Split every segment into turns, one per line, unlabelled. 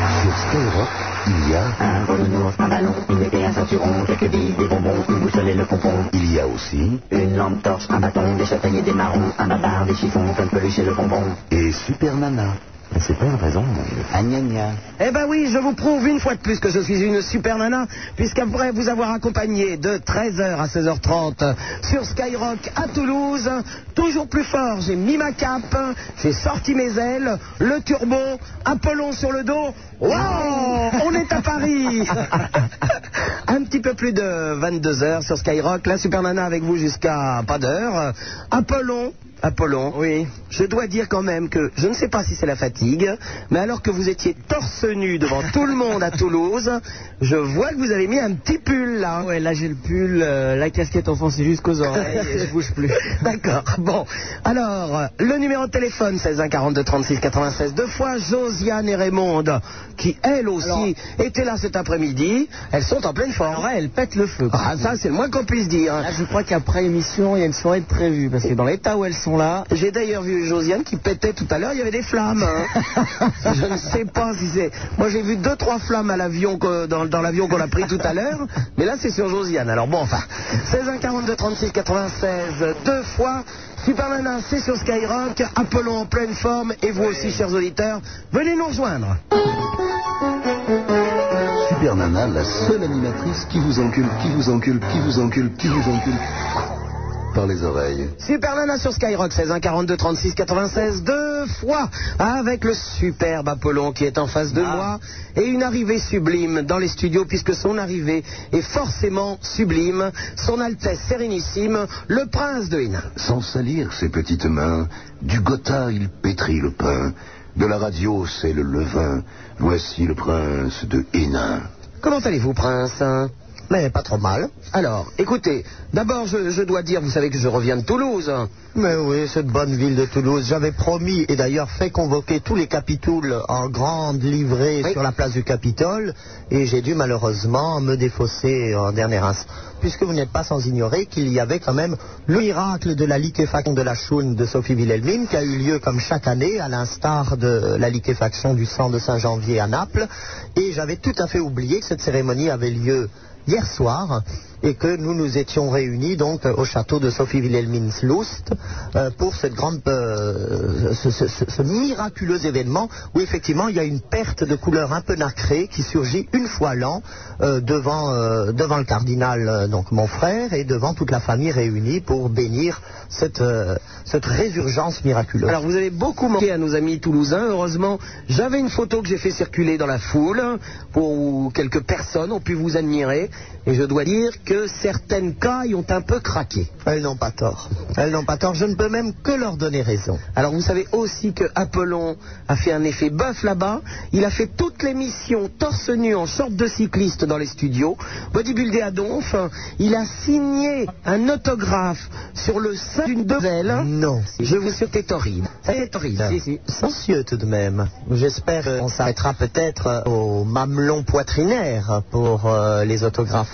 Europe, il y a
Un renours, un ballon, une épée, un ceinturon, quelques billes, des bonbons, une boussole et le pompon.
il y a aussi
Une lampe torche, un bâton, des châtaigniers, des marrons, un bavard, des chiffons, plein de peluche et le bonbon.
et Super Nana. Mais c'est pas une raison. Agnagna.
Eh ben oui, je vous prouve une fois de plus que je suis une super nana, puisqu'après vous avoir accompagné de 13h à 16h30 sur Skyrock à Toulouse, toujours plus fort, j'ai mis ma cape, j'ai sorti mes ailes, le turbo, Apollon sur le dos, waouh, on est à Paris Un petit peu plus de 22h sur Skyrock, la super nana avec vous jusqu'à pas d'heure, Apollon, Apollon, oui. je dois dire quand même que je ne sais pas si c'est la fatigue, mais alors que vous étiez torse nu devant tout le monde à Toulouse, je vois que vous avez mis un petit pull là. Ouais, là j'ai le pull, euh, la casquette enfoncée jusqu'aux oreilles, je bouge plus. D'accord, bon. Alors, euh, le numéro de téléphone 16 1 42 36 96, deux fois Josiane et Raymond, qui elles aussi étaient là cet après-midi, elles sont en pleine forme. elles pètent le feu. Ah, ça c'est le moins qu'on puisse dire.
Je crois qu'après émission, il y a une soirée de prévue, parce que dans l'état où elles sont là,
J'ai d'ailleurs vu Josiane qui pétait tout à l'heure, il y avait des flammes. hein. je ne sais pas si c'est. Moi j'ai vu deux, trois flammes à l'avion que- dans, dans l'avion qu'on a pris tout à l'heure, mais là c'est sur Josiane. Alors bon, enfin. 16 1 42 36 96, deux fois. Super Nana, c'est sur Skyrock. Apollon en pleine forme. Et vous aussi, chers auditeurs, venez nous rejoindre.
Super Nana, la seule animatrice qui vous encule, qui vous encule, qui vous encule, qui vous encule. Par les oreilles.
Super Nana sur Skyrock, 16 1 42 36 96, deux fois avec le superbe Apollon qui est en face
Ah.
de moi et une arrivée sublime dans les studios puisque son arrivée est forcément sublime. Son Altesse Sérénissime, le prince de Hénin.
Sans salir ses petites mains, du gotha il pétrit le pain. De la radio, c'est le levain. Voici le prince de Hénin.
Comment allez-vous, prince hein? mais pas trop mal. Alors, écoutez, d'abord je, je dois dire, vous savez que je reviens de Toulouse.
Mais oui, cette bonne ville de Toulouse. J'avais promis et d'ailleurs fait convoquer tous les capitouls en grande livrée
Oui.
sur la place du Capitole et j'ai dû malheureusement me défausser en dernier instant. Puisque vous n'êtes pas sans ignorer qu'il y avait quand même le miracle de la liquéfaction de la choune de Sophie Wilhelmine qui a eu lieu comme chaque année à l'instar de la liquéfaction du sang de Saint-Janvier à Naples et j'avais tout à fait oublié que cette cérémonie avait lieu hier soir et que nous nous étions réunis donc au château de Sophie Wilhelmine Sloust euh, pour cette grande, euh, ce, ce- ce- ce miraculeux événement où effectivement il y a une perte de couleur un peu nacrée qui surgit une fois l'an euh, devant, euh, devant le cardinal, euh, donc mon frère, et devant toute la famille réunie pour bénir cette, euh, cette résurgence miraculeuse.
Alors vous avez beaucoup manqué à nos amis toulousains. Heureusement, j'avais une photo que j'ai fait circuler dans la foule pour où quelques personnes ont pu vous admirer. Et je dois dire que certaines cailles ont un peu craqué.
elles n'ont pas tort. Elles n'ont pas tort. Je ne peux même que leur donner raison.
Alors vous savez aussi que Apollon a fait un effet bœuf là-bas. Il a fait toutes les missions torse nu en sorte de cycliste dans les studios, bodybuildé à Donf. Il a signé un autographe sur le sein d'une develle.
Non.
Je vous assure que c'est torride. C'est torride. Si, si.
Sensueux tout de même. J'espère qu'on s'arrêtera peut-être euh, au mamelon poitrinaire pour euh, les autographes.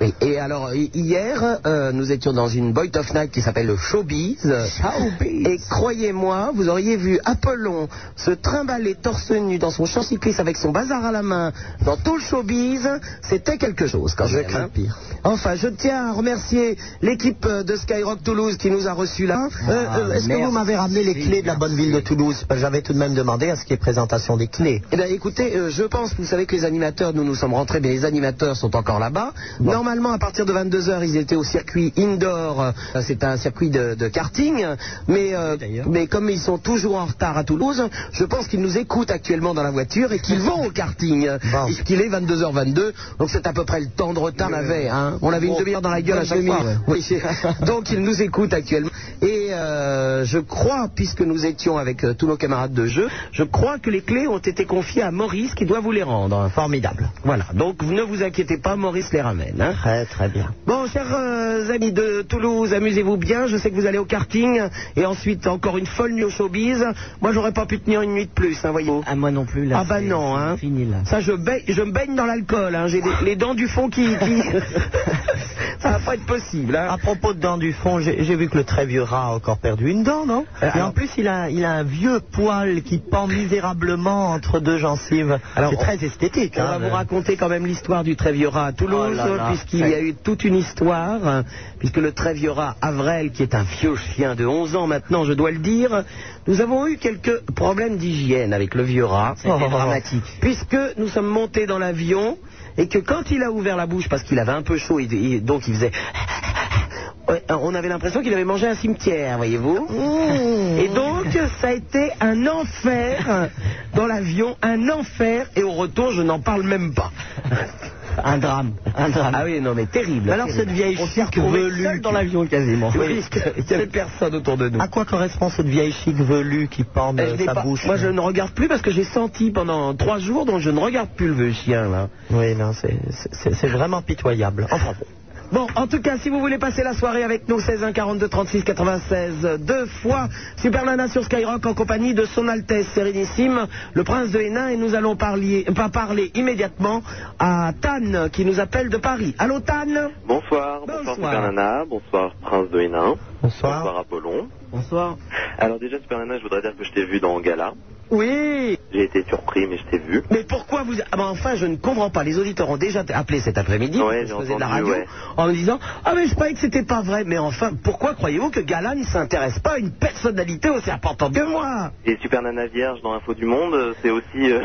Oui, et alors hi- hier, euh, nous étions dans une boîte of night qui s'appelle le Showbiz.
Euh, Showbiz.
Et croyez-moi, vous auriez vu Apollon se trimballer torse nu dans son champ cycliste avec son bazar à la main dans tout le Showbiz. C'était quelque chose quand
Je
même,
crains
hein.
pire.
Enfin, je tiens à remercier l'équipe euh, de Skyrock Toulouse qui nous a reçus là.
Euh,
Euh,
euh, Est-ce que vous m'avez ramené les clés de la bonne ville de Toulouse Parce que J'avais tout de même demandé à ce qu'il y ait présentation des clés.
Eh bien, écoutez, euh, je pense, vous savez que les animateurs, nous nous sommes rentrés, mais les animateurs sont encore là-bas. Normalement, à partir de 22h, ils étaient au circuit indoor. euh, C'est un circuit de, de karting. Mais, euh, mais comme ils sont toujours en retard à Toulouse, je pense qu'ils nous écoutent actuellement dans la voiture et qu'ils vont au karting.
Bon.
Puisqu'il est 22h22, donc c'est à peu près le temps de retard qu'on avait. hein. On avait une
Bon,
demi-heure dans la gueule à chaque
bonne
fois.
demi-heure,
Oui. Donc ils nous écoutent actuellement. Et euh, je crois, puisque nous étions avec euh, tous nos camarades de jeu, je crois que les clés ont été confiées à Maurice qui doit vous les rendre.
Formidable.
Voilà, donc ne vous inquiétez pas, Maurice les ramène. hein.
Très très bien.
Bon, chers euh, amis de Toulouse, amusez-vous bien. Je sais que vous allez au karting et ensuite encore une folle nuit au showbiz. Moi, j'aurais pas pu tenir une nuit de plus, hein, voyez-vous.
moi non plus
Ah bah non, hein. Ça, je, baigne, je me baigne dans l'alcool. Hein. J'ai des- les dents du fond qui... qui- ça va pas pas être possible. hein.
À propos de dents du fond, j'ai j'ai vu que le très vieux rat a encore perdu une dent, non
Euh,
Et
alors-
en plus, il a, il a un vieux poil qui pend misérablement entre deux gencives.
Alors,
C'est
on-
très esthétique.
On va
hein, le-
vous raconter quand même l'histoire du Tréviorat à Toulouse,
Oh là là,
puisqu'il y
ça y
a eu toute une histoire, hein, puisque le Tréviorat Avrel, qui est un vieux chien de 11 ans maintenant, je dois le dire, nous avons eu quelques problèmes d'hygiène avec le vieux rat. Oh.
C'était dramatique.
Puisque nous sommes montés dans l'avion, et que quand il a ouvert la bouche, parce qu'il avait un peu chaud, il- il- donc il faisait... Ouais, On avait l'impression qu'il avait mangé un cimetière, voyez-vous.
Mmh.
Et donc, ça a été un enfer dans l'avion, un enfer, et au retour, je n'en parle même pas.
Un drame, un drame.
Ah oui, non, mais terrible.
Alors,
terrible.
cette vieille
On s'est
chic
retrouvés
velue
seuls
qui-
dans l'avion quasiment.
Oui.
Oui, il n'y avait personne autour de nous.
À quoi correspond cette vieille chic velue qui pend
Eh, je
de
n'ai
sa
pas-
bouche
Moi, je ne regarde plus parce que j'ai senti pendant trois jours, donc je ne regarde plus le vieux chien, là.
Oui, non, c'est- c'est c'est vraiment pitoyable. Enfin bon.
Bon, en tout cas, si vous voulez passer la soirée avec nous, 16 1 42 36 96, deux fois Super Nana sur Skyrock en compagnie de Son Altesse Sérénissime, le Prince de Hénin, et nous allons parler, pas parler immédiatement à Tan qui nous appelle de Paris. Allô Tan
Bonsoir, bonsoir,
Bonsoir.
Super Nana, bonsoir Prince de Hénin,
Bonsoir.
Apollon.
Bonsoir.
Alors déjà Super Nana, je voudrais dire que je t'ai vu dans Gala.
Oui.
J'ai été surpris mais je t'ai vu.
Mais pourquoi vous. Ah, ben, enfin, je ne comprends pas. Les auditeurs ont déjà appelé cet après-midi,
Ouais,
parce que
j'ai
je faisais de la
entendu,
radio,
ouais.
en me disant Ah, mais je croyais que c'était pas vrai. Mais enfin, pourquoi croyez-vous que Gala ne s'intéresse pas à une personnalité aussi importante que moi
Et Super Nana Vierge dans Info du Monde, euh, c'est aussi... euh,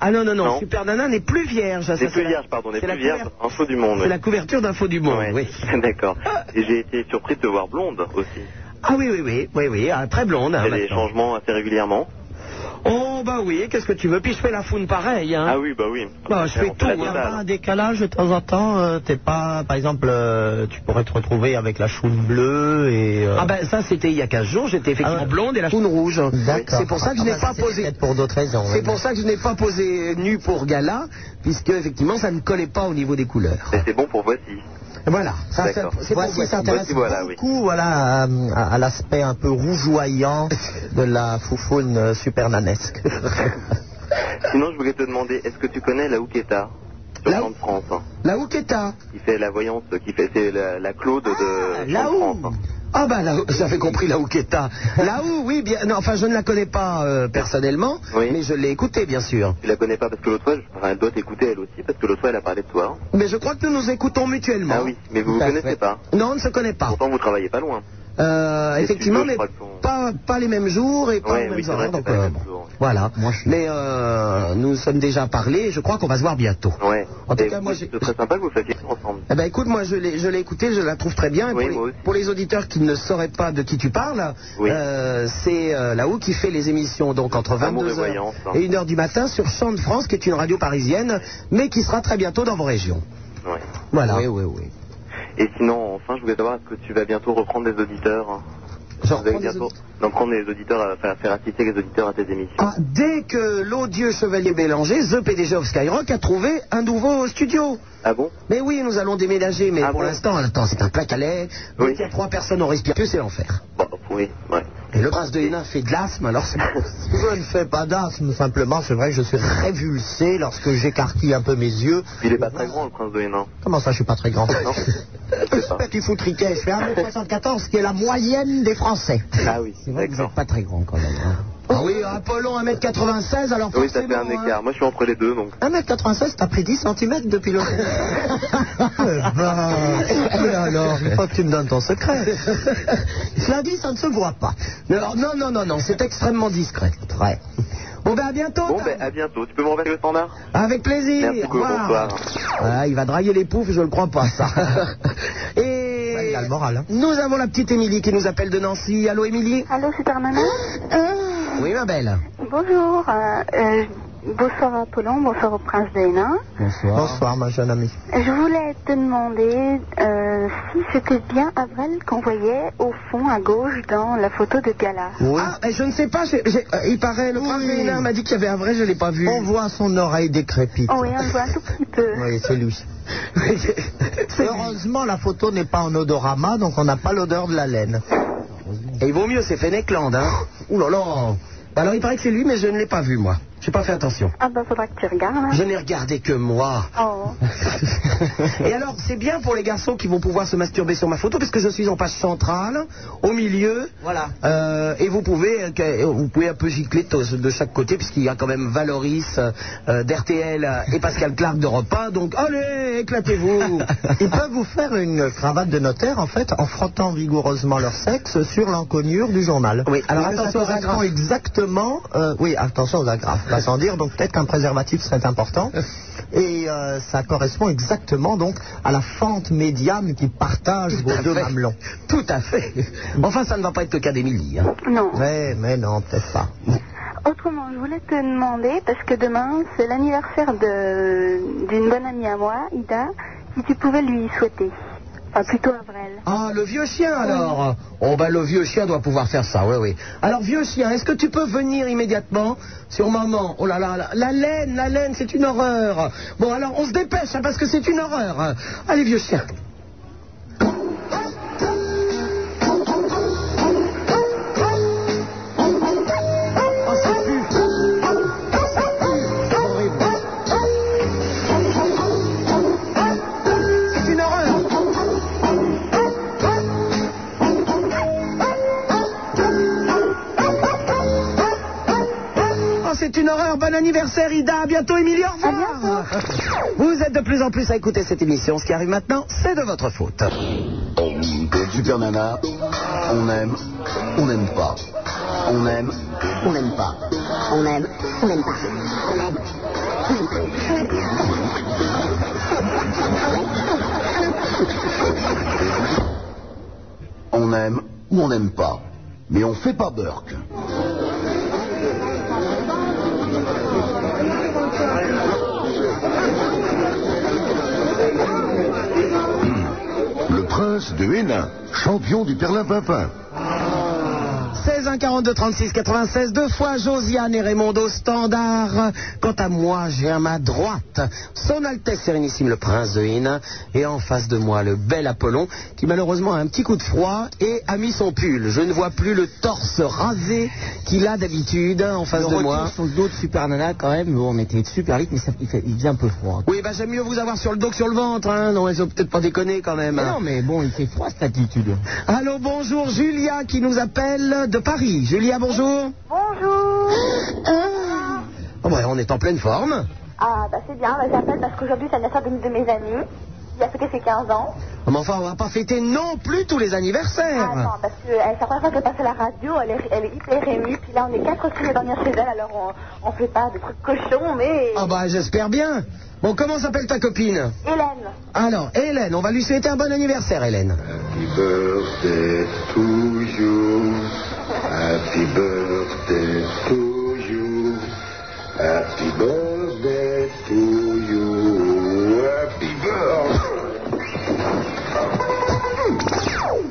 Ah non, non, non,
Non.
Super Nana n'est plus vierge. Ah, ça,
n'est
c'est
plus
la-
vierge, pardon, n'est
c'est la
plus vierge,
couver-
Info du Monde.
C'est la couverture d'Info du Monde,
Ouais,
oui.
D'accord. Et j'ai été surpris de te voir blonde aussi.
Ah oui, oui, oui, oui, oui, ah, très blonde. hein,
Il y a des
maintenant.
changements assez régulièrement.
Oh bah oui, qu'est-ce que tu veux Puis je fais la foune pareil. Hein.
Ah oui, bah oui.
Bah, je fais
On
tout,
la
hein,
Il n'y a
totale.
pas un décalage de temps en temps euh, T'es pas, par exemple, euh, tu pourrais te retrouver avec la choune bleue et. euh,
Ah ben ça c'était il y a 15 jours, j'étais effectivement
Ah ouais.
blonde et la foune rouge.
D'accord.
C'est pour ça que je n'ai
Ah bah,
pas
c'est
posé.
peut-être pour d'autres raisons.
C'est pour ça que je n'ai pas posé nu pour gala, puisque effectivement ça ne collait pas au niveau des couleurs.
Et c'est bon pour voici.
Voilà.
Ça, c'est-
D'accord.
c'est pour ça que ça intéresse
Voici, voilà, oui.
beaucoup voilà, à, à- à l'aspect un peu rougeoyant de la foufoune euh, supernanesque.
Sinon, je voulais te demander, est-ce que tu connais la Ouqueta sur
La-
le Champ de France hein,
La Ouqueta.
Qui fait la voyante, qui fait c'est la, la Claude de Champ de
La
France.
Ou. Ah bah là, j'avais compris la Ouqueta. La Ou, oui, bien. Non, enfin je ne la connais pas euh, personnellement,
Oui.
mais je l'ai écoutée bien sûr.
Tu la connais pas parce que l'autre fois, je- enfin, elle doit t'écouter elle aussi parce que l'autre fois, elle a parlé de toi.
Mais je crois que nous nous écoutons mutuellement.
Ah oui, mais vous vous
Tout à
connaissez
fait.
pas.
Non, on ne se connaît pas.
Pourtant, vous travaillez pas loin.
Euh,
Les
effectivement,
studios,
mais
je crois, sont-
pas, pas les mêmes jours et pas
Ouais,
les mêmes
oui, c'est
horaires.
vrai, c'est
donc,
pas les
euh,
mêmes
bon,
jours.
Voilà.
Moi, je suis-
Mais euh, nous sommes déjà parlé et je crois qu'on va se voir bientôt.
Ouais.
En tout
Et
cas,
vous-
moi, j'ai-
c'est très sympa que vous fassiez ça ensemble.
Eh ben écoute, moi je l'ai je l'ai écouté, je la trouve très bien. Et
Oui,
pour, les,
moi aussi.
pour les auditeurs qui ne sauraient pas de qui tu parles,
Oui.
euh, c'est euh, là-haut qui fait les émissions donc entre
Amour et
22h
voyance, hein.
et 1h du matin sur Champ de France, qui est une radio parisienne, mais qui sera très bientôt dans vos régions.
Ouais.
Voilà. Oui, oui, oui.
Et sinon, enfin, je voulais savoir, est-ce que tu vas bientôt reprendre des auditeurs hein
Je
Vous allez
reprends des
bientôt
auditeurs.
non, prendre les auditeurs, à faire, faire assister les auditeurs à tes émissions.
Ah, dès que l'odieux chevalier Bélanger, The PDG of Skyrock, a trouvé un nouveau studio.
Ah bon
Mais oui, nous allons déménager, mais
Ah
pour
bon
l'instant, attends, c'est un plat calais.
Oui.
Il y a trois personnes au respirateur, c'est l'enfer.
Bah oui, ouais.
Et le prince de Hénin fait de l'asthme, alors c'est
Je ne fais pas d'asthme, simplement, c'est vrai que je suis révulsé lorsque j'écarquille un peu mes yeux.
Il est pas très grand, le prince de Hénin.
Comment ça, je suis pas très grand
Non Je sais pas.
Petit foutriquet, je fais 1m74, ce qui est la moyenne des Français.
Ah oui,
C'est vrai que vous
d'accord.
n'êtes pas très grand quand même. hein.
Ah oui, Apollon 1m96, alors
Oui, ça fait
forcément,
un écart. Moi, je suis entre les deux, donc.
1m96, t'as pris 10 cm depuis le. Eh ben, alors, il faut que tu me donnes ton secret. L'indice, ça ne se voit pas.
hein. Alors, non, non, non, non, c'est extrêmement discret.
Ouais.
Bon, ben à bientôt.
Bon,
Tam.
ben, à bientôt. Tu peux me renverser le standard
Avec plaisir.
Merci beaucoup,
Au revoir.
bonsoir.
Ah, il va draguer les poufs, je le crois pas, ça. Et
Ça, il a le moral, hein.
nous avons la petite Émilie qui nous appelle de Nancy. Allô, Émilie Ah.
Allô, Super Nana
Oui, ma belle.
Bonjour. euh, euh, bonsoir à Apollon, bonsoir au prince de Hénin.
Bonsoir, ma jeune amie.
Je voulais te demander euh, si c'était bien Avril qu'on voyait au fond à gauche dans la photo de Gala.
Oui.
Ah, mais je ne sais pas, j'ai- j'ai- euh, il paraît, le prince
Oui.
de Hénin m'a dit qu'il y avait un vrai, je ne l'ai pas vu.
On voit son oreille décrépite.
Oh, oui, on le voit un tout petit peu.
Oui, c'est lui.
C'est-
Heureusement, la photo n'est pas en odorama, donc on n'a pas l'odeur de la laine.
Et il vaut mieux, c'est Fennecland, hein. Ouh là là Alors il paraît que c'est lui, mais je ne l'ai pas vu, moi. J'ai pas fait attention.
Ah bah faudra que tu regardes. hein.
Je n'ai regardé que moi.
Oh.
Et alors, c'est bien pour les garçons qui vont pouvoir se masturber sur ma photo, parce que je suis en page centrale, au milieu.
Voilà.
Euh, et vous pouvez, euh, que- vous pouvez un peu gicler to- de chaque côté, puisqu'il y a quand même Valoris euh, d'RTL et Pascal Clark d'Europe 1. Donc, allez, éclatez-vous.
Ils peuvent vous faire une cravate de notaire, en fait, en frottant vigoureusement leur sexe sur l'encoignure du journal.
Oui, alors
Parce que
attention
ça
aux agrafes.
correspond exactement... euh, oui, attention aux agrafes, pas sans dire, donc peut-être qu'un préservatif serait important. Et euh, ça correspond exactement, donc, à la fente médiane qui partage
Tout
vos
à
deux
fait.
mamelons.
Tout à fait. Enfin, ça ne va pas être le cas d'Émilie. hein.
Non.
Mais, mais non, peut-être pas.
Autrement, je voulais te demander, parce que demain, c'est l'anniversaire de- d'une bonne amie à moi, Ida, si tu pouvais lui souhaiter. Enfin, plutôt Avrel.
Ah, le vieux chien alors Oh, ben le vieux chien doit pouvoir faire ça, oui, oui. Alors, vieux chien, est-ce que tu peux venir immédiatement sur maman Oh là là, la, la laine, la laine, c'est une horreur Bon, alors, on se dépêche, hein, parce que c'est une horreur hein. Allez, vieux chien Oh, ça pue. Ça pue. C'est horrible. C'est une horreur Oh, c'est une horreur. Bon anniversaire, Ida. À bientôt, Émilie. Au revoir. Vous êtes de plus en plus à écouter cette émission. Ce qui arrive maintenant, c'est de votre faute.
Super Nana, on aime, on n'aime pas. On aime, on n'aime pas.
On aime, on aime pas.
On aime ou on n'aime pas. Mais on fait pas Burke. Le prince de Hénin, champion du Perlin-Pimpin.
16 1 42 36 96 deux fois Josiane et Raimondo standard. Quant à moi, j'ai à ma droite Son Altesse Sérénissime le Prince de Hénin et en face de moi le bel Apollon qui malheureusement a un petit coup de froid et a mis son pull. Je ne vois plus le torse rasé qu'il a d'habitude en face de moi.
sur le dos de Super Nana quand même. Bon, on était super vite, mais ça, il, fait, il faisait un peu froid.
Oui, bah j'aime mieux vous avoir sur le dos que sur le ventre, hein. Non, ils ont peut-être pas déconné quand même.
Mais
hein.
non, mais bon, il fait froid cette attitude.
Allô, bonjour, Julia qui nous appelle de Paris. Julia, bonjour.
Bonjour
Oh, bah, on est en pleine forme.
Ah bah c'est bien, bah, j'appelle parce qu'aujourd'hui c'est l'anniversaire d'une de mes amies. Il a fêté ses 15 ans.
Oh, Mais enfin, on va pas fêter non plus tous les anniversaires.
Ah non, parce que euh, c'est la première fois qu'elle passe à la radio, elle est, elle est hyper émue. Puis là on est quatre filles à dormir chez elle, alors on, on fait pas des trucs cochons, mais...
Ah bah j'espère bien. Bon, comment s'appelle ta copine
Hélène
Alors, Hélène, on va lui souhaiter un bon anniversaire, Hélène.
Happy birthday to you. Happy birthday to you. Happy birthday to you. Happy birthday.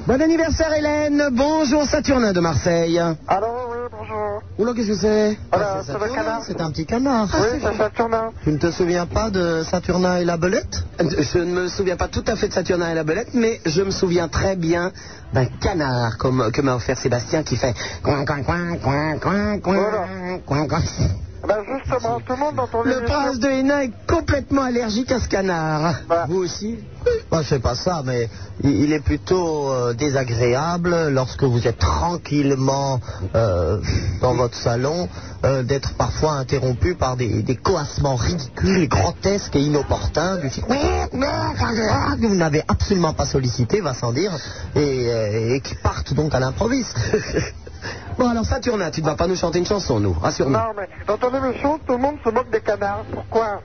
Bon anniversaire, Hélène. Bonjour, Saturnin de Marseille.
Allô, oui, bonjour.
Oula, qu'est-ce que c'est
Ah,
Voilà,
c'est
c'est le canard.
C'est un petit canard.
Ah,
Oui, c'est Saturnin.
Tu ne te souviens pas de Saturnin et la belette
Je ne me souviens pas tout à fait de Saturnin et la belette, mais je me souviens très bien d'un canard comme, que m'a offert Sébastien qui fait... coin, coin, coin, coin, coin, coin,
Voilà.
coin, coin.
Bah justement, tout le monde dans ton
Le
émission-
prince de Hénin est complètement allergique à ce canard.
Bah,
Vous aussi Moi, c'est pas ça, mais il il est plutôt euh, désagréable lorsque vous êtes tranquillement euh, dans votre salon euh, d'être parfois interrompu par des, des coassements ridicules, grotesques et inopportuns du type Merde, merde, merde que vous n'avez absolument pas sollicité, va sans dire, et, euh, et qui partent donc à l'improviste.
Bon, alors Saturnin, tu ne vas pas nous chanter une chanson, nous, rassure-nous.
Non, mais dans ton émission, tout le monde se moque des canards. Pourquoi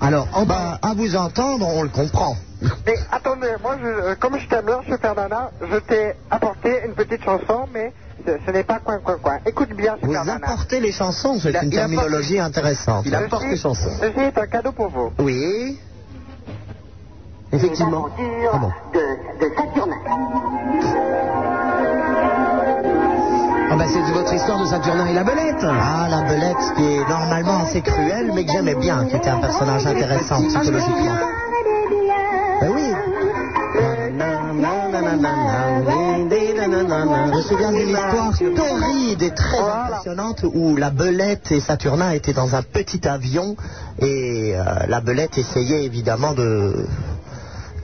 Alors,
oh,
en bas, Bah, à vous entendre, on le comprend.
Mais attendez, moi, je, euh, comme je t'aime bien, Super Nana, je t'ai apporté une petite chanson, mais ce, ce n'est pas coin coin coin. Écoute bien,
Vous
Super Nana.
apportez les chansons, c'est
Il a-
une
il apporte-
terminologie intéressante.
Il apporte
Ceci-
les chansons.
Ceci est un cadeau pour vous.
Oui. Effectivement. Ah bon.
De, de Saturnin.
Ah ben c'est de votre histoire de Saturnin et la belette.
Ah, la belette qui est normalement assez cruelle, mais que j'aimais bien, qui était un personnage intéressant
Ah, je me
psychologiquement.
souviens.
Ben oui. me souviens d'une histoire torride et très impressionnante où la belette et Saturnin étaient dans un petit avion et euh, la belette essayait évidemment de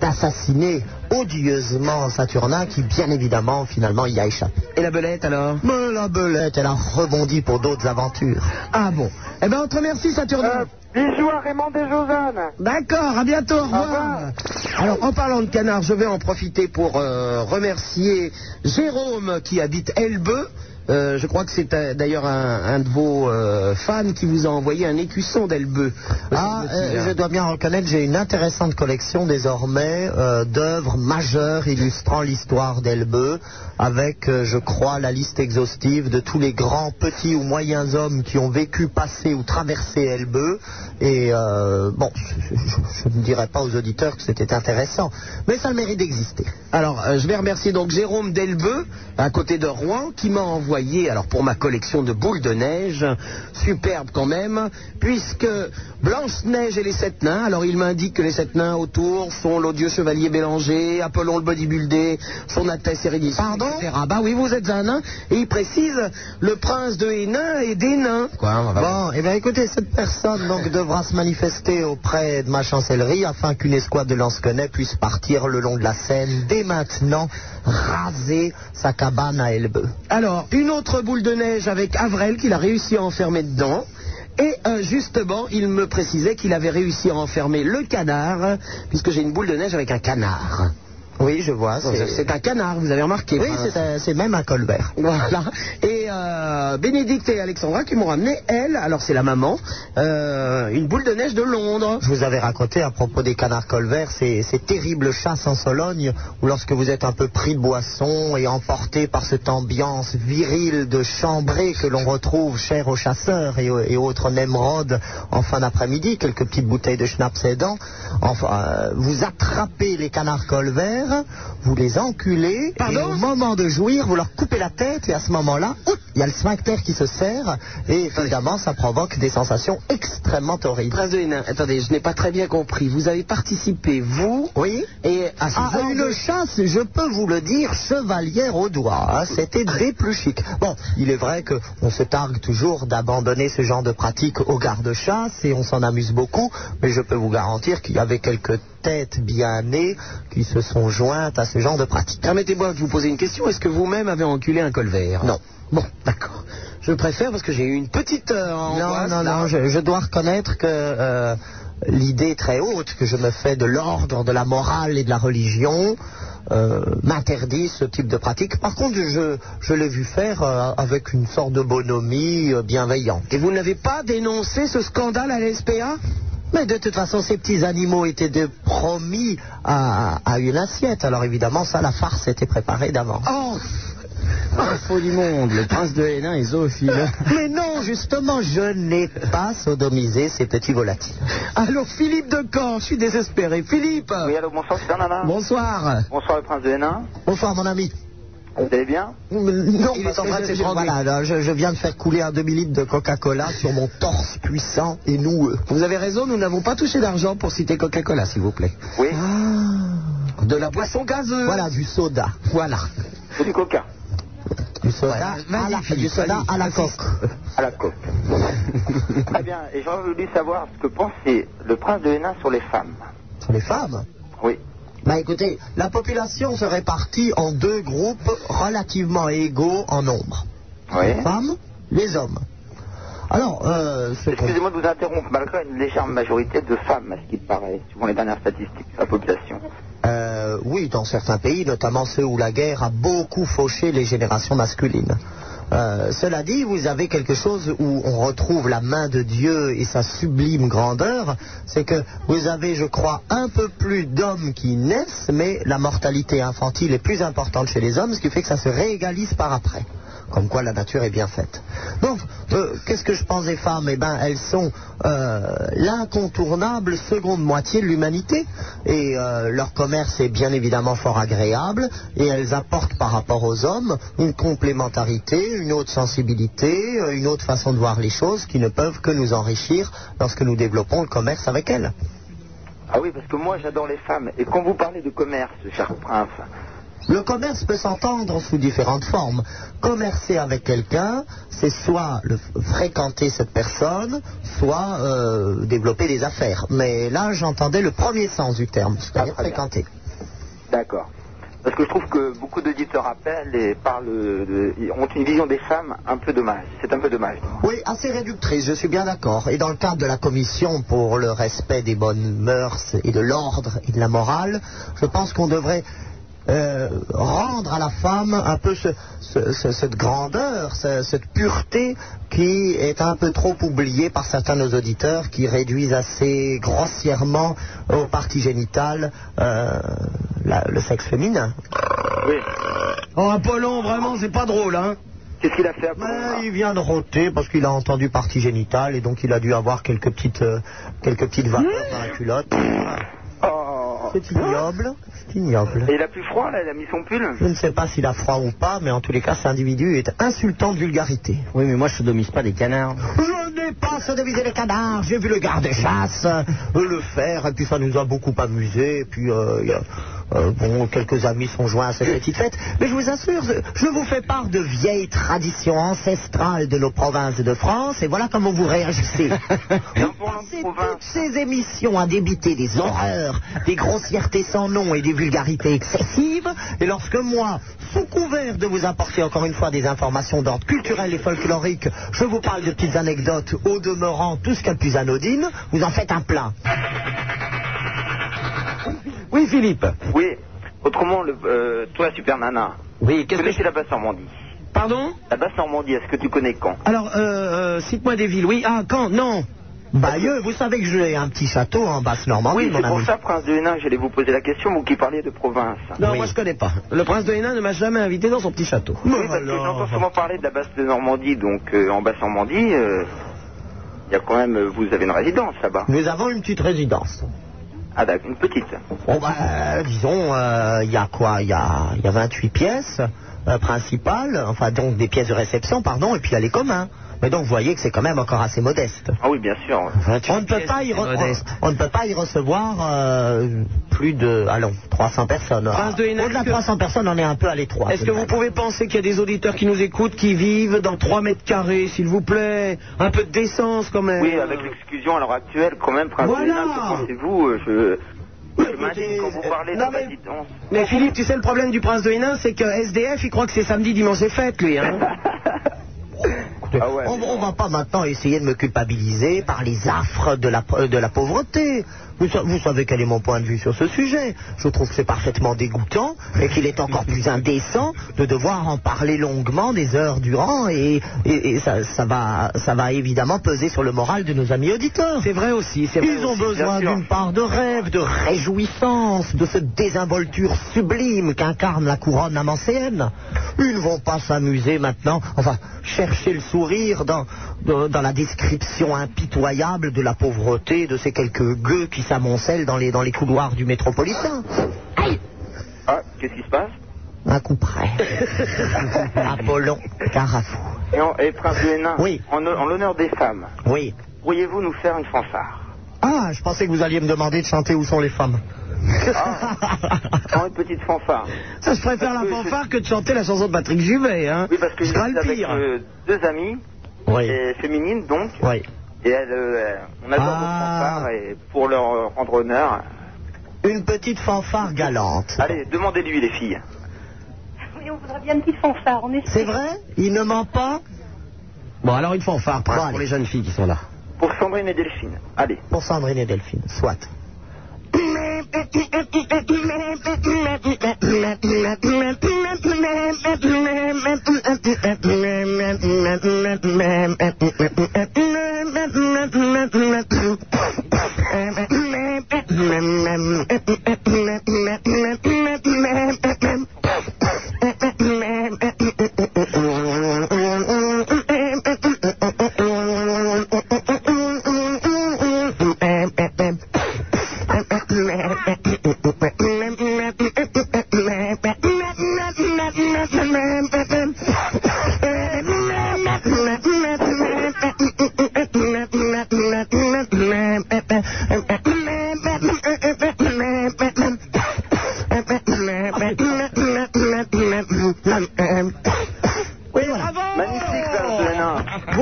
d'assassiner odieusement Saturnin qui bien évidemment finalement y a échappé.
Et la belette alors
Mais la belette, elle a rebondi pour d'autres aventures.
Ah bon. Eh ben, on te remercie, Saturnin.
Euh, bisous à Raymond et Josanne.
D'accord, à bientôt, au revoir.
revoir.
Alors, en parlant de canard, je vais en profiter pour euh, remercier Jérôme qui habite Elbeu. Euh, je crois que c'est euh, d'ailleurs un, un de vos euh, fans qui vous a envoyé un écusson d'Elbeu.
Ah, euh, je dois bien reconnaître, j'ai une intéressante collection désormais euh, d'œuvres majeures illustrant l'histoire d'Elbeu, avec, euh, je crois, la liste exhaustive de tous les grands, petits ou moyens hommes qui ont vécu, passé ou traversé Elbeu. Et euh, bon, je- je je ne dirais pas aux auditeurs que c'était intéressant, mais ça a le mérite d'exister.
Alors, euh, je vais remercier donc Jérôme Delbeu, à côté de Rouen, qui m'a envoyé, alors pour ma collection de boules de neige, superbe quand même, puisque Blanche-Neige et les Sept Nains, alors il m'indique que les Sept Nains autour sont l'odieux chevalier Bélanger, Apollon le bodybuildé, son attesse Sérénissime,
Pardon
etc. Bah oui, vous êtes un nain, et il précise le prince de Hénin et des nains. ben, Quoi, on va-
Bon, eh bien écoutez, cette personne donc devra se manifester auprès de ma chancellerie afin qu'une escouade de lansquenets puisse partir le long de la Seine dès maintenant, raser sa cabane à Elbeu.
Alors, une autre boule de neige avec Avrel qu'il a réussi à enfermer dedans. Et euh, justement, il me précisait qu'il avait réussi à enfermer le canard, euh, puisque j'ai une boule de neige avec un canard.
Oui, je vois.
C'est c'est un canard, vous avez remarqué.
Oui,
Enfin,
c'est un- c'est même un colbert.
Voilà. Et euh, Bénédicte et Alexandra qui m'ont ramené, elle, alors c'est la maman, euh, une boule de neige de Londres.
Je vous avais raconté à propos des canards colverts ces, ces terribles chasses en Sologne où lorsque vous êtes un peu pris de boisson et emporté par cette ambiance virile de chambrée que l'on retrouve chère aux chasseurs et, aux- et autres Nemrod en fin d'après-midi, quelques petites bouteilles de schnapps aidant, enfin, euh, vous attrapez les canards colverts, vous les enculez, et
Pardon
au moment de jouir, vous leur coupez la tête et à ce moment-là, oups, il y a le sphincter qui se serre et évidemment ça provoque des sensations extrêmement horribles.
Prince de Hénin, attendez, je n'ai pas très bien compris. Vous avez participé, vous,
Oui
et à ce
Ah,
genre de-
une chasse, je peux vous le dire, chevalière au doigt. hein, C'était
Ah.
des plus chics. Bon, il est vrai qu'on se targue toujours d'abandonner ce genre de pratique aux gardes-chasse et on s'en amuse beaucoup, mais je peux vous garantir qu'il y avait quelques têtes bien nées qui se sont jointes à ce genre de pratique.
Permettez-moi de vous poser une question. Est-ce que vous-même avez enculé un colvert
Non.
Bon, d'accord. Je préfère parce que j'ai eu une petite euh,
Non,
angoisse.
non,
là.
non, je, je dois reconnaître que euh, l'idée très haute que je me fais de l'ordre, de la morale et de la religion euh, m'interdit ce type de pratique. Par contre, je, je l'ai vu faire euh, avec une sorte de bonhomie euh, bienveillante.
Et vous n'avez pas dénoncé ce scandale à l'SPA
Mais de toute façon, ces petits animaux étaient de promis à, à une assiette. Alors évidemment, ça, la farce était préparée d'avance.
Oh
Info du monde, le prince de Hénin est zoophile.
Mais non, justement, je n'ai pas sodomisé ces petits volatiles.
Alors, Philippe de Caen, je suis désespéré. Philippe
Oui, allô, bonsoir, c'est Bernard.
Bonsoir.
Bonsoir, le prince de Hénin.
Bonsoir, mon ami.
ben, Vous allez bien
Non,
Il
parce
est en
que
train de
je- je-
s'ébranler.
voilà, là, je, je viens de faire couler un demi-litre de Coca-Cola sur mon torse puissant et noueux.
Vous avez raison, nous n'avons pas touché d'argent pour citer Coca-Cola, s'il vous plaît.
Oui,
Ah, De la boisson gazeuse.
Voilà, du soda.
Voilà.
c'est du coca
Du soda,
Ouais, vas-y,
à, la,
Philippe,
du soda
vas-y,
à la
insiste.
coque.
à la coque. Très bien, et j'aurais voulu savoir ce que pensait le prince de Hénin sur les femmes.
Sur les femmes
Oui.
Bah écoutez, la population se répartit en deux groupes relativement égaux en nombre.
Oui.
Les femmes, les hommes. Alors, euh, ce qu'on-
Excusez-moi de vous interrompre, malgré une légère majorité de femmes, à ce qu'il paraît, selon les dernières statistiques de la population.
Euh, oui, dans certains pays, notamment ceux où la guerre a beaucoup fauché les générations masculines. Euh, cela dit, vous avez quelque chose où on retrouve la main de Dieu et sa sublime grandeur, c'est que vous avez, je crois, un peu plus d'hommes qui naissent, mais la mortalité infantile est plus importante chez les hommes, ce qui fait que ça se réégalise par après. Comme quoi la nature est bien faite. Donc, euh, qu'est-ce que je pense des femmes Eh bien, elles sont euh, l'incontournable seconde moitié de l'humanité. Et euh, leur commerce est bien évidemment fort agréable. Et elles apportent par rapport aux hommes une complémentarité, une autre sensibilité, euh, une autre façon de voir les choses qui ne peuvent que nous enrichir lorsque nous développons le commerce avec elles.
Ah oui, parce que moi j'adore les femmes, et quand vous parlez de commerce, cher prince,
Le commerce peut s'entendre sous différentes formes. Commercer avec quelqu'un, c'est soit le- fréquenter cette personne, soit euh, développer des affaires. Mais là, j'entendais le premier sens du terme, c'est-à-dire
Ah, très bien.
fréquenter.
D'accord. Parce que je trouve que beaucoup d'auditeurs appellent et parlent, de- ils ont une vision des femmes un peu dommage. C'est un peu dommage.
Oui, assez réductrice, je suis bien d'accord. Et dans le cadre de la commission pour le respect des bonnes mœurs et de l'ordre et de la morale, je pense qu'on devrait euh, rendre à la femme un peu ce- ce- ce- cette grandeur, ce- cette pureté qui est un peu trop oubliée par certains de nos auditeurs qui réduisent assez grossièrement aux parties génitales euh, la- le sexe féminin.
Oui.
Oh, Apollon, vraiment, c'est pas drôle, hein
Qu'est-ce qu'il a fait après
Mais il vient de rôter parce qu'il a entendu partie génitale et donc il a dû avoir quelques petites, euh, quelques petites
Mmh.
vapeurs dans la culotte.
Oh.
C'est ignoble. C'est ignoble.
Et il a plus froid là, il a mis son pull
Je ne sais pas s'il a froid ou pas, mais en tous les cas, cet individu est insultant de vulgarité.
Oui, mais moi, je sodomise pas des canards.
Je n'ai pas sodomisé les canards, j'ai vu le garde-chasse euh, le faire, et puis ça nous a beaucoup amusé, et puis euh, il y a- euh, bon, quelques amis sont joints à cette petite fête. Mais je vous assure, je- je vous fais part de vieilles traditions ancestrales de nos provinces de France, et voilà comment vous réagissez. vous
parlant de
passez
province.
toutes ces émissions à débiter des horreurs, des grossièretés sans nom et des vulgarités excessives, et lorsque moi, sous couvert de vous apporter encore une fois des informations d'ordre culturel et folklorique, je vous parle de petites anecdotes, au demeurant tout ce qu'il y a de plus anodine, vous en faites un plein.
Oui, Philippe.
Oui. Autrement, le, euh, toi, Super Nana,
Oui,
tu
qu'est-ce que...
connais la basse Normandie
Pardon
La basse Normandie, est-ce que tu connais quand
Alors, euh, euh, cite-moi des villes. Oui, ah, Caen, non.
Bayeux, vous savez que j'ai un petit château en
Oh, bah
Basse-Normandie,
Oui,
mon
c'est pour
ami.
ça, Prince de Hénin, j'allais vous poser la question, vous qui parliez de province.
Non,
Oui.
moi, je connais pas. Le prince de Hénin ne m'a jamais invité dans son petit château.
Oui, parce que j'entends souvent parler de la basse de Normandie, donc euh, en basse Normandie, euh, il y a quand même, euh, vous avez une résidence là-bas.
Nous avons une petite résidence.
Ah d'accord, une petite.
Bon, bah, euh, disons, euh, il y a quoi Il y a, il y a 28 pièces euh, principales, enfin donc des pièces de réception, pardon, et puis il y a les communs. Mais donc vous voyez que c'est quand même encore assez modeste.
Ah oui, bien sûr.
On ne, peut pas y re-
modeste.
on, on ne peut pas y recevoir euh, plus de, allons, 300 personnes.
Prince de Hénin,
Au-delà
est-ce
de
que-
300 personnes, on est un peu à l'étroit.
Est-ce
tout
que
de
vous
même.
pouvez penser qu'il y a des auditeurs qui nous écoutent qui vivent dans 3 mètres carrés, s'il vous plaît Un peu de décence, quand même.
Oui, avec l'exclusion à l'heure actuelle, quand même, Prince
Euh. Voilà. euh,
de Hénin, que pensez-vous euh, Je, je m'indigne quand vous parlez de
Non,
la
mais-
résidence.
Mais Philippe, tu sais, le problème du prince de Hénin, c'est que SDF, il croit que c'est samedi, dimanche et fête, lui. Hein
Ah ouais,
on,
mais-
on va pas maintenant essayer de me culpabiliser par les affres de la, euh, de la pauvreté. Vous, sa- vous savez quel est mon point de vue sur ce sujet. Je trouve que c'est parfaitement dégoûtant et qu'il est encore plus indécent de devoir en parler longuement des heures durant et, et- et ça, ça va, ça va évidemment peser sur le moral de nos amis auditeurs.
C'est vrai aussi, c'est vrai
Ils ont
aussi.
besoin
bien sûr.
d'une part de rêve, de réjouissance, de cette désinvolture sublime qu'incarne la couronne amancéenne. Ils ne vont pas s'amuser maintenant, enfin, chercher le sourire dans, dans, dans la description impitoyable de la pauvreté de ces quelques gueux qui s'amoncellent dans les, dans les couloirs du métropolitain.
Ah, qu'est-ce qui se passe
Un coup près. Apollon Carafou.
et, en- et Prince de Hénin,
Oui.
en, en l'honneur des femmes,
Oui.
pourriez-vous nous faire une fanfare
Ah, je pensais que vous alliez me demander de chanter Où sont les femmes.
Prends une petite fanfare.
Ça, je préfère la
Parce que
fanfare que de chanter la chanson de Patrick Juvet. Hein.
Oui, parce que
je
je
crains
suis
le
avec
pire.
euh, deux amies,
Oui.
et féminines donc,
Oui.
et elles, euh, on adore vos
Ah.
fanfares, et pour leur rendre honneur,
Une petite fanfare galante.
allez, demandez-lui les filles.
Oui, on voudrait bien une petite fanfare, on est
C'est vrai Il ne ment pas
Bon, alors une fanfare, Prince,
Bon,
pour
allez.
les jeunes filles qui sont là.
Pour Sandrine et Delphine, allez.
Pour Sandrine et Delphine, soit.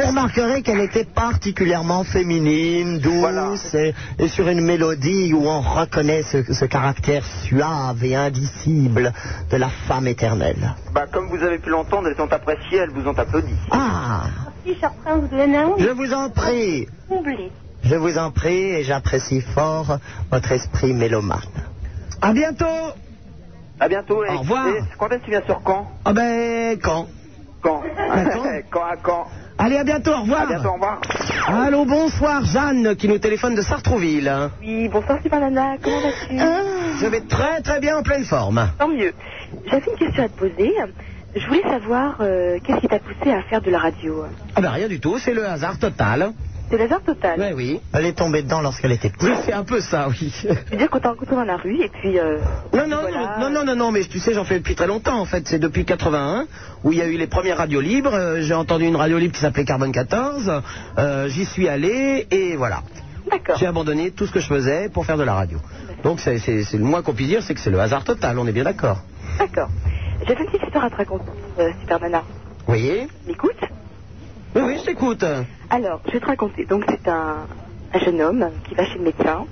remarquerez qu'elle était particulièrement féminine, douce, et, et sur une mélodie où on reconnaît ce, ce caractère suave et indicible de la femme éternelle.
Bah, comme vous avez pu l'entendre, elles ont apprécié, elles vous ont applaudi.
Ah
Si je suis en train de vous donner un
Je vous en prie,
comblé.
je vous en prie, et j'apprécie fort votre esprit mélomane.
À bientôt
À bientôt. et-
Au revoir.
et Quand est-ce que tu viens sur Caen
Ah ben, quand Bah, Ah.
Caen.
Caen
Caen à Caen.
Allez, à bientôt, au revoir
À bientôt, au revoir.
Allô, bonsoir, Jeanne, qui nous téléphone de Sartrouville. Ah,
Oui, bonsoir Super Nana, comment vas-tu
Je vais très très bien en pleine forme.
Tant mieux. J'avais une question à te poser. Je voulais savoir euh, qu'est-ce qui t'a poussé à faire de la radio
Ah ben, rien du tout, c'est le hasard total.
C'est le hasard total.
Ouais, oui.
Elle est tombée dedans lorsqu'elle était petite.
Oui, c'est un peu ça, oui.
C'est-à-dire qu'on t'a rencontré dans la rue et puis... euh,
Non, non,
voilà.
non, non, non, non, mais tu sais, j'en fais depuis très longtemps, en fait. C'est depuis 81, où il y a eu les premières radios libres. Euh, J'ai entendu une radio libre qui s'appelait Carbone 14. Euh, J'y suis allé, et voilà.
D'accord.
J'ai abandonné tout ce que je faisais pour faire de la radio. Donc, c'est c'est- c'est le moins qu'on puisse dire, c'est que c'est le hasard total, on est bien d'accord.
D'accord. J'avais une petite histoire à te raconter, euh, Super Nana.
Vous voyez
M'écoutes
Oui, oui, je t'écoute.
Alors, je vais te raconter. Donc, c'est un, un jeune homme qui va chez le médecin.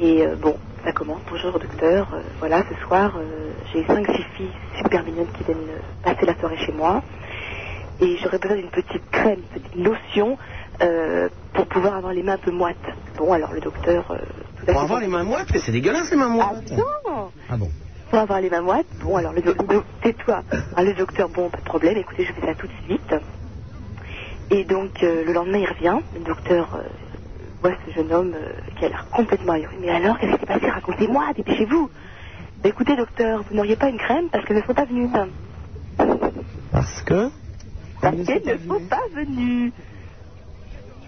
Et euh, bon, ça commence. Bonjour, docteur. Euh, voilà, ce soir, euh, j'ai 5-6 filles super mignonnes qui viennent euh, passer la soirée chez moi. Et j'aurais besoin d'une petite crème, une petite lotion euh, pour pouvoir avoir les mains un peu moites. Bon, alors le docteur. euh, tout à
Pour
fait-
avoir les mains moites, mais c'est dégueulasse, les mains
Ah
moites.
non
Ah bon
pour avoir les mains moites. Bon, alors, le, doc- doc- tais-toi. Ah, le docteur, bon, pas de problème, écoutez, je fais ça tout de suite. Et donc, euh, le lendemain, il revient. Le docteur euh, voit ce jeune homme euh, qui a l'air complètement ahuri. Mais alors, qu'est-ce qui s'est passé Racontez-moi, dépêchez-vous. Bah, écoutez, docteur, vous n'auriez pas une crème parce qu'elles ne sont pas venues.
Parce que
Parce qu'elles ne sont pas venues.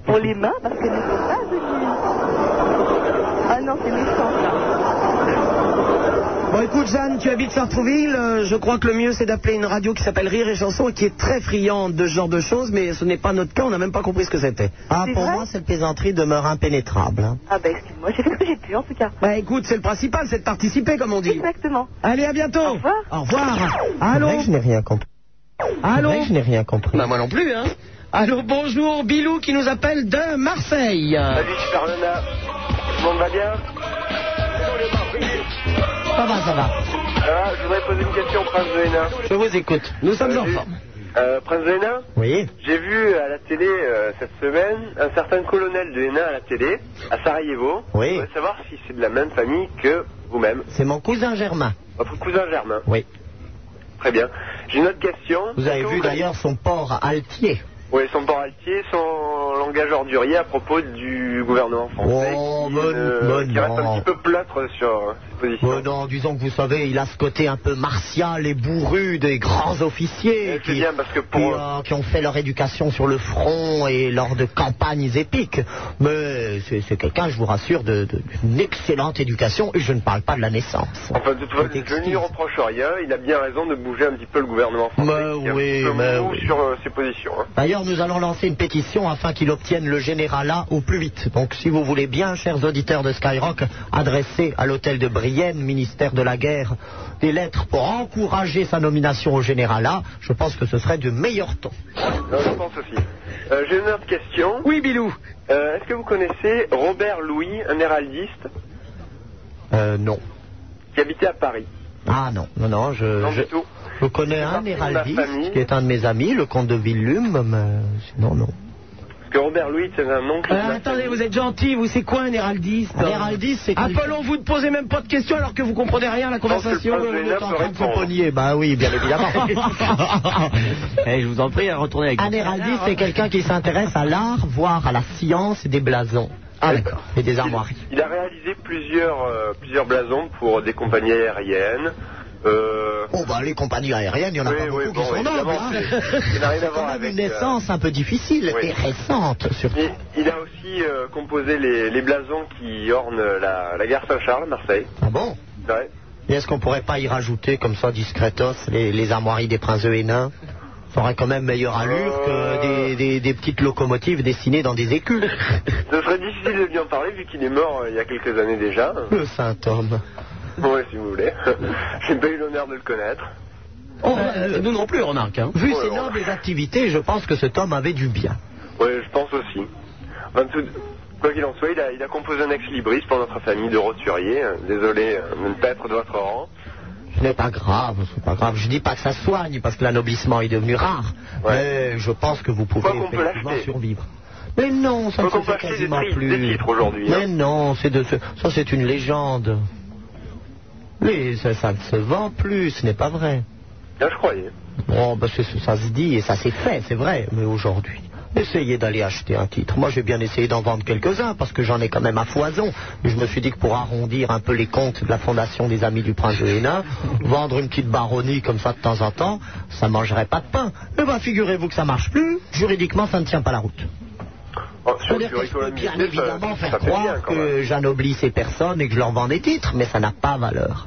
Pour les mains, parce qu'elles ne sont pas venues. Ah non, c'est méchant, ça.
Bon, écoute, Jeanne, tu habites Sartrouville. euh, je crois que le mieux, c'est d'appeler une radio qui s'appelle Rire et Chanson et qui est très friande de ce genre de choses, mais ce n'est pas notre cas, on n'a même pas compris ce que c'était.
Ah,
C'est
pour
vrai
moi, cette plaisanterie demeure impénétrable. hein.
Ah bah, excuse-moi, j'ai fait ce que j'ai pu, en tout cas.
Bah écoute, c'est le principal, c'est de participer, comme on dit.
Exactement.
Allez, à bientôt.
Au revoir.
Au revoir.
C'est
Allô
vrai que je n'ai rien compris. C'est
Allô
vrai que je n'ai rien compris.
Bah moi non plus, hein. Allô, bonjour, Bilou qui nous appelle de Marseille.
Salut, Super Nana. Bon, va bien
Ça va, ça va.
Ça va Je voudrais poser une question au prince de Hénin.
Je vous écoute. Nous sommes en
Salut.
forme.
Euh, prince de Hénin
Oui.
J'ai vu à la télé euh, cette semaine un certain colonel de Hénin à la télé, à Sarajevo.
Oui.
Je voudrais savoir si c'est de la même famille que vous-même.
C'est mon cousin Germain.
Votre cousin Germain.
Oui.
Très bien. J'ai une autre question.
Vous avez
Est-ce que
vu d'ailleurs son port altier.
Oui, son port altier, son langage ordurier à propos du gouvernement français.
Oh,
qui,
mais-
euh,
mais
qui reste
non.
un petit peu plâtre sur ses positions.
Euh, non, disons que vous savez, il a ce côté un peu martial et bourru des grands officiers
Eh, c'est bien, parce que pour-
qui, euh, qui ont fait leur éducation sur le front et lors de campagnes épiques. Mais c'est c'est quelqu'un, je vous rassure, de- de- d'une excellente éducation et je ne parle pas de la naissance.
Enfin, de toute façon,
Exquise.
je ne lui reproche rien. Il a bien raison de bouger un petit peu le gouvernement français.
Mais
qui est un
Bah oui,
petit peu
mais
mou
oui.
sur euh, ses positions. hein.
D'ailleurs, nous allons lancer une pétition afin qu'il obtienne le généralat au plus vite. Donc, si vous voulez bien, chers auditeurs de Skyrock, adresser à l'hôtel de Brienne, ministère de la Guerre, des lettres pour encourager sa nomination au généralat, je pense que ce serait du meilleur ton.
Non, je pense aussi. Euh, J'ai une autre question.
Oui, Bilou.
Euh, Est-ce que vous connaissez Robert Louis, un héraldiste
Euh, non.
qui habitait à Paris
Ah non, non, non, je,
Non,
je,
du tout.
je connais
partie
un
de ma
héraldiste
famille.
qui est un de mes amis, le comte de Villume, mais sinon non.
Parce que Robert Louis, c'est un oncle.
Euh,
de la
attendez,
famille.
vous êtes gentil, vous c'est quoi un héraldiste
Un héraldiste, c'est quelqu'un-
Apollon, vous ne posez même pas de questions alors que vous comprenez rien à la
pense que le
conversation.
prince de Hénin
Vous êtes en
peut
train de
répondre.
compagnier, bah oui, bien évidemment.
Eh, je vous en prie, à retourner avec
Un héraldiste, c'est quelqu'un qui s'intéresse à l'art, voire à la science et des blasons.
Ah, d'accord.
Et des armoiries.
Il a réalisé plusieurs, euh, plusieurs blasons pour des compagnies aériennes. Euh,
Oh, bah, les compagnies aériennes, il y en a
Oui,
pas
oui,
beaucoup
bon,
qui sont nobles.
évidemment,
hein.
c'est- ça n'a rien à
C'est
voir
quand même
avec, euh,
une naissance un peu difficile
oui.
et récente, surtout.
il, il a aussi euh, composé les, les blasons qui ornent la, la gare Saint-Charles à Marseille.
Ah bon
Ouais.
Et est-ce qu'on pourrait pas y rajouter, comme ça, discretos, les, les armoiries des princes de Hénin Ça aurait quand même meilleure allure que
Euh.
des, des- des petites locomotives dessinées dans des écus.
Ce serait difficile de lui en parler vu qu'il est mort euh, il y a quelques années déjà.
Le saint homme.
Ouais, si vous voulez. J'ai pas eu l'honneur de le connaître.
Oh, euh, nous non plus, remarque. hein.
Vu
Oh là
ses
là.
nobles activités, je pense que cet homme avait du bien.
Ouais, je pense aussi. En tout- quoi qu'il en soit, il a, il a composé un ex-libris pour notre famille de roturiers. Euh, Désolé euh, de ne pas être de votre rang.
Ce n'est pas grave, c'est pas grave. Je dis pas que ça soigne parce que l'anoblissement est devenu rare. Mais je pense que vous pouvez
qu'on peut
effectivement
l'acheter.
survivre. Mais non, ça ne se
Faut
fait
qu'on peut acheter des
quasiment
tri-
plus.
des titres aujourd'hui,
Mais
hein.
non, c'est de ce- ça c'est une légende. Mais ça, ça ne se vend plus, ce n'est pas vrai.
Là, je croyais.
Bon, ben, c'est- ça se dit et ça s'est fait, c'est vrai. Mais aujourd'hui, essayez d'aller acheter un titre. Moi, j'ai bien essayé d'en vendre quelques-uns parce que j'en ai quand même à foison. Mais je me suis dit que pour arrondir un peu les comptes de la Fondation des Amis du Prince de Hénin, vendre une petite baronnie comme ça de temps en temps, ça mangerait pas de pain. Eh ben, figurez-vous que ça marche plus. Juridiquement, ça ne tient pas la route.
Oh, sur
C'est-à-dire
sur
que je peux
Economist,
bien
ça-
évidemment
ça
faire
fait bien,
croire
quand même.
que j'anoblis ces personnes et que je leur vends des titres, mais ça n'a pas valeur.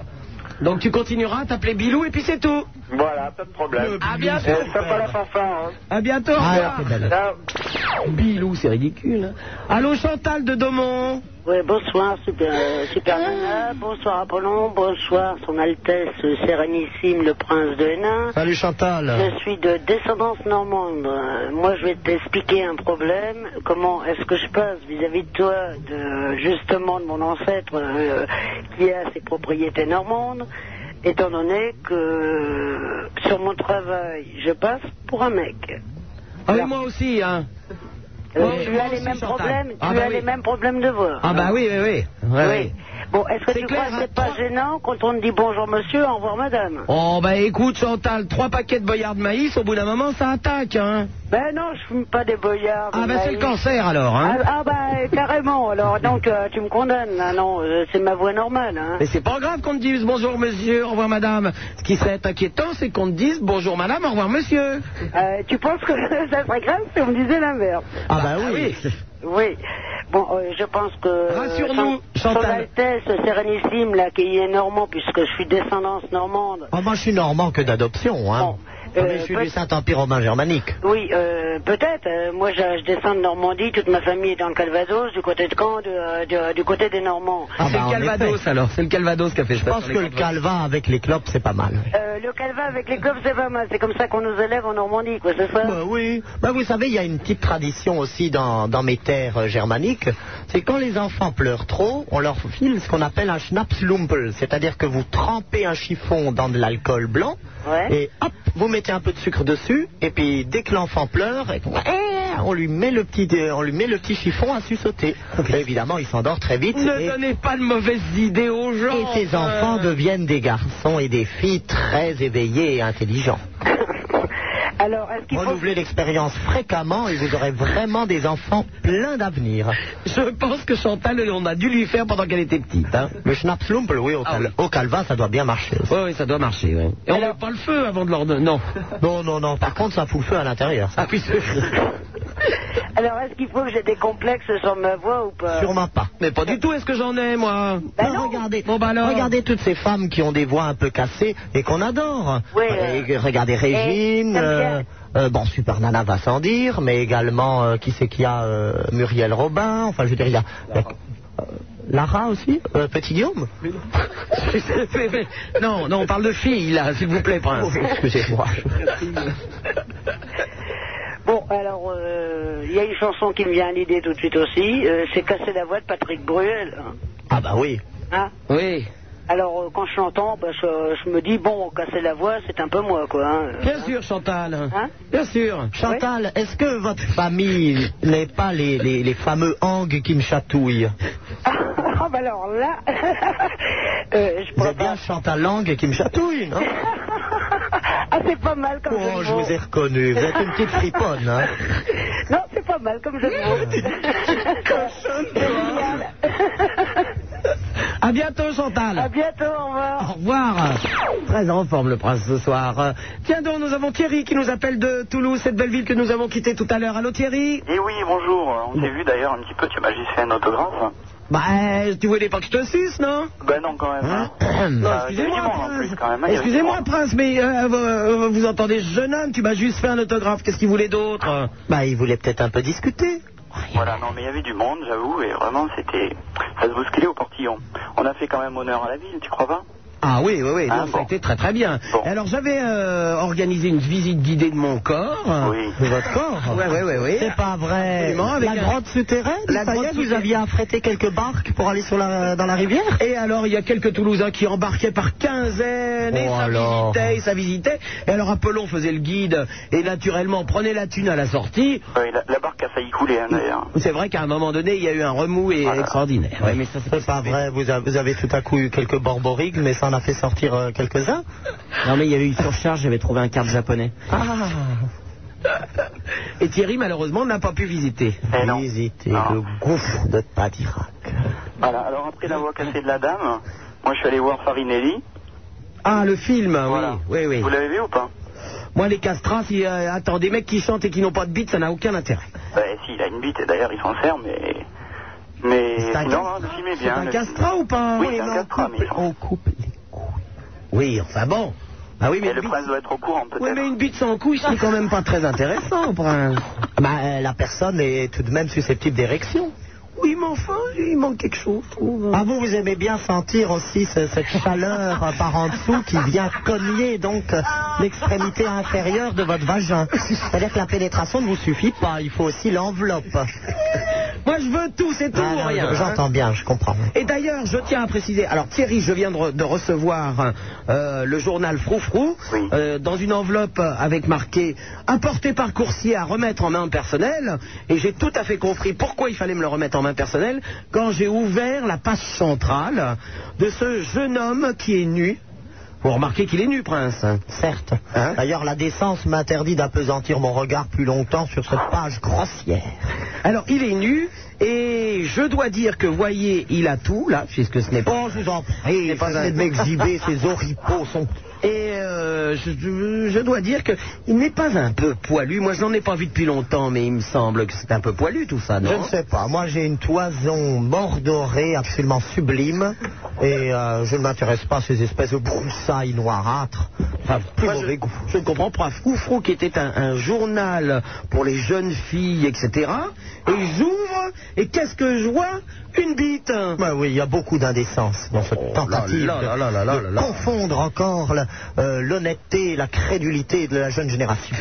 Donc tu continueras à t'appeler Bilou et puis c'est tout. Euh,
Voilà, pas de problème.
À bientôt.
Eh, ça pas la fanfare, hein.
À bientôt.
Ah,
au revoir.
Ciao.
Bilou, c'est ridicule. hein. Allô Chantal de Daumont.
Oui, bonsoir, super, euh, super Nana, bonsoir Apollon, bonsoir son Altesse euh, Sérénissime, le Prince de Hénin.
Salut Chantal.
Je suis de descendance normande. Euh, Moi, je vais t'expliquer un problème. Comment est-ce que je passe vis-à-vis de toi, de, justement de mon ancêtre euh, qui a ses propriétés normandes, étant donné que euh, sur mon travail, je passe pour un mec.
Ah oui, moi aussi, hein.
Euh,
Moi-
tu
moi
as les
aussi,
mêmes
Chantal.
problèmes, tu
Ah bah
as
oui.
les mêmes problèmes de voix.
Ah bah oui, oui, oui. Ouais,
Oui.
oui.
Bon, est-ce que
C'est
tu
clair,
crois
hein,
que c'est pas gênant quand on te dit bonjour monsieur, au revoir madame
Oh bah écoute Chantal, trois paquets de boyards de maïs, au bout d'un moment ça attaque, hein.
Ben non, je fume pas des boyards.
Ah bah
ben
c'est le cancer alors, hein.
Ah, ah bah euh, carrément, alors donc euh, tu me condamnes, là, non, euh, c'est ma voix normale. Hein.
Mais c'est pas grave qu'on te dise bonjour monsieur, au revoir madame. Ce qui serait inquiétant, c'est qu'on te dise bonjour madame, au revoir monsieur.
Euh, tu penses que ça serait grave si on me disait l'inverse
Ah bah oui.
Oui. Bon, euh, je pense que... euh,
Rassure-nous,
son, son
Chantal.
Altesse Sérénissime, là, qui est normand, puisque je suis descendance normande,
Ah, moi, je suis normand que d'adoption. Hein.
euh,
Mais je suis
peut-
du Saint-Empire romain germanique.
Oui, euh, peut-être. Euh, moi, je, je descends de Normandie. Toute ma famille est dans le Calvados, du côté de Caen, de, euh, de- du côté des Normands.
Ah, bah, en effet.
alors, c'est le Calvados qui a fait
Je pense que le calva avec les clopes, c'est pas mal.
Euh, le Calva avec les clubs, c'est pas mal. C'est comme ça qu'on nous élève en Normandie, quoi, c'est ça
Bah oui. Bah vous savez, il y a une petite tradition aussi dans, dans mes terres euh, germaniques. C'est quand les enfants pleurent trop, on leur file ce qu'on appelle un schnapslumpel. C'est-à-dire que vous trempez un chiffon dans de l'alcool blanc.
Ouais.
Et hop, vous mettez un peu de sucre dessus. Et puis dès que l'enfant pleure, et-
Eh,
on lui met le petit, euh, on lui met le petit chiffon à sucer. Évidemment, il s'endort très vite.
Ne
et-
donnez pas de mauvaises idées aux gens. euh.
Et ces enfants deviennent des garçons et des filles très éveillés et intelligents.
Alors, est-ce qu'il faut...
Renouvelez l'expérience fréquemment et vous aurez vraiment des enfants pleins d'avenir.
Je pense que Chantal, on a dû lui faire pendant qu'elle était petite. Hein. Ah
Le schnapslumpel, oui, au, cal- au calva, ça doit bien marcher. aussi.
Oui, oui, ça doit marcher. ouais. Et on n'a pas le feu avant de l'ordonner. Non.
Non, non, non, par contre, ça fout le feu à l'intérieur. ça.
Ah puis c'est-
Alors, est-ce qu'il faut que j'ai des complexes sur ma voix ou pas
Sûrement pas.
Mais pas du tout, est-ce que j'en ai, moi
Bah
Non,
non.
regardez,
Bon, bah alors.
regardez toutes ces femmes qui ont des voix un peu cassées et qu'on adore.
Oui,
Et
euh,
regardez Régine,
et-
euh, euh, bon, Super Nana va sans dire, mais également, euh, qui c'est qu'il y a euh, Muriel Robin, enfin, je veux dire, il y a... il y a- euh, Lara aussi Euh, Petit Guillaume
Mais- mais- Non, non, on parle de filles, là, s'il vous plaît,
Oh,
prince.
Excusez-moi.
Bon, alors, euh, il y a une chanson qui me vient à l'idée tout de suite aussi. euh, c'est Casser la voix de Patrick Bruel.
Ah bah oui.
Hein
Oui.
alors, euh, quand je l'entends, bah, je, je me dis, bon, casser la voix, c'est un peu moi, quoi. hein.
Bien sûr, Chantal.
Hein
Bien sûr.
Chantal, est-ce que votre famille n'est pas les, les, les fameux hangues qui me chatouillent
Ah, bah alors là, euh, je
Vous
pourrais
êtes bien
pas.
Chantal Langue qui me chatouille, non
ah, c'est pas mal comme jeu
Oh,
de
je
mots.
vous ai reconnu. Vous êtes une petite friponne, hein
Non, c'est pas mal comme jeu de mots. Génial.
À bientôt, Chantal.
à bientôt, au revoir.
Au revoir. Très en forme le prince ce soir. Euh, Tiens donc, nous avons Thierry qui nous appelle de Toulouse, cette belle ville que nous avons quittée tout à l'heure. Allô Thierry
Eh oui, bonjour. On s'est vu d'ailleurs un petit peu, tu m'as juste fait un autographe.
Bah, euh, tu voulais pas que je te suce, non
Ben non, quand même. hein.
Mmh.
Non,
Bah, il y avait du
excusez-moi,
monde en plus, quand même.
prince.
hein, il y avait du
Excusez-moi,
monde.
prince, mais euh, vous, euh, vous entendez, ce jeune homme, tu m'as juste fait un autographe. Qu'est-ce qu'il voulait d'autre
Bah, il voulait peut-être un peu discuter.
Voilà, non, mais il y avait du monde, j'avoue, et vraiment, c'était. Ça se bousculait au portillon. On a fait quand même honneur à la ville, tu crois pas
Ah oui, oui, oui,
Ah,
non, ça
bon.
a été très très bien. Et Alors j'avais euh, organisé une visite guidée de mon corps. hein, De votre corps Oui, oui, oui. oui.
C'est pas vrai.
Absolument, avec
la
un-
grotte souterraine
La
ça y est,
grotte
vous
souterraine.
aviez affrété quelques barques pour aller sur la, dans la rivière
Et alors, il y a quelques Toulousains qui embarquaient par quinzaine, et
Oh
ça
alors.
visitait, et ça visitait. Et alors, Apollon faisait le guide, et naturellement, prenait la thune à la sortie.
Ouais, la, la barque a failli couler, hein, d'ailleurs.
C'est vrai qu'à un moment donné, il y a eu un remous et extraordinaire.
Oui, mais ça, c'est pas vrai. Vous avez, vous avez tout à coup eu quelques borborigues, mais ça en a fait sortir euh, quelques-uns.
Non, mais il y avait eu une surcharge, j'avais trouvé un carte japonais.
Ah
Et Thierry, malheureusement, n'a pas pu visiter.
Eh
Visiter le gouffre de Padirac.
Voilà, alors après la voix cassée de la dame, moi je suis allé voir Farinelli.
Ah, le film, oui, oui, oui.
Vous l'avez vu ou pas
Moi, les castras, si, euh, attends, des mecs qui chantent et qui n'ont pas de bite, ça n'a aucun intérêt.
Ben si, il a une bite, et d'ailleurs il s'en sert, mais... Mais...
C'est un
non, non, le film est
C'est
bien.
un
le-
castrat ou pas
Oui,
On les
c'est un
met en
castrat,
couple.
mais...
On coupe les couilles. Oui, enfin bon. Ah oui, mais
Et le
une
prince doit être au courant, peut-être. hein.
Oui, mais une bite sans couille, c'est quand même pas très intéressant, prince.
Bah, euh, la personne est tout de même susceptible d'érection.
Oui, mais enfin, il manque quelque chose.
Ah vous, vous aimez bien sentir aussi ce- cette chaleur euh, par en dessous qui vient cogner donc euh, l'extrémité inférieure de votre vagin. C'est-à-dire que la pénétration ne vous suffit pas, il faut aussi l'enveloppe.
Moi, je veux tout, c'est tout
Ah,
ou
non,
rien.
J'entends bien, je comprends.
Et d'ailleurs, je tiens à préciser, alors Thierry, je viens de, re- de recevoir euh, le journal Froufrou euh, dans une enveloppe avec marqué apporté par coursier à remettre en main personnelle, et j'ai tout à fait compris pourquoi il fallait me le remettre en main personnelle quand j'ai ouvert la page centrale de ce jeune homme qui est nu. Vous remarquez qu'il est nu, prince. Hein
Certes. D'ailleurs, la décence m'interdit d'apesantir mon regard plus longtemps sur cette page grossière.
Alors, il est nu, et je dois dire que, voyez, il a tout, là, puisque ce n'est pas...
Oh, je vous en prie,
C'est pas
cessez
un-
de m'exhiber, ces oripeaux sont...
Et euh, je, je- je dois dire qu'il n'est pas un peu poilu. Moi, je n'en ai pas vu depuis longtemps, mais il me semble que c'est un peu poilu, tout ça, non
Je ne sais pas, moi j'ai une toison mordorée absolument sublime et euh, je ne m'intéresse pas à ces espèces de broussailles noirâtres.
Enfin, Ah, plus mauvais goût. Je ne comprends pas. Froufrou, qui était un, un journal pour les jeunes filles, etc. Et j'ouvre, et qu'est-ce que je vois Une bite
Ben oui, il y a beaucoup d'indécence dans cette tentative
Oh là là là là là
de,
là
de
là.
confondre encore la- euh, l'honnêteté et la crédulité de la jeune génération.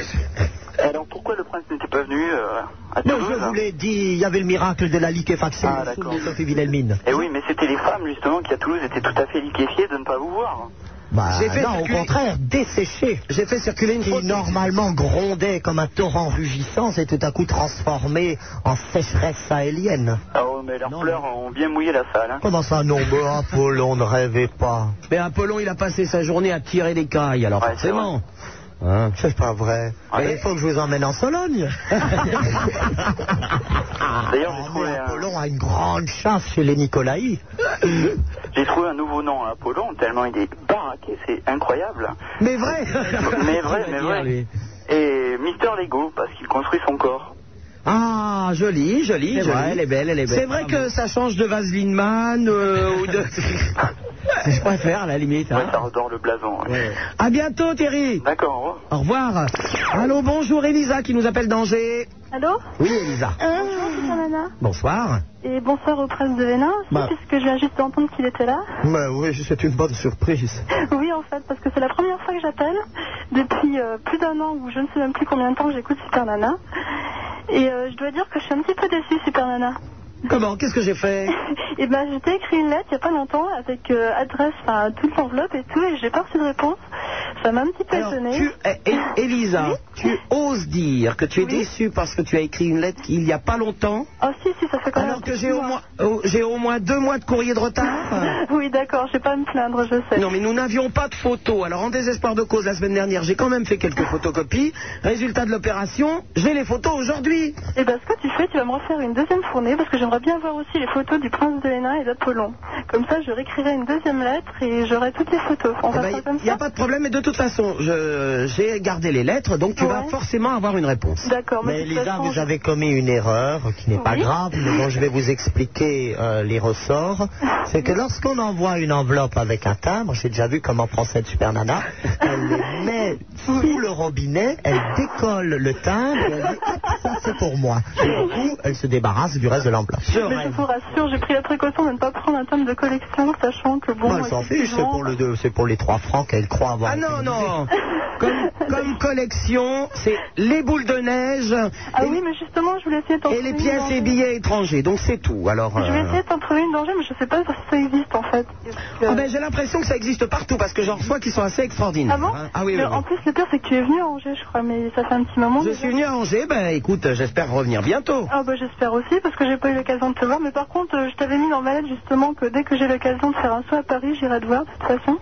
Alors pourquoi le prince n'était pas venu euh, à
Non,
Toulouse
je vous l'ai dit, il y avait le miracle de la liquéfaction
Ah,
sous
d'accord.
de Sophie Wilhelmine.
Eh oui, mais c'était les femmes justement qui à Toulouse étaient tout à fait liquéfiées de ne pas vous voir.
Bah,
J'ai fait
non, au
circuler-
contraire, desséché.
J'ai fait circuler une
qui
photo.
normalement grondait comme un torrent rugissant s'est tout à coup transformé en sécheresse sahélienne.
Ah ouais, mais leurs pleurs ont bien mouillé la salle. hein.
Comment ça, non, bah, Apollon, ne rêvez pas.
Mais Apollon, il a passé sa journée à tirer des cailles, alors
Ouais, c'est
forcément.
C'est pas vrai. Euh,
Ah
Il faut que je vous emmène en Sologne.
D'ailleurs, j'ai
Oh,
trouvé,
mais
un-
Apollon a une grande chasse chez les Nicolaï.
j'ai trouvé un nouveau nom à Apollon, tellement il est baraqué, c'est incroyable.
Mais vrai
Mais vrai, mais vrai. Et Mister Lego, parce qu'il construit son corps.
Ah, jolie, jolie,
C'est
jolie.
vrai, elle est belle, elle est belle.
C'est vrai que ça change de Vaseline Man euh, ou de...
Je préfère, à la limite.
Ouais,
hein.
ça redore le blason. ouais.
à bientôt, Thierry.
D'accord, au revoir.
Au revoir. Allô, bonjour, Elisa qui nous appelle d'Angers.
Allô
Oui, Elisa.
Bonjour, Super Nana.
Bonsoir.
Et bonsoir au prince de Vénin,
Bah.
puisque je viens juste d'entendre qu'il était là.
Mais Bah oui, c'est une bonne surprise.
Oui, en fait, parce que c'est la première fois que j'appelle, depuis euh, plus d'un an ou je ne sais même plus combien de temps que j'écoute Super Nana. Et euh, je dois dire que je suis un petit peu déçue, Super Nana.
Comment Qu'est-ce que j'ai fait
Et ben, je t'ai écrit une lettre il n'y a pas longtemps avec euh, adresse, enfin, toute l'enveloppe et tout, et j'ai pas reçu de réponse. Ça m'a un petit peu
Alors,
étonnée.
tu, eh, eh, Elisa, tu oses dire que tu es
Oui.
déçue parce que tu as écrit une lettre il y a pas longtemps,
Oh, si, si, ça fait quand même. un
alors que
petit
j'ai au,
mois.
moins, oh, j'ai au moins deux mois de courrier de retard
Oui, d'accord, je vais pas me plaindre, je sais.
Non, mais nous n'avions pas de photos. Alors, en désespoir de cause, la semaine dernière, j'ai quand même fait quelques photocopies. Résultat de l'opération, j'ai les photos aujourd'hui.
Et ben, ce que tu fais, tu vas me refaire une deuxième fournée parce que j'aimerais bien voir aussi les photos du prince de Hénin et d'Apollon. Comme ça, je réécrirai une deuxième lettre et j'aurai toutes les photos. On
Ah bah, Il
va faire comme
n'y a
ça
pas de problème, mais de toute toute façon, je- j'ai gardé les lettres, donc tu vas forcément avoir une réponse.
D'accord, mais, Lisa, vous avez commis une erreur qui n'est pas grave, mais dont je vais vous expliquer euh, les ressorts. C'est que lorsqu'on envoie une enveloppe avec un timbre, j'ai déjà vu comment prend cette super nana, elle le met sous le robinet, elle décolle le timbre, et elle dit Hop, ça c'est pour moi. Et du coup, elle se débarrasse du reste de l'enveloppe.
Mais je vous rassure, j'ai pris la précaution de ne pas prendre un tome de collection, sachant que bon.
Bah,
Moi, elle s'en fiche, c'est pour, le deux- c'est pour les 3 francs qu'elle croit avoir.
Ah non, non comme, comme collection, c'est les boules de neige.
Ah oui, mais justement, je voulais essayer d'en
Et les
trouver
pièces
une.
et billets étrangers, donc c'est tout. Alors,
Je vais
euh,
essayer d'en trouver une danger, mais je sais pas si ça existe en fait.
ah ben, j'ai l'impression que ça existe partout parce que j'en reçois qui sont assez extraordinaires.
Ah bon
hein. Ah oui,
Mais
oui, oui.
En plus, le pire, c'est que tu es venu à Angers, je crois, mais ça fait un petit moment.
Je
déjà.
suis venu à Angers, ben écoute, euh, j'espère revenir bientôt.
Ah bah j'espère aussi parce que j'ai pas eu l'occasion de te voir mais par contre euh, je t'avais mis dans ma lettre justement que dès que j'ai l'occasion de faire un saut à Paris j'irai te voir de toute façon.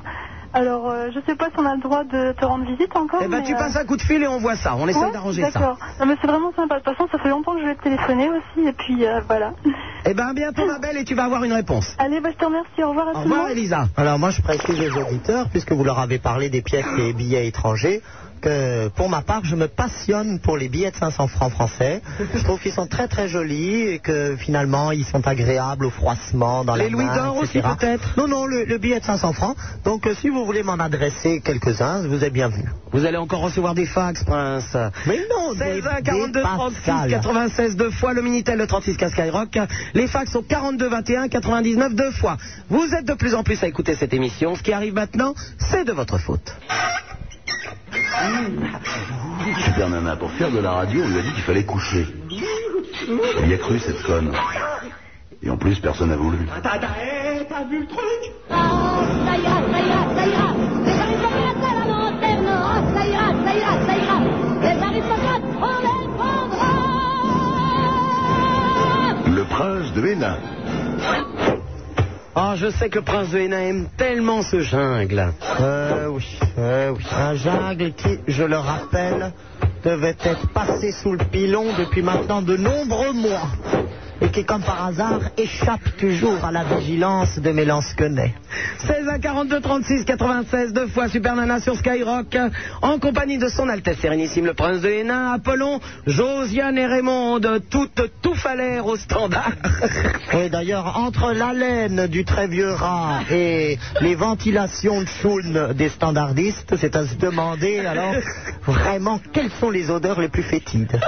Alors euh, je sais pas si on a le droit de te rendre visite encore.
Eh ben,
mais,
tu
euh,
passes un coup de fil et on voit ça. On essaie
ouais,
d'arranger ça.
D'accord. Non mais c'est vraiment sympa. De toute façon ça fait longtemps que je vais te téléphoner aussi et puis euh, voilà.
Eh ben à bientôt ma belle et tu vas avoir une réponse.
Allez bah je te remercie. Au revoir à
Au
tout le
revoir
monde.
Elisa.
Alors moi je précise aux auditeurs, puisque vous leur avez parlé des pièces et billets étrangers, que pour ma part je me passionne pour les billets de 500 francs français. Je trouve qu'ils sont très très jolis et que finalement ils sont agréables au froissement, dans
Les
la
louis
main,
d'or aussi,
etc. Non non, le, le billet de 500 francs. Donc euh, si vous voulez m'en adresser quelques-uns, vous êtes bienvenus.
Vous allez encore recevoir des fax, Prince.
Mais non,
16 1
des-
42
des
36
Pascal.
96 deux fois le minitel le 36 15 Skyrock. Les fax sont 42 21 99 deux fois. Vous êtes de plus en plus à écouter cette émission. Ce qui arrive maintenant, c'est de votre faute.
Super Nana, pour faire de la radio, on lui a dit qu'il fallait coucher. Elle y a cru, cette conne. Et en plus, personne n'a voulu.
T'as
eh,
t'as vu le truc
Ça ira, ça ira, ça ira. Les aristocrates à la lanterne. Ah, ça ira, ça ira, ça ira. Les aristocrates, on les prendra.
Le prince de Hénin.
Oh, je sais que le prince de Hénin aime tellement ce jungle.
Euh, oui, euh, oui. Un jungle qui, je le rappelle, devait être passé sous le pilon depuis maintenant de nombreux mois et qui, comme par hasard, échappe toujours à la vigilance de mes lansquenets.
16 à 42 36 96 deux fois Super Nana sur Skyrock en compagnie de son Altesse Sérénissime le Prince de Hénin, Apollon, Josiane et Raymond, toutes tout falaire au standard.
Et d'ailleurs, entre l'haleine du très vieux rat et les ventilations de choune des standardistes, c'est à se demander alors vraiment quelles sont les odeurs les plus fétides.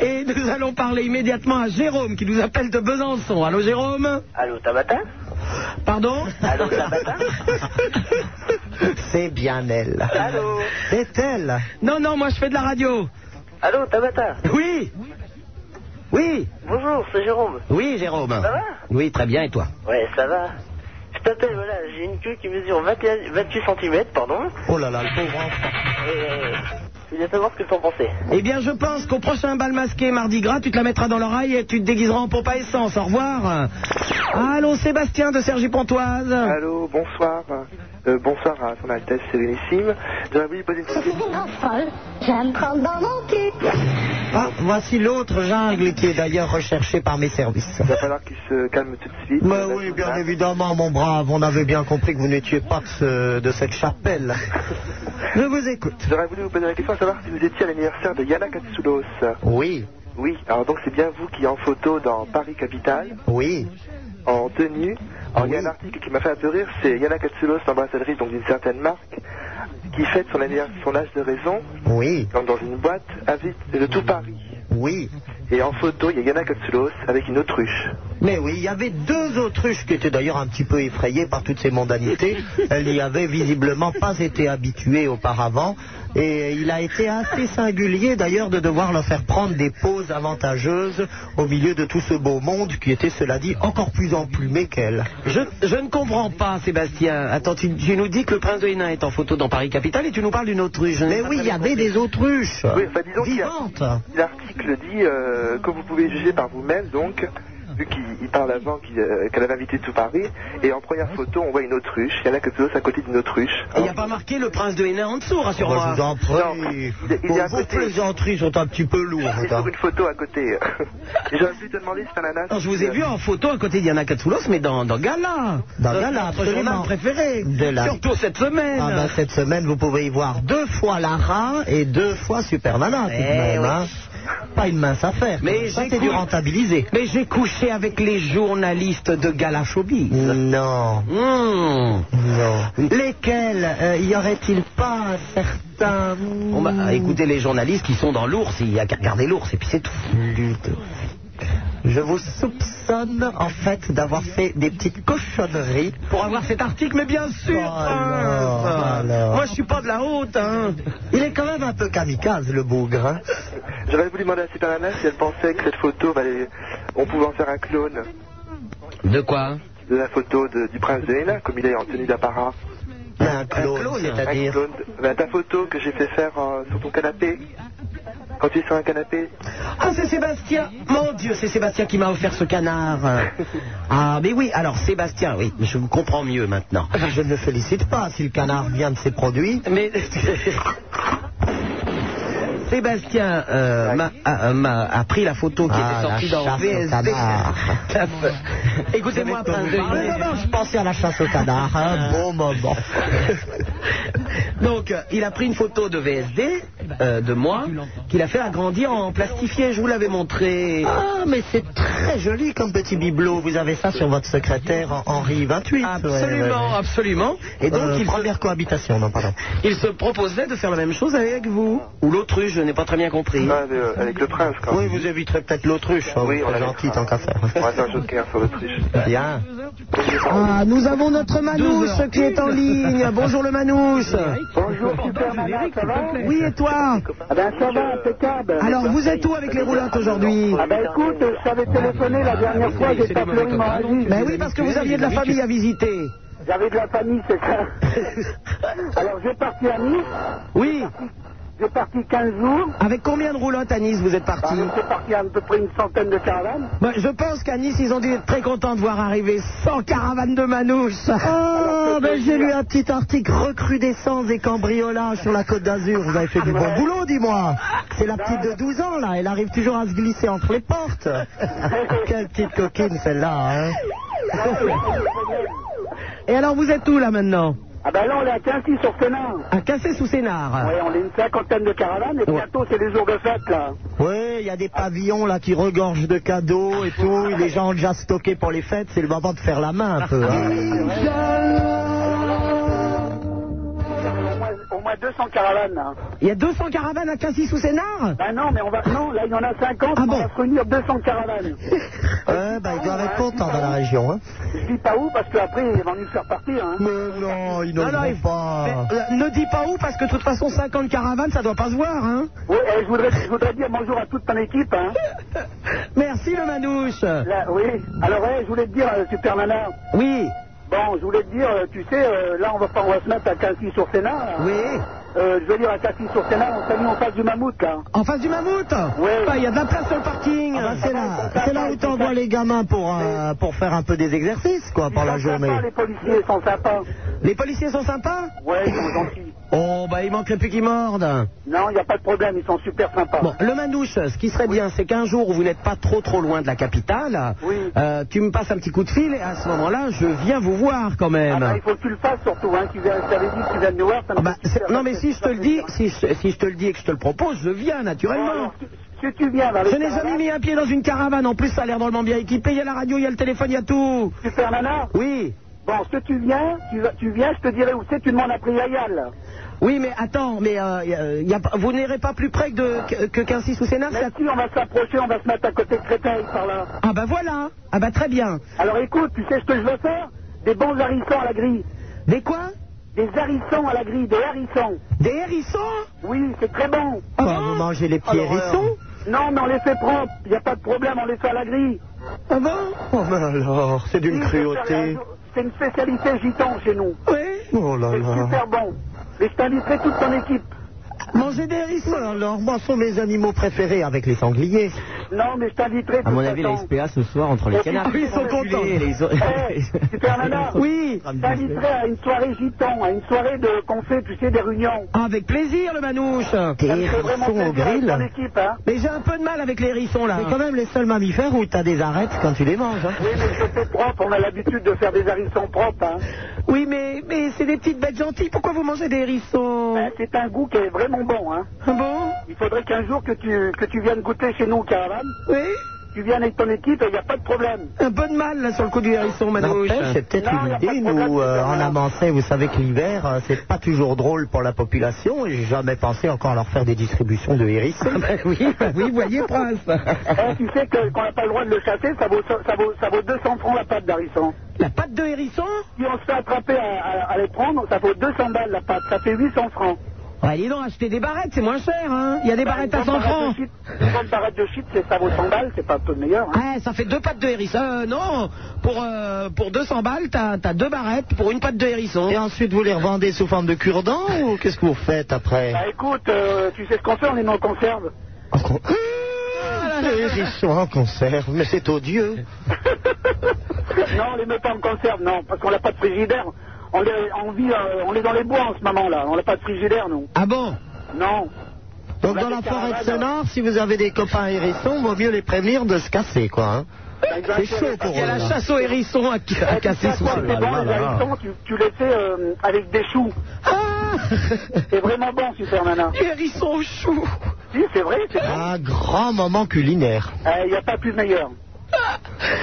Et nous allons parler immédiatement à Jérôme qui nous appelle de Besançon. Allô Jérôme
Allô, Tabata
Pardon
Allô, Tabata
C'est bien elle.
Allô
C'est elle.
Non, non, moi je fais de la radio.
Allô, Tabata
Oui Oui
Bonjour, c'est Jérôme.
Oui Jérôme.
Ça va
Oui, très bien et toi
Ouais, ça va. Je t'appelle, voilà, j'ai une queue qui mesure 21 28 cm, pardon.
Oh là là, le pauvre enfant.
Et euh, je voulais savoir ce que t'en pensais.
Eh bien, je pense qu'au prochain bal masqué Mardi Gras, tu te la mettras dans l'oreille et tu te déguiseras en pompe à essence. Au revoir. Allô, Sébastien de Sergi Pontoise.
Allô, bonsoir. Euh, bonsoir à son Altesse Sérénissime. J'aurais voulu poser une
C'est une folle. J'aime prendre dans mon cul.
Ah, voici l'autre jungle qui est d'ailleurs recherché par mes services.
Il va falloir qu'il se calme tout de suite.
Mais oui, bien évidemment, mon brave, on avait bien compris que vous n'étiez pas de, ce- de cette chapelle. Je vous écoute.
J'aurais voulu vous poser la question à savoir si vous étiez à l'anniversaire de Yana Katsoulos.
Oui,
Oui, alors donc c'est bien vous qui en photo dans Paris Capitale,
oui.
en tenue. Alors il y a un article qui m'a fait un peu rire, c'est Yana Katsoulos, l'ambassadrice donc d'une certaine marque, qui fête son, anniversaire- son âge de raison
Oui,
donc dans une boîte invite de tout Paris.
oui.
Et en photo, il y a Yana Katsoulos avec une autruche.
Mais oui, il y avait deux autruches qui étaient d'ailleurs un petit peu effrayées par toutes ces mondanités. Elles n'y avaient visiblement pas été habituées auparavant. Et il a été assez singulier d'ailleurs de devoir leur faire prendre des poses avantageuses au milieu de tout ce beau monde qui était, cela dit, encore plus emplumé qu'elle.
Je, je ne comprends pas, Sébastien. Attends, tu, tu nous dis que le prince de Hénin est en photo dans Paris Capitale et tu nous parles d'une autruche.
Mais oui, il y avait des autruches.
Oui, enfin disons qu'il y a-
Vivantes.
L'article dit euh, que vous pouvez juger par vous-même, donc vu qu'il il parle avant qu'il, euh, qu'elle avait invité tout Paris. Et en première photo, on voit une autruche. Yana Katsulos à côté d'une autruche.
Il n'y a pas marqué le prince de Hénin en dessous, rassure-moi.
Moi, je vous en prie. Non, il- il est à
Vos
côté.
plaisanteries sont un petit peu lourdes.
C'est
hein.
sur une photo à côté. Et J'aurais pu te demander si t'as la nana.
Non, je vous ai vu en photo à côté d'Yana Katsoulos, mais dans, dans Gala.
Dans
Notre-
Gala,
notre
absolument.
journal préféré.
De la-
Surtout cette semaine.
Ah ben, cette semaine, vous pouvez y voir deux fois Lara et deux fois Supermana, tout de
Eh
même.
oui.
hein. Pas une mince affaire.
Mais
ça,
j'ai
c'est du
cou-
rentabilisé.
Mais j'ai couché avec les journalistes de Gala Showbiz.
Non.
Mmh.
Non. Lesquels euh, Y aurait-il pas un certain...
Bon, bah, écoutez les journalistes qui sont dans l'ours, il n'y a qu'à regarder l'ours, et puis c'est tout.
Je vous soupçonne, en fait, d'avoir fait des petites cochonneries. Bah
Pour avoir cet article, mais bien sûr
alors, bah
prince.
alors.
Moi, je suis pas de la haute, hein
Il est quand même un peu kamikaze, le bougre. hein.
J'aurais voulu demander à Super Nana si elle pensait que cette photo, bah, les- on pouvait en faire un clone
De quoi
de la photo de- du prince de Hénin, comme il est en tenue d'apparat.
Un clone,
Un
c'est-à-dire...
clone de- bah, ta photo que j'ai fait faire euh, sur ton canapé. Quand tu es sur un canapé,
Ah, c'est Sébastien Mon Dieu, c'est Sébastien qui m'a offert ce canard Ah, mais oui, alors Sébastien, oui, je vous comprends mieux maintenant.
Ah, Je ne le félicite pas si le canard vient de ses produits.
Mais... Sébastien euh, m'a a, m'a- a pris la photo qui
Ah,
était sortie
la
dans
chasse au
VSD.
canard.
Écoutez-moi, Prince de Ah.
Non, non, non, je pensais à la chasse au canard, un bon moment.
Donc, euh, il a pris une photo de VSD,
Eh ben,
euh, de moi, qu'il a fait agrandir en plastifié. Je vous l'avais montré.
Ah, mais c'est très joli comme petit bibelot. Vous avez ça sur votre secrétaire en- Henri 28. ouais, ouais,
Absolument,
ouais.
absolument. Et donc,
Euh,
il, se,
première cohabitation, non, pardon.
il se proposait de faire la même chose avec vous. Ou l'autruche, je n'ai pas très bien compris.
non, avec, euh, avec le prince quand
Oui, vous éviterez peut-être l'autruche. hein,
Oui,
vous
on
serez
a
gentil tant qu'à faire.
On va faire un joker sur l'autruche.
Bien.
Ah, nous avons notre Manouche qui est en ligne. Bonjour le Manouche.
Bonjour Super Nana, ça va
Oui, et toi
Ah ben ça va, impeccable.
Alors, vous êtes où avec les roulottes aujourd'hui
Ah ben écoute, je t'avais téléphoné la dernière fois, j'ai pas pris mon avis.
Ben oui, parce que vous aviez de la famille à visiter.
J'avais de la famille, c'est ça. Alors j'ai parti à Nice,
Oui,
j'ai parti 15 jours,
avec combien de roulottes à Nice vous êtes
Bah,
parti
j'ai parti à, à peu près une centaine de caravanes.
Bah, je pense qu'à Nice, ils ont dû être très contents de voir arriver 100 caravanes de manouches.
Ah, ben j'ai lu un petit article recrudescence et cambriolage sur la Côte d'Azur. Vous avez fait du bon boulot, dis-moi. C'est la petite de 12 ans, là. Elle arrive toujours à se glisser entre les portes. Quelle petite coquine, celle-là, hein.
Et alors, vous êtes où là maintenant
Ah ben là on est à Quincy sur Sénat.
À Cassé Ah, sous Sénard.
Ouais, on est une cinquantaine de caravanes et bientôt c'est les jours de fête là.
Oui, il y a des pavillons là qui regorgent de cadeaux et tout, et les gens ont déjà stocké pour les fêtes, c'est le moment de faire la main un peu. hein.
Au moins, au moins 200 caravanes là.
Il y a 200 caravanes à Cassé sous Sénard
Ben non, mais on va. Non, là il y en a 50,
Ah
mais
bon
on va se réunir 200 caravanes.
Ouais, bah, ils doivent être contents dans la région. Hein.
Je dis pas où parce qu'après ils vont nous faire partir. Hein.
Mais non, ils n'en
il-
pas.
Mais, euh, ne dis pas où, parce que de toute façon, 50 caravanes, ça doit pas se voir, hein
Ouais, eh, je, voudrais, je voudrais dire bonjour à toute ton équipe. Hein.
Merci le manouche.
Là, oui. Alors ouais, je voulais te dire, euh, Super Nana.
Oui,
Bon, je voulais te dire, euh, tu sais, euh, là on va, pas- on va se mettre à Quincy sur Sénat.
oui.
Euh, je veux dire à Quincy sur Sénat, on s'est mis en face du mammouth là.
En face du mammouth
Oui.
Bah, Il y a de la place sur le parking.
Ah bah, c'est là, c'est là où t'envoies les gamins pour, euh, pour faire un peu des exercices, quoi, pour la
Ils sont sympas,
journée.
les policiers sont sympas.
Les policiers sont sympas
Ouais, ils sont gentils.
Oh, bah il manquerait plus qu'ils mordent.
Non, il n'y a pas de problème, ils sont super sympas.
Bon, le Manouche, ce qui serait bien, c'est qu'un jour où vous n'êtes pas trop trop loin de la capitale,
Oui.
euh, tu me passes un petit coup de fil et à ce moment-là, je viens vous voir quand
Ah
même.
bah, il faut que tu le fasses surtout, hein. Tu viens, je t'avais dit que tu viens de nous voir. ça me
Ah bah,
fait
c'est-
super
non mais
plaisir.
si je te le dis, si je, si je te le dis et que je te le propose, je viens
Bon,
naturellement.
alors, si- Si tu viens vers les
Je n'ai
Super
jamais
Nana,
mis un pied dans une caravane, en plus ça a l'air drôlement bien équipé, il y a la radio, il y a le téléphone, il y a tout.
Super Nana,
Oui,
bon, si tu viens, tu, vas- tu viens, je te dirai où c'est, tu demandes à Priayal.
oui mais attends, mais euh, y a- y a pas- vous n'irez pas plus près que de- que, que qu'un six ou Sénat
Mais si, on va s'approcher, on va se mettre à côté de Créteil par là.
Ah bah voilà, ah bah très bien.
Alors écoute, tu sais ce que je veux faire Des bons harissons à la grille.
Des quoi
Des harissons à la grille, des harissons.
Des bah, hérissons
Oui, c'est très bon.
Ah, vous mangez les petits
Alors,
hérissons
Non, mais on les fait propres, il n'y a pas de problème, on les fait à la grille.
Ah bon
Oh, mais alors, c'est d'une
Oui,
cruauté.
C'est une spécialité gitan chez nous.
Oui.
Oh là
C'est
là.
super bon. Mais je t'inviterai euh, toute ton équipe.
Manger des hérissons
Alors, moi, sont mes animaux préférés avec les sangliers.
Non, mais je t'inviterai.
À mon avis, la SPA ce soir entre les canards.
Ils sont contents. Eh, Super Nana,
Oui.
je t'inviterai à une soirée gitan, à une soirée de qu'on fait, tu sais, des réunions.
Avec plaisir, le manouche.
Des hérissons au grill. Équipe, hein.
Mais j'ai un peu de mal avec les hérissons là.
C'est quand même les seuls mammifères où t'as des arêtes quand tu les manges. hein.
Oui, mais c'est propre, on a l'habitude de faire des harissons propres. Hein.
Oui, mais, mais c'est des petites bêtes gentilles. Pourquoi vous mangez des hérissons
Ben, c'est un goût qui est vraiment bon. Hein.
Ah
Bon
Il faudrait qu'un jour que tu, que tu viennes goûter chez nous au caravane.
Oui
Tu viennes avec ton équipe et il n'y a pas de problème.
Un bon mal là sur le coup du hérisson, manouche.
N'empêche, c'est peut-être
Non, y
une
a pas de
idée,
problème,
nous, euh,
c'est
en
normal.
Amancé, vous savez que l'hiver, euh, c'est pas toujours drôle pour la population, et j'ai jamais pensé encore à leur faire des distributions de hérissons.
Ah ben oui, oui, voyez, prince.
Eh, tu sais que- qu'on n'a pas le droit de le chasser, ça vaut, ça vaut, ça vaut 200 francs la patte d'harisson.
La patte de hérisson
Si on se fait attraper à, à- à les prendre, ça vaut 200 balles la patte, ça fait 800 francs.
Ouais, dis donc, acheter des barrettes, c'est moins cher, hein. Il y a des
Bah,
barrettes
une
à 100
bonne barrette
francs.
de shit- Une bonne barrette de shit, c'est- ça vaut 100 balles, c'est pas un peu meilleur. hein.
Ouais, ça fait deux pattes de hérisson. Euh, non, pour, euh, pour 200 balles, t'as as deux barrettes pour une patte de hérisson.
Et ensuite, vous les revendez sous forme de cure-dents, ou qu'est-ce que vous faites après
Bah écoute, euh, tu sais ce qu'on fait, on les met en conserve. Ah,
Les hérissons en conserve, mais c'est odieux.
non, on les met pas en conserve, non, parce qu'on n'a pas de frigidaire. On les, on, vit, euh, on est dans les bois en ce moment là, on n'a pas de frigidaire nous.
Ah bon
Non.
Donc,
On a
dans la
des
forêt de
caravanes,
Sonore, si vous avez des copains hérissons, vaut mieux les prévenir de se casser, quoi. hein. C'est chaud pour
Il y a
eux,
la
là.
chasse aux hérissons à,
euh,
à
tu sais
casser
à
sous
quoi
ses
c'est
balles.
bon, les hérissons, tu, tu les fais euh, avec des choux.
Ah
c'est vraiment bon, Super Nana.
Hérisson au chou.
Si, c'est vrai, c'est vrai.
Ah.
Un grand moment culinaire.
Il n'y a pas plus meilleur.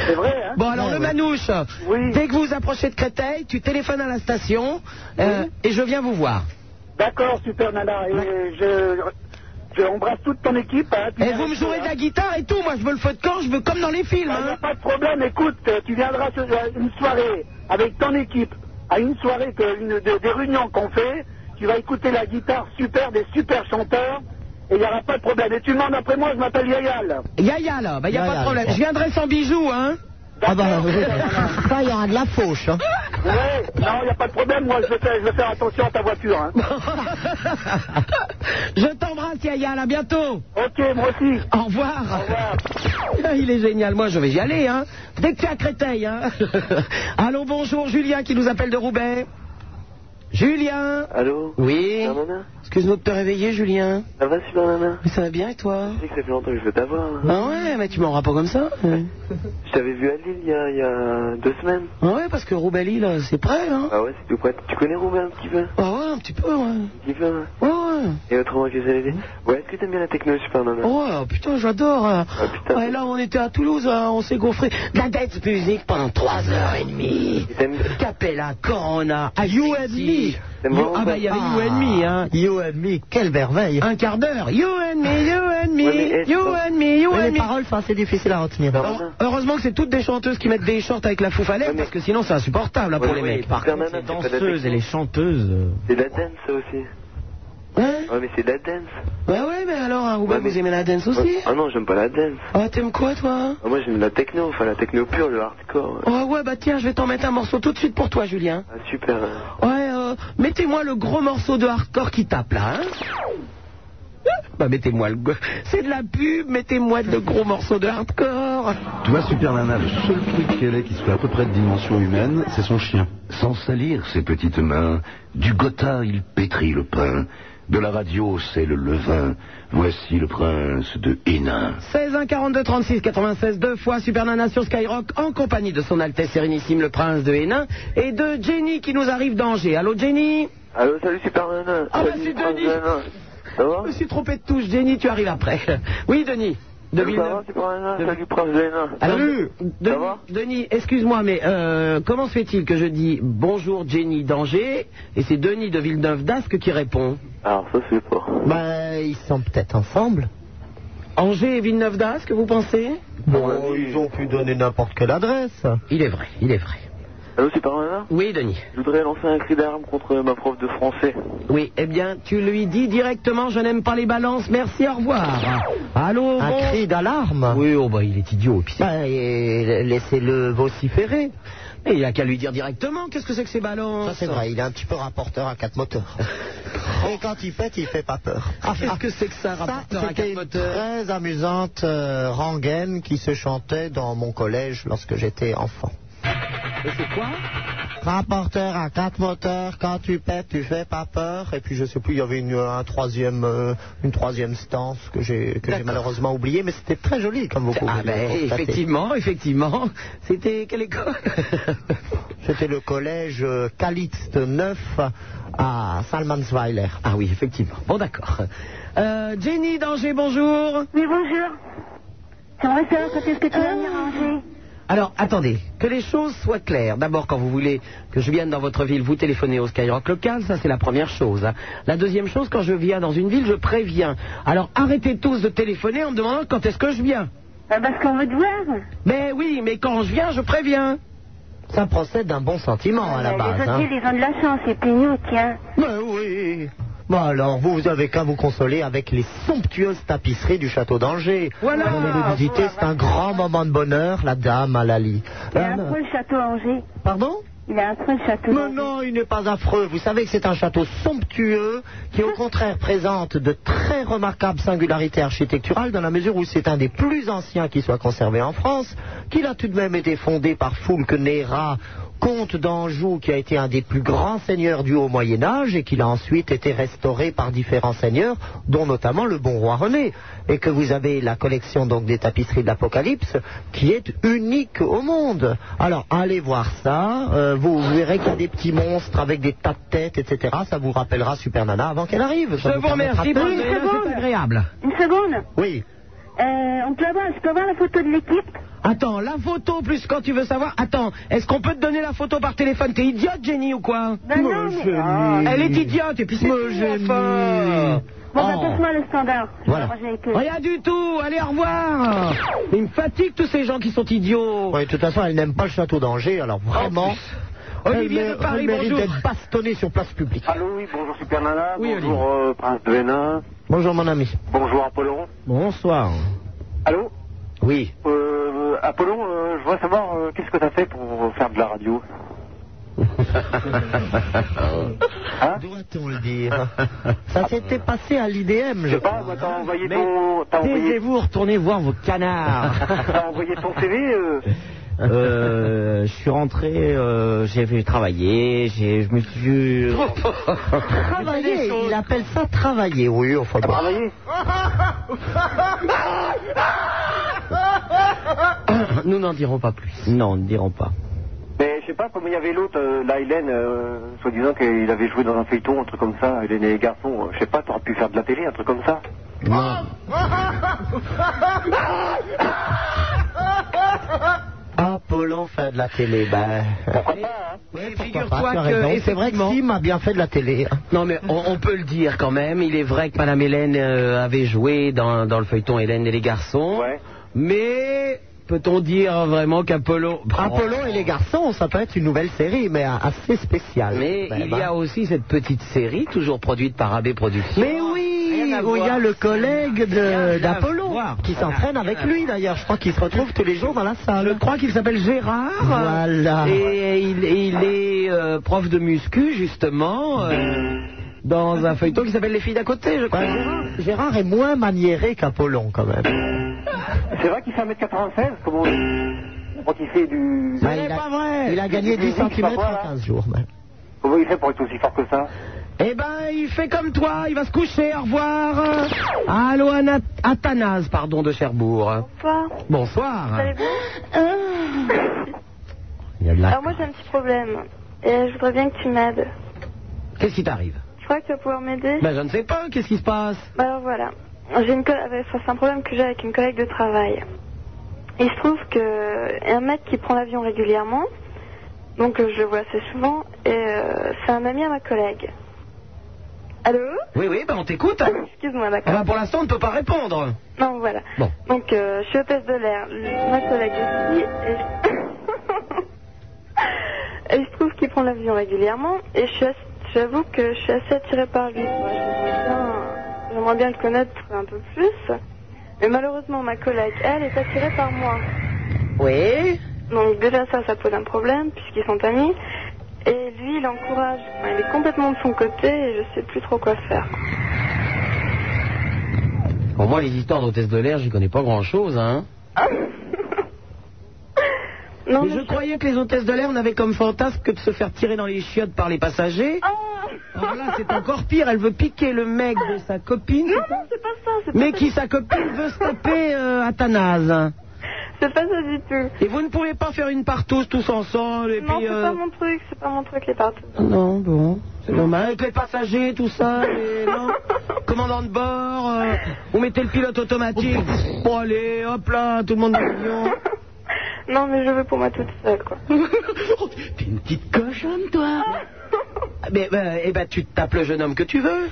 C'est vrai, hein
Bon, alors
Ouais,
le
ouais.
manouche,
Oui.
dès que vous vous approchez de Créteil, tu téléphones à la station euh, et je viens vous voir.
D'accord, Super Nana. Et je, je embrasse toute ton équipe. hein, tu
Et
viens
vous me
avec
jouerez
nous,
de la
hein.
guitare et tout, moi je veux le feu de camp, je veux comme dans les films.
Il n'y a
hein.
pas de problème, écoute, euh, tu viendras ce- euh, une soirée avec ton équipe, à une soirée que- une- de- des réunions qu'on fait, tu vas écouter la guitare super des super chanteurs, et il n'y aura pas de problème. Et tu demandes après moi, je m'appelle Yayal.
Yaya là, bah y a
Yaya,
pas de problème.
je
Je viendrai sans bijoux, hein.
Ah bah, oui. ça, il y aura de la fauche. hein.
Ouais, non, il n'y a pas de problème, moi je vais faire, je vais faire attention à ta voiture. hein.
je t'embrasse Yaya, à bientôt.
Ok, moi aussi.
Au revoir. Ah,
Au revoir.
Il est génial, moi je vais y aller, hein. Dès que tu es à Créteil, hein. Allô, bonjour Julien qui nous appelle de Roubaix. Julien
Allô
Oui.
Super Nana
Excuse-moi de te réveiller, Julien.
Ça va, Super Nana
Mais ça va bien et toi
Je sais que ça fait longtemps que je veux t'avoir. hein.
Ah ouais, mais tu m'en pas comme ça. Ouais.
Je t'avais vu à Lille il y a, il y a deux semaines.
Ah ouais, parce que Roubaix, là, c'est prêt, hein.
Ah ouais, c'est tout près. Tu connais Roubaix un petit peu Un
Ah ouais, un petit peu, ouais.
petit peu, hein
Ouais, ouais.
Et autrement, que j'allais dire Ouais, est-ce que t'aimes bien la techno, Super Nana
Ouais, oh, putain, j'adore. hein.
Ah, putain.
Ouais, là, on était à Toulouse, hein, on s'est gonflé. De la dance music pendant 3h30.
T'aimes
Capella, Corona, You and me.
C'est bon,
ah bah il y avait You and me, hein.
You and me, quelle merveille.
Un quart d'heure. You and me, you and me,
Ouais, mais est-ce
you
que-
and me, you
Mais
and
les
me.
paroles sont assez difficiles à retenir.
Nana
Heureusement que c'est toutes des chanteuses qui mettent des shorts avec la fouf à lèvres,
ben, Ouais, mais-
parce que sinon c'est insupportable là, pour
Ouais,
les
ouais,
mecs.
par contre,
hein, Les
c'est pas de la
danseuses et les
techno.
chanteuses. euh.
C'est de la dance, ça aussi.
Ouais,
Ouais, mais c'est de la dance.
ouais, Bah ouais, mais alors, à Roubaix,
Ouais, mais-
Ah, vous aimez la dance aussi
Ouais. Ah non, j'aime pas la dance.
Ah, t'aimes quoi, toi
Ah, moi, j'aime la techno, enfin la techno pure, le hardcore.
Ouais, ouais, bah tiens, je vais t'en mettre un morceau tout de suite pour toi, Julien.
Ah, super. hein.
Ouais, euh, mettez-moi le gros morceau de hardcore qui tape là, hein Bah mettez-moi le... go- C'est de la pub, mettez-moi le gros morceau de hardcore
Tu vois, Super Nana, le seul truc qu'elle ait qui soit à peu près de dimension humaine, c'est son chien. Sans salir ses petites mains, du gotha il pétrit le pain, de la radio c'est le levain, voici le prince de Hénin.
16 1 42 36 96 deux fois Super Nana sur Skyrock en compagnie de son Altesse Sérénissime le Prince de Hénin et de Jenny qui nous arrive d'Angers. Allô Jenny
Allô, salut Super Nana.
Ah, bah,
Salut,
c'est
Prince
Denis.
Nana. Ça va
Je me suis trompé de touche, Jenny, tu arrives après. Oui Denis de
Salut, Ça va,
Villeneuve.
Super Nana
De-
Salut, Prince Nana.
Alors, De-
Ça va
Denis, excuse-moi, mais euh, comment se fait-il que je dis bonjour Jenny d'Angers et c'est Denis de Villeneuve d'Ascq qui répond
Alors, ça, c'est pas.
Euh,
Bah, ils sont peut-être ensemble.
Angers et Villeneuve d'Ascq, vous pensez
Bon, ils ont pu donner n'importe quelle adresse.
Il est vrai, il est vrai.
Allô, Super Nana
Oui, Denis.
Je voudrais lancer un cri d'alarme contre ma prof de français.
Oui, eh bien, tu lui dis directement, je n'aime pas les balances, merci, au revoir. Allô,
Un
bon-
cri d'alarme.
Oui, oh bah il est idiot, puis c'est-
Bah, et laissez-le vociférer.
Et il a qu'à lui dire directement, qu'est-ce que c'est que ces balances
Ça, c'est vrai, il est un petit peu rapporteur à quatre moteurs. Et quand il pète, il fait pas peur.
Ah,
Qu'est-ce que c'est que ça, rapporteur à
C'était
quatre
une
moteurs
très amusante euh, rengaine qui se chantait dans mon collège lorsque j'étais enfant.
Et c'est quoi
Rapporteur à quatre moteurs, quand tu pètes, tu fais pas peur. Et puis je sais plus, il y avait une, un troisième, euh, une troisième stance que j'ai que j'ai
D'accord.
malheureusement oubliée, mais c'était très joli comme vous pouvez
Ah
le
ben,
constater.
effectivement, effectivement. C'était quelle école
C'était le collège euh, Calixte 9 à Salmansweiler.
Ah oui, effectivement. Bon, d'accord. Euh, Jenny Danger, bonjour.
Oui, bonjour. J'aimerais savoir quand est-ce que tu vas venir à Angers.
Euh, Alors, attendez, que les choses soient claires. D'abord, quand vous voulez que je vienne dans votre ville, vous téléphonez au Skyrock local, ça c'est la première chose. hein. La deuxième chose, quand je viens dans une ville, je préviens. Alors, arrêtez tous de téléphoner en me demandant quand est-ce que je viens.
Ah, parce qu'on veut te voir.
Mais oui, mais quand je viens, je préviens.
Ça procède d'un bon
Ah,
sentiment à la
les
base. hein.
hôtels, ils ont de la chance, et puis nous, tiens.
Mais oui. Bon alors, vous, vous avez qu'à vous consoler avec les somptueuses tapisseries du château d'Angers.
Voilà.
Vous allez les visiter, c'est un grand moment de bonheur, la dame à la lit.
Il y a un peu le château à Angers.
Pardon
Il y a un peu le château.
Mais non, il n'est pas affreux. Vous savez que c'est un château somptueux qui, au contraire, présente de très remarquables singularités architecturales dans la mesure où c'est un des plus anciens qui soit conservé en France, qu'il a tout de même été fondé par Foulque Néra, comte d'Anjou, qui a été un des plus grands seigneurs du Haut Moyen Âge et qu'il a ensuite été restauré par différents seigneurs, dont notamment le bon roi René, et que vous avez la collection donc des tapisseries de l'Apocalypse, qui est unique au monde. Alors allez voir ça, euh, vous, vous verrez qu'il y a des petits monstres avec des tas de têtes, etc. Ça vous rappellera Super Nana avant qu'elle arrive. Ça
Je vous
permettra
remercie,
de-
bonne journée, c'est agréable.
Une seconde.
Oui.
Euh, on peut avoir, je peux avoir la photo de l'équipe
Attends, la photo, plus quand tu veux savoir. Attends, est-ce qu'on peut te donner la photo par téléphone T'es idiote, Jenny, ou quoi Ah,
Ben non, Mais mais- Jenny.
Elle est idiote, et puis c'est tout,
Bon, bah,
enfin.
Ah.
Oh.
passe-moi le standard. Je vais
Voilà.
m'arranger avec eux.
Rien du tout, allez, au revoir Ils me fatiguent, tous ces gens qui sont idiots
Oui, de toute façon, elle n'aime pas le château d'Angers, alors vraiment.
Olivier
elle,
de
mé-
Paris,
elle mérite
bonjour.
d'être bastonnée sur place publique.
Allô, oui, bonjour Super Nana,
Oui,
bonjour euh, Prince de Hénin,
Bonjour mon ami.
bonjour Apollon.
Bonsoir.
Allô
Oui.
Euh, Apollon, euh, je voudrais savoir euh, qu'est-ce que t'as fait pour faire de la radio Hein
Doit-on le dire Ça s'était passé à l'IDM, je crois. hein.
T'as envoyé ton... T'as envoyé,
Taisez-vous, retournez voir vos canards
t'as envoyé ton CV euh,
Euh, je suis rentré, euh, j'ai fait travailler, j'ai, je me suis.
Travailler, il appelle ça travailler, oui, enfin bon.
Travailler
Nous n'en dirons pas plus. Non, nous ne dirons pas.
Mais je sais pas, comme il y avait l'autre, euh, là, Hélène, euh, soi-disant qu'il avait joué dans un feuilleton, un truc comme ça, Hélène et les garçons, euh, je sais pas, t'aurais pu faire de la télé, un truc comme ça. Ah,
Apollon fait Ah, de la télé, ben.
hein.
Pourquoi pas, tu as
que,
raison. C'est vrai que
effectivement-
Sim a bien fait de la télé. hein.
Non mais on, on peut le dire quand même, il est vrai que Madame Hélène euh, avait joué dans, dans le feuilleton Hélène et les garçons, mais peut-on dire vraiment qu'Apollo...
Apollon et les garçons, ça peut être une nouvelle série, mais euh, assez spéciale.
Mais
Ben,
il
ben.
y a aussi cette petite série, toujours produite par AB Productions.
Mais oui,
à
où il y a
voir.
le collègue
Rien
de-
à
d'Apollon
voir.
qui s'entraîne avec lui d'ailleurs. Je crois qu'il se retrouve tous les jours dans la salle. Je
crois qu'il s'appelle Gérard.
Voilà.
Et il, et il est euh, prof de muscu, justement, euh, dans un feuilleton qui s'appelle Les filles d'à côté, je crois.
Gérard est moins maniéré qu'Apollon quand même.
C'est vrai qu'il fait 1m96, comment Quand il fait du...
Ah, il, a, il a gagné 10 cm en 15
hein.
jours. même.
Comment il fait pour être aussi fort que ça
Eh ben, il fait comme toi, il va se coucher, au revoir. Allô, Ana- Athanase, pardon, de Cherbourg.
Bonsoir. Vous
Bonsoir.
allez bien
Ah. Il y a de la-
Alors moi j'ai un petit problème. Et je voudrais bien que tu m'aides.
Qu'est-ce qui t'arrive
Tu crois que tu vas pouvoir m'aider
Ben, je ne sais pas, qu'est-ce qui se passe
Bah Alors voilà. J'ai une coll- avec- enfin, C'est un problème que j'ai avec une collègue de travail. Il se trouve que euh, un mec qui prend l'avion régulièrement, donc euh, je le vois assez souvent, et euh, c'est un ami à ma collègue. Allô
Oui, oui, ben on t'écoute.
Excuse-moi, d'accord.
Ben, pour l'instant, on ne peut pas répondre.
Non, voilà. Donc, euh, je suis hôtesse de l'air. Le- Ma collègue aussi. Et je... Et il se trouve qu'il prend l'avion régulièrement. Et je suis ass- j'avoue que je suis assez attirée par lui. quoi. J'aimerais bien... J'aimerais bien le connaître un peu plus. Mais malheureusement, ma collègue, elle, est attirée par moi.
Oui
Donc déjà ça, ça pose un problème puisqu'ils sont amis. Et lui, il encourage. Enfin, Il est complètement de son côté et je sais plus trop quoi faire.
Bon, moi, les histoires d'hôtesse de l'air, j'y connais pas grand-chose, hein. mais je croyais que les hôtesses de l'air n'avaient comme fantasme que de se faire tirer dans les chiottes par les passagers.
Ah.
Alors là, c'est encore pire. Elle veut piquer le mec de sa copine. Non, non,
c'est pas ça. c'est pas
Mais
ça.
qui, sa copine, veut se taper euh, Athanase.
C'est pas ça du tout.
Et vous ne pouvez pas faire une partouze tous ensemble et
Non,
puis...
c'est
euh,
pas mon truc, c'est pas mon truc les partout.
Non, bon. C'est normal. Avec les passagers, tout ça, les... non. Commandant de bord, euh, vous mettez le pilote automatique. Bon, allez, hop là, tout le monde dans l'avion.
Non, mais je veux pour moi toute seule, quoi.
T'es une petite cochonne, toi. Mais, bah, eh ben, tu te tapes le jeune homme que tu veux.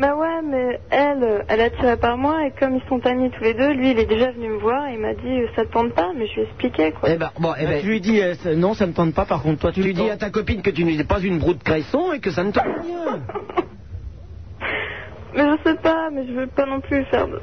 Bah ouais, mais elle, euh, elle est attirée par moi et comme ils sont amis tous les deux, lui, il est déjà venu me voir et il m'a dit euh, ça te tente pas, mais je lui ai expliqué, quoi.
Eh ben, bon, eh ben,
Tu lui dis, euh, ça- non, ça ne tente pas, par contre, toi, tu
tu
le
dis
tentes.
à ta copine que tu n'es pas une broue de cresson et que ça ne te rien.
Mais je sais pas, mais je veux pas non plus faire de...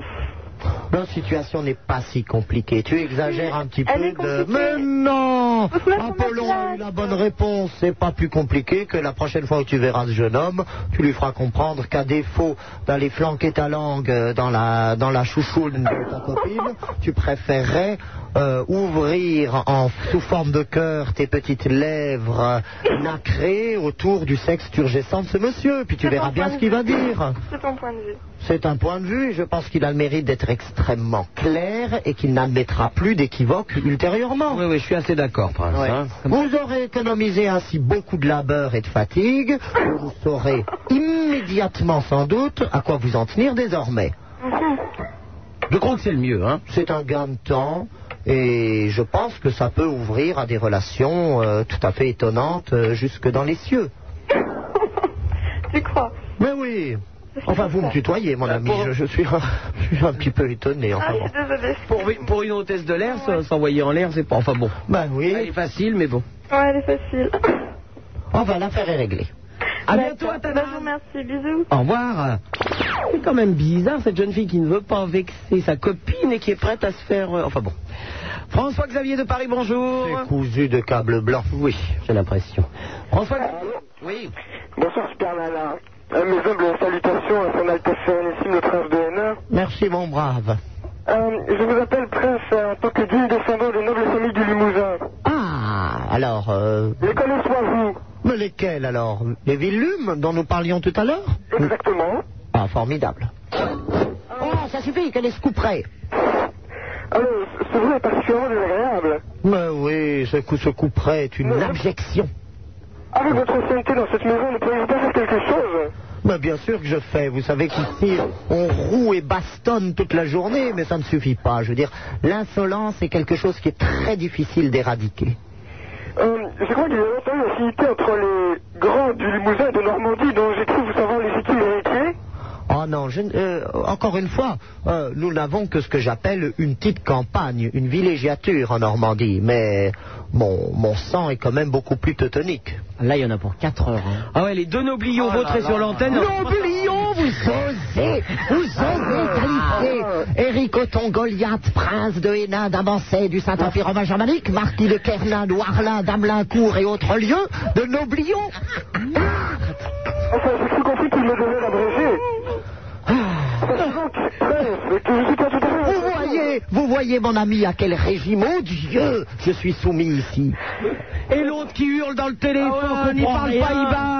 La situation n'est pas si compliquée. Tu exagères un petit
Elle
peu
est
de.
compliquée.
Mais non
Faut se mettre en
Apollon a eu
place.
la bonne réponse. C'est pas plus compliqué que la prochaine fois que tu verras ce jeune homme, tu lui feras comprendre qu'à défaut d'aller flanquer ta langue euh, dans la, dans la chouchoune de ta copine, tu préférerais euh, ouvrir en, sous forme de cœur tes petites lèvres euh, nacrées autour du sexe turgescent de ce monsieur. Puis tu
C'est
verras
ton
bien
point
ce
de
qu'il va
vue.
dire.
C'est ton point de vue.
C'est un point de vue et je pense qu'il a le mérite d'être extrêmement clair et qu'il n'admettra plus d'équivoque ultérieurement.
Oui, oui, je suis assez d'accord, Prince.
Ouais.
hein.
Vous aurez économisé ainsi beaucoup de labeur et de fatigue. Vous saurez immédiatement sans doute à quoi vous en tenir désormais.
Je crois que c'est le mieux. Hein.
C'est un gain de temps et je pense que ça peut ouvrir à des relations euh, tout à fait étonnantes euh, jusque dans les cieux.
Tu crois
Mais oui. Enfin, vous me tutoyez, mon ami. Je, je suis un, je suis un petit peu étonné. Enfin,
Ah, je
bon.
suis désolée.
Pour, pour une hôtesse de l'air, ça- s'envoyer en l'air, c'est pas... Enfin bon.
Bah
Ben oui.
Elle est facile, mais bon.
Ouais, elle est facile.
Enfin, l'affaire est réglée.
À bientôt,
D'accord. Bah, Je vous remercie, bisous.
Au revoir. C'est quand même bizarre, cette jeune fille qui ne veut pas vexer sa copine et qui est prête à se faire... euh, Enfin bon. François-Xavier de Paris, bonjour.
Cousu de câble blanc.
Oui, j'ai l'impression. François... Oui.
Bonsoir, Super Nana. Euh, mes humbles salutations à son Altesse Sérénissime, le prince de Hénin.
Merci, mon brave.
Euh, je vous appelle prince euh, en tant que digne descendant de noble famille du Limousin.
Ah, alors. euh,
Les connaissez-vous
Mais lesquels alors Les Villumes dont nous parlions tout à l'heure
Exactement.
Ah, formidable. Oh, ça suffit, qu'elle est scouperée.
Alors, ce vous est particulièrement désagréable.
Mais oui, ce, coup, ce couperet est une abjection.
Avec votre sainteté dans cette maison, ne pourriez-vous pas faire quelque chose
Mais bien sûr que je fais. Vous savez qu'ici, on roue et bastonne toute la journée, mais ça ne suffit pas. Je veux dire, l'insolence est quelque chose qui est très difficile d'éradiquer.
euh, Je crois qu'il y a longtemps une affinité entre les grands du Limousin et de Normandie, dont j'ai cru vous savoir légitime héritier.
Oh non, je, n- euh, encore une fois, euh, nous n'avons que ce que j'appelle une petite campagne, une villégiature en Normandie, mais mon, mon sang est quand même beaucoup plus teutonique.
Là, il y en a pour 4 heures. hein.
Ah ouais, les deux
Oh
nobliaux vautrés sur l'antenne.
Noblions, vous osez, vous osez glisser. Éricoton, Goliath, prince de Hénin, d'Amancé, du Saint-Empire romain germanique, marquis de Kernan, Warlin, d'Amelincourt et autres lieux, de Noblions.
Enfin, j'ai cru compris qu'il me devait l'abrégé. Sachez donc, prince, mais que je suis pas tout à fait...
Vous voyez, vous voyez, mon ami, à quel régime odieux je suis soumis ici.
Et l'autre qui hurle dans le téléphone,
Ah ouais, on
il
comprend
parle
rien.
pas,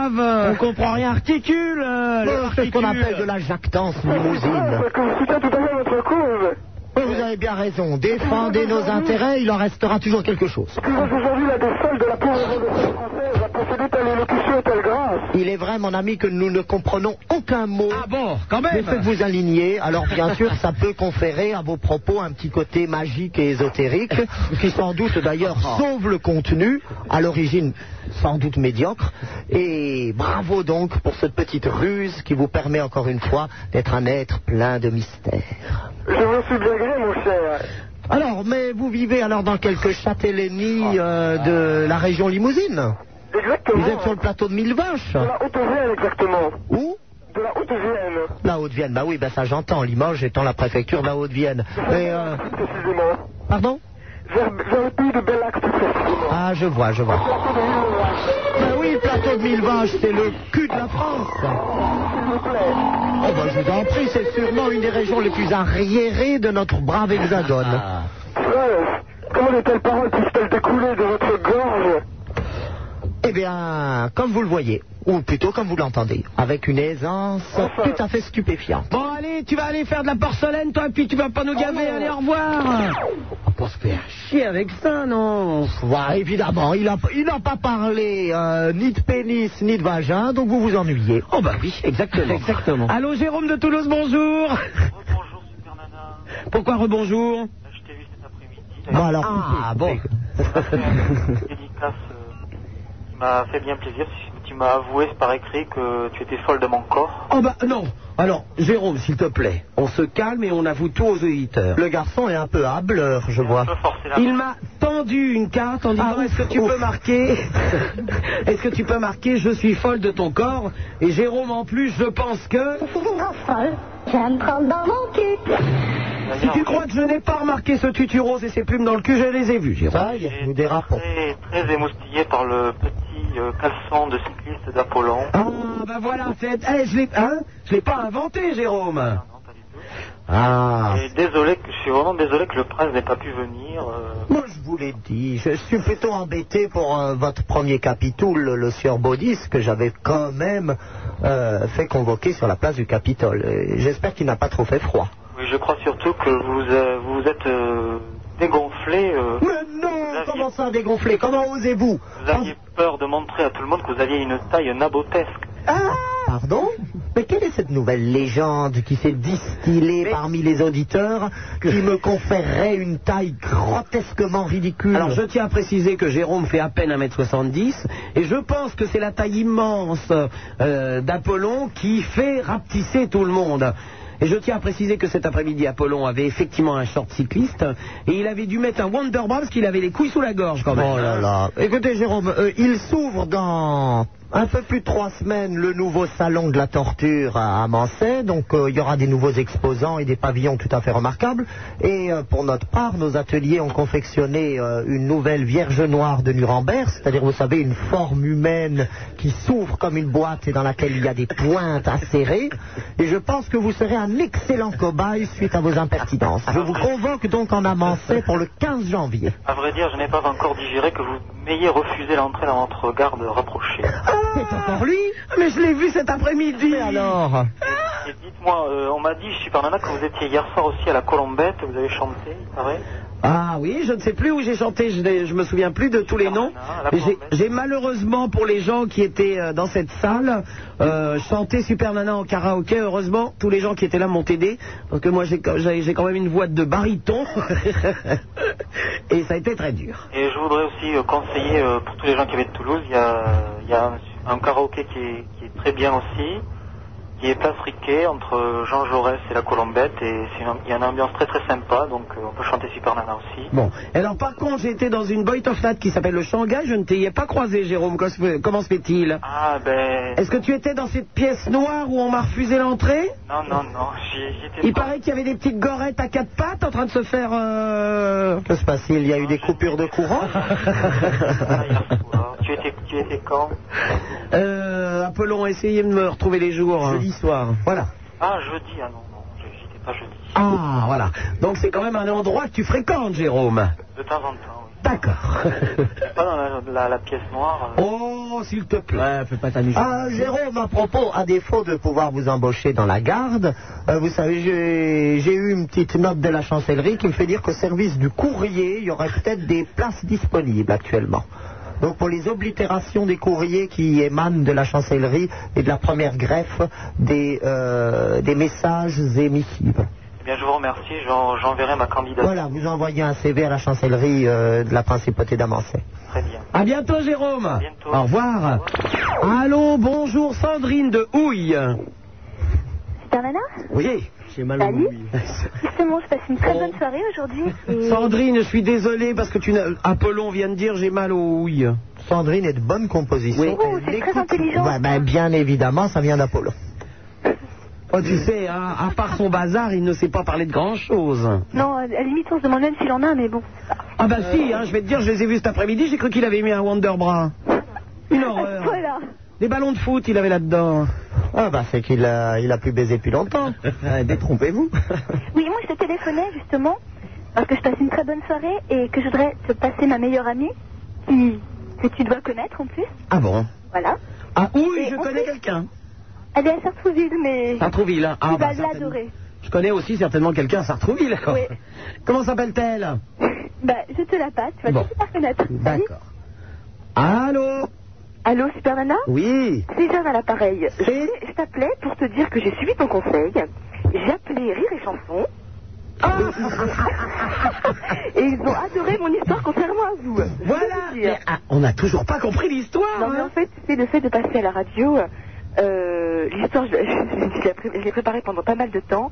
il bave.
On comprend rien.
Articule. euh,
Bon,
le
C'est ce qu'on
articule.
appelle de la jactance
Ah,
limousine.
parce que je soutiens tout à fait votre cause.
Oui, Vous avez bien raison. Défendez nos intérêts, il en restera toujours quelque chose.
Que vous aujourd'hui la des soldes de la pauvre révolution française a procédé telle élocution et telle grâce.
Il est vrai, mon ami, que nous ne comprenons aucun mot.
Ah bon, quand
Le
même.
fait que vous aligniez, alors bien sûr, ça peut conférer à vos propos un petit côté magique et ésotérique, qui sans doute d'ailleurs
Ah.
sauve le contenu, à l'origine sans doute médiocre. Et bravo donc pour cette petite ruse qui vous permet encore une fois d'être un être plein de mystère.
Je vous suis bien gré, mon cher.
Alors, mais vous vivez alors dans quelques châtellenies euh, de la région Limousine
Ah. Exactement.
Vous êtes sur le plateau de Millevaches
De la Haute-Vienne, exactement.
Où
De la Haute-Vienne,
La Haute-Vienne, bah oui, bah ça j'entends, Limoges étant la préfecture de la Haute-Vienne. Mais, euh,
précisément.
pardon
Vers, vers le pays de Bellac, plus précisément.
Ah, je vois, je vois.
Ah.
Ben oui,
oui, plateau de mille vaches, c'est le cul de la France. S'il vous plaît. Oh, ben, je vous en prie, c'est sûrement une des régions les plus arriérées de notre brave hexagone.
Ah.
Comment de telles paroles puissent-elles découler de votre gorge
Eh bien, comme vous le voyez, ou plutôt comme vous l'entendez, avec une aisance tout à fait stupéfiante.
Bon, allez, tu vas aller faire de la porcelaine, toi, et puis tu vas pas nous gaver. allez, au revoir.
On peut se faire chier avec ça, non Ouais, évidemment, il n'a il n'a pas parlé euh, ni de pénis, ni de vagin, donc vous vous ennuyez. Oh bah oui, exactement. exactement.
Allô, Jérôme de Toulouse, bonjour. Pourquoi rebonjour
Bon, alors,
Ah, bon.
dédicace euh, qui m'a fait bien plaisir. Tu m'as avoué par écrit que tu étais folle de mon corps.
Oh bah non Alors, Jérôme, s'il te plaît, on se calme et on avoue tout aux auditeurs.
Le garçon est un peu hableur, je vois.
Il m'a tendu une carte en disant
Ah,
est-ce que tu
ouf.
peux marquer Est-ce que tu peux marquer je suis folle de ton corps Et Jérôme en plus je pense que
Je suis une grosse folle. J'aime prendre dans mon cul.
si tu crois que je n'ai pas remarqué ce tutu rose et ses plumes dans le cul, je les ai vues, Jérôme. Ah,
nous dérapons.
Très, très émoustillé par le petit euh, caleçon de cycliste d'Apollon.
Ah bah voilà, c'est eh, je l'ai hein Je l'ai pas inventé, Jérôme. Ah.
Et désolé, que- je suis vraiment désolé que le prince n'ait pas pu venir. euh,
Moi, je vous l'ai dit, je suis plutôt embêté pour euh, votre premier capitoul, le, le sieur Baudis, que j'avais quand même euh, fait convoquer sur la place du Capitole. Et J'espère qu'il n'a pas trop fait froid.
oui, je crois surtout que vous euh, vous vous êtes euh, dégonflé. euh,
Mais non, comment ça dégonflé Comment osez-vous
vous aviez peur de montrer à tout le monde que vous aviez une taille nabotesque.
Ah, Pardon Mais quelle est cette nouvelle légende qui s'est distillée parmi les auditeurs qui me conférerait une taille grotesquement ridicule
Alors je tiens à préciser que Jérôme fait à peine 1m70 et je pense que c'est la taille immense euh, d'Apollon qui fait rapetisser tout le monde. Et je tiens à préciser que cet après-midi, Apollon avait effectivement un short cycliste et il avait dû mettre un Wonderbra parce qu'il avait les couilles sous la gorge quand même.
Oh là là. Écoutez, Jérôme, euh, il s'ouvre dans un peu plus de trois semaines le nouveau salon de la torture à à Mancey. Donc, euh, il y aura des nouveaux exposants et des pavillons tout à fait remarquables. Et euh, pour notre part, nos ateliers ont confectionné euh, une nouvelle Vierge Noire de Nuremberg, c'est-à-dire, vous savez, une forme humaine qui s'ouvre comme une boîte et dans laquelle il y a des pointes à serrer. Et je pense que vous serez un excellent cobaye suite à vos impertinences. Je vous convoque donc en Amancé pour le 15 janvier.
À vrai dire, je n'ai pas encore digéré que vous m'ayez refusé l'entrée dans votre garde rapprochée.
C'est encore lui
Mais je l'ai vu cet après-midi
alors
Et dites-moi, euh, on m'a dit, Super Nana, que vous étiez hier soir aussi à la Colombette, vous avez chanté, il paraît.
Ah oui, je ne sais plus où j'ai chanté, je, n'ai- je me souviens plus de tous les noms.
Ah,
Mais j'ai- J'ai malheureusement pour les gens qui étaient euh, dans cette salle euh, chanté Super Nana en karaoké. Heureusement, tous les gens qui étaient là m'ont aidé parce que moi j'ai quand- j'ai j'ai quand même une voix de baryton et ça a été très dur.
Et je voudrais aussi euh, conseiller euh, pour tous les gens qui habitent Toulouse, il y a, il y a un, un karaoké qui est, qui est très bien aussi, qui est place Riquet entre Jean Jaurès et la Colombette, et c'est une- il y a une ambiance très très sympa, donc euh, on peut chanter Super Nana aussi.
Bon, alors par contre j'ai été dans une boîte of night qui s'appelle le Shanghai. Je ne t'y ai pas croisé, Jérôme. Comment se fait- Comment se fait-il
Ah ben...
Est-ce que tu étais dans cette pièce noire où on m'a refusé l'entrée
Non, non, non, j'y j'y étais
Il paraît qu'il y avait des petites gorettes à quatre pattes en train de se faire. euh,
Que se passe-t-il Il y a eu des coupures de courant
pas. Tu étais, tu étais quand
Euh, Apollon, essayez de me retrouver les jours. Jeudi soir. Voilà.
Ah, jeudi, ah non, non, je- j'y étais pas jeudi.
Ah, voilà. Donc c'est quand même un endroit que tu fréquentes, Jérôme.
De temps en temps, oui.
D'accord.
C'est Pas dans la, la- la pièce noire. euh.
oh, s'il te plaît.
fais pas ta nuit.
Ah, Jérôme, à propos, à défaut de pouvoir vous embaucher dans la garde, euh, vous savez, j'ai j'ai eu une petite note de la chancellerie qui me fait dire qu'au service du courrier, il y aurait peut-être des places disponibles actuellement. Donc pour les oblitérations des courriers qui émanent de la chancellerie et de la première greffe des, euh, des messages émissives.
Eh bien, je vous remercie, j'en- j'enverrai ma candidature.
Voilà, vous envoyez un CV à la chancellerie euh, de la principauté Ah d'Amancé.
Très bien.
À bientôt, Jérôme. Au revoir. Allô, bonjour, Sandrine de Houille.
Super Nana
Oui. J'ai mal
Salut. Justement, je passe une très bonne soirée aujourd'hui.
Oh.
Euh,
et-
Sandrine, je suis désolé parce que tu n'as- Apollon vient de dire j'ai mal aux houilles.
Sandrine est de bonne composition.
Oui.
Elle l'écoute. Ouais, ben, bien évidemment, ça vient d'Apollo.
Oh, tu sais, hein, à part son bazar, il ne sait pas parler de grand-chose. ben,
Non, à la limite, on se demande même s'il en a, mais bon.
Ah bah si, hein, je vais te dire, je les ai vus cet après-midi, j'ai cru qu'il avait mis un Wonderbra. Une horreur. Des ballons de foot, il avait là-dedans.
Ah bah c'est qu'il a, il a plus baisé depuis longtemps. Euh, Détrompez-vous.
Oui, moi je te téléphonais justement parce que je passe une très bonne soirée et que je voudrais te passer ma meilleure amie qui, que tu dois connaître en plus.
Ah bon
Voilà.
Ah oui,
Et
je
en
connais
plus,
quelqu'un.
Elle est à Sartrouville, mais
Sartrouville, hein. Ah,
tu
bah,
vas
certainement.
l'adorer.
Je connais aussi certainement quelqu'un à Sartrouville, d'accord.
Oui.
Comment s'appelle-t-elle
Bah, je te la passe, tu vas
Bon.
tout super connaître.
D'accord. Allô
Allô, Super Nana
Oui.
C'est Jeanne à l'appareil. Je, je t'appelais pour te dire que j'ai suivi ton conseil. J'ai appelé Rire et Chanson.
Ah
et ils ont adoré mon histoire contrairement à vous.
Voilà Ah, On n'a toujours pas compris l'histoire. hein.
Non, mais en fait, c'est le fait de passer à la radio. euh, l'histoire, je, je- je l'ai pré- je l'ai préparée pendant pas mal de temps.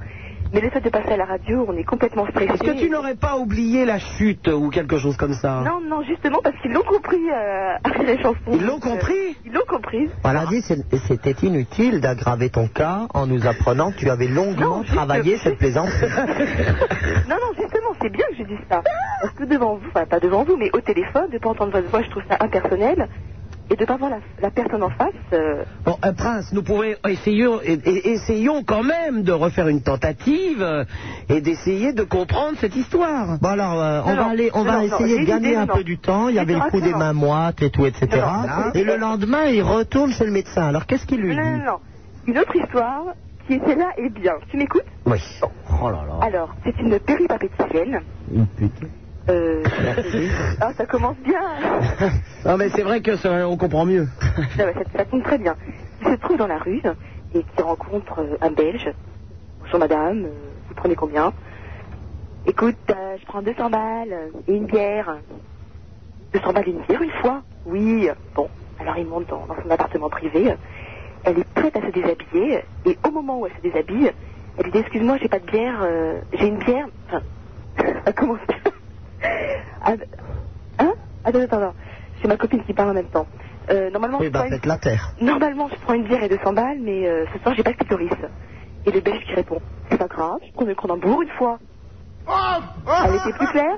Mais le fait de passer à la radio, on est complètement stressé.
Est-ce que tu n'aurais pas oublié la chute ou quelque chose comme ça
Non, non, justement parce qu'ils l'ont compris euh, à Rire et Chanson. Ils l'ont
compris
Euh, Ils l'ont compris.
Voilà dit, c'est- c'était inutile d'aggraver ton cas en nous apprenant que tu avais longuement travaillé cette plaisanterie.
Non, non, justement, c'est bien que je dise ça. Parce que devant vous, enfin pas devant vous, mais au téléphone, de ne pas entendre votre voix, je trouve ça impersonnel. Et de ne pas voir la, la personne en face. euh,
Bon, euh, Prince, nous pouvons essayer, et- et- essayons quand même de refaire une tentative euh, et d'essayer de comprendre cette histoire.
Bon alors, euh, on va aller, on va essayer de gagner un peu du temps. Il y avait le coup des mains moites et tout, etc.
non.
Et le lendemain, il retourne chez le médecin. Alors qu'est-ce qu'il lui
Non, non,
dit
non, non. Une autre histoire qui est celle-là est bien. Tu m'écoutes
Oui. Oh là là.
Alors, c'est une péripapéticienne.
Une pute.
Euh... ah, ça commence bien.
Non, mais c'est vrai que ça, on comprend mieux.
Non, mais ça, ça tombe très bien. Il se trouve dans la rue et qui rencontre euh, un Belge. Bonjour madame, euh, vous prenez combien Écoute, euh, je prends 200 balles et une bière. 200 balles et une bière une fois Oui. Bon, alors il monte dans, dans son appartement privé. Elle est prête à se déshabiller et au moment où elle se déshabille, elle lui dit excuse-moi, j'ai pas de bière, euh, j'ai une bière. Enfin, elle commence. Ah, hein Attends, attends, attends. C'est ma copine qui parle en même temps. Euh, normalement,
Oui,
je
bah
prends une-
faites la terre.
Normalement, je prends une bière et 200 balles, mais euh, ce soir, j'ai pas de clitoris. Et le belge qui répond C'est pas grave, je prends le Cronenbourg une fois.
Oh,
Elle était plus claire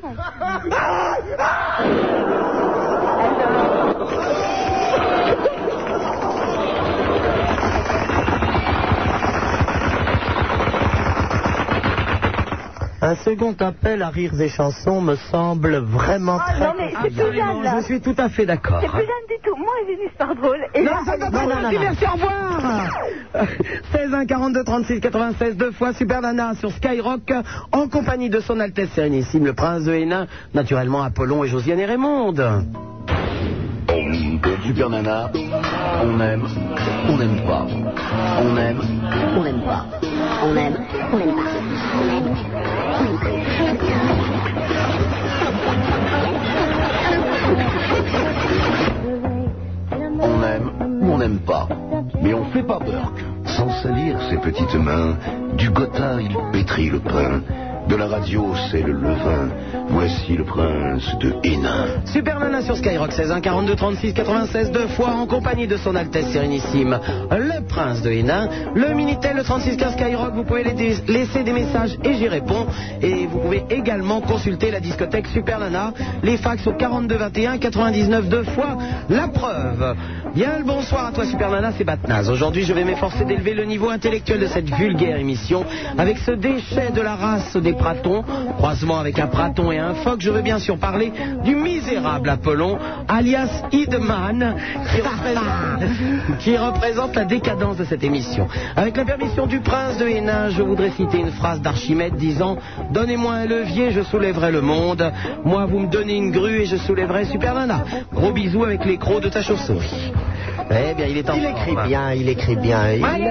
Un second appel à rires et chansons me semble vraiment
Ah,
très
non, mais c'est
conséquent.
plus jeune, là. Je suis
tout à fait d'accord.
C'est plus jeune du tout. Moi, j'ai une histoire drôle. Et
Non,
là,
c'est pas
elle-
drôle, merci, merci, au revoir 16 1 42 36 96 deux fois Super Nana sur Skyrock euh, en compagnie de son Altesse Sérénissime le Prince de Hénin, naturellement Apollon et Josiane et Raymond.
Super Nana, on aime, on n'aime pas. On aime, on n'aime pas.
On aime, on aime pas. On aime,
On aime ou on n'aime pas. Mais on fait pas Burke. Sans salir ses petites mains, du gotha il pétrit le pain. De la radio, c'est le levain. Voici le prince de Hénin.
Super Nana sur Skyrock 16 1 42 36 96 deux fois en compagnie de son Altesse Sérénissime le Prince de Hénin, le Minitel le 36 15 Skyrock, vous pouvez les- laisser des messages et j'y réponds et vous pouvez également consulter la discothèque Super Nana, les fax au 42 21 99 deux fois la preuve. Bien le bonsoir à toi Super Nana, c'est Batnaz. Aujourd'hui, je vais m'efforcer d'élever le niveau intellectuel de cette vulgaire émission avec ce déchet de la race des pratons, croisement avec un praton et un phoque, je veux bien sûr parler du misérable Apollon, alias Idman, qui représente, qui représente la décadence de cette émission. Avec la permission du prince de Hénin, je voudrais citer une phrase d'Archimède disant « Donnez-moi un levier, je soulèverai le monde. Moi, vous me donnez une grue et je soulèverai Super Nana. Gros bisous avec les crocs de ta chauve-souris. » Eh bien, il est en
Il
forme.
écrit bien, il écrit bien. Ah, Il,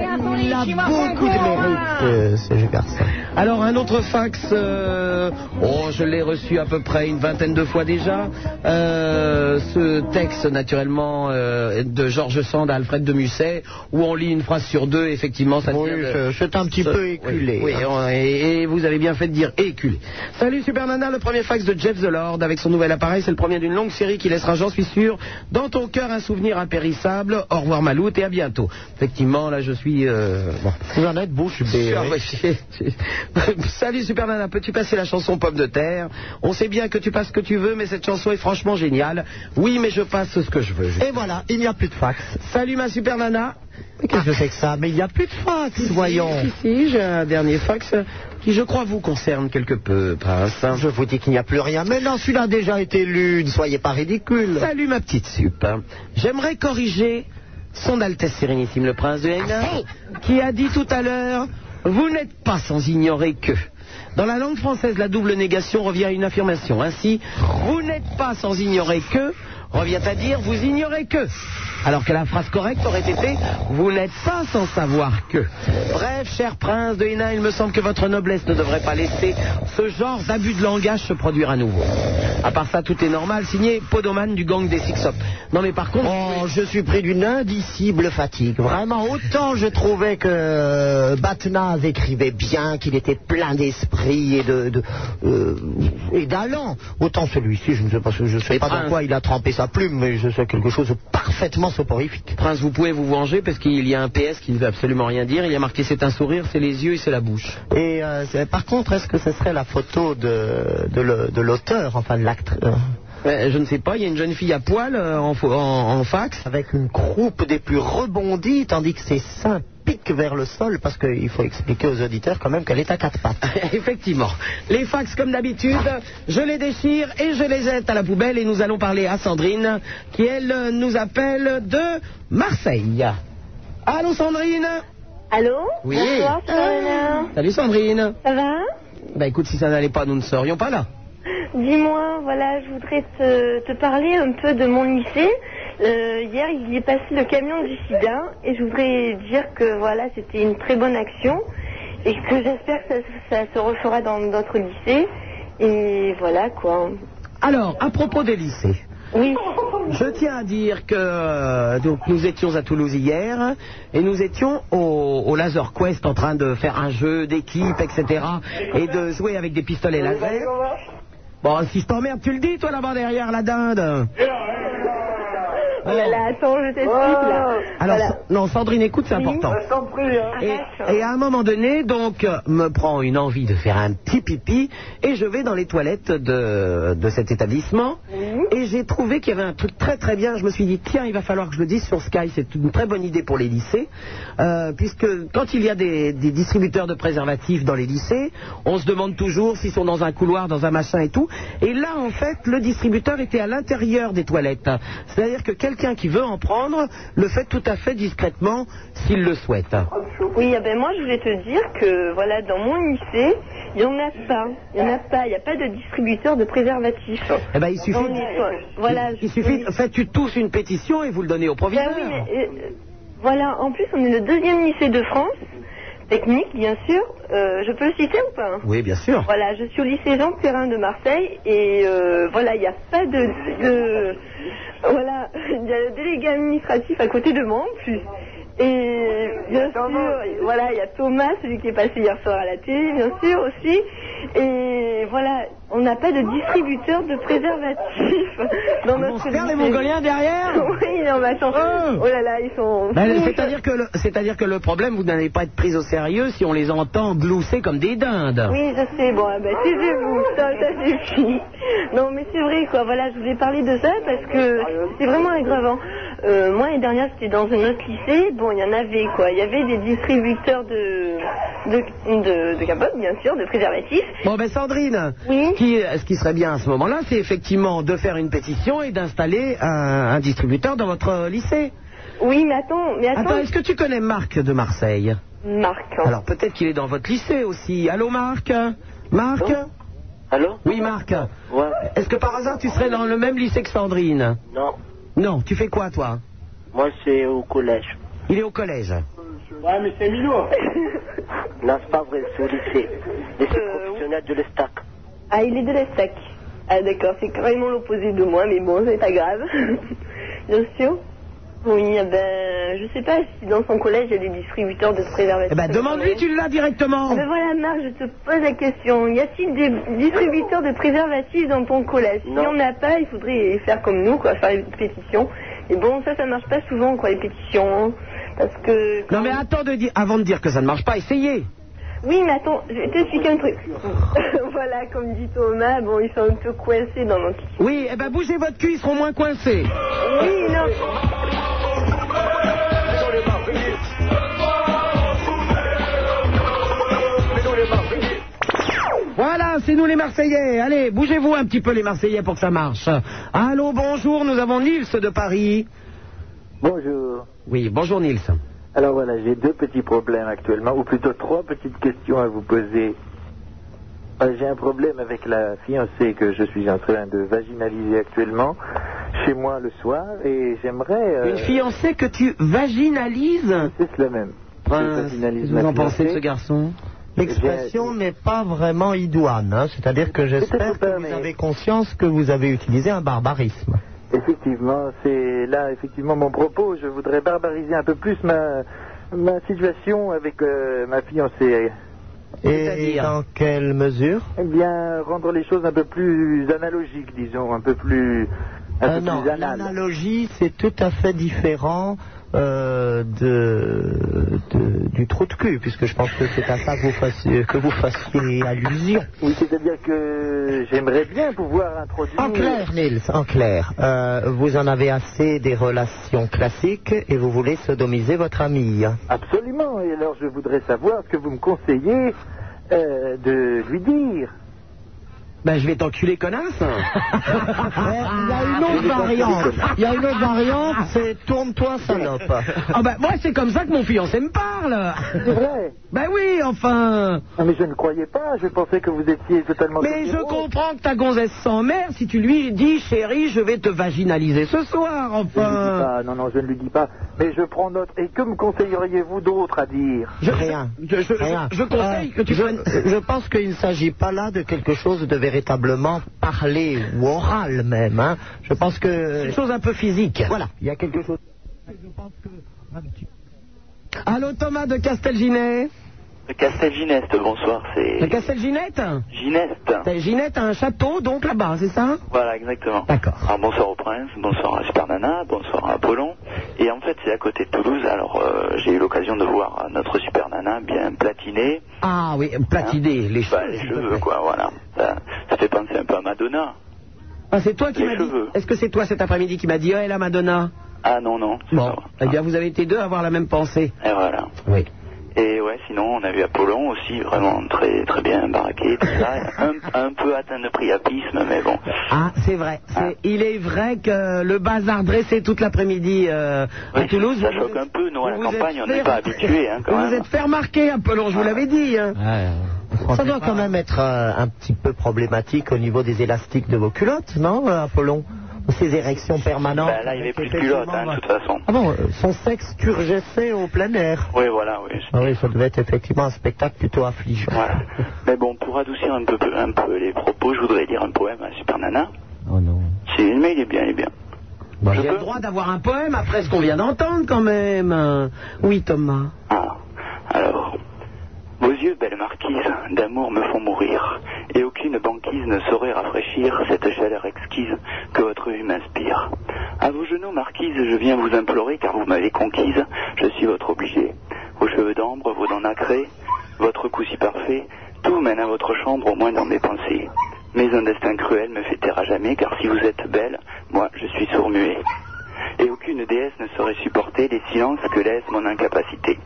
il a beaucoup de mérite, euh, ce garçon.
Alors un autre fax, euh, oh je l'ai reçu à peu près une vingtaine de fois déjà. Euh, ce texte naturellement euh, de Georges Sand à Alfred de Musset, où on lit une phrase sur deux, effectivement ça
Oui,
tient de-
c'est- c'est un petit
Ce-
peu éculé.
Oui, oui, on- et, et vous avez bien fait de dire éculé. Salut Super Nana, le premier fax de Jeff The Lord avec son nouvel appareil, c'est le premier d'une longue série qui laissera, j'en suis sûr, dans ton cœur un souvenir impérissable. formidable. Au revoir Maloute et à bientôt. Effectivement, là je suis... euh, bon.
Vous en êtes beau, je suis
Ah, ouais, j'ai- j'ai- Salut Superman, peux-tu passer la chanson Pomme de terre On sait bien que tu passes ce que tu veux, mais cette chanson est franchement géniale. Oui, mais je passe ce que je veux.
Et voilà, il n'y a plus de fax.
Salut ma super nana.
Mais qu'est-ce que c'est que ça Mais il n'y a plus de fax, voyons.
Si, si, j'ai un dernier fax qui, je crois, vous concerne quelque peu, Prince.
Je vous dis qu'il n'y a plus rien. Mais non, celui-là a déjà été lu. Ne soyez pas ridicule.
Salut ma petite sup. J'aimerais corriger son Altesse Sérénissime le Prince de Hénin, qui a dit tout à l'heure Vous n'êtes pas sans ignorer que. Dans la langue française, la double négation revient à une affirmation. Ainsi, vous n'êtes pas sans ignorer que revient à dire vous ignorez que. Alors que la phrase correcte aurait été vous n'êtes pas sans savoir que. Bref, cher prince de Hénin, il me semble que votre noblesse ne devrait pas laisser ce genre d'abus de langage se produire à nouveau. À part ça, tout est normal. Signé Podoman du gang des Six Up. Non mais par contre.
Oh, je suis pris d'une indicible fatigue. Vraiment, autant je trouvais que euh, Batnaz écrivait bien, qu'il était plein d'esprit et de, de- euh, et d'allant, autant celui-ci, je ne sais pas, ce- je sais
Mais
pas
Prince-
dans quoi il a trempé sa plume, mais je sais quelque chose de parfaitement soporifique.
Prince, vous pouvez vous venger parce qu'il y a un PS qui ne veut absolument rien dire. Il y a marqué c'est un sourire, c'est les yeux et c'est la bouche.
Et euh, c'est- par contre, est-ce que ce serait la photo de, de le- de l'auteur, enfin de l'acteur
Euh, je ne sais pas, il y a une jeune fille à poil euh, en, fo- en- en fax.
Avec une croupe des plus rebondies, tandis que ses seins piquent vers le sol, parce qu'il faut expliquer aux auditeurs quand même qu'elle est à quatre pattes.
Effectivement. Les fax, comme d'habitude, je les déchire et je les jette à la poubelle. Et nous allons parler à Sandrine, qui, elle, euh, nous appelle de Marseille. Allô, Sandrine
Allô
Oui.
Bonsoir, Fiona.
Salut, Sandrine.
Ça va
Bah écoute, si ça n'allait pas, nous ne serions pas là.
Dis-moi, voilà, je voudrais te, te parler un peu de mon lycée. Euh, hier, il y est passé le camion du sida et je voudrais dire que voilà, c'était une très bonne action et que j'espère que ça, ça se refera dans d'autres lycées. Et voilà quoi.
Alors, à propos des lycées.
Oui.
Je tiens à dire que euh, donc, nous étions à Toulouse hier et nous étions au, au Laser Quest en train de faire un jeu d'équipe, etc. et de jouer avec des pistolets laser. Bon, si je t'emmerde, tu le dis, toi, là-bas derrière, la dinde.
Oh là là, attends, je t'explique là.
Alors, Sa- non, Sandrine, écoute, c'est important.
Arrête.
Et à un moment donné, donc, euh, me prend une envie de faire un petit pipi, et je vais dans les toilettes de, de cet établissement, et j'ai trouvé qu'il y avait un truc très très bien. Je me suis dit, tiens, il va falloir que je le dise sur Sky, c'est une très bonne idée pour les lycées, euh, puisque quand il y a des, des distributeurs de préservatifs dans les lycées, on se demande toujours s'ils sont dans un couloir, dans un machin et tout, et là, en fait, le distributeur était à l'intérieur des toilettes. C'est-à-dire que quelqu'un qui veut en prendre le fait tout à fait discrètement s'il le souhaite.
Oui, ah ben moi je voulais te dire que voilà, dans mon lycée, il n'y en a pas. Il n'y en a pas, il n'y a pas de distributeur de préservatifs.
Eh ben, il suffit.
On est pas- Voilà,
Il
je-
suffit. Faites tu tous une pétition et vous le donnez au
Ben
proviseur.
oui, mais, euh, euh, voilà, en plus on est le deuxième lycée de France, technique bien sûr. Euh, je peux le citer ou pas
Oui, bien sûr.
Voilà, je suis au lycée Jean Perrin de Marseille et euh, voilà, il n'y a pas de, de- voilà, il y a le délégué administratif à côté de moi en plus. Et bien sûr, voilà, il y a Thomas, celui qui est passé hier soir à la télé, bien sûr aussi. Et voilà, on n'a pas de distributeur de préservatifs dans notre
faire les
lycée.
Mongoliens derrière
Oui, non, mais attends. Oh là là, ils sont.
Ben, C'est-à-dire que, le- c'est-à-dire que le problème, vous n'allez pas être pris au sérieux si on les entend glousser comme des dindes.
Oui, je sais, bon, eh ben, taisez-vous, ça, ça suffit. Non, mais c'est vrai, quoi, voilà, je voulais parler de ça parce que c'est vraiment aggravant. Euh, moi, l'année dernière, j'étais dans un autre lycée, bon, il y en avait, quoi, il y avait des distributeurs de, de, de, de capotes, bien sûr, de préservatifs.
Bon, ben Sandrine, qui- ce qui serait bien à ce moment-là, c'est effectivement de faire une pétition et d'installer un, un distributeur dans votre euh, lycée.
Oui, mais attends, mais attends.
Attends, est-ce que tu connais Marc de Marseille
Marc.
Alors peut-être qu'il est dans votre lycée aussi. Allô Marc Marc
Hein Allô
Oui Marc. Est-ce que par hasard tu serais dans le même lycée que Sandrine
Non,
Non, tu fais quoi toi
moi c'est au collège.
Il est au collège.
Ouais, mais c'est Milo.
Non, c'est pas vrai, c'est au lycée. Lycée professionnel de l'Estac.
Euh, Ah, il est de l'Estac. Ah, d'accord, c'est carrément l'opposé de moi, mais bon, c'est pas grave. Bien sûr. Oui, eh ben, je sais pas si dans son collège il y a des distributeurs de préservatifs.
Eh ben demande-lui, tu l'as directement.
Ah ben voilà, Marc, je te pose la question. Y a-t-il des distributeurs de préservatifs dans ton collège S'il n'y en a pas, il faudrait faire comme nous, quoi, faire une pétition.
Et bon, ça, ça marche pas souvent, quoi, les
hein,
pétitions. Parce que.
Non mais attends de dire, avant de dire que ça ne marche pas, essayez.
Oui, mais attends, je vais t'expliquer un truc. voilà, comme dit Thomas, bon, ils sont un peu coincés dans mon petit.
Oui, eh ben bougez votre cul, ils seront moins coincés.
Oui, non.
Voilà, c'est nous les Marseillais. Allez, bougez-vous un petit peu les Marseillais pour que ça marche. Allô, bonjour, nous avons Nils de Paris.
Bonjour.
Oui, bonjour Nils.
Alors voilà, j'ai deux petits problèmes actuellement, ou plutôt trois petites questions à vous poser. Euh, j'ai un problème avec la fiancée que je suis en train de vaginaliser actuellement chez moi le soir et j'aimerais... euh,
Une fiancée que tu vaginalises
C'est cela même. Je
Prince,
vaginalise
qu'est-ce que
ma
vous en pensez de
fiancée.
ce garçon
L'expression
Eh
n'est pas vraiment idoine, hein, c'est-à-dire que j'espère que vous avez conscience que vous avez utilisé un barbarisme.
Effectivement, c'est là effectivement mon propos. Je voudrais barbariser un peu plus ma, ma situation avec euh, ma fiancée.
Et dans quelle mesure
Eh bien, rendre les choses un peu plus analogiques, disons, un peu plus, un
Euh,
peu
non,
plus anales.
l'analogie, c'est tout à fait différent euh, de, de- du trou de cul, puisque je pense que c'est à ça que vous fassiez, que vous fassiez allusion.
Oui, c'est-à-dire que j'aimerais bien pouvoir introduire.
En clair, Nils, en clair, euh, vous en avez assez des relations classiques et vous voulez sodomiser votre amie.
Absolument. Et alors, je voudrais savoir ce que vous me conseillez euh, de lui dire.
Ben, je vais t'enculer, connasse.
Il y a une autre variante. Il y a une autre variante, c'est tourne-toi, salope.
Ah ben, moi, c'est comme ça que mon fiancé me parle.
C'est vrai.
Ben oui, enfin.
Ah, mais je ne croyais pas. Je pensais que vous étiez totalement.
Mais je comprends que ta gonzesse s'emmerde si tu lui dis, chérie, je vais te vaginaliser ce soir,
Je ne lui dis
enfin.
pas. Non, non, je ne lui dis pas. Mais je prends note. Et que me conseilleriez-vous d'autre à dire
Je-
Rien.
Je, je-
Rien. Euh,
je conseille que tu
je,
prennes-
je pense qu'il ne s'agit pas là de quelque chose de véritablement parlé ou oral même. hein. Je pense que...
Une chose un peu physique.
Voilà, il y a quelque chose...
Allô, Thomas de Castelginet.
Castelgineste, bonsoir, c'est
De Castelginette
Gineste.
T'as- Ginette a un château, donc là-bas, c'est ça
Voilà, exactement. Alors, bonsoir au prince, bonsoir à Super Nana, bonsoir à Apollon. Et en fait, c'est à côté de Toulouse. Alors, euh, j'ai eu l'occasion de voir euh, notre Super Nana bien platinée.
Ah oui, platiné, les cheveux.
Bah, les cheveux, quoi, voilà. Ça, ça fait penser un peu à Madonna.
Ah, c'est toi qui
Les
m'as dit.
cheveux.
Est-ce que c'est toi cet après-midi qui m'a dit, oh, la Madonna
Ah non, non.
Bon, eh bien, vous avez été deux à avoir la même pensée.
Et voilà.
Oui.
Et ouais, sinon, on a vu Apollon aussi, vraiment très très bien baraqué, tout ça. un, un peu atteint de priapisme, mais bon.
Ah, c'est vrai. C'est- Il est vrai que le bazar dressé toute l'après-midi euh, à
Oui,
Toulouse,
ça
vous-
choque un peu, nous, à la
vous
campagne,
êtes
on n'est
fait-
pas habitués, hein, quand
vous
même. Ah.
vous êtes fait remarquer, Apollon, je vous l'avais dit. hein.
Ça doit quand même être euh, un petit peu problématique au niveau des élastiques de vos culottes, non, euh, Apollon Ces érections permanentes.
Bah, là, il n'y avait plus de culotte, hein, de toute façon.
Ah bon, euh, son sexe turgescé au plein air.
Oui, voilà, oui.
Ah oui, ça devait être effectivement un spectacle plutôt affligeant.
Mais Ben bon, pour adoucir un peu, un peu les propos, je voudrais dire un poème à Super Nana. Oh non. Bah, Si, mais il est bien, il est bien.
Bon, il y a le droit d'avoir un poème après ce qu'on vient d'entendre, quand même. Oui, Thomas.
Ah. Alors, vos yeux, belle marquise, d'amour me font mourir, et aucune banquise ne saurait rafraîchir cette chaleur exquise que votre vue m'inspire. À vos genoux, marquise, je viens vous implorer, car vous m'avez conquise, je suis votre obligé. Vos cheveux d'ambre, vos dents nacrées, votre cou si parfait, tout mène à votre chambre, au moins dans mes pensées. Mais un destin cruel me fait taire à jamais, car si vous êtes belle, moi, je suis sourd-muet et aucune déesse ne saurait supporter les silences que laisse mon incapacité.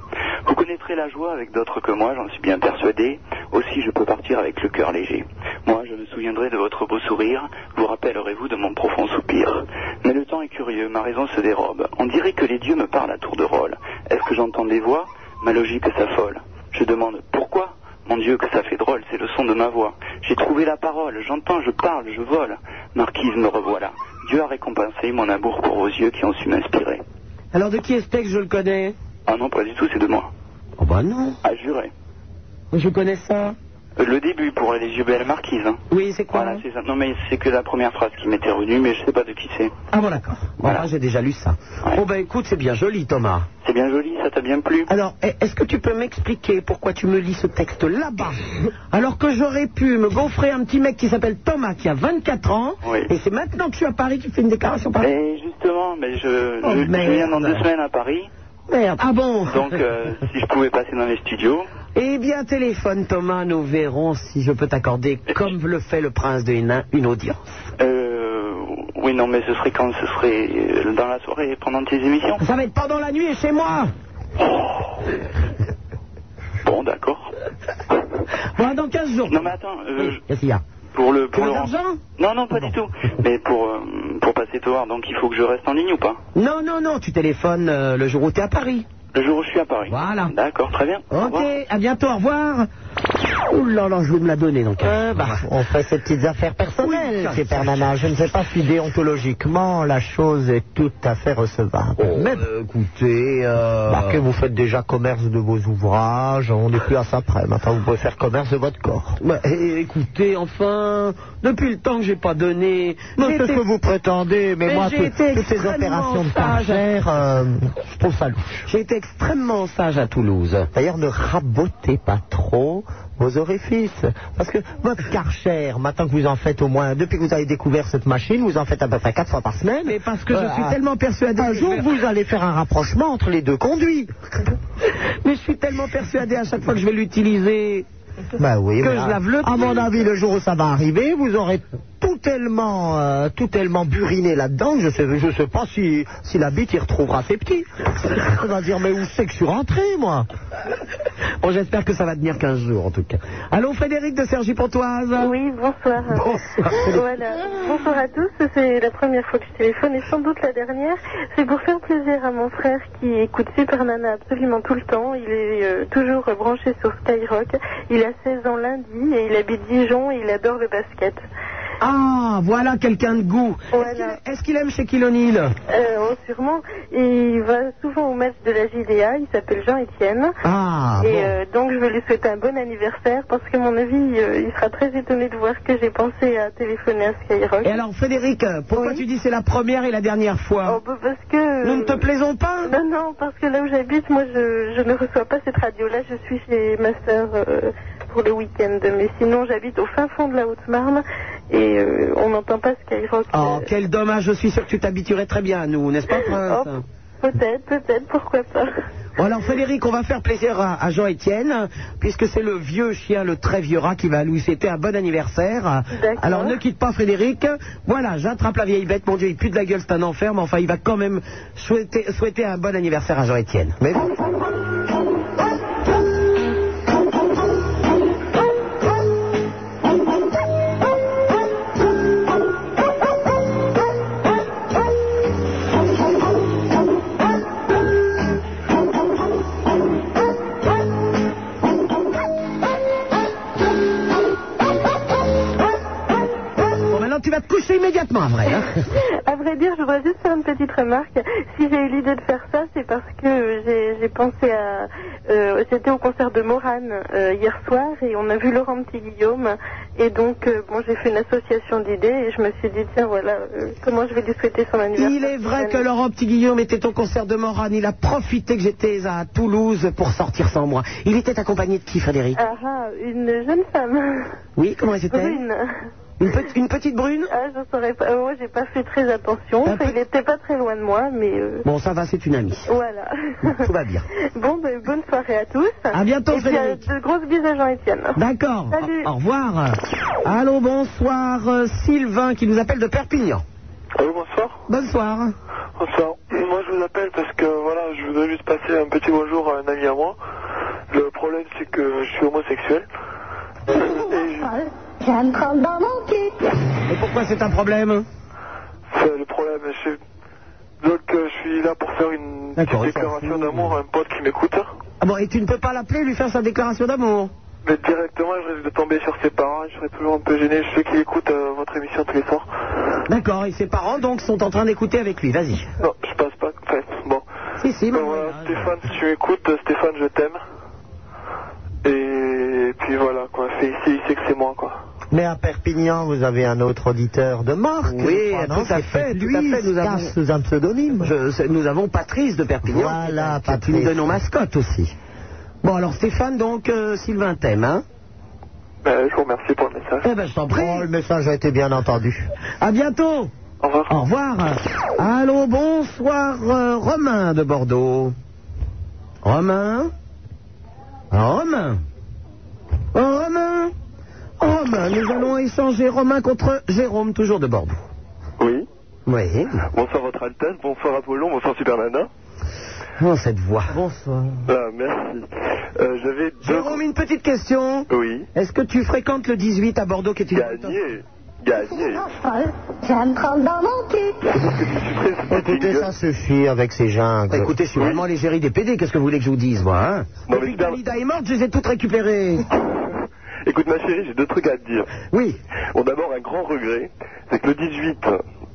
Vous connaîtrez la joie avec d'autres que moi, j'en suis bien persuadé. Aussi, je peux partir avec le cœur léger. Moi, je me souviendrai de votre beau sourire. Vous rappellerez-vous de mon profond soupir. Mais le temps est curieux, ma raison se dérobe. On dirait que les dieux me parlent à tour de rôle. Est-ce que j'entends des voix Ma logique s'affole. Je demande pourquoi mon Dieu, que ça fait drôle, c'est le son de ma voix. J'ai trouvé la parole, j'entends, je parle, je vole. Marquise, me revoilà. Dieu a récompensé mon amour pour vos yeux qui ont su m'inspirer.
Alors, de qui est ce texte Je le connais.
Ah non, pas du tout, c'est de moi.
Oh, bah non.
Ah, juré.
Je connais ça.
Euh, Le début pour les yeux belles marquises. Hein.
Oui, c'est quoi
Voilà, c'est ça. Non, mais c'est que la première phrase qui m'était revenue, mais je sais pas de qui c'est.
Ah, bon, d'accord. Bon, là, j'ai déjà lu ça. Bon, bah écoute, c'est bien joli, Thomas.
C'est bien joli, ça t'a bien plu
Alors, e- est-ce que tu peux m'expliquer pourquoi tu me lis ce texte là-bas Alors que j'aurais pu me gaufrer un petit mec qui s'appelle Thomas, qui a 24 ans, et c'est maintenant que je suis à Paris qu'il fait une déclaration par
Et juste Exactement, mais je, Oh, je- je merde. viens dans deux semaines à Paris.
Merde. Ah bon
Donc, euh, si je pouvais passer dans les studios.
Eh bien, téléphone Thomas, nous verrons si je peux t'accorder, comme le fait le prince de Hénin, une audience.
Euh, oui, non, mais ce serait quand Ce serait euh, dans la soirée, pendant tes émissions
Ça va être pendant la nuit et chez moi
Bon, d'accord.
Bon, dans 15 jours.
Non, mais attends, euh, je-
Qu'est-ce qu'il y a
pour le. Pour
veux
le
de l'argent
Non, non, pas du tout. Mais pour, euh, pour passer Tovar, donc il faut que je reste en ligne ou pas
Non, non, non, tu téléphones euh, le jour où tu es à Paris.
Le jour où je suis à Paris.
Voilà.
D'accord, très bien.
Ok, à bientôt, au revoir. Euh, bah. Oh là là, je vais me la donner donc.
On fait ces petites affaires personnelles, ces pères nanas. Je ne sais pas si déontologiquement la chose est tout à fait recevable.
Oh, écoutez, euh,
Bah, que vous faites déjà commerce de vos ouvrages, on n'est plus à ça près. Maintenant, vous pouvez faire commerce de votre corps.
Bah, eh, écoutez, enfin, depuis le temps que j'ai pas donné.
Non,
j'ai
c'est
été-
ce que vous prétendez, mais, moi,
j'ai
tout-
été
toutes ces
extrêmement
opérations de
sage.
parchère, euh, je trouve ça louche.
J'ai été extrêmement sage à Toulouse.
D'ailleurs, ne rabotez pas trop vos orifices. Parce que votre karcher, maintenant que vous en faites au moins, depuis que vous avez découvert cette machine, vous en faites à peu près quatre fois par semaine. Euh,
Mais parce que je suis
à-
tellement persuadé
Un
que je
jour,
vais-
vous allez faire un rapprochement entre les deux conduits.
Mais je suis tellement persuadé à chaque fois que je vais l'utiliser.
Ben oui,
Que
mais
je
à-
lave le
À
pied.
mon avis, le jour où ça va arriver, vous aurez tout tellement, euh, tout tellement buriné là-dedans que je sais, je sais pas si, si la bite y retrouvera ses petits. On va dire, mais où c'est que je suis rentré, moi
Bon, j'espère que ça va tenir 15 jours en tout cas. Allô, Frédéric de Sergi Pontoise
Oui, bonsoir.
Bonsoir.
Voilà. Bonsoir à tous. C'est la première fois que je téléphone et sans doute la dernière. C'est pour faire plaisir à mon frère qui écoute Super Nana absolument tout le temps. Il est euh, toujours branché sur Skyrock. Il a 16 ans lundi et il habite Dijon et il adore le basket.
Ah, voilà quelqu'un de goût. Est-ce qu'il- Est-ce qu'il aime chez Kilonil
Euh, oh, sûrement. Il va souvent au match de la JDA. Il s'appelle Jean-Étienne.
Ah,
Et euh, donc je vais lui souhaiter un bon anniversaire parce que mon avis, euh, il sera très étonné de voir que j'ai pensé à téléphoner à Skyrock.
Et alors, Frédéric, pourquoi tu dis c'est la première et la dernière fois
Oh, bah, parce que...
Nous ne te plaisons pas
Non, non, parce que là où j'habite, moi, je, je ne reçois pas cette radio-là. Je suis chez ma sœur euh, pour le week-end. Mais sinon, j'habite au fin fond de la Haute-Marne et euh, on n'entend pas Skyrock.
Oh, quel dommage, je suis sûr que tu t'habituerais très bien à nous, n'est-ce pas, Prince
Oh. Peut-être, peut-être, pourquoi pas.
Bon, alors, Frédéric, on va faire plaisir à, à Jean-Étienne, puisque c'est le vieux chien, le très vieux rat qui va lui souhaiter un bon anniversaire. Alors, ne quitte pas Frédéric. Voilà, j'attrape la vieille bête. Mon Dieu, il pue de la gueule, c'est un enfer, mais enfin, il va quand même souhaiter, souhaiter un bon anniversaire à Jean-Étienne.
Mais
Bon, maintenant, tu vas te coucher immédiatement, à vrai. hein.
À vrai dire, je voudrais juste faire une petite remarque. Si j'ai eu l'idée de faire ça, c'est parce que j'ai- j'ai pensé à. euh, C'était au concert de Morane euh, hier soir et on a vu Laurent Petit Guillaume. Et donc, euh, bon, j'ai fait une association d'idées et je me suis dit, tiens, voilà, euh, comment je vais lui souhaiter son anniversaire.
Il est vrai que Laurent Petit Guillaume était au concert de Morane. Il a profité que j'étais à Toulouse pour sortir sans moi. Il était accompagné de qui, Frédéric
Ah, ah, une jeune femme.
Oui, comment elle s'appelle
Brune.
Une, pe- une petite brune
Ah, je saurais pas. Moi, j'ai pas fait très attention. Enfin, il était pas très loin de moi, mais euh,
Bon, ça va, c'est une amie.
voilà.
Tout va bien.
Bon, ben, bonne soirée à tous.
À bientôt,
Et puis, euh,
Frédéric.
de grosses bises à Jean-Étienne.
D'accord.
Salut.
Au, au revoir. Allô, bonsoir. euh, Sylvain qui nous appelle de Perpignan.
Allô, bonsoir.
Bonsoir.
Bonsoir. Moi, je vous appelle parce que voilà, je voudrais juste passer un petit bonjour à un ami à moi. Le problème, c'est que je suis homosexuel.
Je me prends dans mon cul.
Et pourquoi c'est un problème hein
C'est le problème. je- Donc, euh, je suis là pour faire une
D'accord,
petite
ils s'en
déclaration d'amour à un pote qui m'écoute.
Ah bon, et tu ne peux pas l'appeler et lui faire sa déclaration d'amour
Mais directement, je risque de tomber sur ses parents. Je serai toujours un peu gêné. Je sais qu'il écoute euh, votre émission tous les soirs.
D'accord, et ses parents donc sont en train d'écouter avec lui. Vas-y.
Non, je passe pas. Enfin, bon.
Si, si,
bon, voilà, Stéphane, si tu m'écoutes, euh, Stéphane, je t'aime. Et puis voilà, quoi. C'est ici, il sait que c'est moi, quoi.
Mais à Perpignan, vous avez un autre auditeur de marque.
Oui,
je crois,
tout
non
à
Qui
fait,
Lui,
tout à fait,
il se
nous avons-
cache sous un pseudonyme.
Je- c'est- nous avons Patrice de Perpignan.
Voilà,
qui est- qui est une
Patrice.
de nos mascottes aussi. Bon, alors Stéphane, donc euh, Sylvain t'aime, hein
Ben, je vous remercie pour le message.
Eh ben, je t'en prie.
Oh, le message a été bien entendu.
À bientôt. Au revoir. Au revoir. Allô, bonsoir, euh, Romain de Bordeaux. Romain Romain Oh, Romain Romain, nous allons échanger Romain contre Jérôme, toujours de Bordeaux.
Oui.
Oui.
Bonsoir votre Altesse, bonsoir Apollon, bonsoir Super Nana.
Oh, cette voix. Bonsoir.
Ah, merci. Euh, J'avais deux...
Jérôme, Oh, une petite question.
Oui.
Est-ce que tu fréquentes le 18 à Bordeaux qui est une...
Gagné. Gagné.
Folle, je vais me prendre dans mon cul.
Écoutez, ça suffit avec ces jungles.
Écoutez, je suis vraiment les géris des PD, qu'est-ce que vous voulez que je vous dise, moi hein
Non, mais
Depuis que
Super-
Dalida est morte, je les ai toutes récupérées.
Écoute ma chérie, j'ai deux trucs à te dire.
Oui.
Bon d'abord un grand regret, c'est que le 18,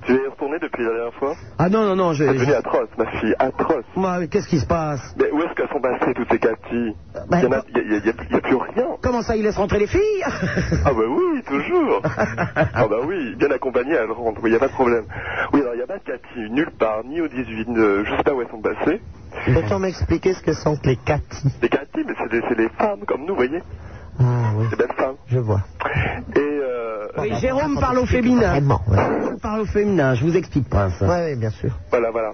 tu es retourné depuis la dernière fois
Ah non, non, non, je...
C'est devenu
je-
atroce ma fille, atroce.
Moi, mais qu'est-ce qui se passe
Mais où est-ce qu'elles sont passées toutes ces captilles
ben,
Il n'y a, il y a- il y a- il y a- il y a plus rien.
Comment ça, il laisse rentrer les filles
Ah bah oui, toujours. ah bah oui, bien accompagnée, elle rentre, il n'y a pas de problème. Oui, alors il n'y a pas de Cathy nulle part, ni au 18, euh, je sais pas où elles sont passées.
Peut-on m'expliquer ce que sont que les Cathy
Les Cathy, mais c'est des, c'est des femmes comme nous, vous voyez
Ah oui,
Des belles femmes.
je vois.
Et euh,
Oui, Jérôme parle au féminin. Jérôme parle au féminin, je vous explique, Prince.
Oui, oui, bien sûr.
voilà, voilà.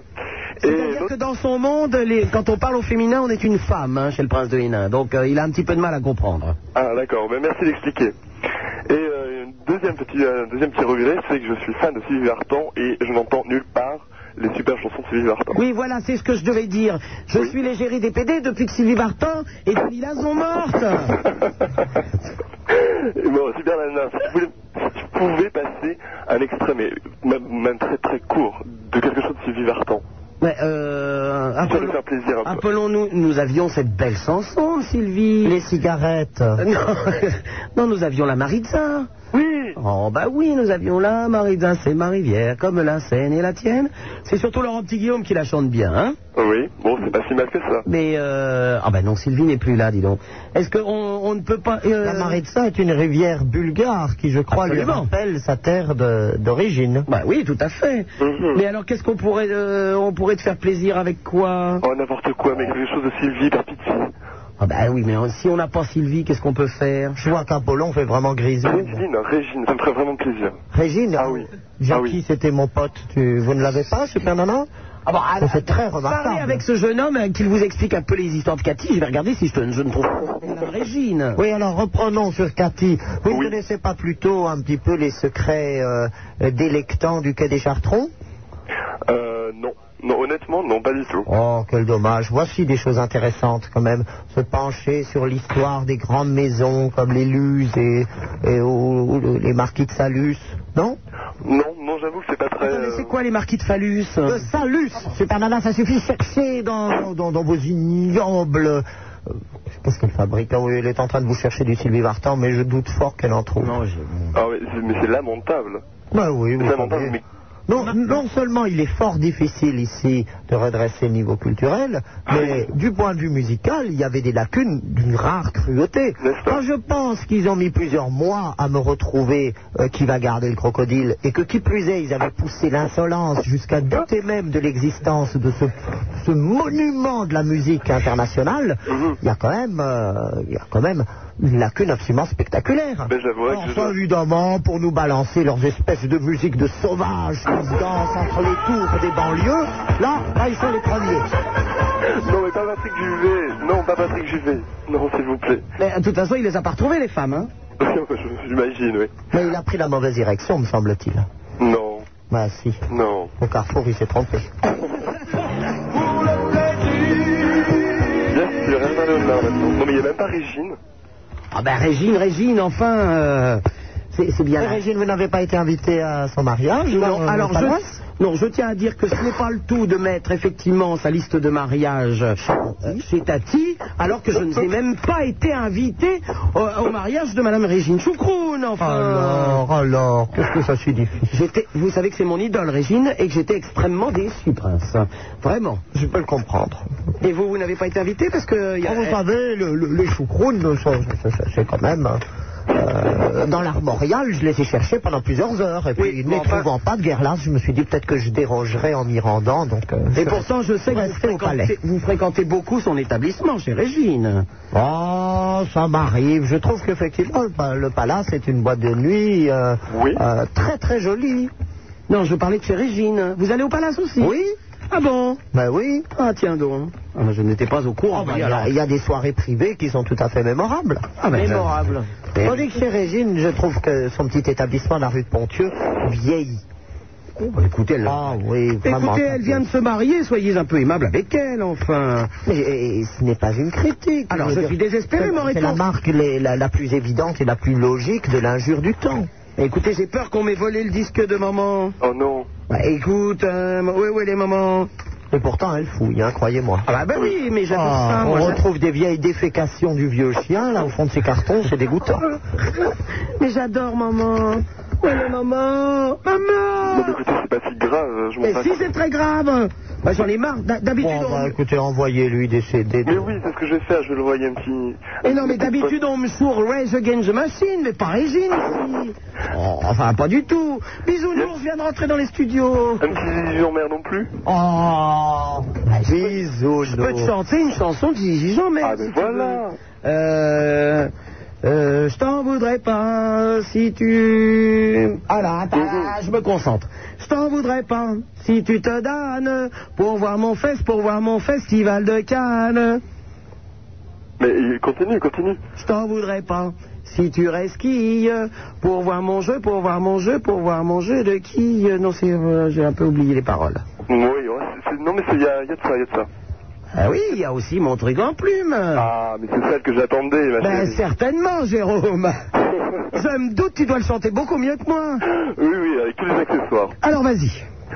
C'est-à-dire que dans son monde, les- quand on parle au féminin, on est une femme hein, chez le prince de Hénin. Donc euh, il a un petit peu de mal à comprendre.
Ah d'accord, mais merci d'expliquer. Et euh, une deuxième petit, un deuxième petit regret, c'est que je suis fan de Sylvie Vartan et je n'entends nulle part les super chansons de Sylvie Vartan.
Oui, voilà, c'est ce que je devais dire. Je suis l'égérie des PD depuis que Sylvie Vartan et Dalila sont mortes.
Bon, super Nana, si tu voulais- si tu pouvais passer un extrait, mais même, même très très court, de quelque chose de Sylvie Vartan.
Mais euh,
Ça
appelons-
nous faire plaisir un peu.
appelons-nous, nous avions cette belle chanson, Sylvie.
Les cigarettes.
Euh, Non, non nous avions la Maritza.
Oui.
Oh bah oui, nous avions la Maritza, c'est ma rivière, comme la Seine et la tienne. C'est surtout Laurent Petit Guillaume qui la chante bien, hein
Oh Oui, bon, c'est pas si mal que ça.
Mais euh... ah ben non, Sylvie n'est plus là, dis donc. Est-ce qu'on on ne peut pas euh,
La Maritsa est une rivière bulgare qui, je crois, lui
Absolument.
rappelle sa terre de- d'origine.
Bah oui, tout à fait.
Mhm.
Mais alors, qu'est-ce qu'on pourrait, euh, on pourrait te faire plaisir avec quoi
Oh, n'importe quoi, mais quelque chose de Sylvie, par pitié.
Ah bah oui, mais si on n'a pas Sylvie, qu'est-ce qu'on peut faire Ah
Je vois qu'Apollon fait vraiment grisou.
Régine, Régine, ça me ferait vraiment plaisir.
Régine,
Ah oui.
Jackie,
Ah oui.
c'était mon pote. Tu- vous ne l'avez pas, Super Nana
Ah bon,
Ça fait très
Parlez
remarquable.
avec ce jeune homme euh, qu'il vous explique un peu les histoires de Cathy. Je vais regarder si je, te- je ne trouve pas la Régine.
Oui, alors reprenons sur Cathy. Vous ne connaissez pas plutôt un petit peu les secrets euh, délectants du quai des Chartrons
Euh, non. Non, honnêtement, non, pas du tout.
Oh, quel dommage. Voici des choses intéressantes quand même. Se pencher sur l'histoire des grandes maisons comme les Luz et, et ou- ou les Marquis de Salus. Non
Non, non, j'avoue que c'est pas très...
Attendez,
euh,
c'est quoi les marquis de Phallus
Le Salus Super Nana, ça suffit. Cherchez dans, dans, dans vos ignobles... euh, Qu'est-ce qu'elle fabrique Ah oui, elle est en train de vous chercher du Sylvie Vartan, mais je doute fort qu'elle en trouve.
Non, je...
Ah oui, c'est- mais c'est lamentable.
Bah oui, vous
C'est lamentable,
savez.
mais...
Non, non seulement il est fort difficile ici de redresser le niveau culturel, mais du point de vue musical, il y avait des lacunes d'une rare cruauté.
N'est-ce pas
Quand je pense qu'ils ont mis plusieurs mois à me retrouver euh, qui va garder le crocodile, et que qui plus est, ils avaient poussé l'insolence jusqu'à douter même de l'existence de ce, ce monument de la musique internationale, il y a quand même, euh, il y a quand même une lacune absolument spectaculaire.
Ben, j'avouerais que je-
Enfin, évidemment, pour nous balancer leurs espèces de musique de sauvages qui se dansent entre les tours des banlieues, là, là, ils sont les premiers.
Non, mais pas Patrick Juvet Non, pas Patrick Juvet Non, s'il vous plaît.
Mais, de toute façon, il les a pas retrouvés, les femmes, hein
J'imagine, oui.
Mais il a pris la mauvaise direction, me semble-t-il.
Non,
Bah si,
non.
au carrefour, il s'est trompé.
Bien sûr, Herman Leonard maintenant. Non, mais il n'y a même pas Régine.
Ah ben Régine, Régine, enfin, euh, c'est c'est bien. Euh,
Mais
là.
Régine, vous n'avez pas été invitée à son mariage euh,
Non,
dans-
alors je,
dans Palmas
non, je tiens à dire que ce n'est pas le tout de mettre effectivement sa liste de mariage euh, chez Tati, alors que je ne ai même pas été invité au, au mariage de Madame Régine Choucroune, enfin.
Alors, alors, qu'est-ce que ça signifie
J'étais, vous savez que c'est mon idole, Régine, et que j'étais extrêmement déçu, Prince. Vraiment.
Je peux le comprendre.
Et vous, vous n'avez pas été invité parce que. il y a-
Oh, vous savez, le- le- les choucrounes, ça- ça- ça- c'est quand même... euh, dans l'armorial, je les ai cherchés pendant plusieurs heures. Et puis,
Oui,
ne
mais enfin-
trouvant pas de guerlas, je me suis dit peut-être que je dérogerais en m'y rendant. Donc, euh,
Et
je-
pourtant, je sais que vous
Restez au palais.
fréquentez, vous fréquentez beaucoup son établissement chez Régine.
Oh, ça m'arrive. Je trouve qu'effectivement, le, pa- le palace est une boîte de nuit euh,
Oui.
euh, très très jolie.
Non, je parlais de chez Régine. Vous allez au palace aussi Oui. Ah bon
Ben oui.
Ah tiens donc. Ah, ben, je n'étais pas au courant.
Oh, ben, Il y a- il y, a des soirées privées qui sont tout à fait mémorables.
Ah, ben, Mémorables.
Mais- Tandis que chez Régine, je trouve que son petit établissement, la rue de Pontieux, vieillit.
Oh,
écoutez, là. Ah oui, vraiment.
bah, Écoutez, elle vient de se marier, soyez un peu aimable avec elle, enfin.
Mais et- et ce n'est pas une critique.
Alors, je
veux
suis désespéré,
c'est-
Maurice.
C'est la marque les- la, la plus évidente et la plus logique de l'injure du temps.
Écoutez, j'ai peur qu'on m'ait volé le disque de maman.
Oh non.
Bah, écoute, euh, où est- où est les mamans
Et pourtant, elle fouille, hein, croyez-moi.
Ah bah, bah oui, mais j'adore
Ah,
ça, moi,
On
j'a-
retrouve des vieilles défécations du vieux chien, là, au fond de ses cartons, c'est dégoûtant.
Mais j'adore maman. Où est les mamans Maman
Grave, je m'en
Mais
passe.
si, c'est très grave. Bah, j'en ai marre. D'ha- D'habitude,
Bon,
on...
bah, écoutez, envoyez-lui des CD.
Mais oui, c'est ce que je vais faire, je vais le voyer un petit.
Eh non, mais d'habitude, on me sourd Rage Against the Machine, mais pas Régine ici. Oh, enfin, pas du tout. Bisous, nous, on vient de rentrer dans les studios.
Un petit Jean-Mer non plus
Oh
Bisous,
Je peux te chanter une chanson de Gigi Jean-Mer.
Ah, ben
si tu
voilà.
veux. Euh... euh, je t'en voudrais pas si tu... Ah là, attends,
Mm-hmm.
là, je me concentre. Je t'en voudrais pas si tu te donnes pour voir mon fest, pour voir mon festival de Cannes.
Mais euh, continue, continue.
Je t'en voudrais pas si tu resquilles pour voir mon jeu, pour voir mon jeu, pour voir mon jeu de qui Non, c'est euh, j'ai un peu oublié les paroles.
Oui, ouais, c'est- c'est- non mais il y a, y a de ça, il y a de ça.
Ah oui, il y a aussi mon truc en plume.
Ah, mais c'est celle que j'attendais, ma
Ben
chérie.
certainement, Jérôme. Je me doute, tu dois le chanter beaucoup mieux que moi.
Oui, oui, avec tous les accessoires.
Alors vas-y.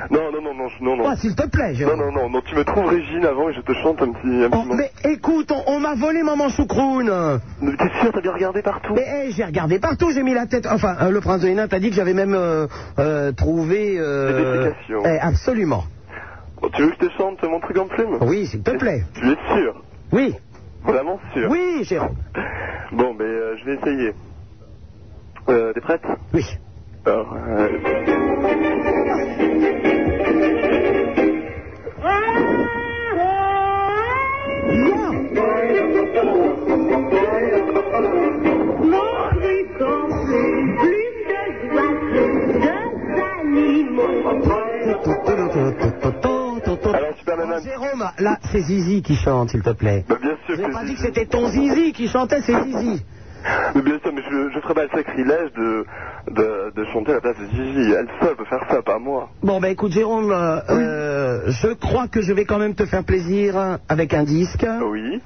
Non, non, non, non, je- non, non.
Oh, s'il te plaît, Oh,
non,
Jérôme.
non, non, non, tu me trouves Régine avant et je te chante un petit, un petit moment.
Mais écoute, on, on m'a volé maman choucroune.
T'es sûr, t'as bien regardé partout
Mais hey, j'ai regardé partout, j'ai mis la tête. Enfin, euh, le prince de Hénin t'a dit que j'avais même euh, euh, trouvé.
Des
Euh,
déplications.
eh, absolument.
Bon, tu veux que je te chante mon truc en plume
Oui, s'il te plaît.
Tu es sûr
Oui.
Vraiment sûr
Oui, Jérôme.
Bon, mais euh, je vais essayer. Euh, T'es prête
Oui.
Alors, euh,
Jérôme, là, c'est Zizi qui chante, s'il te plaît.
Bah, bien sûr
J'ai pas dit que c'était ton Zizi qui chantait, c'est Zizi.
Mais bien sûr, mais je, je ferais pas le sacrilège de, de, de chanter à la place de Gigi. Elle seule peut faire ça, pas moi.
Bon, ben écoute, Jérôme, euh, euh, je crois que je vais quand même te faire plaisir hein, avec un disque.
Oui.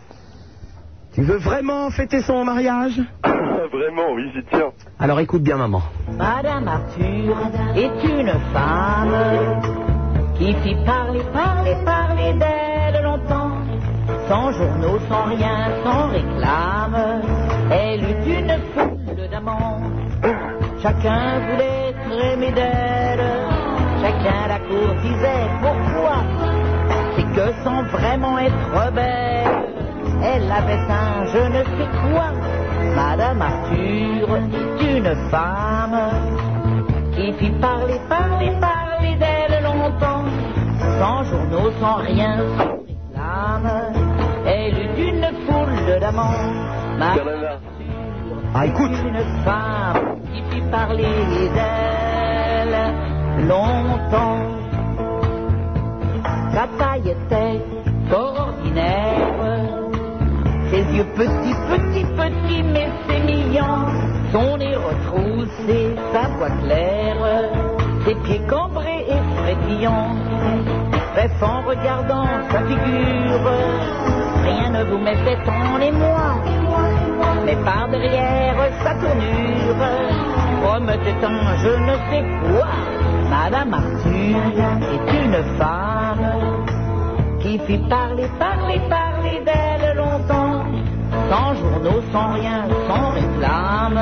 Tu veux vraiment fêter son mariage
Ah, Vraiment, oui, j'y tiens.
Alors écoute bien, maman.
Madame Arthur est une femme qui fit parler, parler, parler d'elle longtemps. Sans journaux, sans rien, sans réclame, elle eut une foule d'amants. Chacun voulait être aimé d'elle, chacun la cour disait pourquoi. Ben, C'est que sans vraiment être belle, elle avait un je ne sais quoi. Madame Arthur est une femme qui fit parler, parler, parler d'elle longtemps. Sans journaux, sans rien, sans réclame, elle eut une foule d'amants. Madame
Ah, écoute.
une femme qui fit parler d'elle longtemps. Sa taille était fort ordinaire, ses yeux petits, petits, petits, mais sémillants, son nez retroussé, sa voix claire, ses pieds cambrés et frétillants. Bref, en regardant sa figure, rien ne vous mettait en émoi. Mais par derrière sa tournure, promettait un je ne sais quoi. Madame Arthur est une femme qui fit parler, parler, parler d'elle longtemps. Sans journaux, sans rien, sans réclame,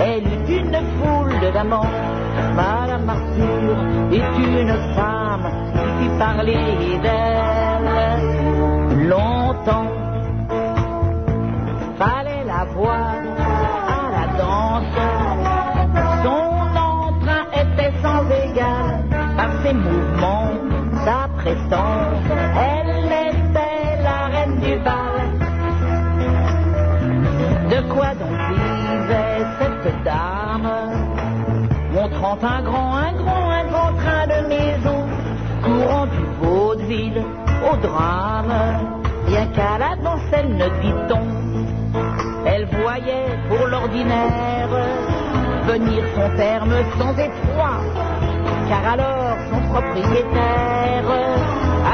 elle eut une foule d'amants. Madame Arthur est une femme qui fit parler d'elle longtemps. Fallait la voir à la danse, son emprunt était sans égal par ses mouvements, sa prestance. Elle était la reine du bal. De quoi donc vivait cette dame Montrant un grand, un grand, un grand vide au drame. Rien qu'à la danselle, ne dit-on, elle voyait pour l'ordinaire venir son terme sans effroi, car alors son propriétaire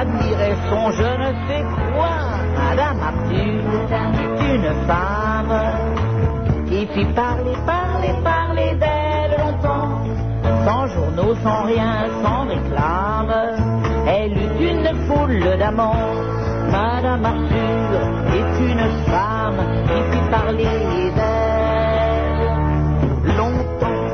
admirait son je ne sais quoi. Madame Arthur est une femme qui fit parler, parler, parler d'elle longtemps, sans journaux, sans rien, sans réclame. Elle eut une foule d'amants. Madame Arthur est une femme qui fit parler d'elle longtemps.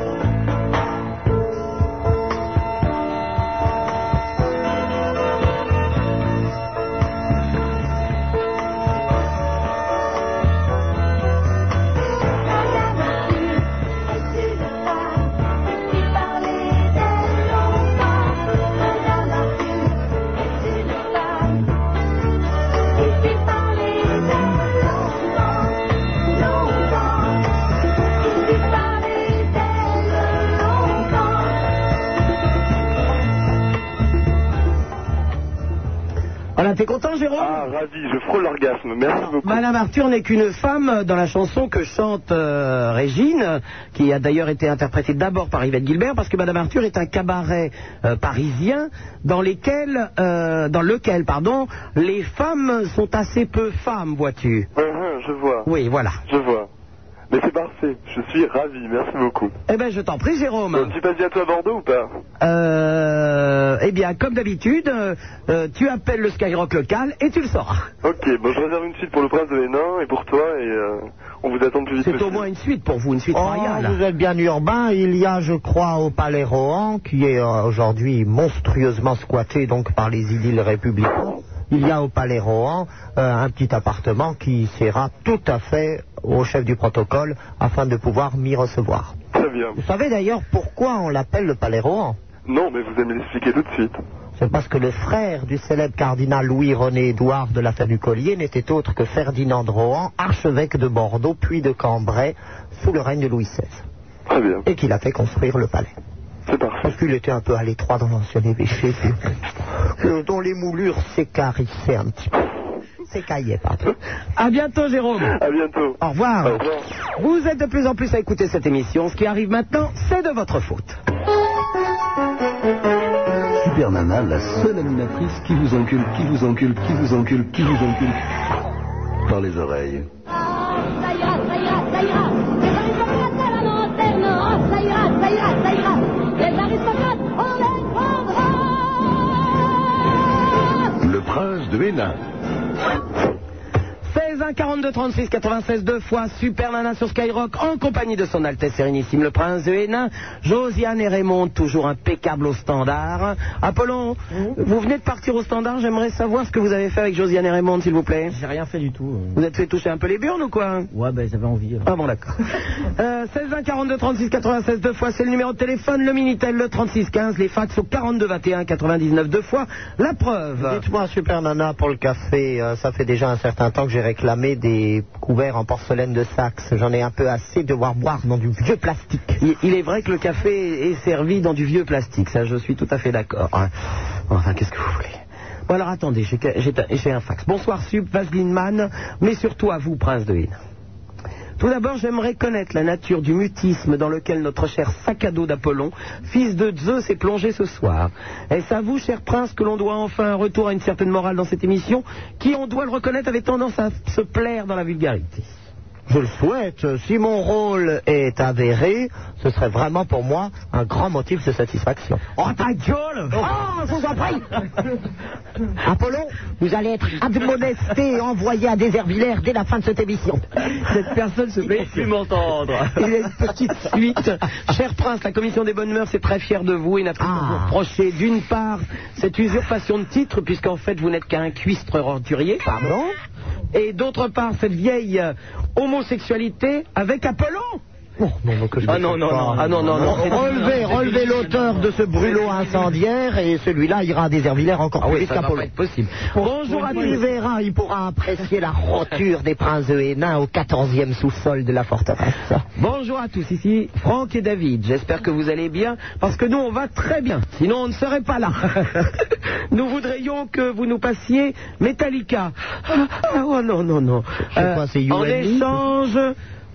Voilà, t'es content, Jérôme
Ah, ravi, je frôle l'orgasme. Merci beaucoup.
Madame Arthur n'est qu'une femme dans la chanson que chante euh, Régine, qui a d'ailleurs été interprétée d'abord par Yvette Gilbert, parce que Madame Arthur est un cabaret euh, parisien dans, lesquels, euh, dans lequel pardon, les femmes sont assez peu femmes, vois-tu.
Hum, hum, je vois.
Oui, voilà.
Je vois. Mais c'est parfait, je suis ravi, merci beaucoup.
Eh bien, je t'en prie, Jérôme.
Euh, Tu passes bientôt à Bordeaux ou pas
Euh, eh bien, comme d'habitude, euh, euh, tu appelles le Skyrock local et tu le sors.
Ok, bon, je réserve une suite pour le prince de Hénin et pour toi, et euh, on vous attend le plus vite
C'est
possible.
au moins une suite pour vous, une suite
Oh,
royale.
vous êtes bien urbain. Il y a, je crois, au Palais Rohan, qui est euh, aujourd'hui monstrueusement squatté donc par les idylles républicains. Il y a au Palais Rohan euh, un petit appartement qui sera tout à fait au chef du protocole afin de pouvoir m'y recevoir.
Très bien.
Vous savez d'ailleurs pourquoi on l'appelle le Palais Rohan
Non, mais vous allez me l'expliquer tout de suite.
C'est parce que le frère du célèbre cardinal Louis-René Édouard de l'affaire du Collier n'était autre que Ferdinand de Rohan, archevêque de Bordeaux puis de Cambrai, sous le règne de Louis XVI.
Très bien.
Et qu'il a fait construire le palais.
C'est parfait.
Parce qu'il était un peu à l'étroit dans l'ancien évêché, que- que- dont les moulures s'écarissaient un petit peu. S'écaillaient, pardon.
À bientôt, Jérôme.
À bientôt.
Au revoir.
Au
revoir.
Vous êtes de plus en plus à écouter cette émission. Ce qui arrive maintenant, c'est de votre faute.
Super Nana, la seule animatrice qui vous encule, qui vous encule, qui vous encule, qui vous encule. Par les oreilles.
ça ira, ça ira, ça ira. Les aristocrates à la lanterne, oh, ça ira, ça ira, ça ira. Les aristocrates, on les prendra.
Le prince de Hénin.
16 1 42 36 96 deux fois Super Nana sur Skyrock en compagnie de son Altesse Sérénissime le Prince de Hénin, Josiane et Raymond toujours impeccable au standard. Apollon, vous venez de partir au standard, j'aimerais savoir ce que vous avez fait avec Josiane et Raymond s'il vous plaît.
J'ai rien fait du tout. euh.
Vous êtes fait toucher un peu les burnes ou quoi
Ouais, ben j'avais envie.
Ah bon d'accord. Euh, 16 1 42 36 96 deux fois c'est le numéro de téléphone, le minitel le 36 15, les fax au 42 21 99 deux fois. La preuve.
Dites-moi, Super Nana, pour le café, euh, ça fait déjà un certain temps que j'ai réclamé des couverts en porcelaine de Saxe. J'en ai un peu assez de voir boire dans du vieux plastique.
Il- Il est vrai que le café est servi dans du vieux plastique, ça je suis tout à fait d'accord. hein. Enfin, qu'est-ce que vous voulez Bon alors attendez, j'ai que- j'ai un- j'ai un fax. Bonsoir Sub, Vaseline Man, mais surtout à vous, Prince de Hénin. Tout d'abord, j'aimerais connaître la nature du mutisme dans lequel notre cher sac à dos d'Apollon, fils de Zeus, est plongé ce soir. Est-ce à vous, cher prince, que l'on doit enfin un retour à une certaine morale dans cette émission, qui, on doit le reconnaître, avait tendance à se plaire dans la vulgarité
Je le souhaite. Si mon rôle est avéré, ce serait vraiment pour moi un grand motif de satisfaction.
Oh ta gueule
Ah, je vous en prie Apollon, vous allez être admonesté et envoyé à Déservillers dès la fin de cette émission.
Cette personne se plaît plus m'entendre. Il y a une petite suite. Cher prince, la commission des bonnes mœurs est très fière de vous et n'a plus à vous reprocher d'une part cette usurpation de titre, puisqu'en fait vous n'êtes qu'un cuistre renturier. Pardon Et d'autre part cette vieille euh, homosexualité avec Apollon
Oh,
Ah non, non, non, ah non, non, non.
Relevez, relevez l'auteur de ce brûlot incendiaire et celui-là ira à Déservillers encore
Ah
plus
oui,
vite
ça va
qu'Apollo.
pas être possible.
Bonjour à tous les Véra, il pourra apprécier la roture des princes de Hénin au 14e sous-sol de la forteresse.
Bonjour à tous, ici Franck et David. J'espère que vous allez bien, parce que nous on va très bien, sinon on ne serait pas là. nous voudrions que vous nous passiez Metallica. Ah, ah, oh non, non, non. Euh, en échange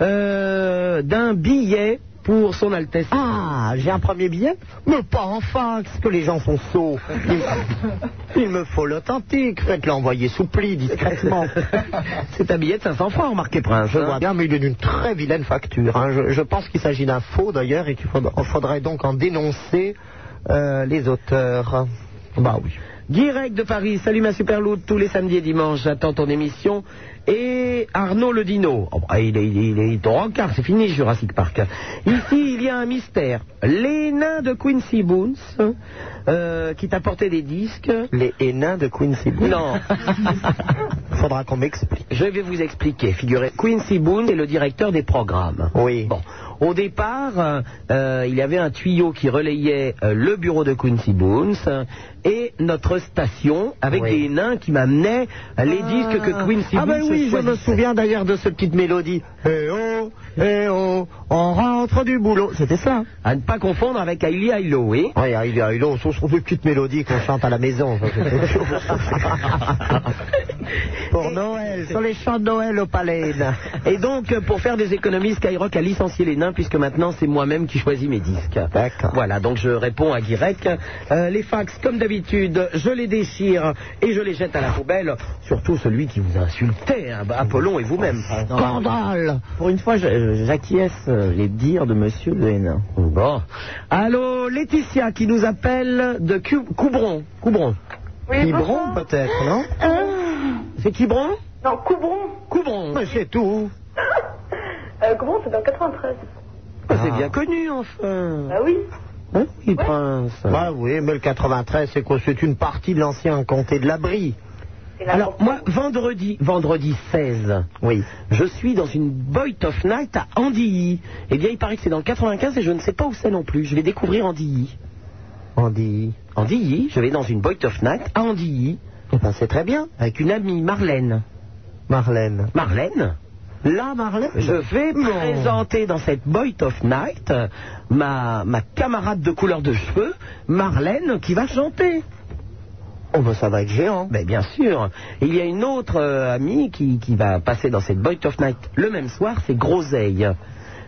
euh, d'un billet pour son Altesse.
Ah, j'ai un premier billet Mais pas enfin, parce que les gens sont sots. Il me, il me faut l'authentique, faites-le envoyer sous pli discrètement.
C'est un billet de 500 francs, marqué Prince.
Je vois bien, mais il est d'une très vilaine facture. hein. Je, je pense qu'il s'agit d'un faux d'ailleurs et qu'il faudra- faudrait, donc en dénoncer euh, les auteurs. Bah oui.
Guirec de Paris, salut ma superloude, tous les samedis et dimanches, j'attends ton émission. Et Arnaud le Dino, Oh, bah, il est, il est, il est au rencard, c'est fini Jurassic Park. Ici, il y a un mystère. Les nains de Quincy Boons, euh, qui t'apportaient des disques.
Les Hénins de Quincy Boone.
Non.
Faudra qu'on m'explique.
Je vais vous expliquer. Figurez, Quincy Boone est le directeur des programmes.
Oui.
Bon. Au départ, euh, euh, il y avait un tuyau qui relayait euh, le bureau de Quincy Boone euh, et notre station avec des nains qui m'amenaient les disques que Quincy
Ah
Boone
ben oui, je me souviens d'ailleurs de cette petite mélodie. Eh oh, eh oh, on rentre du boulot. C'était ça.
À ne pas confondre avec Ailey Ailo, oui.
Oui, il y a une autre, ce sont des petites mélodies qu'on chante à la maison. Pour Noël, sur les chants de Noël au palais.
Et donc, euh, pour faire des économies, Skyrock a licencié les nains, puisque maintenant, c'est moi-même qui choisis mes disques.
D'accord.
Voilà, donc je réponds à Guirec. Euh, les fax, comme d'habitude, je les déchire et je les jette à la poubelle, surtout celui qui vous a insulté, hein, bah, Apollon et vous-même.
Ah, Scandale
Pour une fois, je- je- j'acquiesce euh, les dires de monsieur de Hénin.
Bon. Allô, Laetitia, qui nous appelle de Cu- Coubron. Coubron.
Quiberon peut-être, non
C'est Quiberon
Non, Coubron.
Coubron.
Mais c'est tout.
Euh, Coubron, c'est dans 93.
Ah,
Bah, C'est bien connu, enfin.
Bah oui.
Hein, oui, prince.
Bah oui, mais le 93, c'est quoi C'est une partie de l'ancien comté de l'abri.
Alors, moi, vendredi, vendredi 16,
Oui.
je suis dans une Boy of Night à Andilly. Eh bien, il paraît que c'est dans le 95 et je ne sais pas où c'est non plus. Je vais découvrir Andilly.
On dit.
Andilly, je vais dans une Boy of Night à Andilly
Eh ben, c'est très bien.
avec une amie, Marlène.
Marlène.
Marlène
Là, Marlène
je vais
Non.
présenter dans cette Boy of Night euh, ma, ma camarade de couleur de cheveux, Marlène, qui va chanter.
Oh, ben, ça va être géant.
Ben, bien sûr. Il y a une autre euh, amie qui, qui va passer dans cette Boy of Night le même soir, c'est Groseille.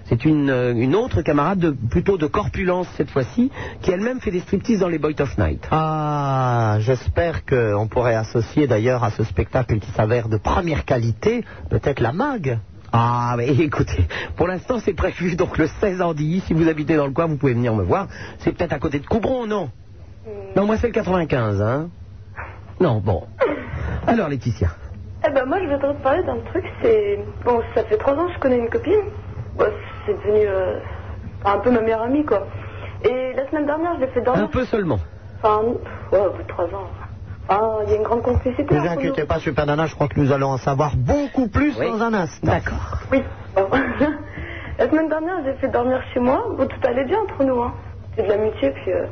C'est une, euh, une autre camarade, de, plutôt de corpulence cette fois-ci, qui elle-même fait des striptease dans les Boy of Night.
Ah, j'espère qu'on pourrait associer d'ailleurs à ce spectacle qui s'avère de première qualité, peut-être la MAG.
Ah, mais écoutez, pour l'instant c'est prévu, donc le 16 Andilly, si vous habitez dans le coin, vous pouvez venir me voir. C'est peut-être à côté de Coubron, non Non, moi c'est le 95, hein Non, bon. Alors Laetitia.
Eh ben moi je voudrais te parler d'un truc, c'est... Bon, ça fait trois ans que je connais une copine. Bon, c'est devenu euh, un peu ma meilleure amie quoi. Et la semaine dernière je l'ai fait dormir.
Un peu seulement.
Enfin, ouais, au bout de trois ans. Enfin, il y a une grande complicité.
Ne vous
entre nous.
inquiétez pas, Super Nana, je crois que nous allons en savoir beaucoup plus
Oui.
dans un instant.
D'accord.
Oui. Bon. la semaine dernière j'ai fait dormir chez moi. Bon, tout allait bien entre nous. Hein. C'est de l'amitié puis... euh,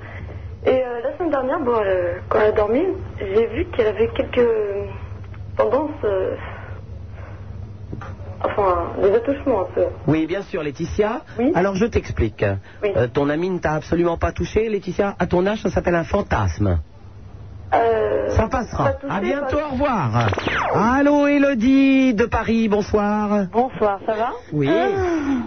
Et euh, la semaine dernière, bon, elle, quand elle a dormi, j'ai vu qu'elle avait quelques tendances... euh, Enfin, des attouchements un peu.
Oui, bien sûr, Laetitia.
Oui.
Alors je t'explique.
Oui.
Euh, ton amie ne t'a absolument pas touché, Laetitia. À ton âge, ça s'appelle un fantasme.
Euh,
Ça passera.
pas touché,
À bientôt,
pas-
au revoir. Allô, Elodie de Paris, bonsoir.
Bonsoir, ça va Ah,
Oui.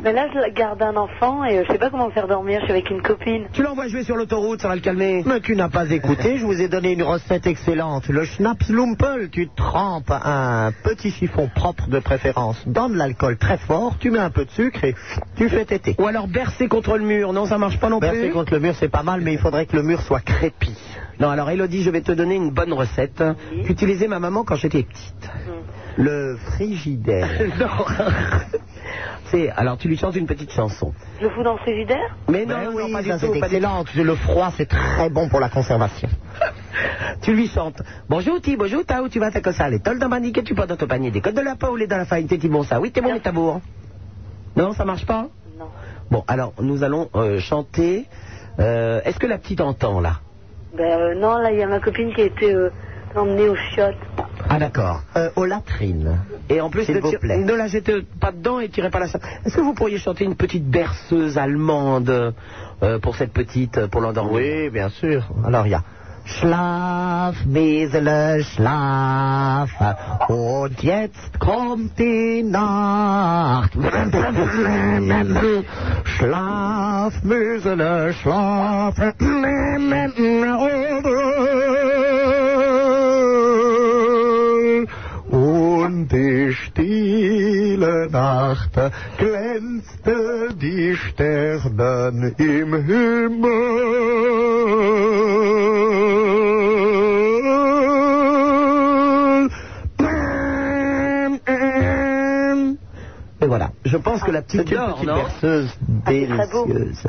Mais là, je garde un enfant et euh, je sais pas comment le faire dormir, je suis avec une copine.
Tu l'envoies jouer sur l'autoroute, ça va le calmer.
Mais tu n'as pas écouté, je vous ai donné une recette excellente. Le Schnaps Lumpel, tu trempes un petit chiffon propre de préférence dans de l'alcool très fort, tu mets un peu de sucre et tu fais téter.
Ou alors bercer contre le mur, non, ça marche pas non
Verser
plus.
contre le mur, c'est pas mal, mais il faudrait que le mur soit crépi.
Non, alors Elodie, je vais te donner une bonne recette qu'utilisait ma maman quand j'étais petite.
Mm.
Le frigidaire.
non. C'est, alors tu lui chantes une petite chanson.
Je le fous dans le frigidaire
Mais non,
Ben
non,
oui,
pas du
ça,
tout,
c'est
pas du tout.
excellent. Le froid, c'est très bon pour la conservation.
Tu lui chantes Bonjour ti, bonjour tao, tu vas ta cosa, les tolles d'un panier que tu portes dans ton panier, des codes de la peau, les dans la farine, t'es bon ça, oui t'es bon les tabours. Non, ça marche pas Bon, alors nous allons euh, chanter. Euh, Est-ce que la petite entend là
Ben euh, non, là, il y a ma copine qui a été euh, emmenée aux chiottes.
Ah d'accord.
aux latrines.
Et en plus,
S'il
ne,
vous
tire-
plaît.
ne la jetez pas dedans et tirez pas la chatte. Est-ce que vous pourriez chanter une petite berceuse allemande euh, pour cette petite, euh, pour l'endormir Oui, bien sûr. Alors il y a.
Schlaf, Mesele, schlaf. oh, Und jetzt kommt die Nacht. Schlaf, Mesele, schlaf. Und die stille Nacht glänzte die Sterne im Himmel.
Et voilà. Je pense que la petite
C'est Ah, une
dort,
petite
non
berceuse délicieuse.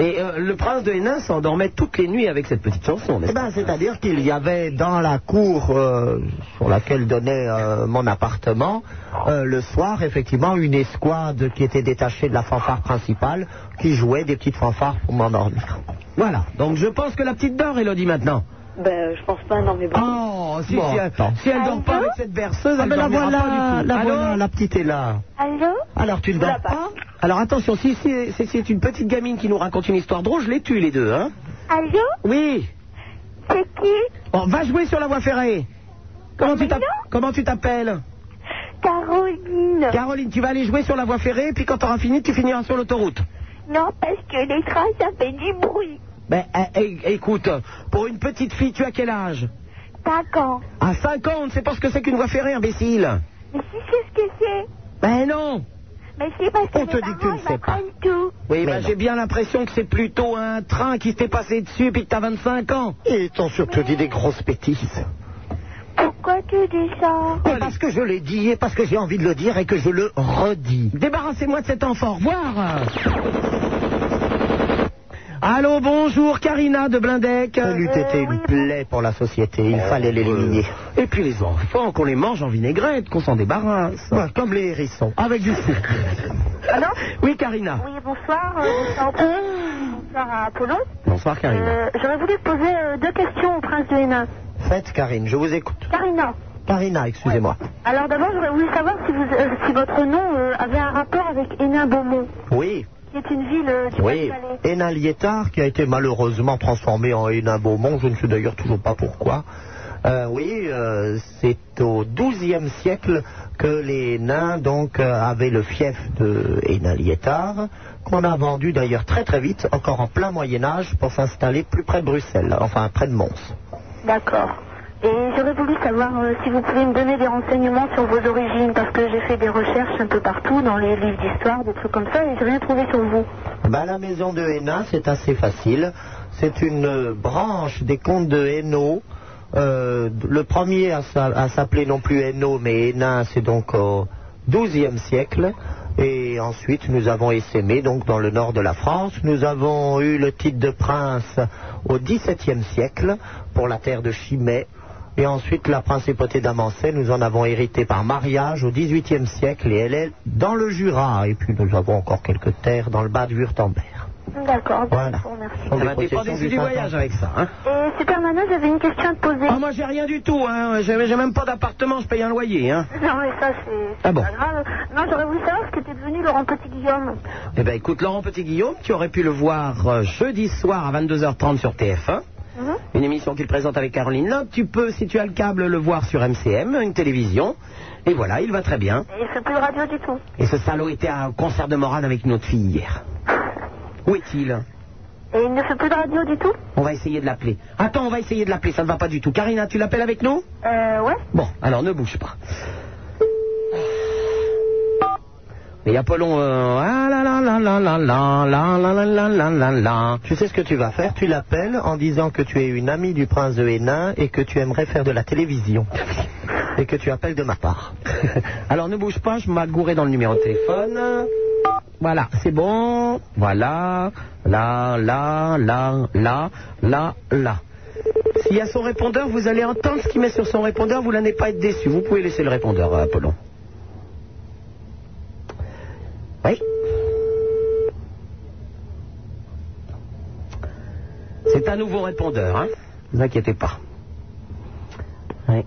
Et euh, le prince de Hénin s'endormait toutes les nuits avec cette petite chanson. n'est-ce
Eh ben, c'est-à-dire qu'il y avait dans la cour euh, sur laquelle donnait euh, mon appartement, euh, le soir, effectivement, une escouade qui était détachée de la fanfare principale, qui jouait des petites fanfares pour m'endormir.
Voilà, donc je pense que la petite dort, Elodie, maintenant.
Ben, je pense pas, non, mais bon.
Oh, si,
Bon,
si elle,
attends.
si elle dort pas avec cette berceuse,
Ah,
elle
ben, la
dormira
voilà,
pas du tout.
la
Allô
voilà, la petite est là.
Allô Alors, tu ne dors pas Alors, attention, si c'est si c'est une petite gamine qui nous raconte une histoire drôle, je les tue, les deux, hein
Allô
Oui
C'est qui
Bon, va jouer sur la voie ferrée. Comment tu t'app- comment tu t'appelles
Caroline.
Caroline, tu vas aller jouer sur la voie ferrée, puis quand t'auras fini, tu finiras sur l'autoroute.
Non, parce que les trains, ça fait du bruit.
Ben, eh, eh, écoute, pour une petite fille, tu as quel âge
Cinq ans.
À 5 ans, on ne sait pas ce que c'est qu'une voie ferrée, imbécile.
Mais si c'est ce que c'est.
Ben non
Mais c'est parce que
On te
mes
dit que tu
parents,
ne
ils
sais pas.
m'apprennent tout.
Oui, ben, j'ai bien l'impression que c'est plutôt un train qui t'est passé dessus puis que t'as 25 ans.
Et t'ont surtout dit des grosses bêtises.
Pourquoi tu dis ça
Et parce que je l'ai dit, et parce que j'ai envie de le dire, et que je le redis.
Débarrassez-moi de cet enfant, au revoir Allô, bonjour, Karina de Blindec. Euh,
Elle eût été une plaie pour la société, il fallait l'éliminer.
euh. Et puis les enfants, qu'on les mange en vinaigrette, qu'on s'en débarrasse.
Ouais, comme les hérissons, avec du fou.
Alors Oui,
Ah.
Karina.
Oui, bonsoir. euh, bonsoir, bonsoir à Apollo.
Bonsoir, Karina.
Euh, J'aurais voulu poser euh, deux questions au prince de Hénin.
Faites, Karine, je vous écoute.
Karina,
Karina, excusez-moi.
alors d'abord, j'aurais voulu savoir si, vous, euh, si votre nom euh, avait un rapport avec Hénin Beaumont,
Oui,
qui est une ville euh, du
oui.
Pas-de-Calais.
Hénin Liétard, qui a été malheureusement transformé en Hénin Beaumont, je ne sais d'ailleurs toujours pas pourquoi. Euh, oui, euh, c'est au XIIe siècle que les nains donc euh, avaient le fief de Hénin Liétard, qu'on a vendu d'ailleurs très très vite, encore en plein Moyen Âge, pour s'installer plus près de Bruxelles, enfin près de Mons.
D'accord. Et j'aurais voulu savoir euh, si vous pouvez me donner des renseignements sur vos origines, parce que j'ai fait des recherches un peu partout, dans les livres d'histoire, des trucs comme ça, et j'ai rien trouvé sur vous.
Ben, la maison de Hénin, c'est assez facile. C'est une euh, branche des comtes de Hainaut. Euh, le premier à, s'a- à s'appeler non plus Hainaut, mais Hénin, c'est donc au XIIe siècle. Et ensuite, nous avons essaimé, donc dans le nord de la France. Nous avons eu le titre de prince au XVIIe siècle pour la terre de Chimay. Et ensuite, la principauté d'Amancet, nous en avons hérité par mariage au XVIIIe siècle et elle est dans le Jura. Et puis, nous avons encore quelques terres dans le bas de Wurtemberg.
D'accord, bah,
Voilà.
bon, merci.
Sont
Ça
des
va dépendre
processions
du
du printemps.
voyage avec ça, hein
Et Supermano, j'avais une question à te poser.
Ah, moi, j'ai rien du tout, hein. J'ai j'ai même pas d'appartement, je paye un loyer, hein.
Non, mais ça, c'est
Ah bon.
pas grave. Non, j'aurais voulu savoir ce qu'était devenu Laurent Petit-Guillaume.
Eh ben, écoute, Laurent Petit-Guillaume, tu aurais pu le voir euh, jeudi soir à 22h30 sur TF1. Une émission qu'il présente avec Caroline Loeb. Tu peux, si tu as le câble, le voir sur MCM, une télévision. Et voilà, il va très bien.
Et il fait plus de radio du tout.
Et ce salaud était à un concert de morale avec une autre fille hier. Où est-il
Et il ne fait plus de radio du tout
On va essayer de l'appeler. Attends, on va essayer de l'appeler, ça ne va pas du tout. Karina, tu l'appelles avec nous
Euh, ouais.
Bon, alors ne bouge pas. Et Apollon, euh, ah là là là là là là là là là là là là là.
Tu sais ce que tu vas faire Tu l'appelles en disant que tu es une amie du prince de Hénin et que tu aimerais faire de la télévision. Et que tu appelles de ma part.
Alors ne bouge pas, je m'agourais dans le numéro de téléphone. Voilà, c'est bon. Voilà, là, là, là, là, là, là. S'il y a son répondeur, vous allez entendre ce qu'il met sur son répondeur, vous n'allez pas être déçu. Vous pouvez laisser le répondeur, euh, Apollon. Oui nouveau répondeur, hein. Ne vous inquiétez pas. Ouais.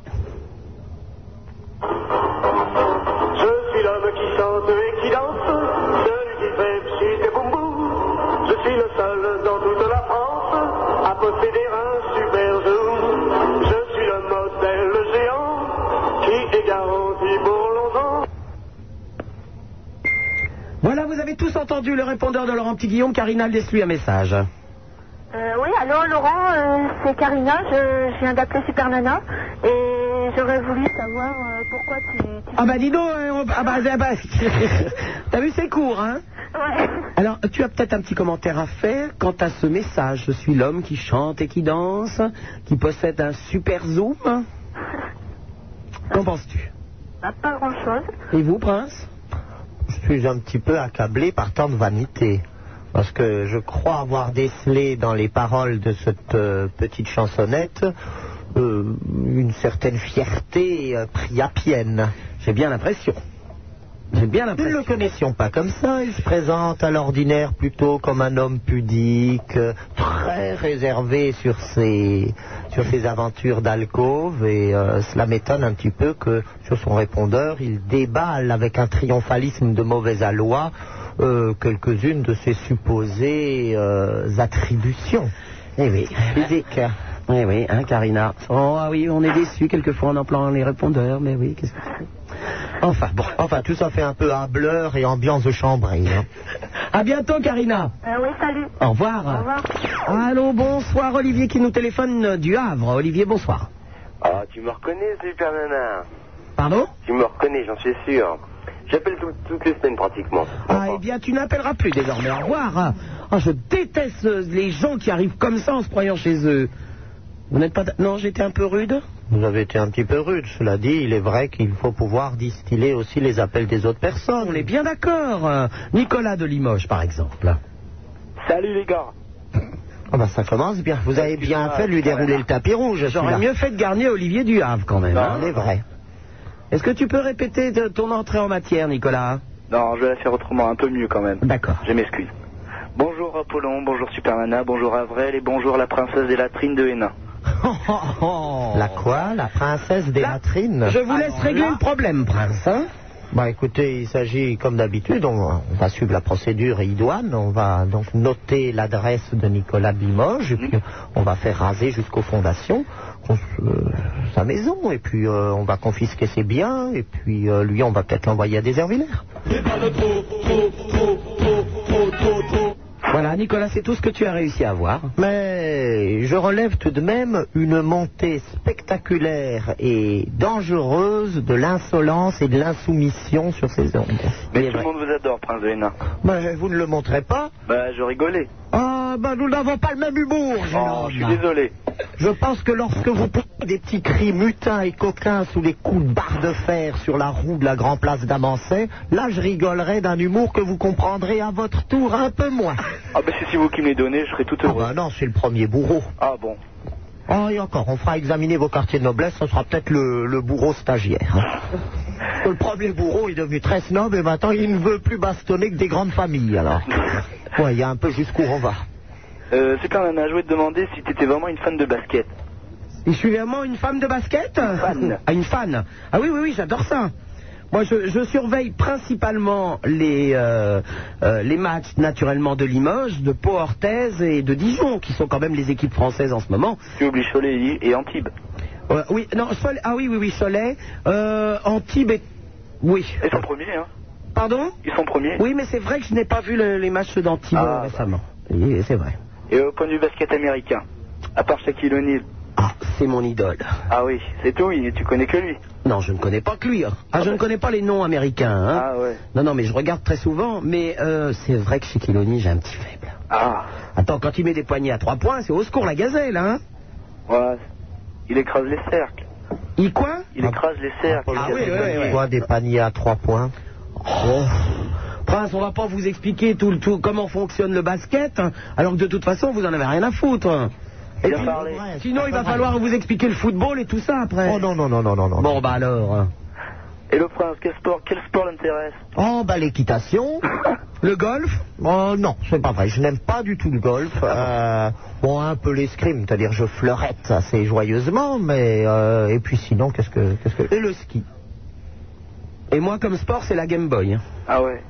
Je suis l'homme qui chante et qui danse, celui qui fait pchit et boum boum. Je suis le seul dans toute la France à posséder un super zoom. Je suis le modèle géant qui est garanti pour longtemps.
Voilà, vous avez tous entendu le répondeur de Laurent Petit-Guillaume. Karina laisse lui un message.
Euh, oui, allô Laurent, euh, c'est Karina, je, je viens d'appeler Super Nana et j'aurais voulu savoir euh, pourquoi tu...
Ah bah dis donc, hein, on- ah bah, ah bah, t'as vu c'est court, hein Alors, tu as peut-être un petit commentaire à faire quant à ce message. Je suis l'homme qui chante et qui danse, qui possède un super zoom. Qu'en penses-tu
Ah, pas grand-chose.
Et vous, Prince
Je suis un petit peu accablé par tant de vanité. Parce que je crois avoir décelé dans les paroles de cette euh, petite chansonnette euh, une certaine fierté euh, priapienne.
J'ai bien l'impression. J'ai bien
l'impression. Nous ne le connaissions pas comme ça. Il se présente à l'ordinaire plutôt comme un homme pudique, euh, très réservé sur ses, sur ses aventures d'alcôve. Et euh, cela m'étonne un petit peu que sur son répondeur, il déballe avec un triomphalisme de mauvais aloi euh, quelques-unes de ses supposées euh, attributions.
Eh oui. Oui, oui, hein, Karina. Oh, ah oui, on est déçus quelquefois en emplant les répondeurs, mais oui, qu'est-ce que tu veux Enfin, bon.
Enfin, tout ça fait un peu hableur et ambiance de chambrée. hein.
À bientôt, Karina.
Euh, oui, salut.
Au revoir.
Au revoir.
Allô, bonsoir, Olivier qui nous téléphone euh, du Havre. Olivier, bonsoir.
Ah, tu me reconnais, Super Nana
Pardon
Tu me reconnais, j'en suis sûr. J'appelle tout- toutes les semaines pratiquement.
Ah, eh bien, tu n'appelleras plus désormais. Au revoir. Ah, je déteste euh, les gens qui arrivent comme ça en se croyant chez eux. Vous n'êtes pas. Non, j'étais un peu rude.
Vous avez été un petit peu rude, cela dit, il est vrai qu'il faut pouvoir distiller aussi les appels des autres personnes.
On est bien d'accord. euh, Nicolas de Limoges, par exemple.
Salut les gars. Ah bah ça commence bien. Vous avez bien fait de lui dérouler le tapis rouge.
J'aurais mieux fait de garnir Olivier du Havre quand même. hein.
Non, c'est vrai.
Est-ce que tu peux répéter de- ton entrée en matière, Nicolas
Non, je vais la faire autrement, un peu mieux quand même.
D'accord.
Je m'excuse. Bonjour Apollon, bonjour Super Nana, bonjour Avrel et bonjour la princesse des latrines de Hénin.
Oh,
La quoi La princesse des latrines
je vous laisse régler le problème, prince. hein.
bah écoutez, il s'agit comme d'habitude, on, on va suivre la procédure idoine, on va donc noter l'adresse de Nicolas Bimoge, et puis on va faire raser jusqu'aux fondations cons- euh, sa maison, et puis euh, on va confisquer ses biens, et puis euh, lui on va peut-être l'envoyer à des herbilaires.
Voilà, Nicolas, c'est tout ce que tu as réussi à avoir.
Mais je relève tout de même une montée spectaculaire et dangereuse de l'insolence et de l'insoumission sur ces ondes.
Mais tout le monde vous adore, prince de Hénin.
Mais vous ne le montrez pas
Bah, je rigolais.
Ah, ben nous n'avons pas le même humour, jeune
Oh, je suis
homme.
désolé.
Je pense que lorsque vous poussez des petits cris mutins et coquins sous les coups de barre de fer sur la roue de la Grand Place d'Amancet, là je rigolerai d'un humour que vous comprendrez à votre tour un peu moins.
Ah, bah, si c'est vous qui me les donnez, je serais tout
Ah
heureux.
ben non, c'est le premier bourreau.
Ah bon.
Ah, et encore, on fera examiner vos quartiers de noblesse, ce sera peut-être le, le bourreau stagiaire. hein. Le premier bourreau est devenu très snob et maintenant il ne veut plus bastonner que des grandes familles, alors. Ouais, il y a un peu jusqu'où on va.
Euh, Super Nana, je voulais te demander si t'étais vraiment une fan de basket.
Je suis vraiment une femme de basket
fan.
Ah, une fan. Ah oui, oui, oui, j'adore ça. Moi, je, je surveille principalement les, euh, euh, les matchs, naturellement, de Limoges, de Pau-Orthez et de Dijon, qui sont quand même les équipes françaises en ce moment.
Tu oublies Cholet et Antibes.
Euh, oui, non, Sol- ah oui, oui, oui, Cholet, euh, Antibes et... Oui.
Ils sont premiers, hein.
Pardon
Ils sont premiers.
Oui, mais c'est vrai que je n'ai pas vu le- les matchs d'Antibes
Ah, bah.
récemment. Oui, C'est vrai.
Et au point de vue basket américain, à part Shaquille O'Neal.
C'est mon idole.
Ah oui, c'est tout, il- tu connais que lui.
Non, je ne connais pas que lui. hein. Ah, je ne connais pas les noms américains. hein.
Ah ouais.
Non, non, mais je regarde très souvent, mais euh, c'est vrai que chez Kiloni, j'ai un petit faible.
Ah,
Attends, quand il met des poignées à trois points, c'est au secours la gazelle, hein
ouais. Il écrase les cercles.
Il quoi
Il écrase les cercles.
Ah oui, oui,
Tu
oui,
vois des paniers à trois points.
Oh. Prince, on va pas vous expliquer tout le tout comment fonctionne le basket, hein, alors que de toute façon, vous en avez rien à foutre. hein. Et
Bien
puis,
parlé.
sinon, il va falloir vous expliquer le football et tout ça après.
Oh non, non, non, non, non, non.
Bon, bah alors. hein.
Et le prince, quel sport, quel sport l'intéresse
Oh, bah l'équitation.
Le golf
Oh non, c'est pas vrai. Je n'aime pas du tout le golf. Euh, bon, un peu l'escrime, c'est-à-dire je fleurette assez joyeusement, mais euh, et puis sinon, qu'est-ce que, qu'est-ce que Et le ski.
Et moi, comme sport, c'est la Game Boy. hein.
Ah ouais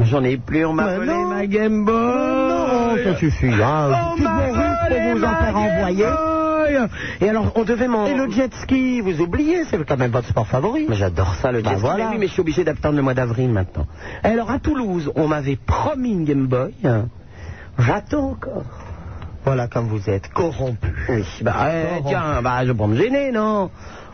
J'en ai plus, on m'a
Mais
volé
non.
ma Game Boy. Oh,
Non, ça suffit. Hein.
On
Tout
m'a
bon russe
volé
pour vous en
ma
faire
Game
envoyer.
Boy. Et alors, on devait m'en...
Et le jet ski, vous oubliez, c'est quand même votre sport favori.
Mais j'adore ça, le
Bah
jet ski.
voilà.
Mais oui, mais je suis obligé d'attendre le mois d'avril maintenant. Et alors, à Toulouse, on m'avait promis une Game Boy. J'attends encore.
Voilà comme vous êtes, corrompu.
Oui, bah, eh,
Corrompu.
tiens, bah, je vais pas me gêner, non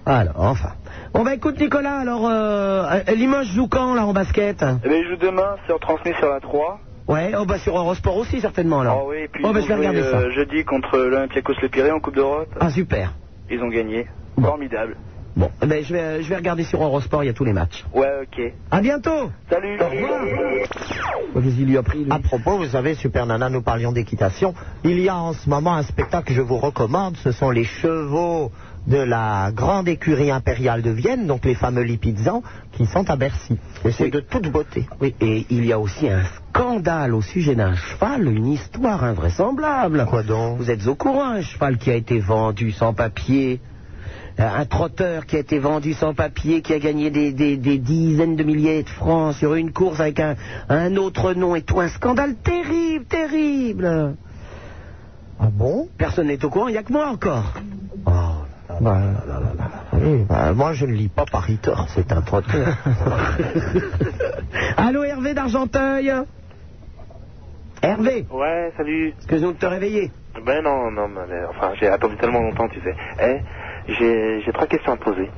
Alors, enfin. Bon, bah, écoute, Nicolas, alors, euh, euh, Limoges joue quand, là, en basket
Eh bien, il joue demain, c'est retransmis sur la 3.
Ouais, oh, bah, sur Eurosport aussi, certainement, alors.
Ah oui, et puis
oh,
ils
bah,
ont
je vais
joué,
regarder ça.
euh, jeudi contre l'Olympiakos Le Pirée en Coupe d'Europe.
Ah, super.
Ils ont gagné. Formidable.
Bon, eh ben, je, vais, euh, je vais regarder sur Eurosport, il y a tous les matchs.
Ouais, ok.
À bientôt
Salut
lui a pris
À propos, vous savez, Super Nana, nous parlions d'équitation. Il y a en ce moment un spectacle que je vous recommande. Ce sont les chevaux de la grande écurie impériale de Vienne, donc les fameux Lipizzans, qui sont à Bercy. Et c'est de toute beauté.
Oui, et il y a aussi un scandale au sujet d'un cheval, une histoire invraisemblable.
Quoi donc
Vous êtes au courant, un cheval qui a été vendu sans papier, euh, un trotteur qui a été vendu sans papier, qui a gagné des, des- des dizaines de milliers de francs sur une course avec un, un autre nom et tout, un scandale terrible, terrible.
Ah bon
Personne n'est au courant, il n'y a que moi encore.
Oh là là là là là là. Oui, bah, moi, je ne lis pas Paris Tort, c'est un trotteur.
Allô Hervé d'Argenteuil Hervé,
Ouais, salut.
est-ce que je viens de te réveiller
Ben non, non, mais, enfin, j'ai attendu tellement longtemps, tu sais. Eh, j'ai, j'ai trois questions à te poser.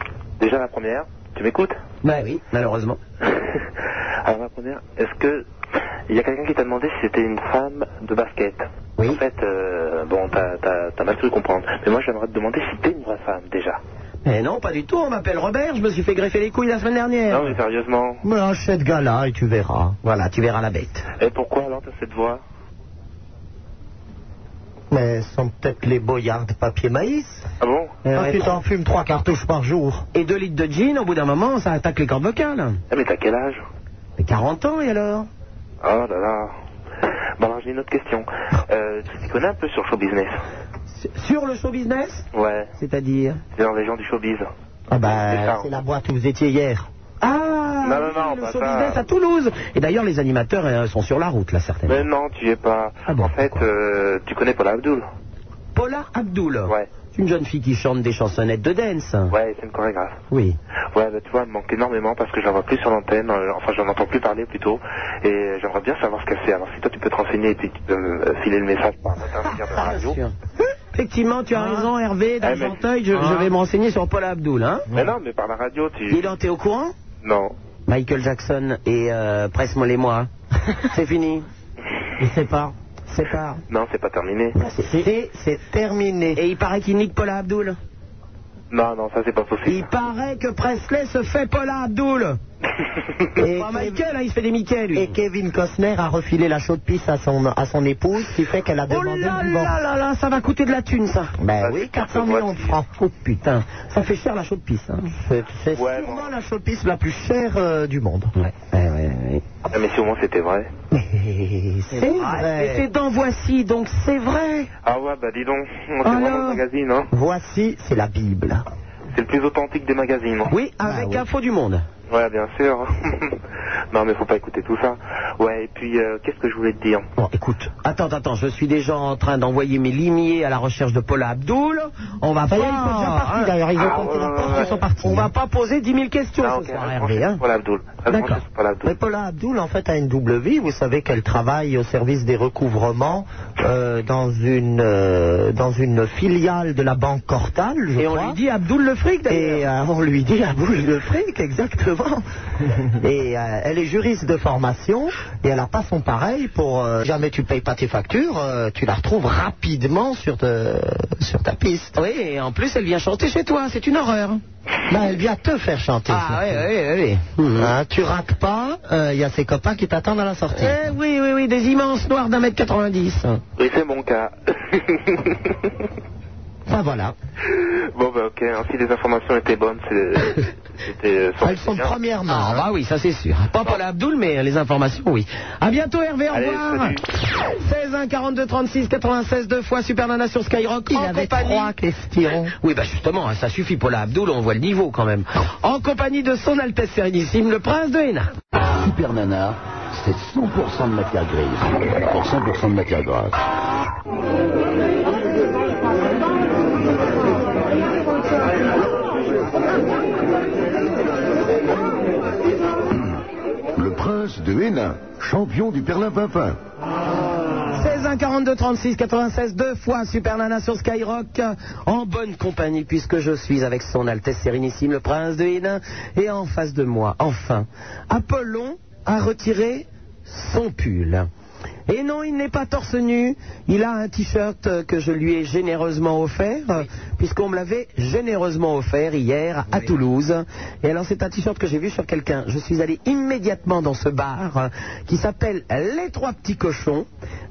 Déjà la première, tu m'écoutes
Bah oui, malheureusement.
Alors la première, est-ce que il y a quelqu'un qui t'a demandé si c'était une femme de basket
Oui.
En fait, euh, bon, t'as, t'as, t'as mal cru comprendre. Mais moi, j'aimerais te demander si t'es une vraie femme déjà.
Mais Eh non, pas du tout, on m'appelle Robert, je me suis fait greffer les couilles la semaine dernière.
Non, mais sérieusement.
Mais achète gars-là et tu verras.
Voilà, tu verras la bête.
Et pourquoi alors t'as cette voix
Mais ce sont peut-être les boyards de papier maïs.
Ah bon
Ah,
Euh, ouais,
tu
trop.
t'en fumes trois cartouches par jour.
Et deux litres de gin, au bout d'un moment, ça attaque les cordes vocales.
Ah, mais t'as quel âge
Mais 40 ans, et alors
Oh là là. Bon, alors j'ai une autre question. Euh, tu t'y connais un peu sur le show business
Sur le show business
Ouais,
C'est-à-dire bah,
c'est dans les gens du showbiz.
Ah
C'est ça.
ben, c'est la boîte où vous étiez hier.
Ah
Non, non,
oui,
non,
Le
pas
show
ça.
business à Toulouse Et d'ailleurs, les animateurs euh, sont sur la route, là, certainement.
Mais non, tu y es pas.
Ah bon,
en fait,
pourquoi
euh, tu connais Paula Abdul
Paula Abdul.
Ouais.
C'est une jeune fille qui chante des chansonnettes de dance.
Ouais, c'est une chorégraphe.
Oui.
Ouais, bah, tu vois, elle me manque énormément parce que je la vois plus sur l'antenne, euh, enfin je n'en entends plus parler plutôt, et euh, j'aimerais bien savoir ce qu'elle fait. Alors si toi tu peux te renseigner et puis tu peux me euh, filer le message par notre intermédiaire de la radio.
Ah, Sûr. Effectivement, tu as raison, Hervé,
Ah. Eh, mais-
d'Argenteuil, je, je
Hein
vais me renseigner sur Paula Abdul. Hein
Mais non, mais par la radio tu...
Dis donc, t'es au courant
Non.
Michael Jackson et euh, Presse-moi les moi. C'est fini.
Je sais pas.
C'est pas.
Non, c'est pas terminé.
C'est c'est terminé.
Et il paraît qu'il nique Paula Abdul.
Non, non, ça c'est pas possible.
Il paraît que Presley se fait Paula Abdul.
Et,
Pas Michael, hein, il se fait des Mickey, lui.
et Kevin Costner a refilé la chaude pisse à son, à son épouse, ce qui fait qu'elle a
Oh
demandé
là
le divorce.
là là là, ça va coûter de la thune, ça.
Ben
Ah,
oui, 400
c'est quatre fois
millions de
plus.
francs.
Oh putain, ça fait cher la chaude pisse. Hein.
C'est c'est
Ouais,
sûrement
bon.
la chaude pisse la plus chère euh, du monde.
Ouais, ouais, ouais. ouais.
Ah, mais si au moins c'était vrai.
Mais C'est
Mais Ah, c'est
vrai.
dans Voici, donc c'est vrai.
Ah ouais, bah dis donc, on est vraiment
Alors
un magazine, hein.
Voici, c'est la Bible.
C'est le plus authentique des magazines.
hein. Oui, avec
Ah, oui.
Info du Monde.
Ouais, bien sûr. non, mais faut pas écouter tout ça. Ouais, et puis euh, qu'est-ce que je voulais te dire
Bon, écoute.
Attends, attends, je suis déjà en train d'envoyer mes limiers à la recherche de Paula Abdul. On va
Ça y est,
pas-
ils sont déjà partis
hein.
d'ailleurs, ils ont
Ah,
compté
ouais,
la
ouais,
porte,
ouais.
ils sont partis. hein.
On va pas poser 10 000 questions
Ah,
ce
ok,
soir,
reste
Hervé.
branché
Hein.
sur Paula Abdul. Reste branché
D'accord.
sur Paula Abdul.
Mais Paula Abdul, en fait, a une double vie. Vous savez qu'elle travaille au service des recouvrements euh, dans, une, euh, dans une filiale de la banque Cortal, je
Et on
crois.
lui dit Abdul le fric, d'ailleurs.
Et euh, on lui dit la boule de fric, exactement. et euh, elle est juriste de formation et elle n'a pas son pareil pour euh, jamais tu payes pas tes factures, euh, tu la retrouves rapidement sur, te- sur ta piste.
Oui, et en plus, elle vient chanter chez toi, c'est une horreur.
Là, Ben, elle vient te faire chanter.
Ah,
surtout.
oui, oui, oui. Mhm.
Hein, tu rates pas, il y a ses copains qui t'attendent à la sortie.
Eh oui, oui, oui, des immenses noirs d'un mètre 90.
Oui, c'est mon cas.
Enfin Bah, voilà.
Bon,
ben,
bah ok, hein, si les informations étaient bonnes, c'est- c'était... euh, sur-
Elles sont de première main. Ah bah oui, ça c'est sûr. Pas Paul Abdoul, mais les informations, oui. À bientôt Hervé, au revoir. 16 1 42 36 96 deux fois Super Nana sur Skyrock en compagnie.
questions.
Oui, bah justement, hein, ça suffit. Paula Abdoul, on voit le niveau quand même. En compagnie de son Altesse Sérénissime, le Prince de Hénin.
Super Nana, c'est 100% de matière grise pour 100% de matière grasse. Le prince de Hénin, champion du Perlin-Pinpin.
16 1 42 36 96 deux fois Super Nana sur Skyrock euh, en bonne compagnie puisque je suis avec son Altesse Sérénissime le Prince de Hénin et en face de moi enfin Apollon a retiré son pull. Et non, il n'est pas torse nu. Il a un t-shirt euh, que je lui ai généreusement offert, euh, puisqu'on me l'avait généreusement offert hier à Toulouse. Et alors, c'est un t-shirt que j'ai vu sur quelqu'un. Je suis allé immédiatement dans ce bar euh, qui s'appelle Les Trois Petits Cochons.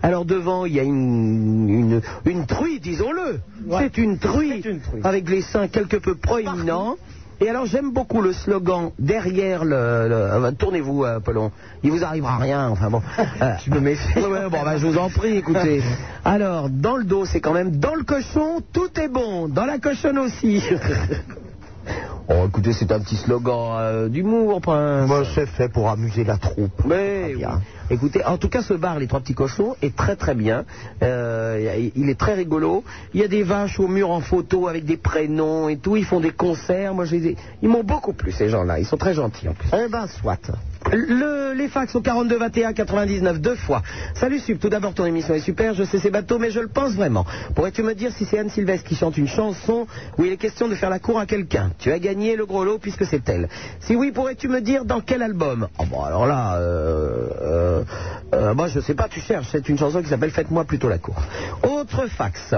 Alors, devant, il y a une, une, une truie, disons-le. C'est une truie, avec les seins quelque peu proéminents. Et alors j'aime beaucoup le slogan derrière le. le- euh, Tournez-vous, euh, Apollon. Il vous arrivera rien. Enfin bon. je me méfie. bon, bah, je vous en prie, écoutez. Alors dans le dos, c'est quand même dans le cochon, tout est bon. Dans la cochonne aussi. oh, écoutez, c'est un petit slogan euh, d'humour, prince.
Moi, c'est fait pour amuser la troupe.
Mais oui. écoutez, en tout cas, ce bar, les trois petits cochons, est très très bien. Euh, il est très rigolo. Il y a des vaches au mur en photo avec des prénoms et tout. Ils font des concerts. Moi, je les ai- ils m'ont beaucoup plu ces gens-là. Ils sont très gentils en plus.
Eh ben, soit.
Le- les fax au 42 21 99 deux fois. Salut Sup, tout d'abord ton émission est super, je sais c'est bateau mais je le pense vraiment. Pourrais-tu me dire si c'est Anne Sylvestre qui chante une chanson où il est question de faire la cour à quelqu'un Tu as gagné le gros lot puisque c'est elle. Si oui, pourrais-tu me dire dans quel album Oh bon alors là, euh, euh, euh, moi je sais pas, tu cherches, c'est une chanson qui s'appelle Faites-moi plutôt la cour. Autre fax.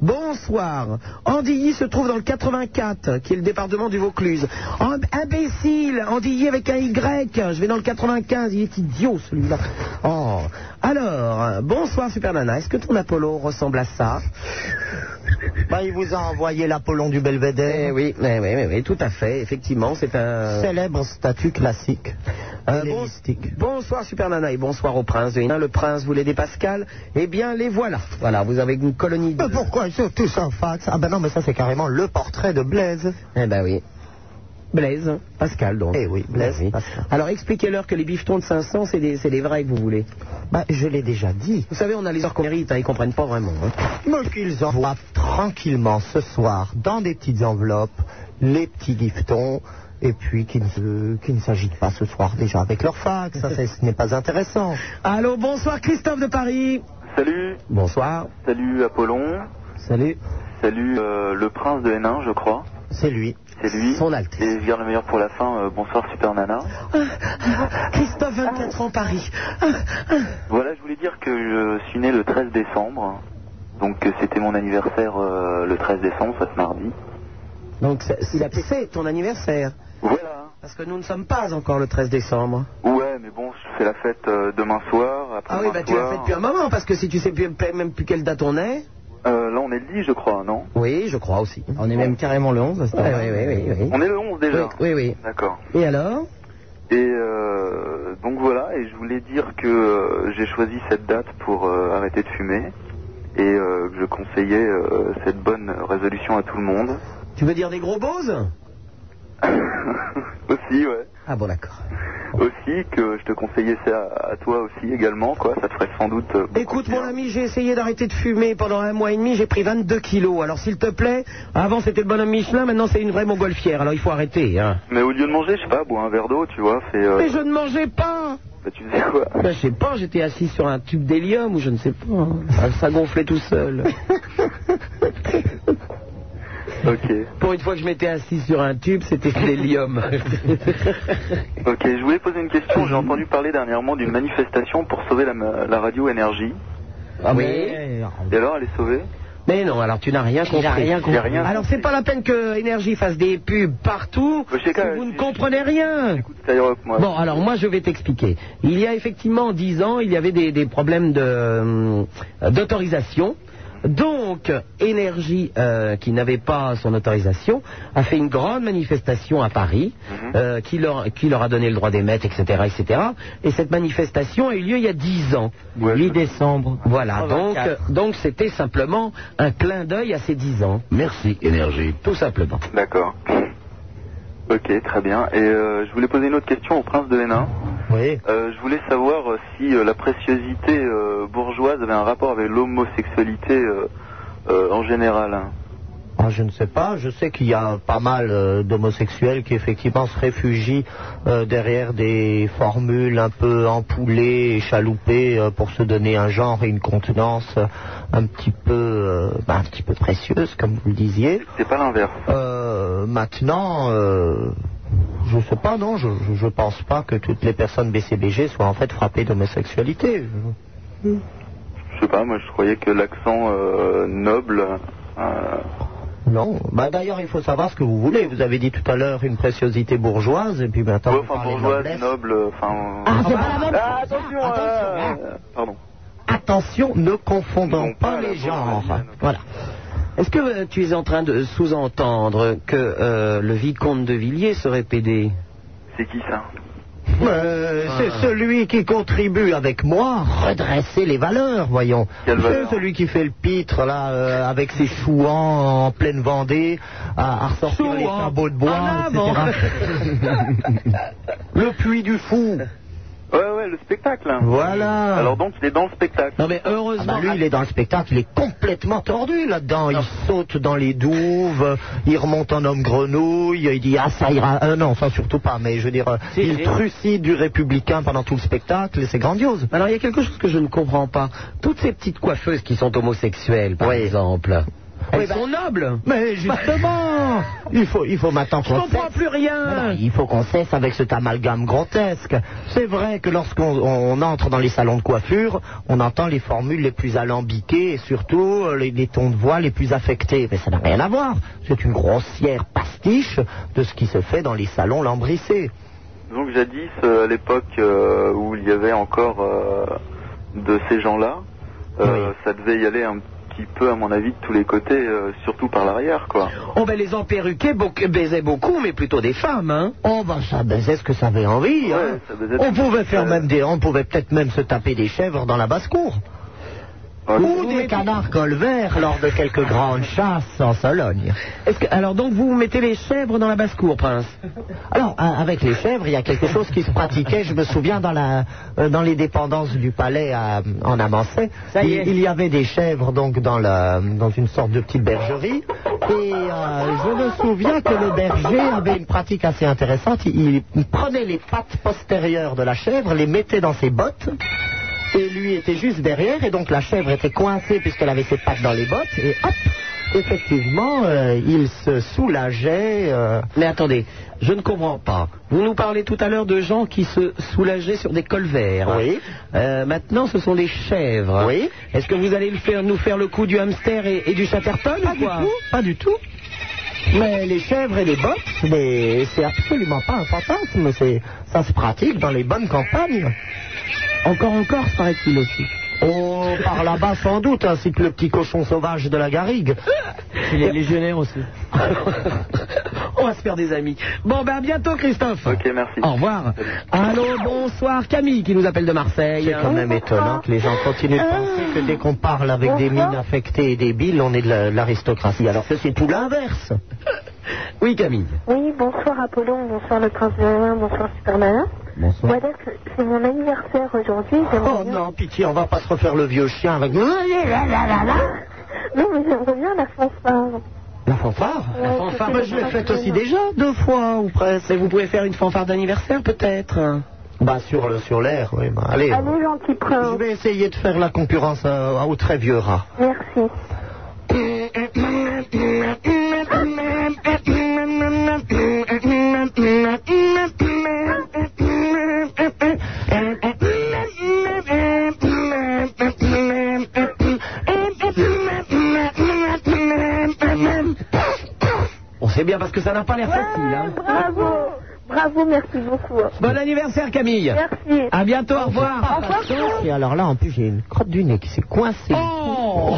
Bonsoir. Andilly se trouve dans le 84, qui est le département du Vaucluse. Im- imbécile Andilly avec un Y. Je vais dans le 95, il est idiot celui-là. Oh. Alors, euh, bonsoir Super Nana. Est-ce que ton Apollo ressemble à ça
Bah, il vous a envoyé l'Apollon du Belvédère.
Eh oui, eh oui, oui, oui, tout à fait. Effectivement, c'est un...
Célèbre statue classique.
Euh, bon- bonsoir Super Nana et bonsoir au prince de Hénin. Le prince voulait des Pascal. Eh bien, les voilà. Voilà, vous avez une colonie de...
Mais pourquoi ils sont tous en fax Ah ben non, mais ça, c'est carrément le portrait de Blaise.
Eh ben oui. Blaise, Pascal donc.
Eh oui, Blaise,
Eh oui.
Pascal.
Alors expliquez-leur que les bifetons de 500, c'est des, c'est des vrais que vous voulez.
Bah, je l'ai déjà dit.
Vous savez, on a les heures qu'on mérite, hein, ils comprennent pas vraiment. hein.
Mais qu'ils envoient tranquillement ce soir dans des petites enveloppes les petits giftons et puis qu'ils ne, se- qu'ils ne s'agitent pas ce soir déjà avec leur fax. Ça, c'est- ce n'est pas intéressant.
Allô, bonsoir Christophe de Paris.
Salut,
Bonsoir.
salut Apollon,
Salut,
salut euh, le prince de Hénin, je crois.
c'est lui.
C'est lui.
Son Altesse.
Et je garde le meilleur pour la fin. euh, bonsoir Super Nana.
Christophe, 24 ans, Paris.
Voilà, je voulais dire que je suis né le 13 décembre. Donc euh, c'était mon anniversaire euh, le 13 décembre, soit ce mardi.
Donc c'est- c'est c'est ton anniversaire.
Voilà.
Parce que nous ne sommes pas encore le 13 décembre.
Ouais, mais bon, je fais la fête euh, demain soir, après
Ah oui, bah tu l'as fait depuis un moment, parce que si tu sais plus- même plus quelle date on est.
Euh, là, on est le 10, je crois, non
Oui, je crois aussi.
On est même carrément le 11 à ce
Oui,
moment-là.
oui, oui, oui, oui.
On est le 11 déjà.
Oui, oui.
D'accord.
Et alors
Et euh, donc voilà, et je voulais dire que euh, j'ai choisi cette date pour euh, arrêter de fumer et euh, que je conseillais euh, cette bonne résolution à tout le monde.
Tu veux dire des gros boses
aussi, ouais.
Ah bon, d'accord.
Aussi que je te conseillais ça à toi aussi également, quoi. Ça te ferait sans doute. euh, beaucoup
Écoute,
de
mon
bien.
ami, j'ai essayé d'arrêter de fumer pendant un mois et demi, j'ai pris 22 kilos. Alors, s'il te plaît, avant c'était le bonhomme Michelin, maintenant c'est une vraie montgolfière, alors il faut arrêter. Hein.
Mais au lieu de manger, je sais pas, bois un verre d'eau, tu vois. Fais, euh,
Mais je ne mangeais pas
bah, tu faisais quoi
ben, Je sais pas, j'étais assis sur un tube d'hélium ou je ne sais pas. hein. Ça gonflait tout seul.
Ok.
Pour une fois que je m'étais assis sur un tube, c'était de l'hélium.
Ok, je voulais poser une question. J'ai entendu parler dernièrement d'une manifestation pour sauver la, ma- la radio énergie.
ah oui
Mais-
Et alors, elle est sauvée
Mais non, alors tu n'as rien compris.
rien compris.
J'ai rien
Alors c'est pas la peine que Énergie fasse des pubs partout.
Je sais
si
que-
vous ne comprenez rien.
Écoute, Skyrock, moi.
Bon, alors moi je vais t'expliquer. Il y a effectivement dix ans, il y avait des, des problèmes de, hum, euh, d'autorisation. Donc, Énergie, euh, qui n'avait pas son autorisation, a fait une grande manifestation à Paris, euh, qui, leur, qui leur a donné le droit d'émettre, etc., etc. Et cette manifestation a eu lieu il y a 10 ans.
8 décembre.
Voilà,
Oh,
donc
24.
euh, donc c'était simplement un clin d'œil à ces 10 ans.
Merci, Énergie.
Tout simplement.
D'accord. Ok, très bien. Et euh, je voulais poser une autre question au prince de Hénin.
Oui.
Euh, je voulais savoir euh, si euh, la préciosité euh, bourgeoise avait un rapport avec l'homosexualité euh, euh, en général.
Ah, je ne sais pas. Je sais qu'il y a pas mal euh, d'homosexuels qui effectivement se réfugient euh, derrière des formules un peu empoulées et chaloupées euh, pour se donner un genre et une contenance euh, un petit peu, euh, bah, un petit peu précieuse, comme vous le disiez.
C'est pas l'inverse.
Euh, maintenant, euh, je ne sais pas, non, je ne pense pas que toutes les personnes BCBG soient en fait frappées d'homosexualité.
Je sais pas, moi je croyais que l'accent euh, noble. euh,
Non. Bah, D'ailleurs, il faut savoir ce que vous voulez. Vous avez dit tout à l'heure une préciosité bourgeoise, et puis maintenant.
ouais,
vous
enfin
parlez de
bourgeoise,
noblesse.
noble, euh, enfin.
Ah, c'est
bah,
pas la même
ah, attention, euh, Pardon.
Attention, ne confondons pas les genres. Voilà.
Est-ce que euh, tu es en train de sous-entendre que euh, le vicomte de Villiers serait pédé
C'est qui ça
Euh, c'est celui qui contribue avec moi à redresser les valeurs, voyons.
Quelles valeurs
C'est celui qui fait le pitre, là, euh, avec ses chouans en pleine Vendée, à, à ressortir les sabots de
Ah,
bois, etc. le puits du fou.
Ouais, ouais, le spectacle. hein.
Voilà.
Alors donc il est dans le spectacle.
Non mais heureusement.
Ah bah lui, il est dans le spectacle, il est complètement tordu là-dedans. Il saute dans les douves, il remonte en homme grenouille, il dit ah ça ira. Euh, non, ça surtout pas, mais je veux dire, euh,
Si,
il
si.
trucide du républicain pendant tout le spectacle et c'est grandiose.
Alors il y a quelque chose que je ne comprends pas. Toutes ces petites coiffeuses qui sont homosexuelles, par exemple, elles sont nobles.
Mais justement, il faut, il faut maintenant qu'on
comprends
cesse-
plus rien.
Non, non, il faut qu'on cesse avec cet amalgame grotesque. C'est vrai que lorsqu'on on entre dans les salons de coiffure, on entend les formules les plus alambiquées et surtout euh, les, les tons de voix les plus affectés. Mais ça n'a rien à voir. C'est une grossière pastiche de ce qui se fait dans les salons lambrissés.
Donc jadis, euh, à l'époque euh, où il y avait encore euh, de ces gens-là, euh, ça devait y aller un petit peu, à mon avis, de tous les côtés, euh, surtout par l'arrière, quoi.
Oh ben les emperruqués beau- baisaient beaucoup, mais plutôt des femmes, hein
Oh ben ça baisait ce que ça avait envie. hein.
ça baisait
on
tout.
pouvait faire
Euh,
même des, on pouvait peut-être même se taper des chèvres dans la basse-cour.
Ah,
Ou des canards colverts lors de quelques grandes chasses en Sologne.
Est-ce que- alors donc vous mettez les chèvres dans la basse-cour, prince
Alors, a- avec les chèvres, il y a quelque chose qui se pratiquait, je me souviens, dans, la, euh, dans les dépendances du palais à- en Amancé.
Ça y est.
Il, il y avait des chèvres, donc, dans, la, dans une sorte de petite bergerie. Et euh, je me souviens que le berger avait une pratique assez intéressante. Il, il prenait les pattes postérieures de la chèvre, les mettait dans ses bottes. Et lui était juste derrière, et donc la chèvre était coincée puisqu'elle avait ses pattes dans les bottes, et hop, effectivement, euh, il se soulageait. euh,
Mais attendez, je ne comprends pas. Vous nous parlez tout à l'heure de gens qui se soulageaient sur des colverts.
Oui.
Euh, maintenant, ce sont des chèvres.
Oui.
Est-ce que vous allez le faire- nous faire le coup du hamster et, et du chatterton
Pas
ou
du
quoi
tout, pas du tout. Mais les chèvres et les bottes, mais c'est absolument pas un fantasme, c'est ça se pratique dans les bonnes campagnes.
Encore en Corse, paraît-il aussi.
Oh, par là-bas sans doute, ainsi que le petit cochon sauvage de la garrigue.
Il est légionnaire aussi.
On va se faire des amis. Bon, ben à bientôt, Christophe.
Ok, merci.
Au revoir. Allô, bonsoir. Camille qui nous appelle de Marseille.
C'est quand même étonnant que les gens continuent de penser que dès qu'on parle avec des mines affectées et débiles, on est de la- de l'aristocratie, alors que c'est tout l'inverse.
Oui, Camille.
Oui, bonsoir Apollon, bonsoir le prince de Hénin, bonsoir Superman.
Bonsoir.
Voilà, c'est mon anniversaire aujourd'hui. j'aimerais
Oh
bien-
non, pitié, on va pas se refaire le vieux chien avec...
Non, mais j'aimerais bien la fanfare.
La fanfare
La fanfare,
Bah, je l'ai faite aussi déjà, deux fois ou presque.
Mais vous pouvez faire une fanfare d'anniversaire, peut-être
Bah sur le sur l'air, oui. bah, allez.
Allez, gentil prince.
Je vais essayer de faire la concurrence à- au très vieux rat.
Merci.
On sait bien parce que ça n'a pas l'air facile. Hein.
Bravo. Bravo, merci beaucoup.
Bon anniversaire, Camille.
Merci.
À bientôt, au revoir.
Au revoir.
Et alors là, en plus, j'ai une crotte du nez qui s'est coincée.
Oh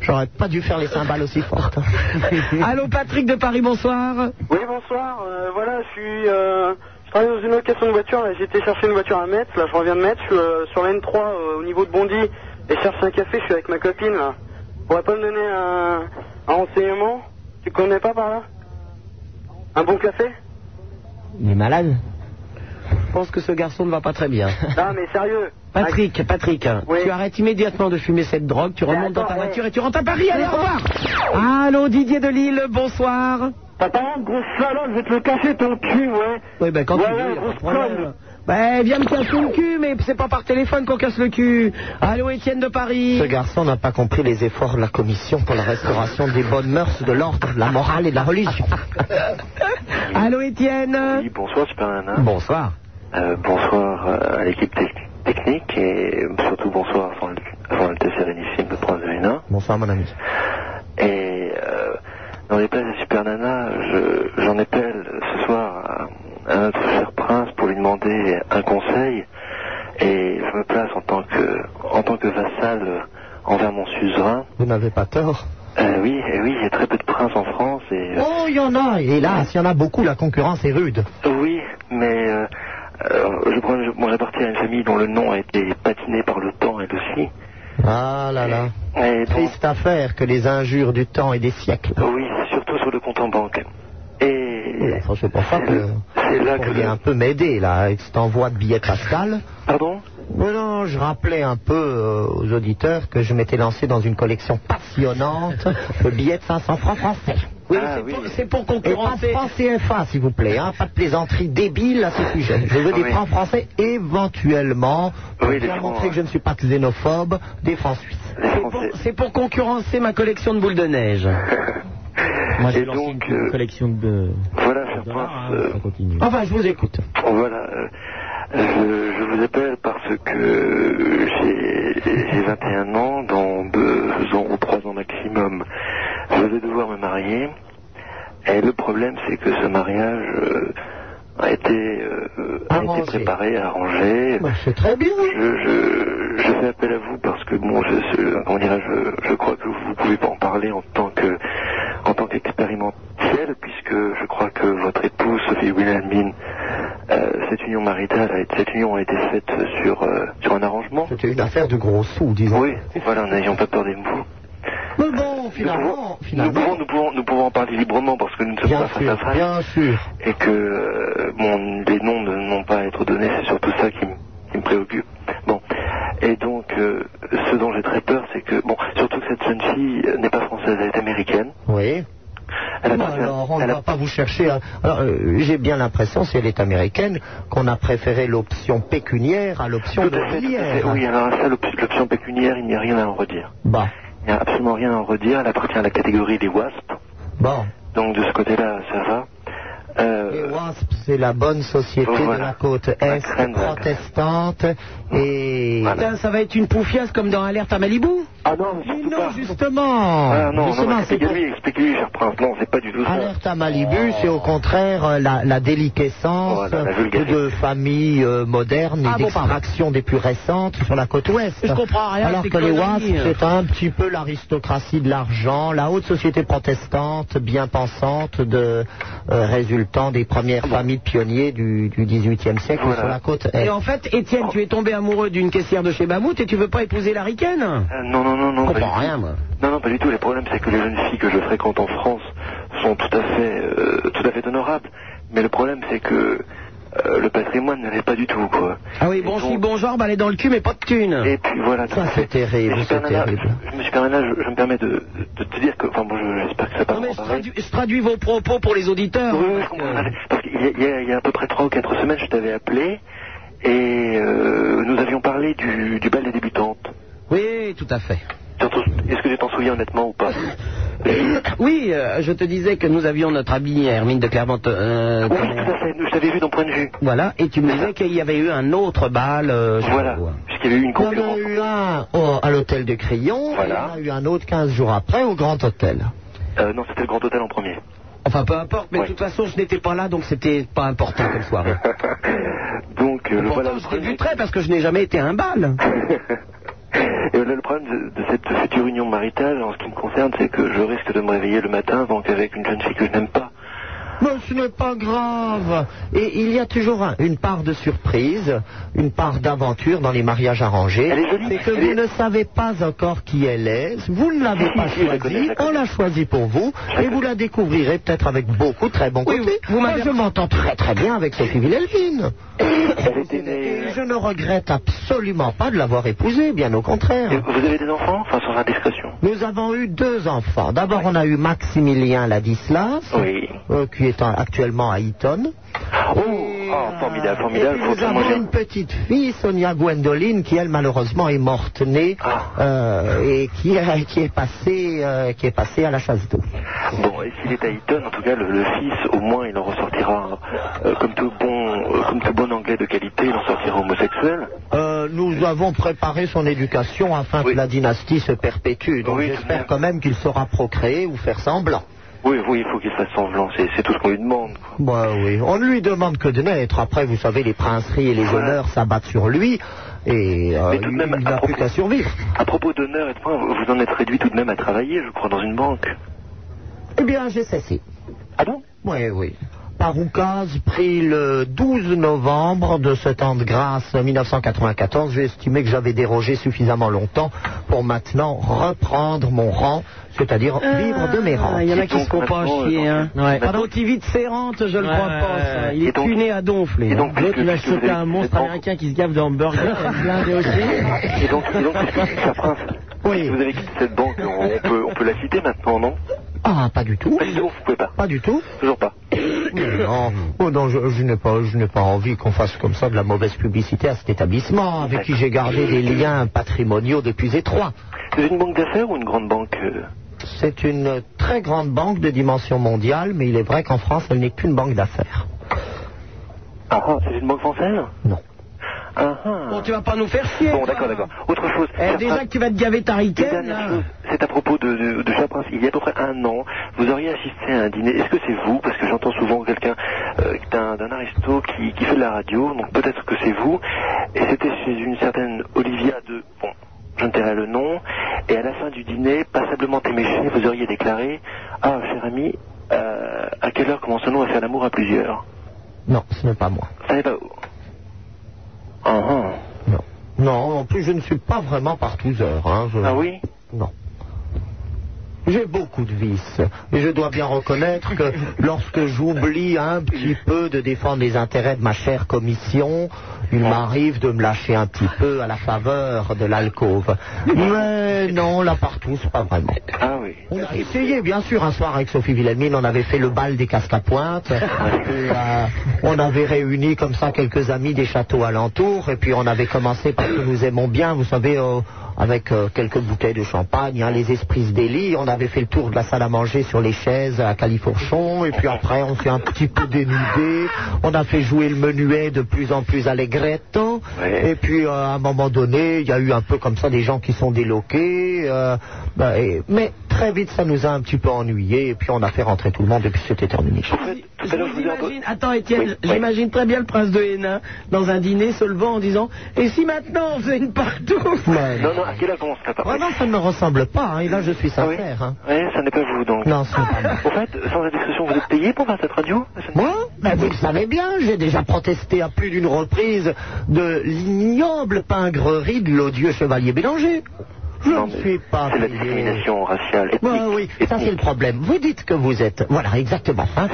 J'aurais pas dû faire les cymbales aussi fortes.
Allô, Patrick de Paris, bonsoir.
Oui, bonsoir. Euh, voilà, je suis. euh, je travaille dans une location de voiture. Là, j'étais chercher une voiture à Metz. Là, je reviens de Metz. Je suis euh, sur la N3 euh, au niveau de Bondy. Et je cherche un café. Je suis avec ma copine. Là. Tu pourrais pas me donner un, un renseignement Tu connais pas par là Un bon café
Il est malade
Je pense que ce garçon ne va pas très bien.
Ah,
Non, mais sérieux.
Patrick, Patrick, tu arrêtes immédiatement de fumer cette drogue, tu remontes dans ta voiture et tu rentres à Paris. Allez, au revoir. Allô, Didier de Lille, bonsoir.
T'as pas honte, grosse salope, je vais te le cacher ton cul, ouais.
Oui, ben quand
ouais,
tu veux,
ouais,
y a pas de
grosse
problème.
conne.
Ben, viens me casser le cul, mais c'est pas par téléphone qu'on casse le cul. Allô, Étienne de Paris.
Ce garçon n'a pas compris les efforts de la commission pour la restauration des bonnes mœurs, de l'ordre, de la morale et de la religion.
Allô, Étienne.
Oui, bonsoir, Super Nana.
Bonsoir.
Euh, bonsoir euh, à l'équipe tec- technique et surtout bonsoir à son, à son Altesse Sérénissime, le prince de Hénin.
Bonsoir, mon ami.
Et euh, dans les places de Super Nana, je- j'en appelle ce soir à, à notre cher prince pour lui demander un conseil. Et je me place en tant que, en tant que vassal envers mon suzerain.
Vous n'avez pas tort.
Euh, oui, eh oui, il y a très peu de princes en France et euh,
Oh, il y en a, hélas, il y en a beaucoup, la concurrence est rude.
Oui, mais euh, euh, je, prends- je- moi j'appartiens à une famille dont le nom a été patiné par le temps elle aussi.
Ah là là.
Et Eh, bon,
Triste affaire que les injures du temps et des siècles.
oui, surtout sur le compte en banque. Et
Oui, enfin, je pense pas que
c'est là
vous
que
pourriez un peu m'aider, là, avec cet envoi de billets Pascal.
Pardon
Mais non, je rappelais un peu euh, aux auditeurs que je m'étais lancé dans une collection passionnante de billets de 500 francs français.
Ah, Oui, c'est pour- c'est pour, concurrencer.
Et pas de francs CFA, s'il vous plaît. Hein. Pas de plaisanterie débile à ce sujet. Je veux des
Oui.
francs français éventuellement pour
Oui, des
bien
francs,
montrer que je ne suis pas xénophobe. Des francs suisses.
C'est pour, c'est pour concurrencer ma collection de boules de neige.
Moi, j'ai lancé une collection de.
euh,
Ah,
Voilà, cher prince. euh,
Enfin, je vous écoute.
Voilà, euh, je, je vous appelle parce que euh, j'ai j'ai 21 ans, dans deux ans ou trois ans maximum, je vais devoir me marier. Et le problème, c'est que ce mariage euh, a été, euh, a été préparé, arrangé.
Bah, c'est très bien.
Je, je, je fais appel à vous parce que bon, je, je- comment dirais-je, je, crois que vous pouvez pas en parler en tant que en tant qu'expérimentiel, puisque je crois que votre épouse Sophie Wilhelmine, euh, cette union maritale, a été- cette union a été faite sur euh, sur un arrangement.
C'était une affaire de gros sous, disons.
Oui, voilà, n'ayons pas peur des mots.
Mais bon, finalement,
Nous pouvons, nous, pouvons, nous pouvons en parler librement parce que nous ne sommes pas face à face
bien sûr.
et que euh, bon, les noms ne n'ont pas à être donnés, c'est surtout ça qui, m- qui me préoccupe. Bon, et donc euh, ce dont j'ai très peur, c'est que bon, surtout que cette jeune fille euh, n'est pas française, elle est américaine.
Oui.
Elle a
Bon,
passé un-
alors, on ne va pas vous chercher. à- Alors, euh, j'ai bien l'impression, si elle est américaine, qu'on a préféré l'option pécuniaire à l'option
Tout à fait, tout à fait.
nobiliaire.
Oui, alors à ça, l'op- l'option pécuniaire, il n'y a rien à en redire.
Bah,
Il n'y a absolument rien à en redire. Elle appartient à la catégorie des WASP.
Bon.
Donc de ce côté-là, ça va. Euh,
les WASP, c'est la bonne société
Voilà.
de la côte Est protestante et.
Putain, ça va être une poufiasse comme dans Alerte à Malibu.
Ah non,
non, justement.
Ah non, non,
Justement,
non
c'est pour-
expliquez-lui, expliquez-lui, cher prince. Non, c'est pas du tout ça.
Alerte à Malibu, c'est au contraire euh, la, la déliquescence
Voilà, la vulgarité.
de familles euh, modernes et
Ah, bon,
d'extraction des plus récentes sur la côte ouest.
Je comprends rien à
Alors
ces
que les WASP,
conneries.
c'est un petit peu l'aristocratie de l'argent, la haute société protestante, bien pensante, de, euh, résultant des
Ah
premières familles de pionniers du, du 18e siècle sur la côte eh. est.
Et en fait, Étienne, tu es tombé amoureux d'une caissière de chez Mammouth et tu veux pas épouser la ricaine
Euh, non, non, non, non.
Je comprends
pas du
rien,
tout.
moi.
Non, non, pas du tout. Le problème, c'est que les jeunes filles que je fréquente en France sont tout à fait, euh, tout à fait honorables. Mais le problème, c'est que euh, le patrimoine ne l'est pas du tout, quoi.
Ah oui, bon si, bon genre, bah, elle est dans le cul, mais pas de thune.
Et puis voilà, tout à fait.
terrible,
Et Super Nana, je- je me suis permis là, je, je me permets de, de te dire que, enfin bon, je- j'espère que ça passe.
Je traduis- Je traduis vos propos pour les auditeurs. hein,
Parce qu'il y, a- il y a- il y a à peu près trois ou quatre semaines, je t'avais appelé et euh, nous avions parlé du, du bal des débutantes.
Oui, tout à fait.
Est-ce que tu t'en souviens honnêtement ou pas
Oui, euh, je te disais que nous avions notre ami Hermine de Clermont. euh,
Oui, tout à fait. Je t'avais vu d'un point de vue.
Voilà, et tu me disais qu'il y avait eu un autre bal. euh, je sais
Voilà.
pas où.
Puisqu'il y avait eu une
Il y en a eu un au- à l'hôtel de Crillon, et il y en a eu un autre 15 jours après au Grand Hôtel.
Euh, non, c'était le Grand Hôtel en premier.
Enfin, peu importe, mais de toute façon, je n'étais pas là, donc c'était pas important comme soirée.
Donc, euh, le voilà.
Ah, Pourtant, je débuterais parce que je n'ai jamais été à un bal.
Et le le problème de, de cette future union maritale, en ce qui me concerne, c'est que je risque de me réveiller le matin donc avec une jeune fille que je n'aime pas.
Mais ce n'est pas grave. Et il y a toujours un- une part de surprise, une part d'aventure dans les mariages arrangés.
Elle est jolie.
C'est que
Elle
vous
est-
ne savez pas encore qui elle est. Vous ne l'avez
Si,
pas
si, si, je la connais, je
choisie.
la
On l'a choisie pour vous. Et vous la découvrirez peut-être avec beaucoup de très bons côtés. Moi, je m'entends très très bien avec Sophie Villelvine. Et je ne regrette absolument pas de l'avoir épousée, bien au contraire.
Vous avez des enfants Enfin, sans indiscrétion.
Nous avons eu deux enfants. D'abord, on a eu Maximilien Ladislas, euh, qui est en- actuellement à Eton.
Oh, oh, formidable,
Et
formidable.
puis,
Faut
nous
que moi,
avons
j'ai-
une petite fille, Sonia Gwendoline, qui elle malheureusement est morte née euh, et qui, qui est passée, euh, qui est passée à la chasse d'eau.
Bon, et s'il est à Eton, en tout cas, le, le fils, au moins, il en ressortira, euh, comme, tout bon, euh, comme tout bon anglais de qualité, il en sortira homosexuel.
Euh, nous avons préparé son éducation afin que la dynastie se perpétue. Donc j'espère quand même qu'il saura procréer ou faire semblant.
Oui, oui, il faut qu'il fasse semblant, c'est c'est tout ce qu'on lui demande.
Bah oui, on ne lui demande que de naître. Après, vous savez, les princeries et les honneurs s'abattent sur lui et euh, il il n'a plus qu'à survivre.
À propos d'honneur et de points, vous vous en êtes réduit tout de même à travailler, je crois, dans une banque.
Eh bien, j'ai cessé. Ah bon Oui, oui. Par Oukaz, pris le 12 novembre de ce temps de grâce 1994, j'ai estimé que j'avais dérogé suffisamment longtemps pour maintenant reprendre mon rang, c'est-à-dire vivre de mes rangs.
Ah, Il y en a qui se font pas chier. Hein.
Ouais.
Pardon, Tivit Serrante, je le
Ouais,
crois
ouais,
pas.
ouais.
ça. Il est
Et donc-
tuné à donfler.
et donc,
L'autre, il a
puisque- puisque
jeté un
vous
monstre
êtes-
américain qui se gaffe d'un hamburger, qui est blindé
euh,
aussi.
Et donc, et donc ça prince, si vous avez quitté cette banque, on, on peut, on peut la quitter maintenant, non
Ah, pas du tout.
Pas du tout, vous pouvez pas.
Pas du tout
Toujours pas.
Mais non, Oh non, je, je n'ai pas, je n'ai pas envie qu'on fasse comme ça de la mauvaise publicité à cet établissement avec qui j'ai gardé des liens patrimoniaux de plus étroits.
C'est une banque d'affaires ou une grande banque euh,
C'est une très grande banque de dimension mondiale, mais il est vrai qu'en France, elle n'est qu'une banque d'affaires.
Ah, ah, c'est une banque française
Non.
Ah, ah.
Bon, tu vas pas nous faire chier.
Bon, d'accord, d'accord. Autre chose. Ah,
Eh, déjà que tu vas te gaver ta ricaine, là.
C'est à propos de, de, de Charles Prince. Il y a à peu près un an, vous auriez assisté à un dîner. Est-ce que c'est vous Parce que j'entends souvent quelqu'un euh, d'un d'un aristo qui, qui fait de la radio, donc peut-être que c'est vous. Et c'était chez une certaine Olivia de... Bon, je ne tairai le nom. Et à la fin du dîner, passablement éméché, vous auriez déclaré « Ah, cher ami, euh, à quelle heure commençons-nous à faire l'amour à plusieurs
Non, ce n'est pas moi. ?»
Ça n'est pas vous. Ah, ah.
Non, en plus, je ne suis pas vraiment par heures. Hein, je-
Ah oui
Non. J'ai beaucoup de vices. Et je dois bien reconnaître que lorsque j'oublie un petit peu de défendre les intérêts de ma chère commission, il m'arrive de me lâcher un petit peu à la faveur de l'alcôve. Mais non, là partout, c'est pas vraiment.
Ah oui.
On a essayé, bien sûr, un soir avec Sophie Wilhelmine, on avait fait le bal des casques à pointe. Et, euh, on avait réuni comme ça quelques amis des châteaux alentours. Et puis on avait commencé parce que nous aimons bien, vous savez, euh, avec euh, quelques bouteilles de champagne, hein, les esprits d'Élie. On avait fait le tour de la salle à manger sur les chaises à Califourchon. Et puis après, on s'est un petit peu dénudé. On a fait jouer le menuet de plus en plus allegretto. Et puis euh, à un moment donné, il y a eu un peu comme ça des gens qui sont déloqués. euh, bah, et- mais très vite, ça nous a un petit peu ennuyés. Et puis on a fait rentrer tout le monde et puis c'était terminé.
hein. Je vous imagine- Attends, Étienne, j'imagine très bien le prince de Hénin dans un dîner se levant en disant Et si maintenant on faisait une partout
Non, non, à quelle heure commence la parole
Ouais, non, ça ne me ressemble pas. hein, et là, je suis sincère. hein.
Ouais, ça n'est pas vous donc.
Non, ce n'est pas moi.
En fait, sans indiscrétion, vous êtes payé pour faire cette radio
Moi Ben, Vous le savez bien, j'ai déjà protesté à plus d'une reprise de l'ignoble pingrerie de l'odieux chevalier Bélanger. Je ne suis pas
C'est la
payé.
discrimination raciale.
Ouais, oui, ça c'est le problème. Vous dites que vous êtes. Voilà, exactement. hein.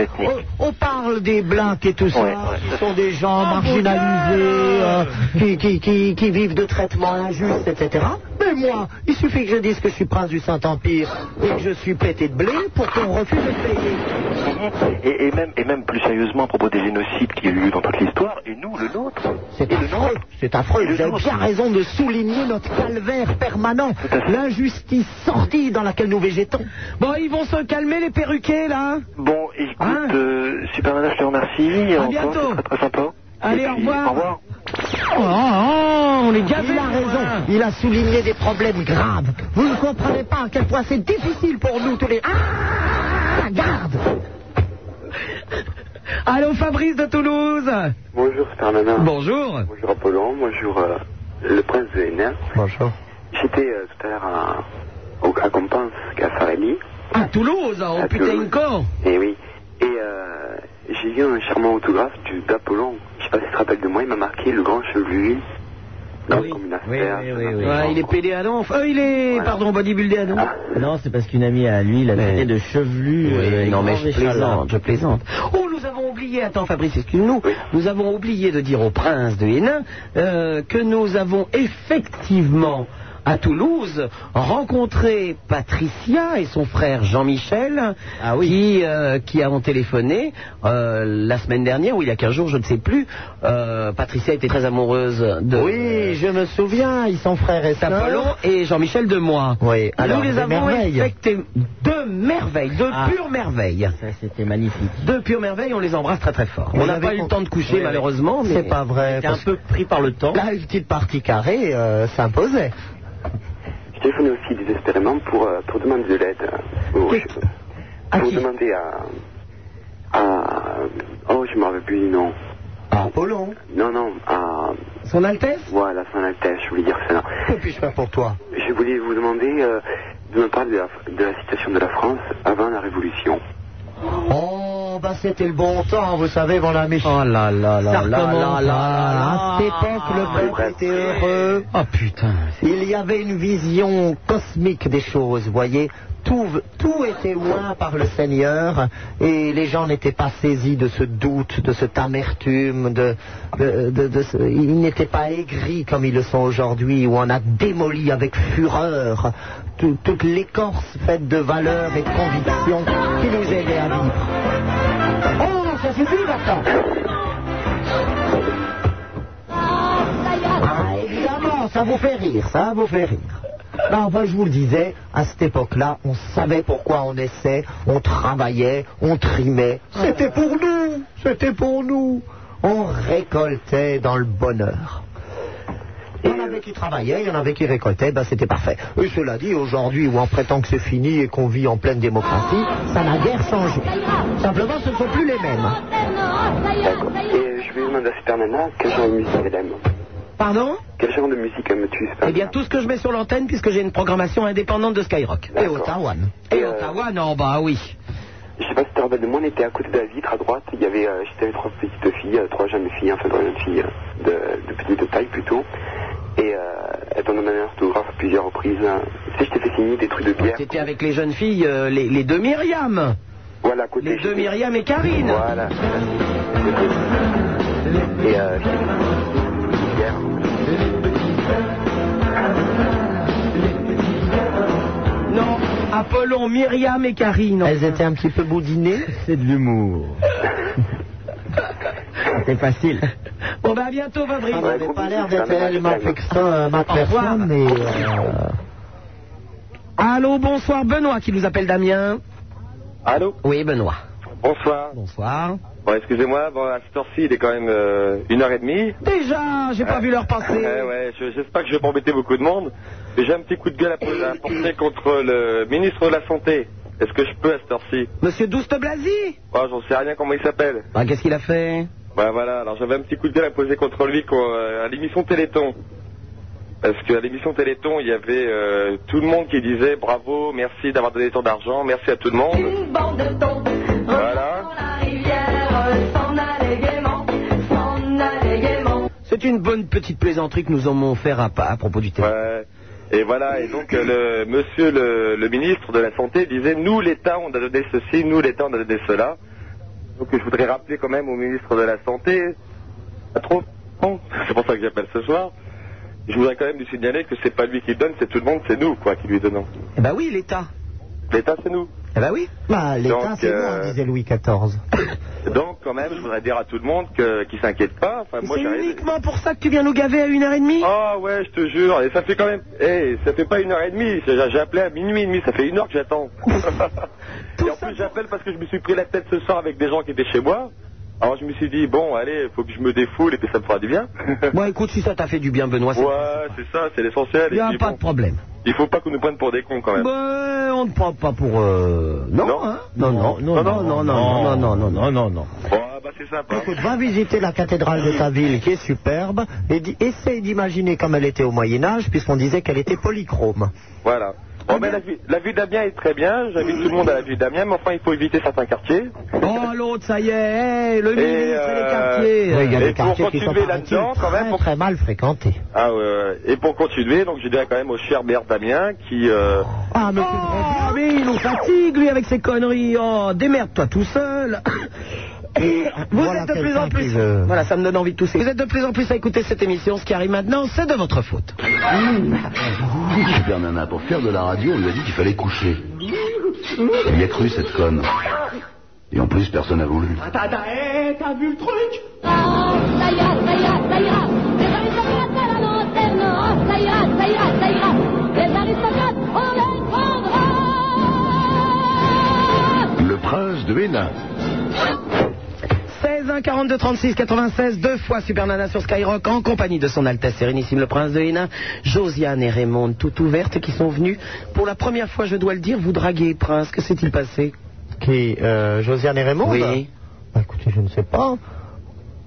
On, on parle des blancs et tout ça, qui sont des gens marginalisés, euh, qui, qui- qui- qui vivent de traitements injustes, etc. Mais moi, il suffit que je dise que je suis prince du Saint-Empire et que je suis pété de blé pour qu'on refuse de me payer.
Et, et même, et même plus sérieusement à propos des génocides qui ont eu lieu dans toute l'histoire, et nous, le nôtre.
C'est affreux, c'est affreux. Vous avez bien raison de souligner notre calvaire permanent, l'injustice sordide dans laquelle nous végétons.
Bon, ils vont se calmer les perruquets là hein.
Bon, écoute, euh, Super Nana, je te remercie.
À
Encore,
bientôt.
c'est Très, très sympa.
Allez,
Et
au
puis,
revoir.
Au revoir.
Oh, oh, on est gavés
Il a raison, il a souligné des problèmes graves. Vous ne comprenez pas à quel point c'est difficile pour nous tous les. Ah Garde
Allô Fabrice de Toulouse
Bonjour Superman.
Bonjour.
Bonjour Apollon, bonjour euh, le prince de Hénin.
Bonjour.
J'étais euh, tout à l'heure à, au- à Compense, à Sarelli.
À Toulouse, oh putain, encore
Et Eh oui. Et euh, j'ai vu un charmant autographe du d'Apollon. Je sais pas si tu te rappelles de moi, il m'a marqué le grand chevelu.
Ah
Dans oui. comme une affaire.
Ouais, il est pédé à l'enf. Euh, il est, pardon, bodybuildé à l'enf.
Ah. Non, c'est parce qu'une amie à lui, la traité de chevelu. euh,
non, mais
grand
je plaisante, je plaisante. Oh, nous avons oublié, attends Fabrice, excuse-nous, nous avons oublié de dire au prince de Hénin euh, que nous avons effectivement à Toulouse rencontré Patricia et son frère Jean-Michel
Ah
qui, euh, qui ont téléphoné euh, la semaine dernière ou il y a 15 jours, je ne sais plus. Euh, Patricia était très amoureuse de...
Oui, je me souviens, ils sont frères et
Apollon
sœurs.
et Jean-Michel de moi.
Oui, alors
Nous les
des
avons
merveilles. Ah.
effecté deux merveilles, deux pures merveilles.
Ça, c'était magnifique.
Deux pures merveilles, on les embrasse très très fort. on n'a pas eu le temps de coucher
Oui, oui.
malheureusement, mais
C'est pas vrai.
C'était un peu
pris par le temps.
Là, une petite partie carrée euh, s'imposait.
Je téléphonais aussi désespérément pour, euh, pour demander de l'aide. euh, au-
Ah,
pour demander à. à. Oh, je m'en rappelle plus du nom.
À Apollon
Non, non, à.
Son Altesse
Voilà, Son Altesse, je voulais dire ça.
Que puis-je faire pour toi
Je voulais vous demander euh, de me parler de la, de la situation de la France avant la Révolution.
Oh, bah c'était le bon temps, vous savez, mon ami. Oh
là là
là là là là
là.
À cette époque, le peuple était heureux.
Oh putain.
Il y avait une vision cosmique des choses, vous voyez. Tout, v- tout était loin par le Seigneur et les gens n'étaient pas saisis de ce doute, de cette amertume, de, de- de- de ce- ils n'étaient pas aigris comme ils le sont aujourd'hui où on a démoli avec fureur tout- toute l'écorce faite de valeurs et de convictions qui nous aidait à vivre. Oh, ça suffit maintenant Ah, évidemment, ça vous fait rire, ça vous fait rire. Non, moi, je vous le disais, à cette époque-là, on savait pourquoi on naissait, on travaillait, on trimait. C'était pour nous, c'était pour nous. On récoltait dans le bonheur. Il y en
euh,
avait qui travaillaient, il y en avait qui récoltaient, ben c'était parfait. Et cela dit, aujourd'hui, où on prétend que c'est fini et qu'on vit en pleine démocratie, ça n'a guère changé. Simplement, ce ne sont plus les mêmes.
D'accord. Et euh, je vais demander à Super Nana quel genre de musique elle aime.
Pardon
Quel genre de musique aimes-tu, Super
Eh bien, tout ce que je mets sur l'antenne, puisque j'ai une programmation indépendante de Skyrock. Et
Ah,
Ottawa. Et Ottawa, non, bah oui.
euh, Je sais pas si tu te rappelles de moi, on était à côté de la vitre, à droite, il y avait, euh, j'étais avec trois petites filles, euh, trois jeunes filles, enfin trois jeunes filles euh, de, de petite taille plutôt. Et euh, elles t'ont demandé un autographe à plusieurs reprises. hein. Tu sais, je t'ai fait signer des trucs de bière.
T'étais avec les jeunes filles, euh, les, les deux Myriam.
Voilà, à côté.
Les deux Myriam et Karine.
Voilà. Et euh, je t'ai fait signer hier.
Non, Apollon, Myriam et Karine.
Elles étaient un petit peu boudinées.
C'est de l'humour. C'est facile.
Bon, ben à bientôt, Fabrice.
Ah,
On n'avait pas l'air d'être réellement vexant, ma
Au revoir.
personne, mais... euh,
Allô, bonsoir, Benoît qui nous appelle Damien.
Allô
Oui, Benoît.
Bonsoir.
Bonsoir.
Bon, excusez-moi, bon, à cette heure-ci, il est quand même euh, une heure et demie.
Déjà, Ah, j'ai pas vu l'heure passer.
Ouais, ouais, je- j'espère que je vais pas embêter beaucoup de monde. Et J'ai un petit coup de gueule à po- à porter contre le ministre de la Santé. Est-ce que je peux à cette heure-ci
Monsieur Douste Blasi
Oh, J'en sais rien comment il s'appelle.
Bah, qu'est-ce qu'il a fait
Bah voilà, alors j'avais un petit coup de gueule à poser contre lui quoi, euh, à l'émission Téléthon. Parce qu'à l'émission Téléthon, il y avait euh, tout le monde qui disait bravo, merci d'avoir donné tant d'argent, merci à tout le monde.
Oh.
Voilà.
C'est une bonne petite plaisanterie que nous avons faire à, à propos du thème.
Et voilà, et donc euh, le monsieur le, le ministre de la Santé disait nous l'État on a donné ceci, nous l'État on a donné cela. Donc je voudrais rappeler quand même au ministre de la Santé, pas trop, non, c'est pour ça que j'appelle ce soir, je voudrais quand même lui signaler que c'est pas lui qui donne, c'est tout le monde, c'est nous quoi qui lui donnons.
Eh ben oui, l'État.
L'État c'est nous.
Eh ben oui.
Bah, l'État,
Donc,
c'est
euh,
moi, disait Louis XIV.
Donc quand même je voudrais dire à tout le monde que- qu'il s'inquiète pas. Enfin, moi,
C'est
j'ai rien-
uniquement pour ça que tu viens nous gaver à une heure et demie
Ah ouais, je te jure, et ça fait quand même, eh, ça fait pas une heure et demie, j'ai j'ai appelé à minuit et demi, ça fait une heure que j'attends. et en plus j'appelle parce que je me suis pris la tête ce soir avec des gens qui étaient chez moi, alors je me suis dit, bon allez, faut que je me défoule et puis ça me fera du bien.
Bon, écoute, si ça t'a fait du bien, Benoît, c'est
ouais, c'est ça, c'est l'essentiel.
Il n'y
Et
a
puis,
pas
bon,
de problème.
Il faut pas qu'on nous prenne pour des cons quand même.
Ben, on ne euh, prend pas pour... euh, Non, hein non, non, non, non, non, non, non, non, non, non, non, non,
Bon, ah, bah c'est sympa.
Écoute, va visiter la cathédrale de ta ville qui est superbe et di- essaye d'imaginer comme elle était au Moyen-Âge puisqu'on disait qu'elle était polychrome.
Voilà.
Ah,
Bon, mais la vue, la vue d'Amiens est très bien. J'invite tout le monde à la vue d'Amiens, mais enfin, il faut éviter certains quartiers.
Oh, l'autre, ça y est, hey, le
Et,
ministre et les
euh,
quartiers.
oui, il y a des Et pour quartiers qui sont, continuer paraît-il, là-dedans, quand
Très, très mal fréquentée.
Ah, ouais, ouais. Et pour continuer, donc, je dirais quand même au cher maire d'Amiens qui. euh,
Ah, monsieur oh, mais il nous fatigue, lui, avec ses conneries. Oh, démerde-toi tout seul. Vous êtes de plus en plus. Voilà, ça me donne envie de tousser. Vous êtes de plus en plus à écouter cette émission. Ce qui arrive maintenant, c'est de votre faute.
Super Nana, pour faire de la radio, on lui a dit qu'il fallait coucher. Il y a cru, cette conne. Et en plus, personne n'a voulu.
Attends, attends, hé,
eh,
t'as vu le truc
Ça ira, ça ira, ça ira. Les aristocrates à la lanterne. Oh, ça ira, ça ira, ça ira. Les aristocrates, on les prendra.
Le prince de Hénin.
16 1 42 36 96 deux fois Super Nana sur Skyrock en compagnie de son Altesse Sérénissime le Prince de Hénin, Josiane et Raymond toutes ouvertes qui sont venues pour la première fois je dois le dire vous draguer Prince que s'est-il passé
Qui euh, Josiane et Raymond
Oui.
Bah, écoutez, je ne sais pas.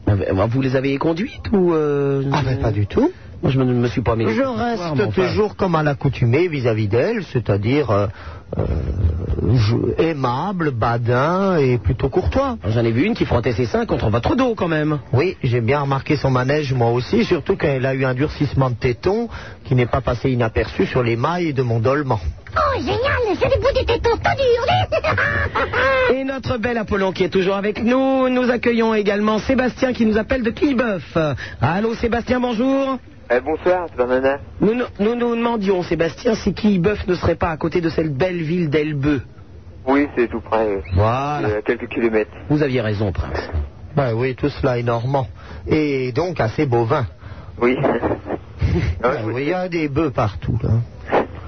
Ah, bah, Vous les avez conduites ou Ah ben pas
bah, du tout.
Moi je ne me suis pas mis.
Je reste toujours comme à l'accoutumée vis-à-vis d'elle, c'est-à-dire euh, euh, je- aimable, badin et plutôt courtois.
Ah, J'en ai vu une qui frottait ses seins contre votre dos quand même.
Oui, j'ai bien remarqué son manège moi aussi, surtout quand elle a eu un durcissement de téton qui n'est pas passé inaperçu sur les mailles de mon dolman.
Oh, génial, c'est du bout du téton tout dur.
Et notre bel Apollon qui est toujours avec nous, nous accueillons également Sébastien qui nous appelle de Killebeuf. Allô Sébastien, bonjour.
Eh, bonsoir, c'est Nana.
Nous nous, nous nous demandions, Sébastien, si Killebeuf ne serait pas à côté de cette belle ville d'Elbeu.
Oui, c'est tout près. Euh,
Voilà.
quelques kilomètres.
Vous aviez raison, Prince.
Ben oui, tout cela est normand. Et donc assez bovin.
Oui.
Ben oui, il y a des bœufs partout. Là.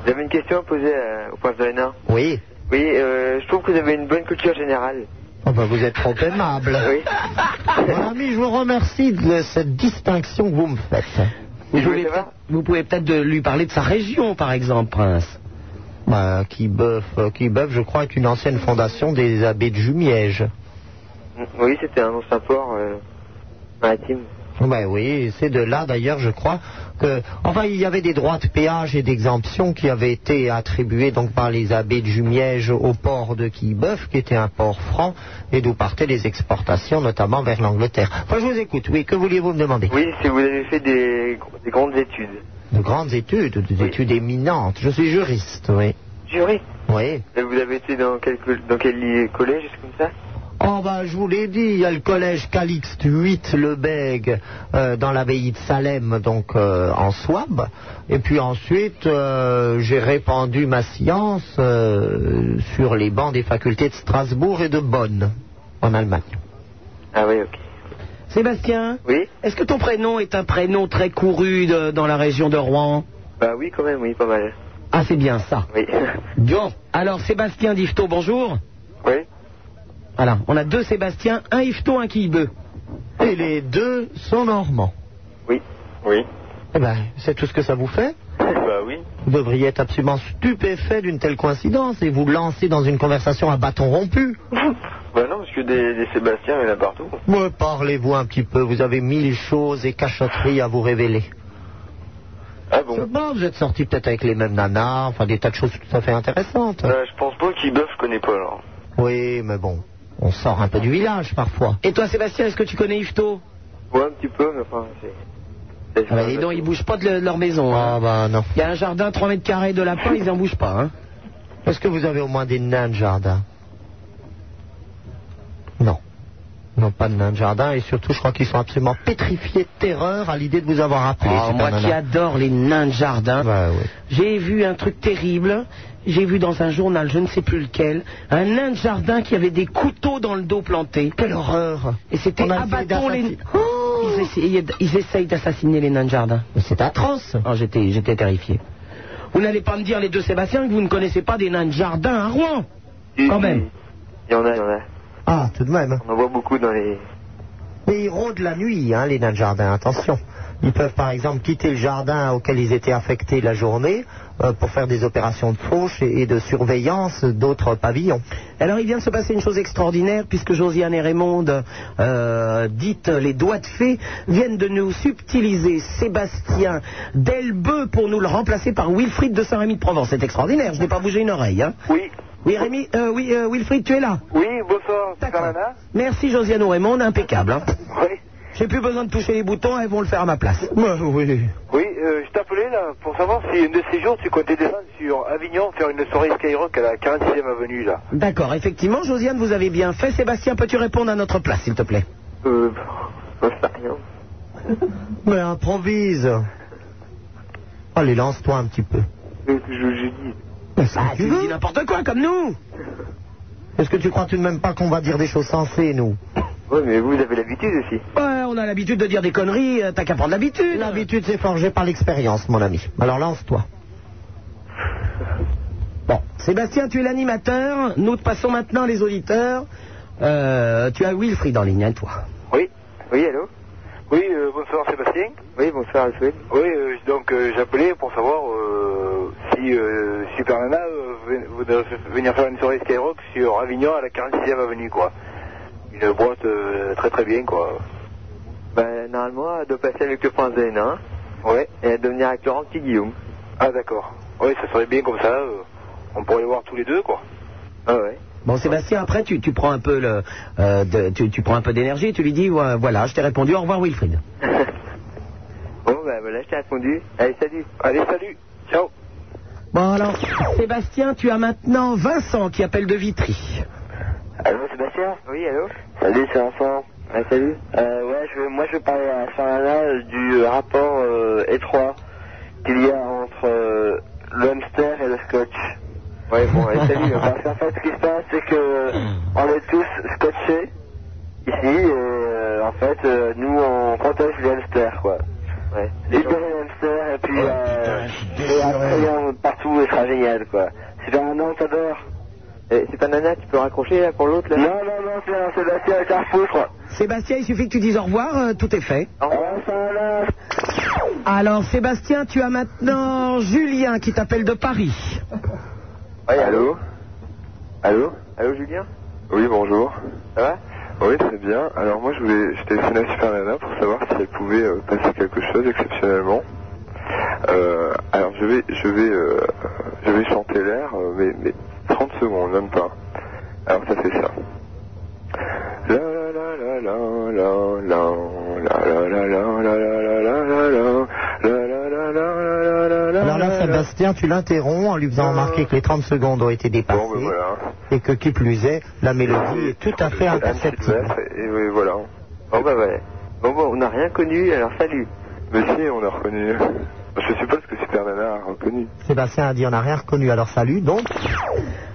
J'avais une question à poser euh, au prince de Hénin.
Oui.
Oui, euh, je trouve que vous avez une bonne culture générale.
Oh ben, vous êtes trop aimable.
Oui.
Mon ami, je vous remercie de cette distinction que vous me faites.
Vous pouvez, peut-être- vous pouvez peut-être de- lui parler de sa région, par exemple, Prince.
Bah, qui bœuf, qui bœuf, je crois, est une ancienne fondation des abbés de Jumièges.
Mm, Oui, c'était un ancien port euh, maritime.
Ben oui, c'est de là d'ailleurs, je crois que. Enfin, il y avait des droits de péage et d'exemption qui avaient été attribués donc par les abbés de Jumièges au port de Quillebeuf, qui était un port franc, et d'où partaient les exportations, notamment vers l'Angleterre. Enfin, je vous écoute. Oui, que vouliez-vous me demander
Oui, si vous avez fait des, des grandes études.
De grandes études, des études éminentes. Je suis juriste, oui.
Juriste
Oui.
Et vous avez été dans quel, col- dans quel lit- collège, comme ça
Oh ben, je vous l'ai dit, il y a le collège Calixte 8 Lebègue euh, dans l'abbaye de Salem, donc euh, en Souabe. Et puis ensuite, euh, j'ai répandu ma science euh, sur les bancs des facultés de Strasbourg et de Bonn, en Allemagne.
Ah oui, ok.
Sébastien
Oui
Est-ce que ton prénom est un prénom très couru de- dans la région de Rouen
Bah oui, quand même, oui, pas mal.
Ah, c'est bien ça.
Oui.
Bon, alors Sébastien d'Ifto, bonjour.
Oui.
Voilà, on a deux Sébastien, un Ifto, un Quillebeu.
Et les deux sont normands.
Oui. Oui.
Eh ben, c'est tout ce que ça vous fait
Bah oui.
Vous devriez être absolument stupéfait d'une telle coïncidence et vous lancer dans une conversation à bâton rompu.
Bah non, parce que des, des Sébastiens, il y en a partout.
Me parlez-vous un petit peu, vous avez mille choses et cachotteries à vous révéler.
Ah bon
Bon, vous êtes sorti peut-être avec les mêmes nanas, enfin des tas de choses tout à fait intéressantes.
Bah, je pense pas qu'il bœuf, je connais pas alors.
Oui, mais bon, on sort un peu du village parfois.
Et toi, Sébastien, est-ce que tu connais Ifto
Ouais, un petit peu, mais enfin, c'est.
Ah bah, dis donc, ils bougent pas de le- leur maison. hein.
Ah bah non.
Il y a un jardin 3 mètres carrés de lapin, ils en bougent pas. Hein.
Est-ce que vous avez au moins des nains de jardin Non. Non, pas de nains de jardin et surtout je crois qu'ils sont absolument pétrifiés de terreur à l'idée de vous avoir appelé.
Oh,
super
moi
nana.
qui adore les nains de
Ah,
jardin,
bah,
j'ai vu un truc terrible. J'ai vu dans un journal, je ne sais plus lequel, un nain de jardin qui avait des couteaux dans le dos planté.
Quelle horreur
Et c'était
On a essayé
abattons les... Oh
d'assassiner-
ils, essayent, ils essayent d'assassiner les nains de jardin.
C'est atroce.
Oh, J'étais j'étais terrifié. Vous n'allez pas me dire, les deux Sébastiens, que vous ne connaissez pas des nains de jardin à Rouen Quand même.
Il y en a, il y en a.
Ah, tout de même.
On en voit beaucoup dans les.
Mais ils rôdent la nuit, hein, les nains de jardin, attention. Ils peuvent par exemple quitter le jardin auquel ils étaient affectés la journée euh, pour faire des opérations de fauche et, et de surveillance d'autres pavillons.
Alors, il vient de se passer une chose extraordinaire, puisque Josiane et Raymond, euh, dites les doigts de fée, viennent de nous subtiliser Sébastien Delbeu pour nous le remplacer par Wilfried de Saint-Rémy de Provence. C'est extraordinaire, je n'ai pas bougé une oreille. Hein.
Oui.
Oui, Rémi, euh, oui, euh, Wilfried, tu es là
Oui, bonsoir, Supermana.
Merci Josiane ou Raymond, impeccable. Hein.
Oui.
J'ai plus besoin de toucher les boutons, elles vont le faire à ma place.
oui.
Oui, euh, je t'appelais là pour savoir si une de ces jours tu comptais descendre sur Avignon faire une soirée Skyrock à la 46e avenue là.
D'accord, effectivement, Josiane, vous avez bien fait. Sébastien, peux-tu répondre à notre place, s'il te plaît
Euh,
Mais improvise. Allez, lance-toi un petit peu.
Ah, tu dis n'importe quoi, comme nous
Est-ce que tu crois tout de même pas qu'on va dire des choses sensées, nous
Oui, mais vous avez l'habitude aussi.
Ouais, on a l'habitude de dire des conneries, euh, t'as qu'à prendre l'habitude.
L'habitude, c'est forgée par l'expérience, mon ami. Alors lance-toi.
Bon, Sébastien, tu es l'animateur. Nous te passons maintenant les auditeurs. Euh, tu as Wilfried en ligne, hein, toi.
Oui, oui, allô Oui, euh, bonsoir Sébastien.
Oui, bonsoir, Alfred.
Oui, euh, donc euh, j'appelais pour savoir euh, si euh, Super Nana euh, ven- voudrait f- venir faire une soirée Skyrock sur Avignon à la 46e avenue, quoi. Une boîte euh, très très bien, quoi.
Ben, normalement, elle doit passer avec le point Zen, hein
Ouais.
Et elle doit venir avec Laurent Petit Guillaume.
Ah, d'accord. Oui, ça serait bien comme ça. euh, on pourrait les voir tous les deux, quoi.
Ah ouais.
Bon, Sébastien, après, tu, tu prends un peu le, euh, de- tu, tu prends un peu d'énergie et tu lui dis, ouais, voilà, je t'ai répondu, au revoir Wilfried.
Bon, ben voilà, je t'ai répondu. Allez, salut.
Allez, salut. Ciao.
Bon, alors, Sébastien, tu as maintenant Vincent qui appelle de Vitry.
Allô, Sébastien Oui, allô
Salut, c'est Vincent.
Ah, salut.
Euh, ouais, je veux- moi je veux parler à Sarana euh, du rapport euh, étroit qu'il y a entre euh, le hamster et le scotch.
Ouais, bon, allez, salut. hein.
Parce qu'en fait, ce qui se passe, c'est que euh, on est tous scotchés ici, et euh, en fait, euh, nous on protège les hamsters, quoi.
Ouais.
Libérer les hamsters, et puis euh, et après, il y en a partout, et ce sera génial, quoi. C'est bien un an, t'adores.
Et c'est pas Nana, tu peux raccrocher là pour l'autre là
Non, non, non, c'est un Sébastien avec un fou, je crois.
Sébastien, il suffit que tu dises au revoir, euh, tout est fait.
Au revoir, Sarana.
Alors, Sébastien, tu as maintenant Julien qui t'appelle de Paris.
Ouais, allô Allô Allô, Julien
Oui, bonjour.
Ça va
Oui, très bien. Alors moi, je voulais, je téléphoné à Super Nana pour savoir si elle pouvait euh, passer quelque chose exceptionnellement. Euh, alors je vais, je vais, euh, je vais chanter l'air, euh, mais, mais 30 secondes, même pas. Alors ça fait ça. La la la la la la la la la la la la la la la la la la la la la la
Alors
la
là, Sébastien, tu l'interromps en lui faisant remarquer que les 30 secondes ont été dépassées
Euh, Bon, ben voilà.
et que qui plus est, la mélodie est tout à fait imperceptible.
Et, et oui, voilà.
Bon, bah ouais. Bon, bon, on n'a rien connu, alors salut.
Mais si, on a reconnu. Je suppose que Super Nana a reconnu.
Sébastien a dit on n'a rien reconnu, alors salut donc.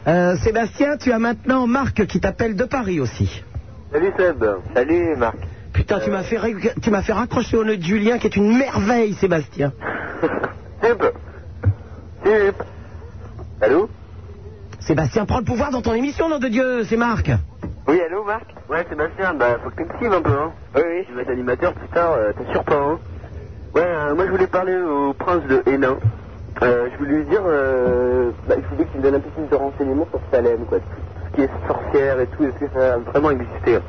Euh, Sébastien, tu as maintenant Marc qui t'appelle de Paris aussi.
Salut Seb. Salut Marc.
Putain, tu m'as fait, ré- tu m'as fait raccrocher au nœud de Julien qui est une merveille, Sébastien.
Seb. Seb. Allô
Sébastien, prends le pouvoir dans ton émission, nom de Dieu, c'est Marc.
Oui, allô Marc Ouais, Sébastien, bah faut que t'actives un peu, hein. Oui, oui. Tu vas être animateur plus tard, euh, t'assures pas, hein. Ouais, euh, moi je voulais parler au prince de Hénin. Euh, je voulais lui dire, euh, bah, il voulais que tu me donnes un peu plus de renseignements sur Salem, quoi. Tout ce qui est sorcière et tout, est-ce que ça a vraiment existé hein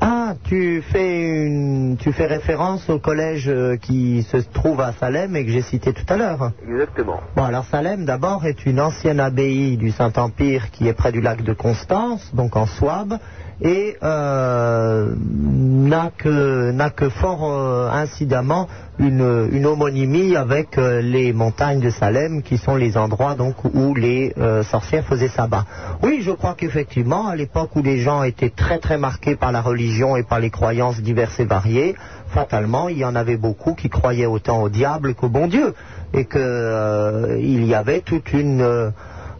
Ah, tu fais une, tu fais référence au collège euh, qui se trouve à Salem et que j'ai cité tout à l'heure.
Exactement.
Bon, alors Salem, d'abord, est une ancienne abbaye du Saint-Empire qui est près du lac de Constance, donc en Souabe, et euh, n'a que, n'a que fort euh, incidemment une, une homonymie avec euh, les montagnes de Salem, qui sont les endroits donc où les euh, sorcières faisaient sabbat. Oui, je crois qu'effectivement, à l'époque où les gens étaient très très marqués par la religion et par les croyances diverses et variées, fatalement, il y en avait beaucoup qui croyaient autant au diable qu'au bon Dieu, et que euh, il y avait toute une euh,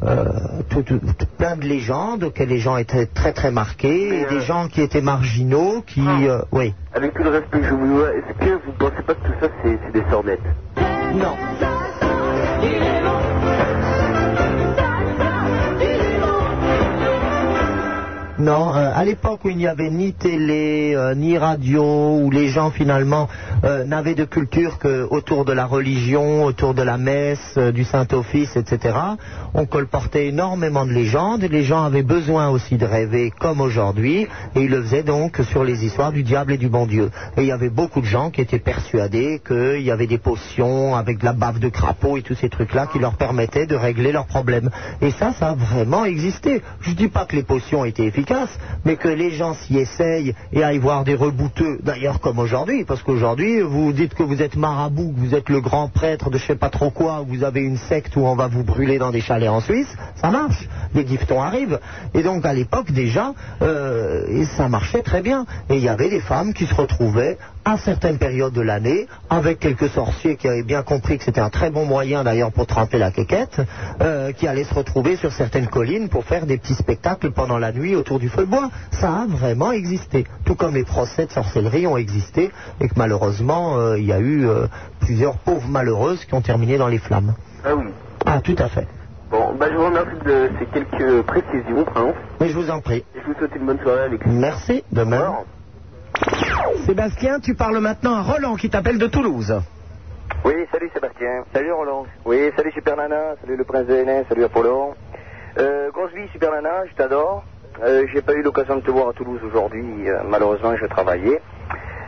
euh, tout- tout- plein de légendes auxquelles les gens étaient très très marqués, et des gens qui étaient marginaux, qui euh, oui.
Avec tout le respect que je vous dois, est-ce que vous pensez pas que tout ça c'est c'est des sornettes
Non. maintenant, euh, à l'époque où il n'y avait ni télé, euh, ni radio, où les gens finalement euh, n'avaient de culture que autour de la religion, autour de la messe, euh, du Saint-Office, etc., on colportait énormément de légendes. Les gens avaient besoin aussi de rêver comme aujourd'hui, et ils le faisaient donc sur les histoires du diable et du bon Dieu. Et il y avait beaucoup de gens qui étaient persuadés qu'il y avait des potions avec de la bave de crapaud et tous ces trucs-là qui leur permettaient de régler leurs problèmes. Et ça, ça a vraiment existé. Je ne dis pas que les potions étaient efficaces, mais que les gens s'y essayent et aillent voir des rebouteux, d'ailleurs comme aujourd'hui, parce qu'aujourd'hui, vous dites que vous êtes marabout, que vous êtes le grand prêtre de je sais pas trop quoi, vous avez une secte où on va vous brûler dans des chalets en Suisse, ça marche, les giftons arrivent. Et donc à l'époque déjà, euh, et ça marchait très bien. Et il y avait des femmes qui se retrouvaient à certaines périodes de l'année, avec quelques sorciers qui avaient bien compris que c'était un très bon moyen d'ailleurs pour tremper la quéquette, euh, qui allaient se retrouver sur certaines collines pour faire des petits spectacles pendant la nuit autour du feu de bois. Ça a vraiment existé, tout comme les procès de sorcellerie ont existé, et que malheureusement, euh, il y a eu euh, plusieurs pauvres malheureuses qui ont terminé dans les flammes.
Ah oui.
Ah, tout à fait.
Bon, bah, je vous remercie de ces quelques précisions, pardon.
Mais je vous en prie.
Et je vous souhaite une bonne soirée, Alex.
Merci, de même.
Sébastien, tu parles maintenant à Roland qui t'appelle de Toulouse.
Oui, salut Sébastien. Salut Roland. Oui, salut Super Nana, salut le prince de Hénin, salut Apollon. Euh, Gonzely, Super Nana, je t'adore. Euh, J'ai pas eu l'occasion de te voir à Toulouse aujourd'hui, euh, malheureusement je travaillais.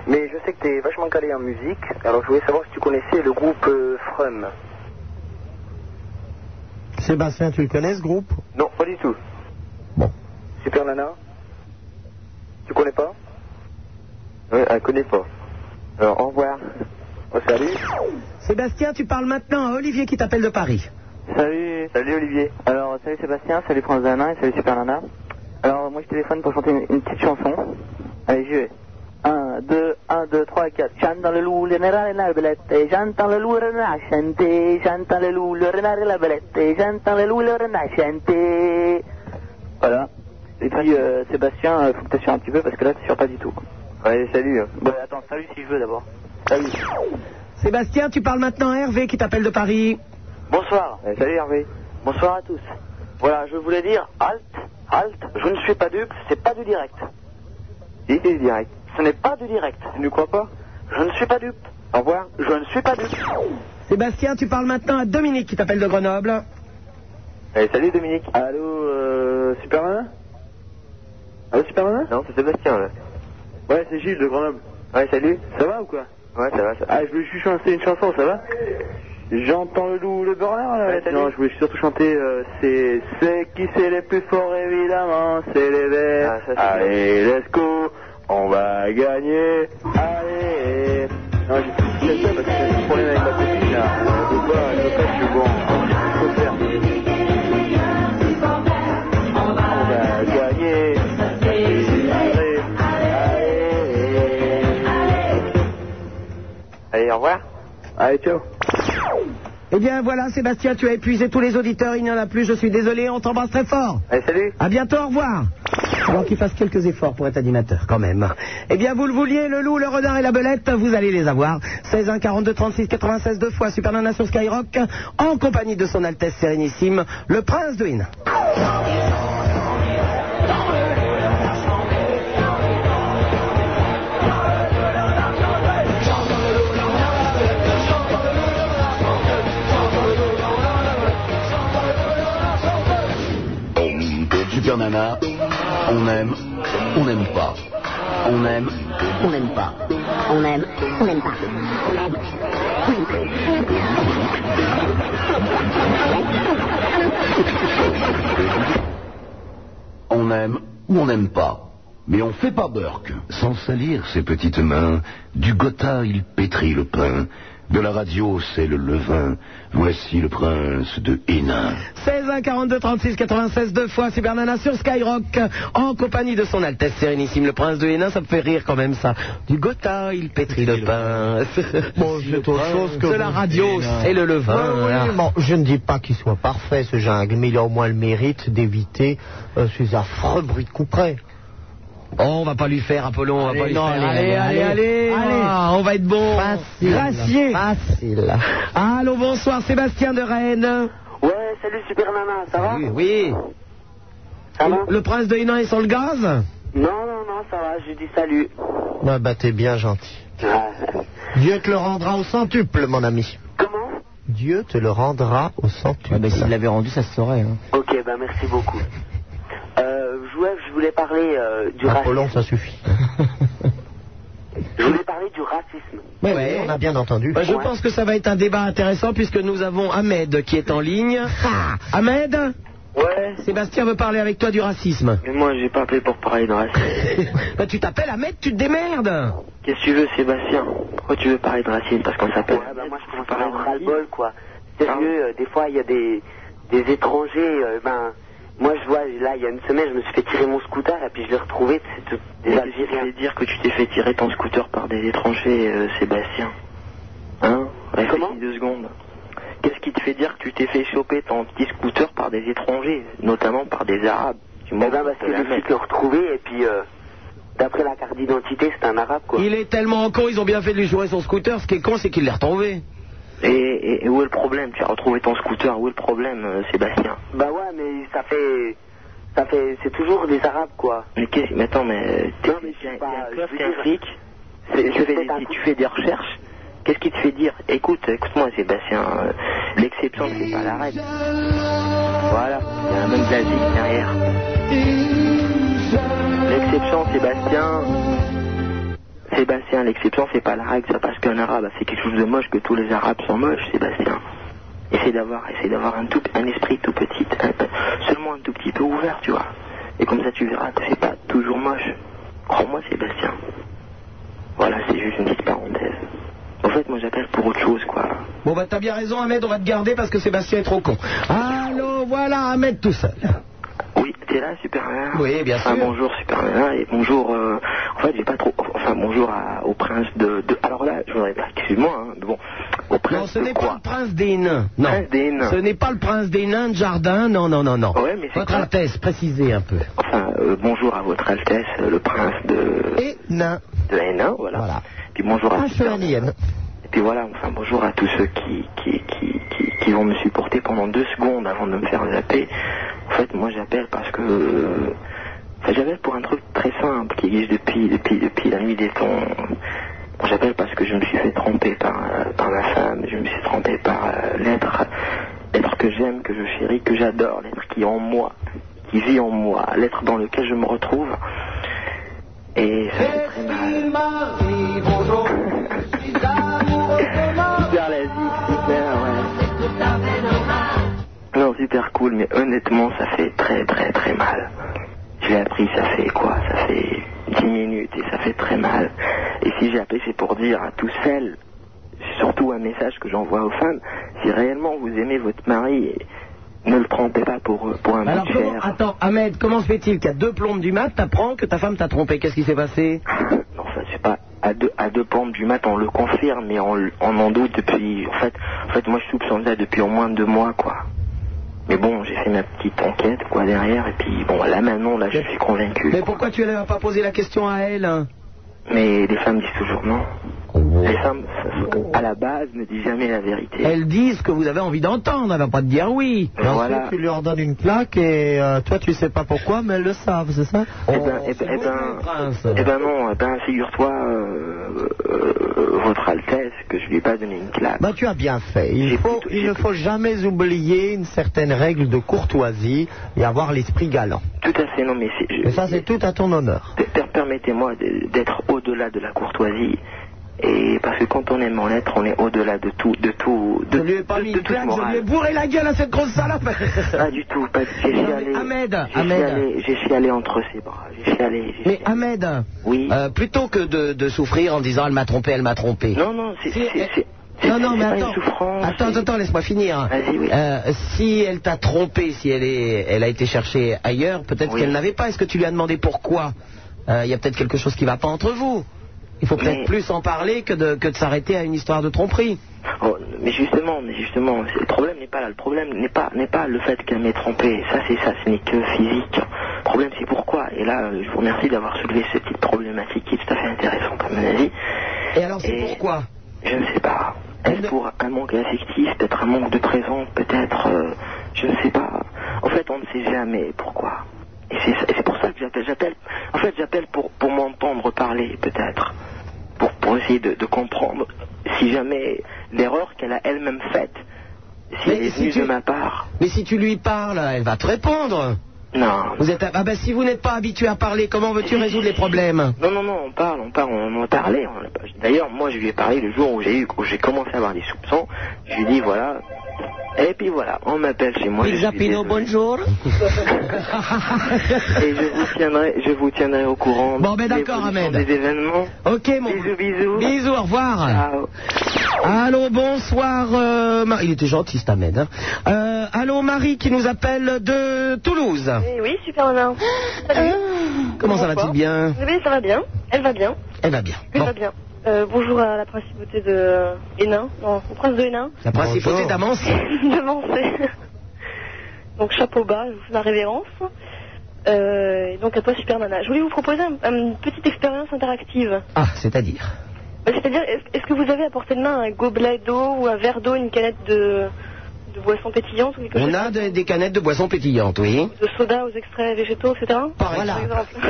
Mais je sais que t'es vachement calé en musique, alors je voulais savoir si tu connaissais le groupe euh, Frum.
Sébastien, tu le connais ce groupe
Non, pas du tout.
Bon.
Super Nana Tu connais pas Oui, elle connaît pas. Alors, au revoir.
Oh,
Au salut.
Sébastien, tu parles maintenant à Olivier qui t'appelle de Paris.
Salut. Salut Olivier. Alors salut Sébastien, salut Prince Dana et salut Super Nana. Alors moi je téléphone pour chanter une, une petite chanson. Allez j'y vais. 1, 2, 1, 2, 3, 4. J'entends le loup, le renard et la belette. Et J'entends le loup, le renard chanter. J'entends le loup, le renard et la belette. Et J'entends le loup, le renard chanter. Voilà. Et puis euh, Sébastien, euh, faut que t'assures un petit peu parce que là t'assures pas du tout.
Allez, salut.
Bon attends, salut hein. si je veux d'abord.
Salut.
Sébastien, tu parles maintenant à Hervé qui t'appelle de Paris.
Bonsoir.
Eh,
salut Hervé.
Bonsoir à tous. Voilà, je voulais dire, halt, halt, je ne suis pas dupe, c'est pas du direct.
Si, c'est direct.
Ce n'est pas du direct.
Tu ne crois pas
Je ne suis pas dupe.
Au revoir.
Je ne suis pas dupe.
Sébastien, tu parles maintenant à Dominique qui t'appelle de Grenoble.
Allez, salut Dominique.
Allô, euh, Superman Allô, Superman
Non, c'est Sébastien là.
Ouais, c'est Gilles de Grenoble.
Ouais, salut.
Ça va ou quoi
Ouais, ça va, ça va.
Ah, je voulais juste chanter une chanson, ça va J'entends le loup, le bernard là,
Ouais, salut.
Non, je voulais surtout chanter euh, C'est c'est qui c'est les plus forts, évidemment, c'est les verts.
Ah, ça, c'est
Allez, let's go, on va gagner. Allez. Non, j'ai plus ça parce que j'ai un problème avec ma copine là. Je veux pas, je veux pas, je suis bon. Faut faire. On va gagner. Allez.
Allez, au revoir.
Allez, ciao.
Eh bien voilà, Sébastien, tu as épuisé tous les auditeurs, il n'y en a plus, je suis désolé, on t'embrasse très fort.
Allez, salut.
À bientôt, au revoir. Alors qu'il fasse quelques efforts pour être animateur, quand même. Eh bien, vous le vouliez, le loup, le renard et la belette, vous allez les avoir. 16 1 42 36 96 deux fois Super Nana sur Skyrock, en compagnie de son Altesse Sérénissime, le Prince de Hénin.
Super Nana, on aime, on n'aime pas. On aime, on n'aime pas.
On aime, on n'aime pas. On aime.
On aime ou on n'aime pas. Mais on fait pas Burke. Sans salir ses petites mains, du gotha il pétrit le pain. De la radio, c'est le levain. Voici le prince de Hénin.
16 1 42 36 96 deux fois Super Nana sur Skyrock en compagnie de son Altesse Sérénissime le Prince de Hénin ça me fait rire quand même ça du Gotha il pétrit le pain
Bon, c'est autre chose que
de la
vous
radio
dites, là.
c'est le levain Ah.
Ouais, ouais,
voilà.
bon, je ne dis pas qu'il soit parfait ce jungle, mais il a au moins le mérite d'éviter euh, ces affreux bruits de couperets.
Oh, on va pas lui faire Apollon on va
Allez,
pas lui
non,
faire
allez, allez, allez,
allez.
ah,
on va être bon
Facile.
gracier
Facile.
allô bonsoir Sébastien de Rennes
Ouais, salut Super Nana, ça va
oui Le prince de Hénin est sur le gaz
Non, non, non, ça va, je dis salut.
Ouais, bah t'es bien gentil.
Ah,
Dieu te le rendra au centuple, mon ami.
Comment
Dieu te le rendra au centuple.
bah,
Ah s'il l'avait rendu, ça se saurait.
hein.
Ok, ben merci beaucoup. Euh, je voulais- je voulais parler euh, du racisme.
Apollon, ça suffit.
Je voulais parler du racisme.
Oui, on a bien entendu.
Bah, je pense que ça va être un débat intéressant puisque nous avons Ahmed qui est en ligne. Ahmed
Ah. Ouais.
Sébastien veut parler avec toi du racisme.
Mais moi, j'ai pas appelé pour parler de racisme.
Bah, tu t'appelles Ahmed, tu te démerdes
Qu'est-ce que tu veux, Sébastien Pourquoi tu veux parler de racisme Parce qu'on s'appelle.
Ah, bah, moi, je commence à avoir ras-le-bol, quoi. Sérieux, euh, des fois, il y a des, des étrangers, euh, ben... Moi, je vois, là, il y a une semaine, je me suis fait tirer mon scooter, et puis je l'ai retrouvé, c'est tout, des Algériens.
Je vais dire que tu t'es fait tirer ton scooter par des étrangers, euh, Sébastien. Hein Comment Deux secondes. Qu'est-ce qui te fait dire que tu t'es fait choper ton petit scooter par des étrangers, notamment par des Arabes Tu m'en
ben, parce que les flics l'ont retrouvé, et puis, euh, d'après la carte d'identité, c'est un arabe, quoi.
Il est tellement con, ils ont bien fait de lui jouer son scooter. Ce qui est con, c'est qu'il l'a retrouvé.
et, et- et où est le problème Tu as retrouvé ton scooter, où est le problème, euh, Sébastien
Bah ouais, mais ça fait... Ça fait... C'est toujours des arabes, quoi.
Mais qu'est-ce Mais attends, mais euh, t'es
Bah, je veux
t'es un
dire-
flic, c'est- tu fais, des, tu fais des recherches, qu'est-ce qui te fait dire Écoute, écoute-moi Sébastien, euh, l'exception ne fait pas la règle. Voilà, il y a un homme de la vie derrière. L'exception Sébastien, Sébastien, l'exception c'est pas la règle, ça parce qu'un arabe a fait quelque chose de moche que tous les arabes sont moches, Sébastien. Essaye d'avoir, essaie d'avoir un tout, un esprit tout petit, un- un- seulement un tout petit peu ouvert, tu vois. Et comme ça, tu verras que c'est pas toujours moche. Crois-moi, Sébastien. Voilà, c'est juste une petite parenthèse. En fait, moi, j'appelle pour autre chose, quoi.
Bon, bah, t'as bien raison, Ahmed, on va te garder parce que Sébastien est trop con. Allô, voilà Ahmed tout seul.
Oui, t'es là, Superman
Oui, bien
Enfin,
sûr.
bonjour, Superman, et bonjour... euh, en fait, j'ai pas trop... Enfin, bonjour à- au prince de, de- Alors là, je voudrais... Excuse-moi, hein, mais bon. Au prince
Non, ce
de
n'est
quoi
pas le prince des nains. Non.
Prince des nains.
Ce n'est pas le prince des nains de jardin. Non, non, non, non.
Ouais, mais c'est
Votre
quoi
Altesse, précisez un peu.
Enfin, euh, bonjour à votre Altesse, euh, le prince de...
Et nain.
De Hénin, voilà. Puis bonjour à...
H-E-N-I-N.
Et puis voilà, enfin bonjour à tous ceux qui, qui, qui, qui, qui vont me supporter pendant deux secondes avant de me faire zapper. En fait, moi j'appelle parce que... euh, Enfin, j'appelle pour un truc très simple qui existe depuis, depuis, depuis la nuit des temps. Bon, J'appelle parce que je me suis fait tromper par, euh, par ma femme, je me suis trompé par euh, l'être, l'être que j'aime, que je chéris, que j'adore, l'être qui est en moi, qui vit en moi, l'être dans lequel je me retrouve. Et ça fait très mal. Super la vie, super, ouais. Non, super cool, mais honnêtement, ça fait très très très mal. J'ai appris, ça fait quoi Ça fait 10 minutes et ça fait très mal. Et si j'ai appelé, c'est pour dire à tous celles, surtout un message que j'envoie aux femmes, si réellement vous aimez votre mari, ne le trompez pas pour, pour un
Alors,
but
comment-
cher.
attends, Ahmed, comment se fait-il qu'à deux plombes du mat, t'apprends que ta femme t'a trompé Qu'est-ce qui s'est passé
Enfin, c'est pas à deux à deux pompes du mat, on le confirme, mais on, le- on en doute depuis. En fait, en fait, moi je soupçonne ça depuis au moins deux mois, quoi. Mais bon, j'ai fait ma petite enquête, quoi, derrière, et puis bon, là maintenant, là, je suis convaincu.
Mais pourquoi tu n'as pas posé la question à elle hein
Mais les femmes disent toujours non. Les femmes, ça- à la base, ne disent jamais la vérité.
Elles disent ce que vous avez envie d'entendre, elles vont pas te dire oui.
Et ensuite, Voilà.
tu lui ordonnes une plaque et euh, toi tu sais pas pourquoi mais elles le savent, c'est ça
Oh,
Eh ben, eh ben, eh ben, eh ben non, eh ben figure-toi, euh, euh, euh, votre Altesse, que je lui ai pas donné une claque.
Bah, tu as bien fait. Il, faut- il ne faut jamais oublier une certaine règle de courtoisie et avoir l'esprit galant.
Tout à fait, non, mais c'est. je-
Et ça, c'est tout à ton honneur.
Per- Permettez-moi de- d'être au-delà de la courtoisie. Et parce que quand on aime en être, on est au-delà de tout, de tout, de, de- de toute
Claque, je
morale.
vais bourrer la gueule à cette grosse salope
Pas du tout, pas j'ai
Non, mais
chialé.
Ahmed,
j'ai
Ahmed.
chialé, j'ai chialé entre ses bras. J'ai chialé. j'ai-
Mais Ahmed, euh, plutôt que de, de souffrir en disant elle m'a trompé, elle m'a trompé.
Non, non, c'est. c'est- c'est-
Non, non, mais
pas une
attends, attends, attends, laisse-moi finir. Euh, si elle t'a trompé, si elle, est, elle a été cherchée ailleurs, peut-être
Oui.
qu'elle n'avait pas. Est-ce que tu lui as demandé pourquoi Euh, Il y a peut-être quelque chose qui ne va pas entre vous. Il faut peut-être
Mais-
plus en parler que de, que de s'arrêter à une histoire de tromperie.
Oh, mais justement, mais justement, c'est- le problème n'est pas là. Le problème n'est pas n'est pas le fait qu'elle m'ait trompé. Ça, c'est ça, ce n'est que physique. Le problème, c'est pourquoi. Et là, je vous remercie d'avoir soulevé cette petite problématique qui est tout à fait intéressante à mon avis.
Et alors, c'est
Et-
pourquoi
Je ne sais pas. Est-ce pour un manque d'affectif, peut-être un manque de présence, peut-être. euh, je ne sais pas. En fait, on ne sait jamais pourquoi. Et c'est ça- et c'est pour ça que j'appelle. J'appelle. En fait, j'appelle pour, pour m'entendre parler, peut-être. Pour, pour essayer de, de comprendre si jamais l'erreur qu'elle a elle-même faite, si elle est venue de ma part.
Mais si tu lui parles, elle va te répondre.
Non.
Vous êtes, ah ben si vous n'êtes pas habitué à parler, comment veux-tu résoudre les problèmes
Non, non, non, on parle, on parle, on en a parlé. hein, on en a parlé. D'ailleurs, moi, je lui ai parlé le jour où j'ai eu, où j'ai commencé à avoir des soupçons. Je lui ai dit, voilà. Et puis voilà, on m'appelle chez moi. je
Pizza
suis
Pino,
désolé.
bonjour.
Et je vous tiendrai, je vous tiendrai au courant.
Bon, ben d'accord,
d'évolution
Ahmed.
Des événements.
Ok, mon. Bisous,
bisous.
Bisous, au revoir. Allô, bonsoir. euh, Mar- Il était gentil, cet Ahmed. hein. Euh, allô, Marie qui nous appelle de Toulouse.
Oui, oui, super nana. Salut.
Comment ça va-t-il bien
Eh bien, ça va bien. Elle va bien.
Elle va Eh ben, bien.
Elle va bien. Euh, bonjour à la principauté de Hénin. Non, au prince de Hénin.
La principauté d'Amance.
de Mancé. Donc chapeau bas, je vous fais ma révérence. Euh, et donc à toi super nana. Je voulais vous proposer un- une petite expérience interactive.
Ah, c'est-à-dire
Bah, C'est-à-dire, est-ce est-ce que vous avez à portée de main un gobelet d'eau ou un verre d'eau, une canette de, de boisson pétillante ou quelque
On
chose
a de- des canettes de boissons pétillantes, oui.
de soda aux extraits végétaux, etc. Par exemple.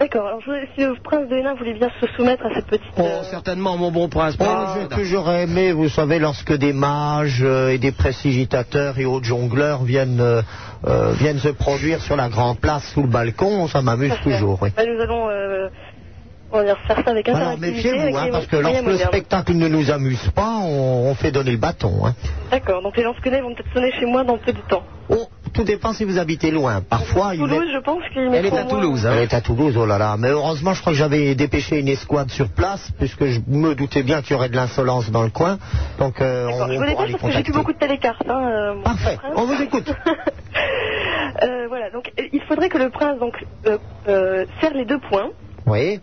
D'accord. Alors, je voudrais- si le prince de Hénin voulait bien se soumettre à cette petite. Oh, euh,
Oh, Certainement, mon bon prince.
j'ai toujours aimé, vous savez, lorsque des mages euh, et des prestigitateurs et autres jongleurs viennent, euh, euh, viennent se produire sur la grande place sous le balcon, ça m'amuse toujours, oui.
bah, nous allons euh, on va dire, faire ça avec un
Alors méfiez-vous, hein, parce que lorsque le spectacle ne nous amuse pas, on, on fait donner le bâton. hein.
D'accord. Donc les lansquenets vont peut-être sonner chez moi dans peu de temps.
Oh,
Tout dépend si vous habitez loin. Parfois, il
Toulouse,
est...
je pense qu'il mettra au moins-
Elle est à Toulouse, oh là là. Mais heureusement, je crois que j'avais dépêché une escouade sur place, puisque je me doutais bien qu'il y aurait de l'insolence dans le coin. Donc, euh, on,
Je
on
vous les
pourra
passe
les
parce que j'ai
contacter.
plus beaucoup de télécartes. Hein, Parfait,
on vous écoute.
voilà, donc euh, il faudrait que le prince donc, euh, euh, serre les deux poings.
Oui,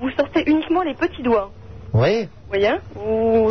Vous sortez uniquement les petits doigts.
oui,
Vous voyez hein Vous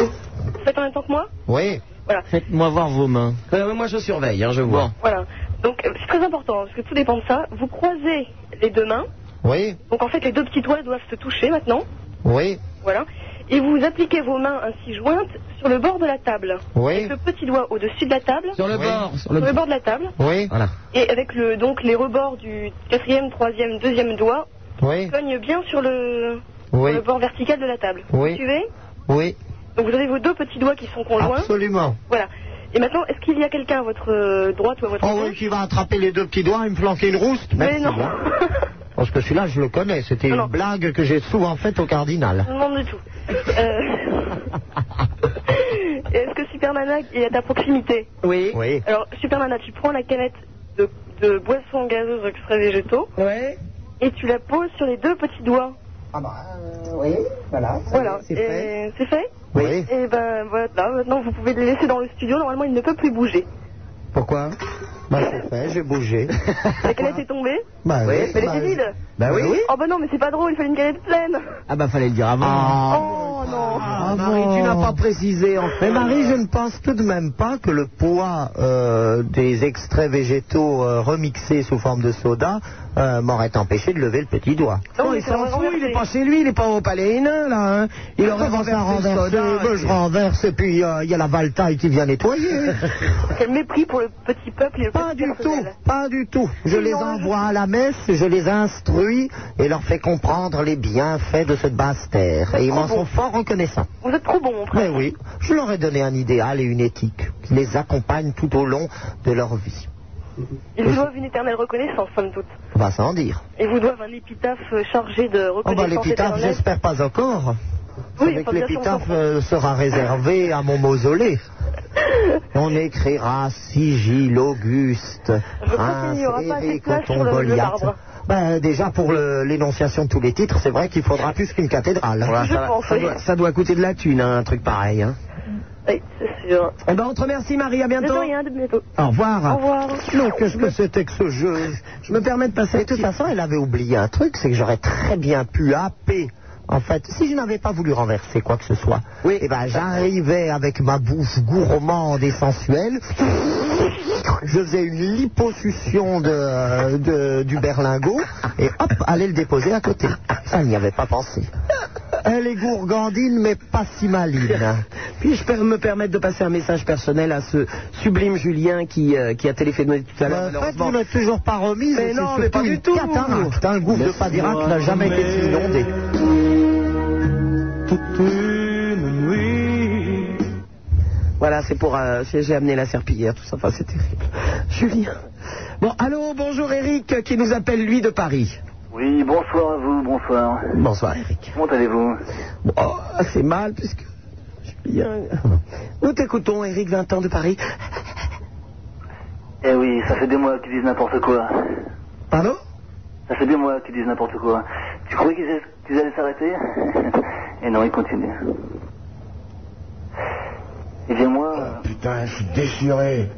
faites en même temps que moi
oui.
Voilà.
Faites-moi voir vos mains.
Euh, moi, je surveille, hein, je vois.
Voilà. Donc euh, c'est très important, hein, parce que tout dépend de ça. Vous croisez les deux mains.
Oui,
Donc en fait, les deux petits doigts doivent se toucher maintenant.
oui,
Voilà. Et vous appliquez vos mains ainsi jointes sur le bord de la table.
Oui.
Avec le petit doigt au-dessus de la table.
Sur le Oui. bord, sur
Sur
le-
le, bord de la table.
oui,
Et avec le, donc les rebords du quatrième, troisième, deuxième doigt
oui,
cognent bien sur le,
Oui.
sur le bord vertical de la table.
Oui.
Vous suivez
oui,
Donc vous avez vos deux petits doigts qui sont conjoints.
absolument.
Voilà. Et maintenant, est-ce qu'il y a quelqu'un à votre euh, droite ou à votre
Oh
gauche
oui, qui va attraper les deux petits doigts et me flanquer une rouste
Mais
Merci,
non.
hein. Parce que celui-là, je le connais. C'était une blague que j'ai souvent faite au cardinal.
Non du tout. Euh, Est-ce que Supermana est à ta proximité
Oui.
Oui.
Alors, Supermana, tu prends la canette de, de boisson gazeuse aux extraits végétaux.
Ouais.
Et tu la poses sur les deux petits doigts.
Ah bah, oui, voilà.
Voilà. C'est fait. C'est fait
Oui.
Et ben voilà, maintenant vous pouvez les laisser dans le studio. Normalement, il ne peut plus bouger.
Pourquoi Bah, c'est fait, j'ai bougé.
La canette est tombée.
Bah oui,
Mais elle
bah
était
oui.
vide.
Bah oui.
Oh bah non, mais c'est pas drôle, il fallait une canette pleine.
Ah bah fallait le dire avant.
Ah.
Oh non.
Ah,
Marie, tu n'as pas précisé en fait.
Mais Marie, je ne pense tout de même pas que le poids euh, des extraits végétaux euh, remixés sous forme de soda euh, m'aurait empêché de lever le petit doigt.
Non, Oh, il s'en fout, il est pas chez lui, il est pas au palais Hénin, là. hein.
Ah,
Il aurait
Comment ça,
renversé le
renverser
soda.
Ben, Je renverse et puis euh, il y a la valtaille qui vient nettoyer.
Quel mépris pour le petit peuple et le
Pas du tout, pas du tout. Je les envoie à la messe, je les instruis et leur fais comprendre les bienfaits de cette basse terre. Et ils
Ah,
m'en sont fort reconnaissants.
Vous êtes trop bon, mon
Mais oui, je leur ai donné un idéal et une éthique qui les accompagnent tout au long de leur vie.
Ils vous doivent une éternelle reconnaissance, somme toute.
On va s'en dire.
Ils vous doivent un épitaphe euh, chargé de
Oh bah,
reconnaissance
l'épitaphe,
éternelle.
j'espère pas encore. Vous
Oui,
savez que
enfin, bien sûr,
l'épitaphe euh, sera réservé à mon mausolée. On écrira Sigil Auguste,
crois
Reims,
qu'il n'y aura pas assez de
Évêque
place sur le- le
Othon-Goliath.
marbre.
Ben, déjà pour le- l'énonciation de tous les titres, c'est vrai qu'il faudra plus qu'une cathédrale.
Voilà, ça, va- ça doit, ça doit coûter de la thune, hein, un truc pareil. Hein.
Oui, c'est sûr.
Eh ben, on te remercie, Marie, à bientôt.
De rien, de bientôt.
Au revoir.
Au revoir.
Non, qu'est-ce que c'était que ce jeu
Je me permets de passer.
De toute façon, elle avait oublié un truc, c'est que j'aurais très bien pu happer. En fait, si je n'avais pas voulu renverser quoi que ce soit, oui. ben, j'arrivais avec ma bouche gourmande et sensuelle. Je faisais une liposuction de, de- du berlingot et hop, allait le déposer à côté. Ça, elle n'y avait pas pensé. Elle est gourgandine, mais pas si maline.
Puis-je per- me permettre de passer un message personnel à ce sublime Julien qui, euh, qui a téléphoné tout à
Bah,
l'heure
En fait, vous n'êtes toujours pas remise.
Mais
et
non,
c'est
mais pas
surtout
du
une
tout.
Cataracte, un gouffre de Padirac n'a jamais été si inondé.
Voilà, c'est pour. euh, j'ai j'ai amené la serpillière, tout ça. Enfin, c'est terrible. Julien. Bon, allô, bonjour Eric, euh, qui nous appelle lui de Paris.
Oui, bonsoir à vous, bonsoir.
Bonsoir Eric.
Comment allez-vous
Bon, oh, c'est mal puisque. Julien. Nous t'écoutons, Eric, 20 ans de Paris.
Eh oui, ça fait des mois qu'ils disent n'importe quoi.
Pardon
Ça fait des mois qu'ils disent n'importe quoi. Tu croyais qu'ils allaient- qu'ils allaient s'arrêter Et non, ils continuent. Eh bien moi... putain, je suis déchiré.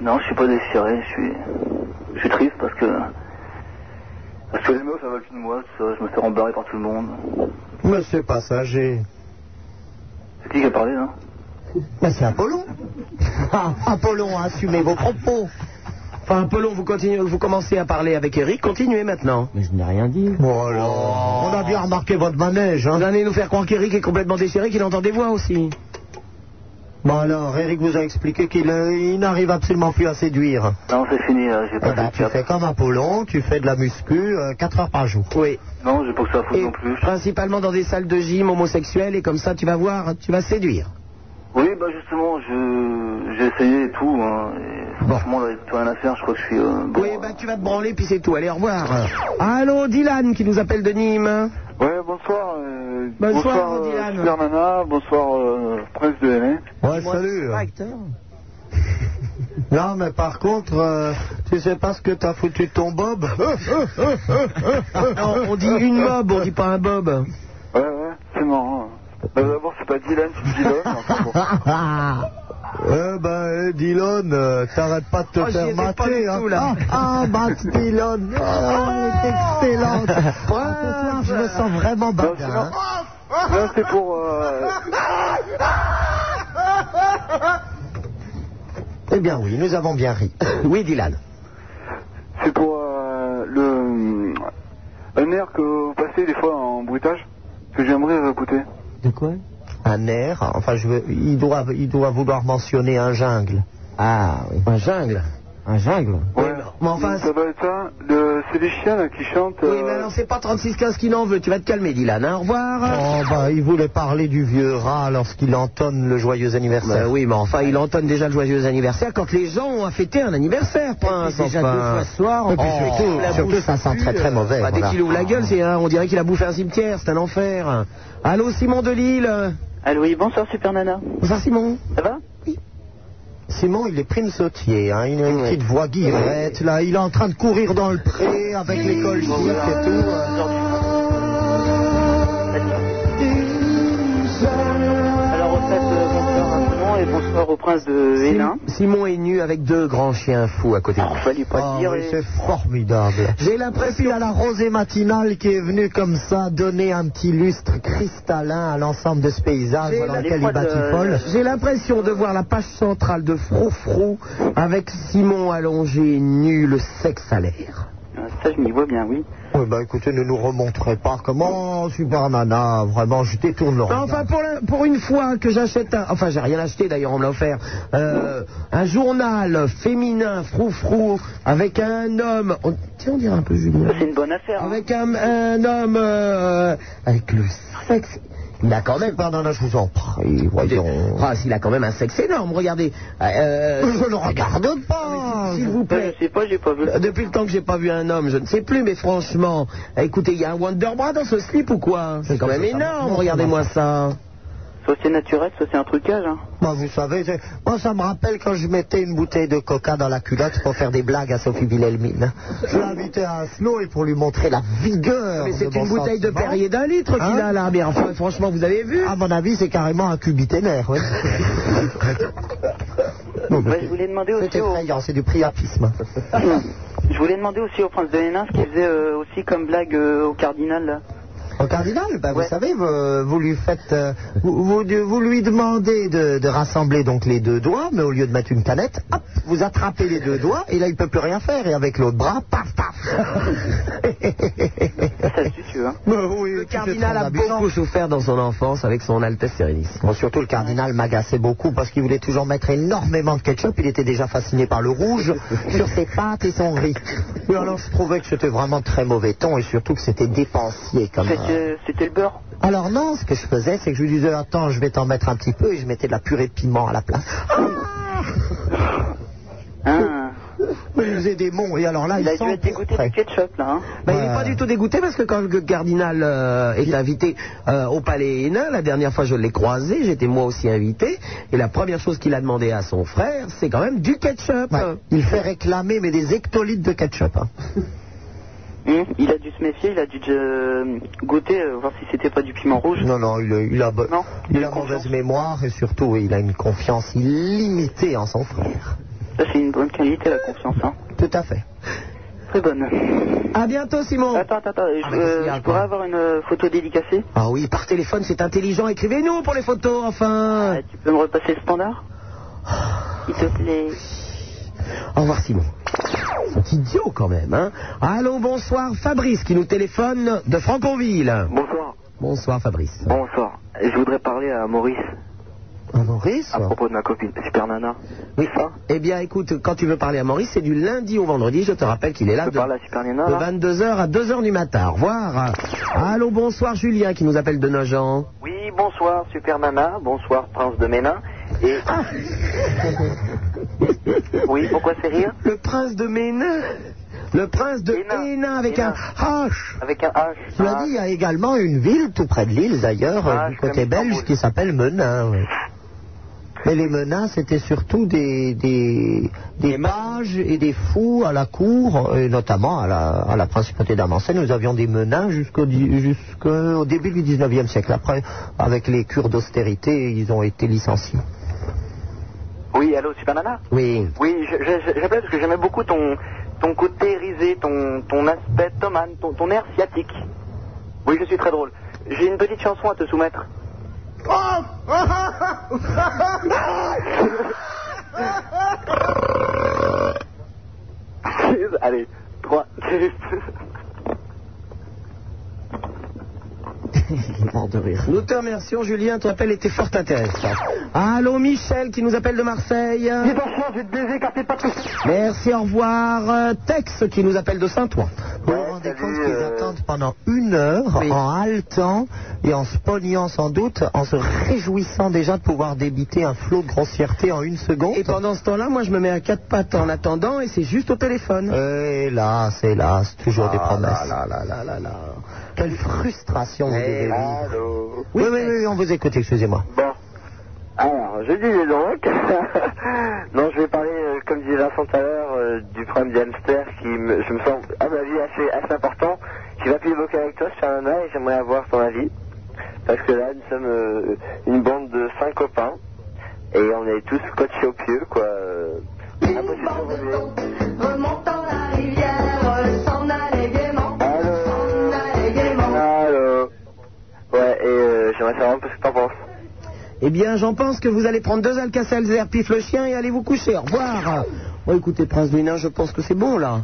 Non, je suis pas déchiré, je suis... Je suis triste parce que... Parce que les meufs, ça va plus de moi, tout ça. Je me suis rembarré par tout le monde.
Mais c'est passager.
C'est qui qui a parlé, hein? là
Mais c'est Apollon.
Ah, Apollon, assumez vos propos. Enfin, Apollon, vous, continuez, vous commencez à parler avec Eric, continuez maintenant. Mais je n'ai rien dit. On a bien remarqué votre manège.
hein.
Vous allez nous faire croire qu'Eric est complètement déchiré, qu'il entend des voix aussi.
Bon alors, Eric vous a expliqué qu'il euh, il n'arrive absolument plus à séduire.
Non, c'est fini, là. J'ai pas
Eh ben, tu fais comme Apollon, tu fais de la muscu 4 heures par jour.
Oui.
Non, j'ai pas que ça à foutre
Et
non plus.
Principalement dans des salles de gym homosexuelles, et comme ça, tu vas voir, tu vas séduire.
Oui, bah justement, je j'ai essayé et tout. Hein, et Franchement, là, j'ai rien à faire. Je crois que je suis. euh, bon.
Oui, bah tu vas te branler, puis c'est tout. Allez, au revoir. Allô, Dylan, qui nous appelle de Nîmes.
Ouais, bonsoir. euh,
Bonsoir,
euh,
Dylan.
Super Nana, bonsoir, euh, Prince de LA.
Ouais, salut. Non, mais par contre, euh, tu sais pas ce que t'as foutu de ton bob Eh,
Non,
on dit une bob, on dit pas un bob.
Ouais, ouais, c'est
hein.
marrant.
Bah,
Euh, D'abord, c'est pas Dylan, c'est Dylan. enfin bon.
Eh ben, eh, Dylan, euh, t'arrêtes pas de te
Oh, j'y
faire
étais pas du
mater. hein.
tout, là.
Ah, ah, Matt Dylan, oh, elle est excellente. Ah, ce soir, je me sens vraiment badin. hein.
Non, c'est pour. euh,
Eh bien oui, nous avons bien ri.
oui, Dylan.
c'est pour euh, le. Un air que vous passez des fois en bruitage, que j'aimerais réécouter.
De quoi Un air, enfin, je veux, il, doit, il doit vouloir mentionner un jungle. Ah oui. Un jungle Un jungle
Ouais, mais enfin. Ça va être ça, le- c'est les chiens là, qui chantent. euh,
Oui, mais alors, c'est pas 36-15 qui n'en veut. Tu vas te calmer, Dylan. hein. Au revoir.
Oh, bah, il voulait parler du vieux rat lorsqu'il entonne le joyeux anniversaire.
Ben oui, mais enfin, il entonne déjà le joyeux anniversaire quand les gens ont à fêter un anniversaire, Prince.
déjà
enfin.
deux fois ce soir,
Et puis
oh,
surtout,
la
surtout,
bouche
ça sent très très mauvais.
Bah, dès
dès qu'il
qu'il
ouvre la gueule, c'est on dirait qu'il a bouffé un cimetière, c'est un enfer. Allô, Simon de Lille.
Allô, oui, bonsoir Super Nana.
Bonsoir Simon.
Ça va
Simon, il est prime sautier, hein. il a une petite voix guirette, là, il est en train de courir dans le pré avec les l'école chic et tout. hein.
Alors, au fait, euh, bonsoir à Simon et bonsoir au prince de Hénin.
Simon est nu avec deux grands chiens fous à
Oh,
côté. Oh,
Ah, mais c'est formidable.
J'ai l'impression.
Et puis, il y a la rosée matinale qui est venue comme ça donner un petit lustre cristallin à l'ensemble de ce paysage
J'ai
dans
la- euh,
lequel il batifole.
J'ai l'impression de voir la page centrale de Frofro avec Simon allongé, nu, le sexe à l'air.
Ah,
Ça, je m'y vois bien, oui.
Oui, bah écoutez, ne nous remontrez pas comment, super nana, vraiment, je détourne le
Non,
regard.
Enfin, pour, la- pour une fois que j'achète un. Enfin, j'ai rien acheté d'ailleurs, on me l'a offert. Euh, un journal féminin, froufrou, avec un homme. On, tiens, on dirait un peu Julien.
C'est une bonne affaire.
Avec un, un homme. euh, avec le sexe. Il a quand même.
Pardon, là, je vous en prie, voyons.
Ah, s'il a quand même un sexe énorme, regardez. Euh,
Je le regarde pas.
Ah, S'il vous plaît.
Je sais pas, j'ai pas vu.
Depuis le temps que j'ai pas vu un homme, je ne sais plus, mais franchement, écoutez, il y a un Wonderbra dans ce slip ou quoi C'est quand même énorme, regardez-moi ça.
Soit c'est naturel, soit c'est un trucage. Hein.
Moi, vous savez, c'est- moi, ça me rappelle quand je mettais une bouteille de coca dans la culotte pour faire des blagues à Sophie Villelmine. Je l'ai invité à un snow et pour lui montrer la vigueur.
Mais
de
c'est
mon
une bouteille de
sentiment.
Perrier d'un litre qu'il
Hein
a là. Mais enfin, franchement, vous avez vu
À mon avis, c'est carrément un cubiténaire, oui.
je voulais demander aussi
C'est effrayant, c'est du priapisme.
Je voulais demander aussi au prince de Hénin ce qu'il faisait euh, aussi comme blague euh, au cardinal. là.
au cardinal. Ben, Vous savez, vous, vous lui faites, euh, vous, vous- vous lui demandez de, de rassembler donc les deux doigts, mais au lieu de mettre une canette, hop, vous attrapez les deux doigts et là il peut plus rien faire. Et avec l'autre bras, paf, paf. euh,
le cardinal a beaucoup souffert dans son enfance avec son Altesse Sérénissime.
Bon, surtout le cardinal m'agaçait beaucoup parce qu'il voulait toujours mettre énormément de ketchup. Il était déjà fasciné par le rouge sur ses pâtes et son riz. Mais alors je trouvais que c'était vraiment très mauvais ton et surtout que c'était dépensier comme. euh,
C'était c'était le beurre.
Alors non, ce que je faisais, c'est que je lui disais attends, je vais t'en mettre un petit peu et je mettais de la purée de piment à la place. Mais il faisait des monts et alors là il,
Ah. a dû être dégoûté du ketchup là. hein.
Ben, Il n'est pas du tout dégoûté parce que quand le cardinal euh, est invité euh, au Palais Hénin, la dernière fois je l'ai croisé, j'étais moi aussi invité, et la première chose qu'il a demandé à son frère, c'est quand même du ketchup.
Il fait réclamer mais des hectolitres de ketchup. hein.
Hein
Hum, Il a dû se méfier, il a dû euh, goûter, euh, voir si c'était pas du piment rouge.
Non, non, il, il a, bo- il a mauvaise mémoire et surtout oui, il a une confiance illimitée en son frère.
Ça, c'est une bonne qualité, la confiance. Hein.
Tout à fait.
Très bonne.
À bientôt, Simon.
Attends, attends, attends. Je,
Ah,
euh, je pourrais avoir une euh, photo dédicacée
Ah oui, par téléphone c'est intelligent, écrivez-nous pour les photos
Euh,
enfin.
Tu peux me repasser le standard S'il te plaît.
Au revoir Simon. C'est idiot quand même. Hein Allô, bonsoir Fabrice qui nous téléphone de Franconville.
Bonsoir.
Bonsoir Fabrice.
Bonsoir. Je voudrais parler à Maurice.
À Maurice hein.
À propos de ma copine, Super Nana.
Oui. Eh bien, écoute, quand tu veux parler à Maurice, c'est du lundi au vendredi. Je te rappelle qu'il est là
Je
de,
parle à Super Nana, là
22h à 2h du matin. Au revoir. Allô, bonsoir Julien qui nous appelle de Nogent.
Oui, bonsoir Super Nana, bonsoir Prince de Ménin. Et...
Ah.
oui, pourquoi c'est rire
Le prince de Ménin Le prince de Hénin avec un H.
Avec un H.
Cela dit, il y a également une ville tout près de l'île, d'ailleurs, euh, du côté belge, qui s'appelle Menin. oui. Mais les Menins, c'était surtout des, des, des mages et des fous à la cour, et notamment à la, à la principauté d'Amancène. Nous avions des Menins jusqu'au di- jusqu'au début du 19e siècle. Après, avec les cures d'austérité, ils ont été licenciés.
Oui, allô Super Nana
Oui.
Oui, je- je- j'appelle parce que j'aimais beaucoup ton, ton côté risé, ton, ton aspect tomane, ton, ton air sciatique. Oui, je suis très drôle. J'ai une petite chanson à te soumettre.
Oh
Allez, 3, 2,
Nous te remercions Julien, ton appel était fort intéressant. Allô Michel qui nous appelle de Marseille.
je vais te baiser car t'es pas tout
Merci, au revoir. Euh, Tex qui nous appelle de Saint-Ouen.
euh,
attendent pendant une heure en haletant et en se pognant sans doute, en se réjouissant déjà de pouvoir débiter un flot de grossièreté en une seconde.
Et pendant ce temps-là, moi je me mets à quatre pattes en attendant et c'est juste au téléphone.
Euh, Hélas, hélas, toujours des promesses. Ah Quelle frustration vous
Eh,
devez vivre. Oui, oui, oui, on vous écoute, excusez-moi.
Alors, je disais donc, non, je vais parler, euh, comme disait Vincent tout à l'heure, euh, du problème des hamsters qui, me, je me sens, à ma vie, assez, assez important. Je vais plus évoquer avec toi, Charlana, et j'aimerais avoir ton avis. Parce que là, nous sommes euh, une bande de cinq copains, et on est tous scotchés au pieu, quoi. euh, impossible de relever.
Remontant la rivière, euh, s'en aller gaiement. S'en aller gaiement.
Allô Ouais, et euh, j'aimerais savoir un peu ce que t'en penses.
Eh bien, j'en pense que vous allez prendre deux Alka-Seltzer, pif le chien, et aller vous coucher. Au revoir. Oh, écoutez, Prince Ménin, je pense que c'est bon, là.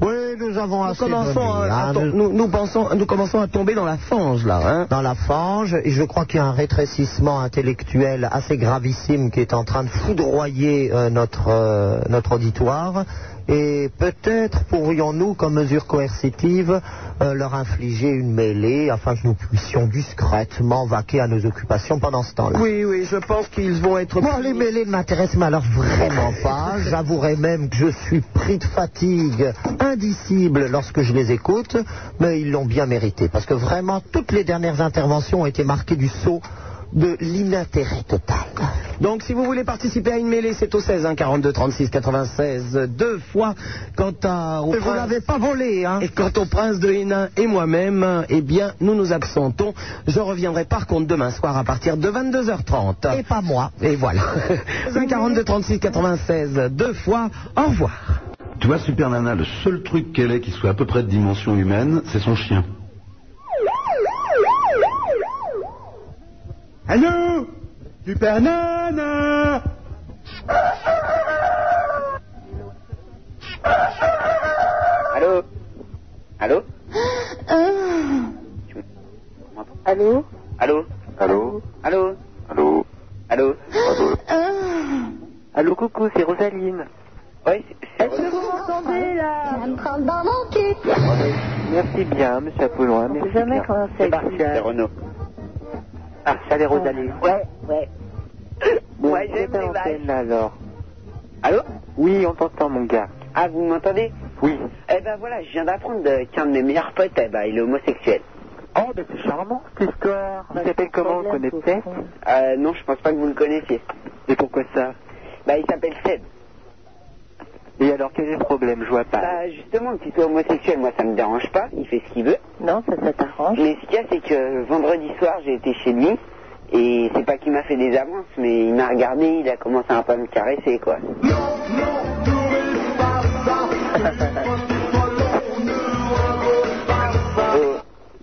Oui, nous avons
nous
assez
commençons, euh,
donné,
à, à
hein,
to-
nous-
nous, nous pensons, nous commençons à tomber dans la fange, là. Hein.
Dans la fange, et je crois qu'il y a un rétrécissement intellectuel assez gravissime qui est en train de foudroyer euh, notre, euh, notre auditoire. Et peut-être pourrions-nous, comme mesure coercitive, euh, leur infliger une mêlée afin que nous puissions discrètement vaquer à nos occupations pendant ce temps-là.
Oui, oui, je pense qu'ils vont être...
Moi, les mêlées ne m'intéressent mais alors vraiment pas. J'avouerai même que je suis pris de fatigue indicible lorsque je les écoute, mais ils l'ont bien mérité. Parce que vraiment, toutes les dernières interventions ont été marquées du sceau de l'inintérêt total.
Donc, si vous voulez participer à une mêlée, c'est au hein, 16 1 42 36 96 euh, deux fois. Quant à au
Et vous l'avez pas volé, hein
Et quant au prince de Hénin et moi-même, euh, eh bien, nous nous absentons. Je reviendrai par contre demain soir à partir de 22h30. Et
pas moi.
Et voilà. 16 1 42 36 96 deux fois. Au revoir.
Tu vois, Super Nana, le seul truc qu'elle ait qui soit à peu près de dimension humaine, c'est son chien.
Allô Super Nana
Allô Allô
Allô
Allô
Allô
Allô
Allô
Allô Allô, coucou, c'est Rosaline. Oui, c'est Rosaline.
Vous m'entendez là Ça me prendre dans mon cul.
Merci bien, monsieur Apollon. hein, Merci
jamais
bien.
commencer
C'est
avec
Martial. C'est Renaud. Martial et Rosalie. Ouais, ouais. Bon, ouais, j'aime les vaches. là, alors.
Allô
Oui, on t'entend, mon gars.
Ah, vous m'entendez
Oui.
Eh ben voilà, je viens d'apprendre de- qu'un de mes meilleurs potes, eh ben, il est homosexuel. Bah,
Oh, ben c'est charmant, cette histoire. Il s'appelle comment, on connaît peut-être
Euh, non, je pense pas que vous le connaissiez.
Et pourquoi ça
Bah, il s'appelle Seb.
Et alors, quel est le problème Je vois pas.
Bah, justement, qu'il soit homosexuel, moi, ça me dérange pas. Il fait ce qu'il veut.
Non, ça, ça t'arrange.
Mais ce qu'il y a, c'est que euh, vendredi soir, j'ai été chez lui. Et c'est pas qu'il m'a fait des avances, mais il m'a regardé, il a commencé un peu à me caresser, quoi.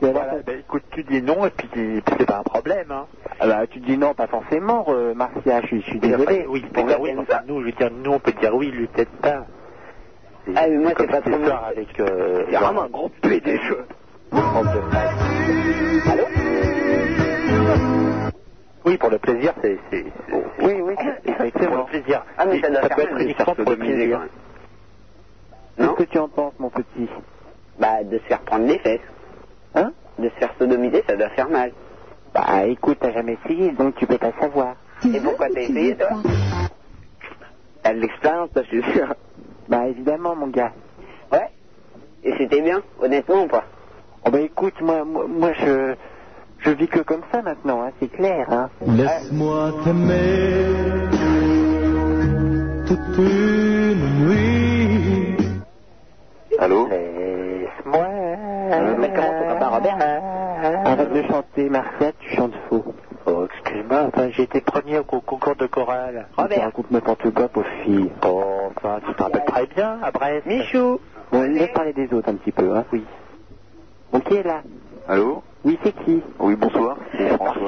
Voilà, bah, écoute, tu dis non et puis, puis c'est pas un problème. Hein. Ah bah, tu dis non, pas forcément, euh, Marcia, je, suis- je suis désolé. Oui, on peut dire oui, enfin, nous, je veux dire, nous, on peut dire oui, lui, peut-être pas.
Ah, mais moi, c'est pas
trop histoire avec. Euh,
C'est vraiment un gros PD,
Oui, pour le plaisir, c'est. c'est- c'est-
Oui, oui.
Pour le plaisir.
Ah, mais ça doit faire
peut
mal
être
de
uniquement
se faire
pour le
sodomiser,
plaisir.
quand même.
Qu'est-ce que tu en penses, mon petit
Bah, de se faire prendre les fesses.
Hein
De se faire sodomiser, ça doit faire mal.
Bah, écoute, t'as jamais essayé, donc tu peux pas savoir.
Et pourquoi t'as essayé, toi
T'as de l'expérience, je suis sûr. Bah, évidemment, mon gars.
Ouais Et c'était bien, honnêtement ou pas
Oh, bah, écoute, moi, moi, moi, je. Je vis que comme ça maintenant, hein, c'est clair, hein.
Laisse-moi t'aimer toute une nuit.
Allô
Laisse-moi. Mais comment t'entends pas, Robert Arrête de chanter, Marcia, tu chantes faux.
Oh, excuse-moi, enfin, j'ai été premier au co- concours de chorale.
Tu racontes n'importe quoi, pauvre fille.
Oh, enfin, tu te rappelles très bien, à Brest.
Michou Bon, laisse parler des autres un petit peu, hein. Oui. Ok, là
Allô
Oui, c'est qui
Oui, bonsoir. C'est François.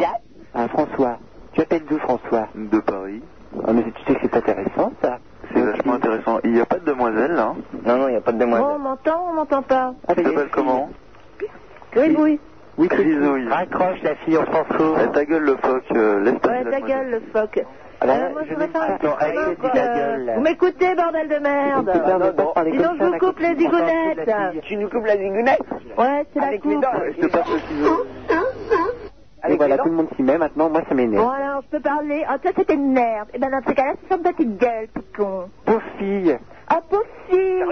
Ah, François. Tu appelles d'où, François
De Paris.
Ah, mais tu sais que c'est intéressant, ça.
C'est vachement intéressant. Il n'y a pas de demoiselle, là hein
Non, non, il n'y a pas de
demoiselle.
demoiselle.
On
m'entend, on m'entend pas.
Elle s'appelle comment
Gribouille.
Oui, Grisouille.
Raccroche, la fille, on s'en fout.
Eh, ta gueule, le phoque. euh, Laisse
Ouais, ta gueule, le phoque.
Alors,
Alors, moi, Ah, bah, je voudrais faire
Euh,
un
Attends,
petit
allez,
remarque,
dis ta
euh,
gueule, là.
Vous m'écoutez, bordel de merde Sinon, je vous coupe les zigounettes
Tu nous coupes la zigounette
Ouais, c'est la coupe
Hein Et voilà, tout le monde s'y met maintenant, moi ça m'énerve.
Bon, alors, je peux parler Ah, toi, c'était une merde Et ben, dans ce cas-là, c'est sur une petite gueule, petit con
Pauvre fille
Ah, pauvre fille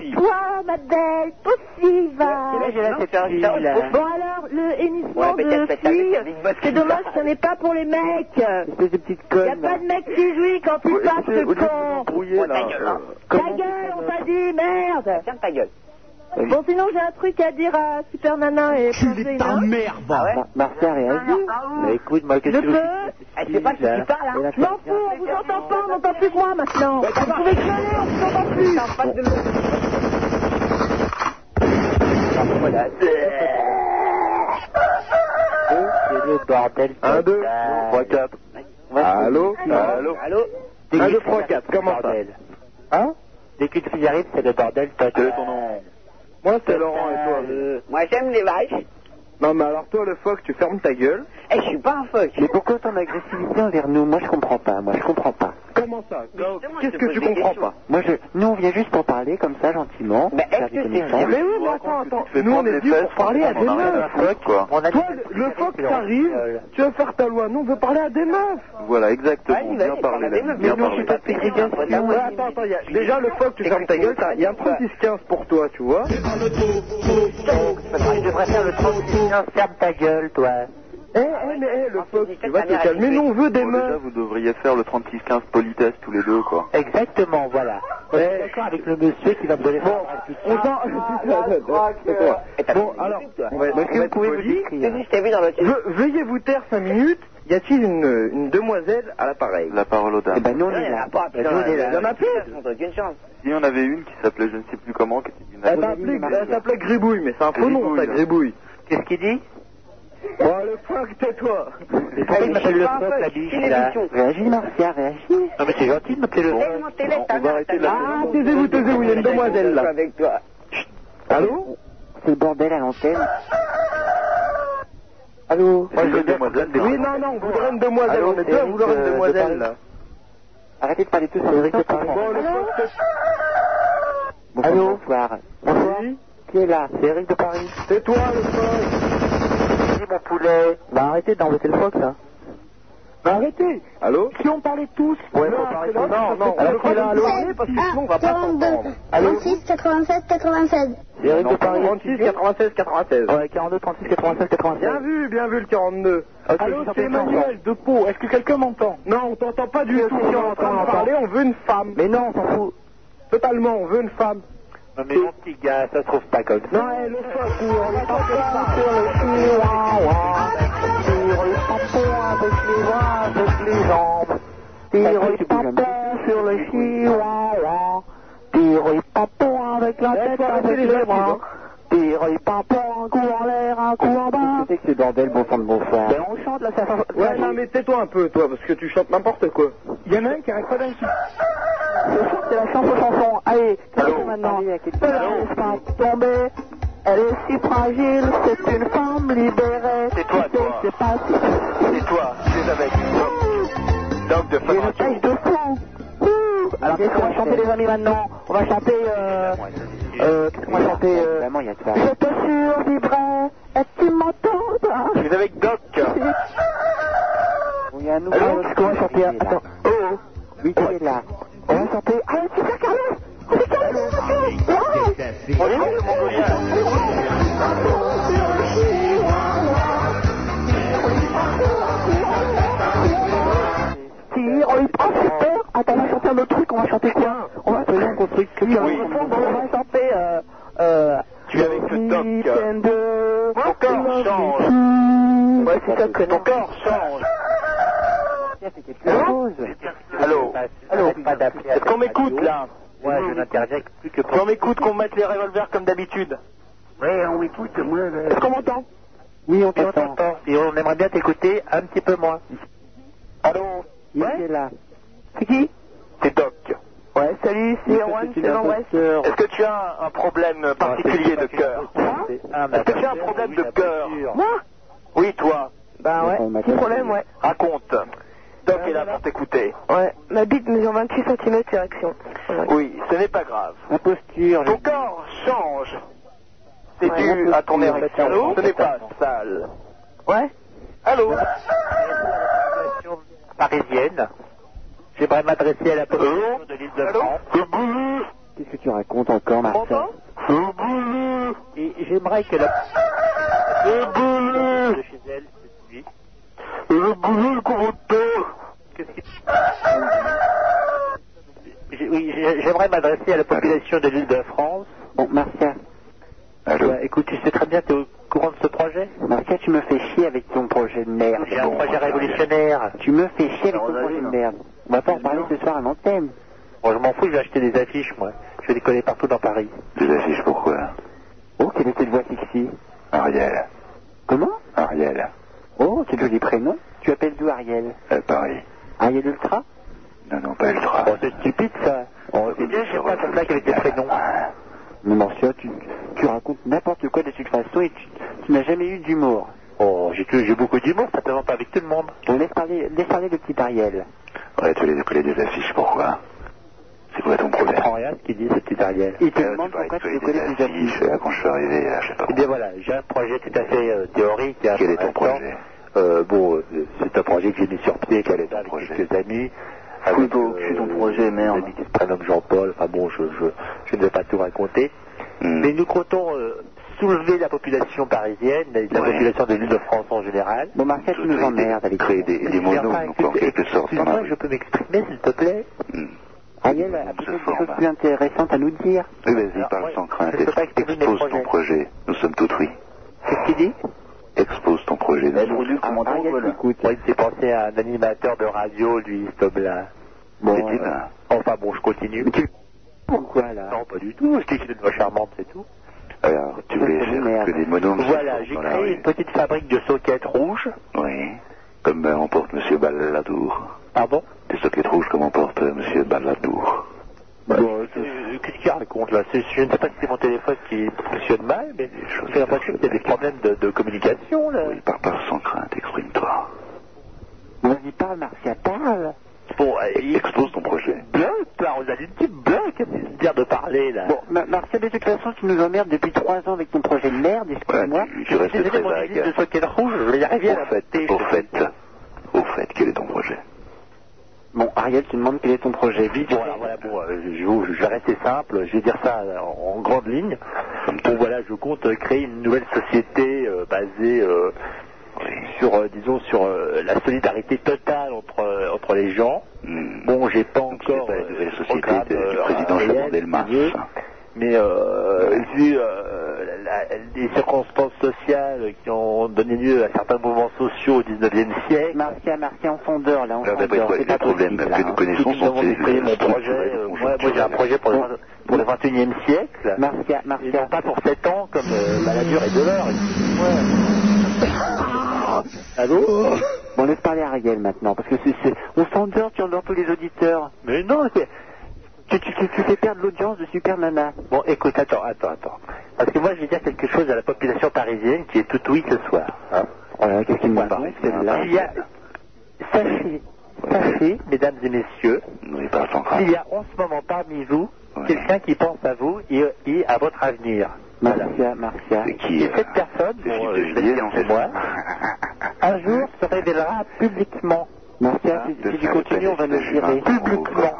Et toi, ma belle, pauvre fille, va
Quel âge elle a, cette argile, là
Bon, alors, le
Ouais,
hennissement
mais t'as
de
fait ça avec
filles,
un big boss qui
c'est dommage
parle.
que ce n'est pas pour les mecs
Espèce de petite
Il n'y a
conne.
pas de mec qui jouit quand il passe,
c'est-
ce
au lieu de
con
brouiller, là, euh,
Ta hein.
comment-
gueule, on t'a dit, merde
Ferme ta gueule
Bon, sinon, j'ai un truc à dire à Super Nana et... Culé ta merde
Ah
Mar- Marcia réagit. Mais écoute, moi, qu'est-ce
Je
que tu
peux
Eh,
Elle sait pas ce que tu parles, hein.
Je m'en fous, Oh, on vous entend pas, on n'entend plus que moi maintenant.
Ben,
Vous pouvez gueuler, on vous entend plus.
C'est le bordel. 1, 2, 3, 4. Allô Allô Allô Dès qu'une fille arrive, c'est le bordel. Hein Dès qu'une fille arrive, c'est le bordel
Euh,
total.
Moi, c'est Laurent et toi.
Euh,
Moi, j'aime les vaches.
Non, mais alors, toi, le phoque, tu fermes ta gueule.
Eh, je suis pas un phoque.
Mais pourquoi ton agressivité envers nous Moi, je comprends pas. Moi, je comprends pas.
Comment ça
Qu'est-ce que tu
comprends pas Moi, je... Nous, on vient juste pour parler, comme ça, gentiment.
Mais
faire
est-ce
des
que c'est
connaissances.
vrai Mais oui,
mais attends, attends.
fais
Nous, on
prendre
est
les
venus
fesses,
pour parler à
on
des
en a rien
meufs.
à foutre, quoi.
Toi,
On a des
le- le phoque,
c'est leur gueule.
t'arrives, tu veux faire ta loi. Nous, on veut parler à des meufs.
Voilà, exactement.
Vas-y,
Bien
vas-y,
parlé,
parle à
là.
des meufs.
Bien
Mais non,
parlé.
je suis pas pédé, c'est bien. Ouais, attends, attends, il y a- Déjà, le phoque, tu fermes ta gueule. t'as- Il y a un 36-15 pour toi, tu vois.
Je devrais faire le 36 Ferme ta gueule, toi. Ah,
Eh, eh, mais eh, le phoque, tu vas te calmer. Nous, on veut des
Bon,
meufs.
Déjà, vous devriez faire le 36-15 politesse tous les deux, quoi.
Exactement, voilà. On est d'accord avec le monsieur qui va me donner bon,
On s'en- euh, Bon, alors, on va- on va
Monsieur, vous
être
pouvez
poli.
vous décrire.
Je t'ai vu dans le
Ve- Veuillez vous taire 5 minutes. Y a-t-il une, une demoiselle à l'appareil
La parole aux dames.
Eh ben, nous, on est
Il
là.
pas,
Ben, nous, on est là.
Il
en a plus.
aucune chance.
Il y en avait une qui s'appelait, je ne sais plus
Eh ben,
comment, qui était une
Elle s'appelait elle s'appelait Gribouille, mais c'est un faux nom, ça, Gribouille.
Qu'est-ce qu'il dit
Bon, le fuck, tais-toi
pourquoi il m'appelle le fuck, la biche, là
Réagis, Marcia, réagis Non, mais c'est gentil de m'appeler le fuck On va arrêter là. Ah, taisez-vous, taisez-vous, il y a une demoiselle, là
Avec toi.
Allô C'est le bordel à l'antenne. Allô
Moi, je veux dire, oui, non, non, on voudrait une demoiselle,
Allô,
on est deux à
Eric,
vouloir
euh,
une
de
demoiselle,
Paris.
là.
Arrêtez de parler tous sur Eric de Paris. Bonsoir. Allô Bonsoir. Bonsoir. Qui est là C'est Eric de Paris. C'est toi, le fuck Oui, mon poulet. Bah, arrêtez d'embêter le fuck, là. Bah, arrêtez Allô Si on parlait tous Ouais, non, non, non, non. Alors, qui est là, allô Parce que sinon, on va pas s'entendre. Allô
36, 87, 96.
Eric de Paris. 36, 96, 96. Ouais, 42, 36, 96, 96.
Bien vu, bien vu le 42.
Ah,
Allô, c'est Emmanuel de Pau. Est-ce que quelqu'un m'entend Non, on t'entend pas du tout. Si on est en train de parler, on veut une femme. Mais non, on s'en fout. Totalement, on veut une femme.
Non, mais mon petit gars, ça se trouve pas comme ça.
Non, eh, le fuck, oui, on est pas comme ça. Sur le chihuahua, sur le tampon avec les bras, avec les jambes. Sur le tampon, sur le chihuahua. Sur le tampon avec la tête, avec les bras. Sur le tampon, un coup en l'air, un coup en bas.
C'est que c'est bordel, bon sang de bon sang.
on chante là, ça Ouais, non, mais tais-toi un peu, toi, parce que tu chantes n'importe quoi. Il y en a un qui arrête pas d'insulter.
C'est la chanson chanson. Allez, allez maintenant. Ne la laisse pas tomber. Elle est si fragile, c'est une femme libérée. C'est toi, toi. C'est pas C'est toi, c'est avec. Dog de femme. Ah, Une taille de fou. Ouh. Alors qu'est-ce qu'on va chanter les amis maintenant On va chanter euh... euh qu'est-ce qu'on va chanter euh... Vraiment, il y a ça. Je te survivrai. Est-ce que tu m'entends toi Je suis avec Doc. Il y a un nouveau. Qu'est-ce qu'on va chanter Attends. Oh. oh. Oui, qui est là on va chanter. Allez, c'est ça, Carlos C'est Carlos On est où, le Mongolien Si, on est- Oh, super Attends, on va chanter un autre truc, on va chanter quoi On va chanter un autre truc. Oui, on va chanter... euh, euh, tu es avec le toc. Ton corps change. Ouais, c'est ça, connard. Ton corps change. Allô Allô Est-ce qu'on m'écoute là Ouais, je n'interjecte plus que Qu'on m'écoute, qu'on mette les revolvers comme d'habitude. Ouais, on m'écoute, moi. Est-ce qu'on m'entend Oui, on t'entend. Et on aimerait bien t'écouter un petit peu moins. Allô Ouais C'est là. C'est qui C'est Doc. Ouais, salut, c'est Erwan, c'est Est-ce que tu as un problème particulier de cœur Est-ce que tu as un problème de cœur Moi Oui, toi. Bah ouais,
petit problème, ouais.
Raconte. Doc est là pour t'écouter.
Ouais, ma bite mesure 28 cm direction.
Oui, ce n'est pas grave. La posture. Ton corps change. C'est dû à ton érection.
Allô
ce n'est pas sale. Ouais Allô Parisienne. J'aimerais m'adresser à la population de l'île de France. Qu'est-ce que tu racontes encore, Marcel Et j'aimerais que la. Le chez elle, c'est lui. Le boulot, le Qu'est-ce qu'il J'ai- Oui, j'ai- j'aimerais m'adresser à la population de l'île de France. Bon, Marcia. écoute, tu sais très bien, tu es au courant de ce projet Marcia, tu me fais chier avec ton projet de merde. J'ai un projet révolutionnaire. Tu me fais chier avec ton projet de merde. On va pas en parler ce soir à l'antenne. Bon, je m'en fous, je vais acheter des affiches, moi. Je vais décoller partout dans Paris.
Des affiches pourquoi
Oh, quelle était le voix sexy
Ariel.
Comment
Ariel.
Oh, c'est joli prénom. Tu appelles d'où Ariel
Euh, pareil.
Ariel Ultra
Non, non, pas ultra.
Oh, c'est stupide, ça. Oh, c'est bien, j'aime pas ta blague avec des prénoms.
Ah.
Mais Marcia, tu, tu racontes n'importe quoi de toute façon et tu, tu n'as jamais eu d'humour. Oh, j'ai j'ai beaucoup d'humour, simplement pas avec tout le monde. laisse parler, laisse parler le petit Ariel.
Ouais, tu les décoller des affiches, pourquoi C'est quoi ton problème
comprends rien à ce qu'il dit, ce petit Ariel. Il te demande pourquoi tu le connais déjà.
Là, euh, quand je suis arrivé, là, je sais pas.
Eh bien voilà, j'ai un projet tout à fait euh, théorique. hein,
Quel est
pour
ton
l'instant.
projet
euh, Bon, euh, c'est un projet que j'ai mis sur pied, qu'elle est avec quelques amis. Avec, euh, ton projet, merde. Amis qui se prénomment Jean-Paul, enfin bon, je, je, je ne vais pas tout raconter. Mais nous comptons euh, soulever la population parisienne, et la population de l'île de France en général. Bon, Marcel, tu nous emmerdes avec Créer des, des monos, en quelque sorte. hein. Moi, je peux m'exprimer, s'il te plaît
Hmm.
Ariel a peut-être des choses plus intéressantes à nous dire.
Oui, vas-y, parle sans crainte.
Je peux pas exprimer mes
Expose ton projet. Nous sommes tout oui.
Qu'est-ce qu'il dit
Expose ton projet. Nous sommes-
écoute. il s'est pensé à un animateur de radio, lui, cet homme-là. Bon, euh, enfin bon, je continue. Pourquoi là Non, pas du tout. Je dis qu'il est une voix charmante, c'est tout.
Alors, tu voulais faire que des monomes
Voilà, j'ai créé une petite fabrique de soquettes rouges.
Oui. Comme euh, on porte Monsieur Balladour.
Pardon
Des soquettes rouges comme on porte euh, Monsieur Balladour. Bah,
Bon, euh, Qu'est-ce qu'il raconte là C'est- Je ne sais pas si c'est mon téléphone qui fonctionne mal, mais j'ai l'impression qu'il y a des problèmes de, de communication là. Oui,
par part sans crainte, exprime-toi.
Vas-y, parle, Marcia, parle. Bon, euh,
expose ton projet.
Bloque, toi, Rosalie, tu bloques, c'est bien de parler là.
Bon, Ma- Martial, de toute façon, tu nous emmerdes depuis trois ans avec ton projet de merde, excuse-moi.
Tu restes
Désolé,
très
mon
vague.
visite de socket rouge, je vais y arriver à la
Au fait, au fait, quel est ton projet
Bon, Ariel, tu demandes quel est ton projet Vite, bon, alors, voilà, bon, euh, je, je- je vais rester simple, je vais dire ça en, en grande ligne. Bon, voilà, je compte euh, créer une nouvelle société euh, basée euh, sur, euh, disons, sur euh, la solidarité totale entre, euh, entre les gens.
Hmm.
Bon, j'ai pas encore euh, le programme euh, réel, signé, mais euh, vu euh, la- la- les circonstances sociales qui ont donné lieu à certains mouvements sociaux au 19e siècle...
Marcia, Marcia, en fondeur, là, en
Alors, d'après
fondeur.
toi,
C'est
les
pas
problèmes
possible, là,
que nous
hein.
connaissons
Nous avons
sont
déployé mon projet,
euh, moi, moi, j'ai un projet pour le, pour le 21e siècle.
Marcia,
Marcia. Et non pas pour 7 ans comme euh, Balladur et Delors.
Allô Bon, laisse parler Ariel maintenant, parce que c'est, c'est- on s'endort, tu endors tous les auditeurs.
Mais non, c'est-
Tu, tu, tu- tu fais perdre l'audience de Super Nana.
Bon, écoute, attends, attends, attends. Parce que moi, je vais dire quelque chose à la population parisienne qui est toute oui ce soir. hein.
qu'est-ce qu'il me raconte, celle-là
Il y a- Sachez, sachez, mesdames et messieurs, qu'il y a en ce moment parmi vous quelqu'un qui pense à vous et, et à votre avenir.
Marcia, Marcia.
Et cette personne, bon, euh, je vais le dire pour moi, un jour se révélera publiquement.
Hein,
Marcia, si, si tu continues, on va nous virer.
Publiquement.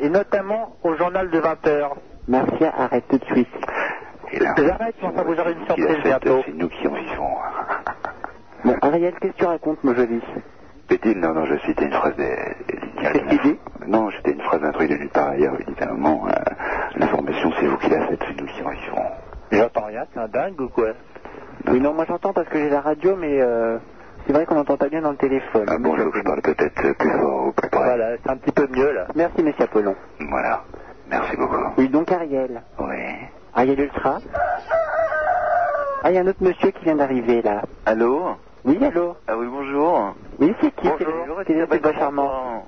Et notamment au journal de 20h.
Marcia, arrête tout de suite.
J'arrête, je pense à vous aurez une surprise bientôt.
C'est nous qui en vivons.
Bon, Ariel, qu'est-ce que tu racontes, mon joli
Pétine, non, non, je citais une phrase d'Elidia. Non, c'était une phrase d'un truc de nulle part ailleurs. Il dit à un moment, euh, l'information, c'est vous qui la faites, c'est nous qui en vivons.
J'entends rien, c'est un dingue ou quoi
Oui, non, moi j'entends parce que j'ai la radio, mais euh, c'est vrai qu'on n'entend pas bien dans le téléphone. Ah bon, je
parle peut-être plus fort ou plus près.
Voilà, c'est un petit peu mieux là.
Merci, monsieur Apollon.
Voilà. Merci beaucoup.
Oui, donc Ariel.
Oui.
Ariel Ultra. Ah, il y a un autre monsieur qui vient d'arriver là.
Allô
Oui, allô
Ah oui, bonjour.
Oui, c'est qui
Bonjour,
C'est le pas
charmant.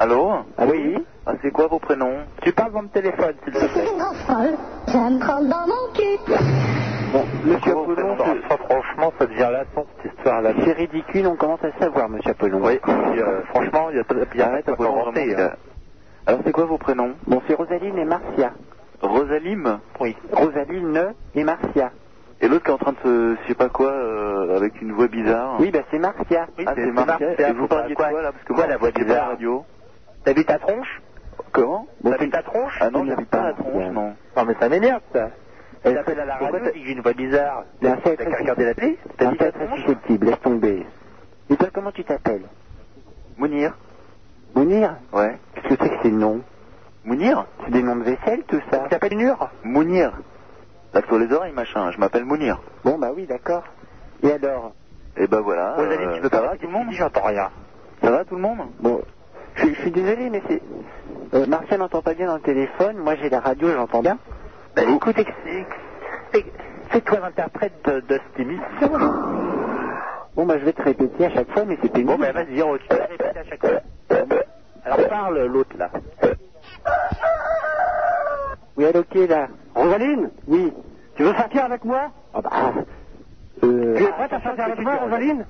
Allô
Oui
ah, C'est quoi vos prénoms Tu parles dans le téléphone, s'il te plaît.
folle, j'ai un troll dans mon cul.
Bon, monsieur Apollon, franchement, ça devient lassant cette histoire-là.
C'est ridicule, on commence à le savoir, monsieur Apollon.
Oui, puis, euh, franchement, il n'y a pas de
Arrête, Apollon, vraiment,
hein. Alors, c'est quoi vos prénoms
Bon, c'est Rosaline et Marcia.
Rosalim Oui.
Rosaline et Marcia.
Et l'autre qui est en train de se, je sais pas quoi, euh, avec une voix bizarre.
Oui, bah c'est Marcia.
ah, c'est Marcia. Et vous parliez de quoi, là Parce que moi, la voix bizarre. la radio. T'habites ta tronche Comment T'habites ta tronche Ah non, j'habite pas la tronche, non. Non, mais ça m'énerve, ça. Elle appelle à la radio, elle dit que j'ai une voix bizarre. T'as qu'à regarder la télé T'habites ta tronche
susceptible, laisse tomber. Et toi, comment tu t'appelles
Mounir
Mounir
Ouais.
Qu'est-ce que c'est que ces noms
Mounir
C'est des noms de vaisselle, tout ça. Tu t'appelles Nur
Mounir. Là, sur les oreilles, machin. Je m'appelle Mounir.
Bon, bah oui, d'accord. Et alors
Et ben voilà.
Rosaline,
euh,
tu veux
ça
parler
va tout le monde J'entends rien. Ça va tout le monde
Bon, je suis- je suis désolé, mais c'est... Euh, Marcia n'entend pas bien dans le téléphone, moi j'ai la radio, j'entends bien.
Bah écoute, ex- ex- ex- fais-toi l'interprète de, de cette émission.
Bon, bah je vais te répéter à chaque fois, mais c'est pénible.
Bon, ben vas-y, on- tu vas la répéter à chaque
euh,
fois. Alors parle, l'autre là.
Oui, allô, qui est là Rosaline Oui. Tu veux sortir avec moi Ah bah... Euh... Tu es prête à sortir avec moi, Rosaline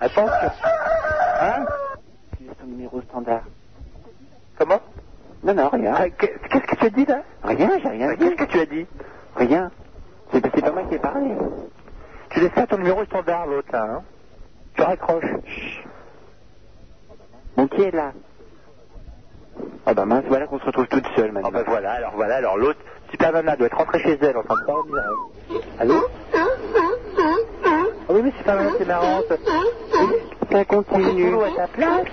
Attends,
Hein C'est ton numéro standard.
Comment
Non, non, rien.
Qu'est-ce que tu as dit là Ah,
Rien, j'ai rien dit.
Qu'est-ce que tu as dit
Rien. C'est c'est pas moi qui ai parlé.
Tu laisses ça ton numéro standard, l'autre là. Hein tu raccroches.
Bon, qui est là Ah bah mince, voilà qu'on se retrouve toute seule maintenant.
Ah ben voilà, alors voilà, alors l'autre, super nana doit être rentrée chez elle, on s'en pas Allô
Hein
Ah oui, mais super nana, c'est marrant. ça.
Ça continue.
boulot à ta place.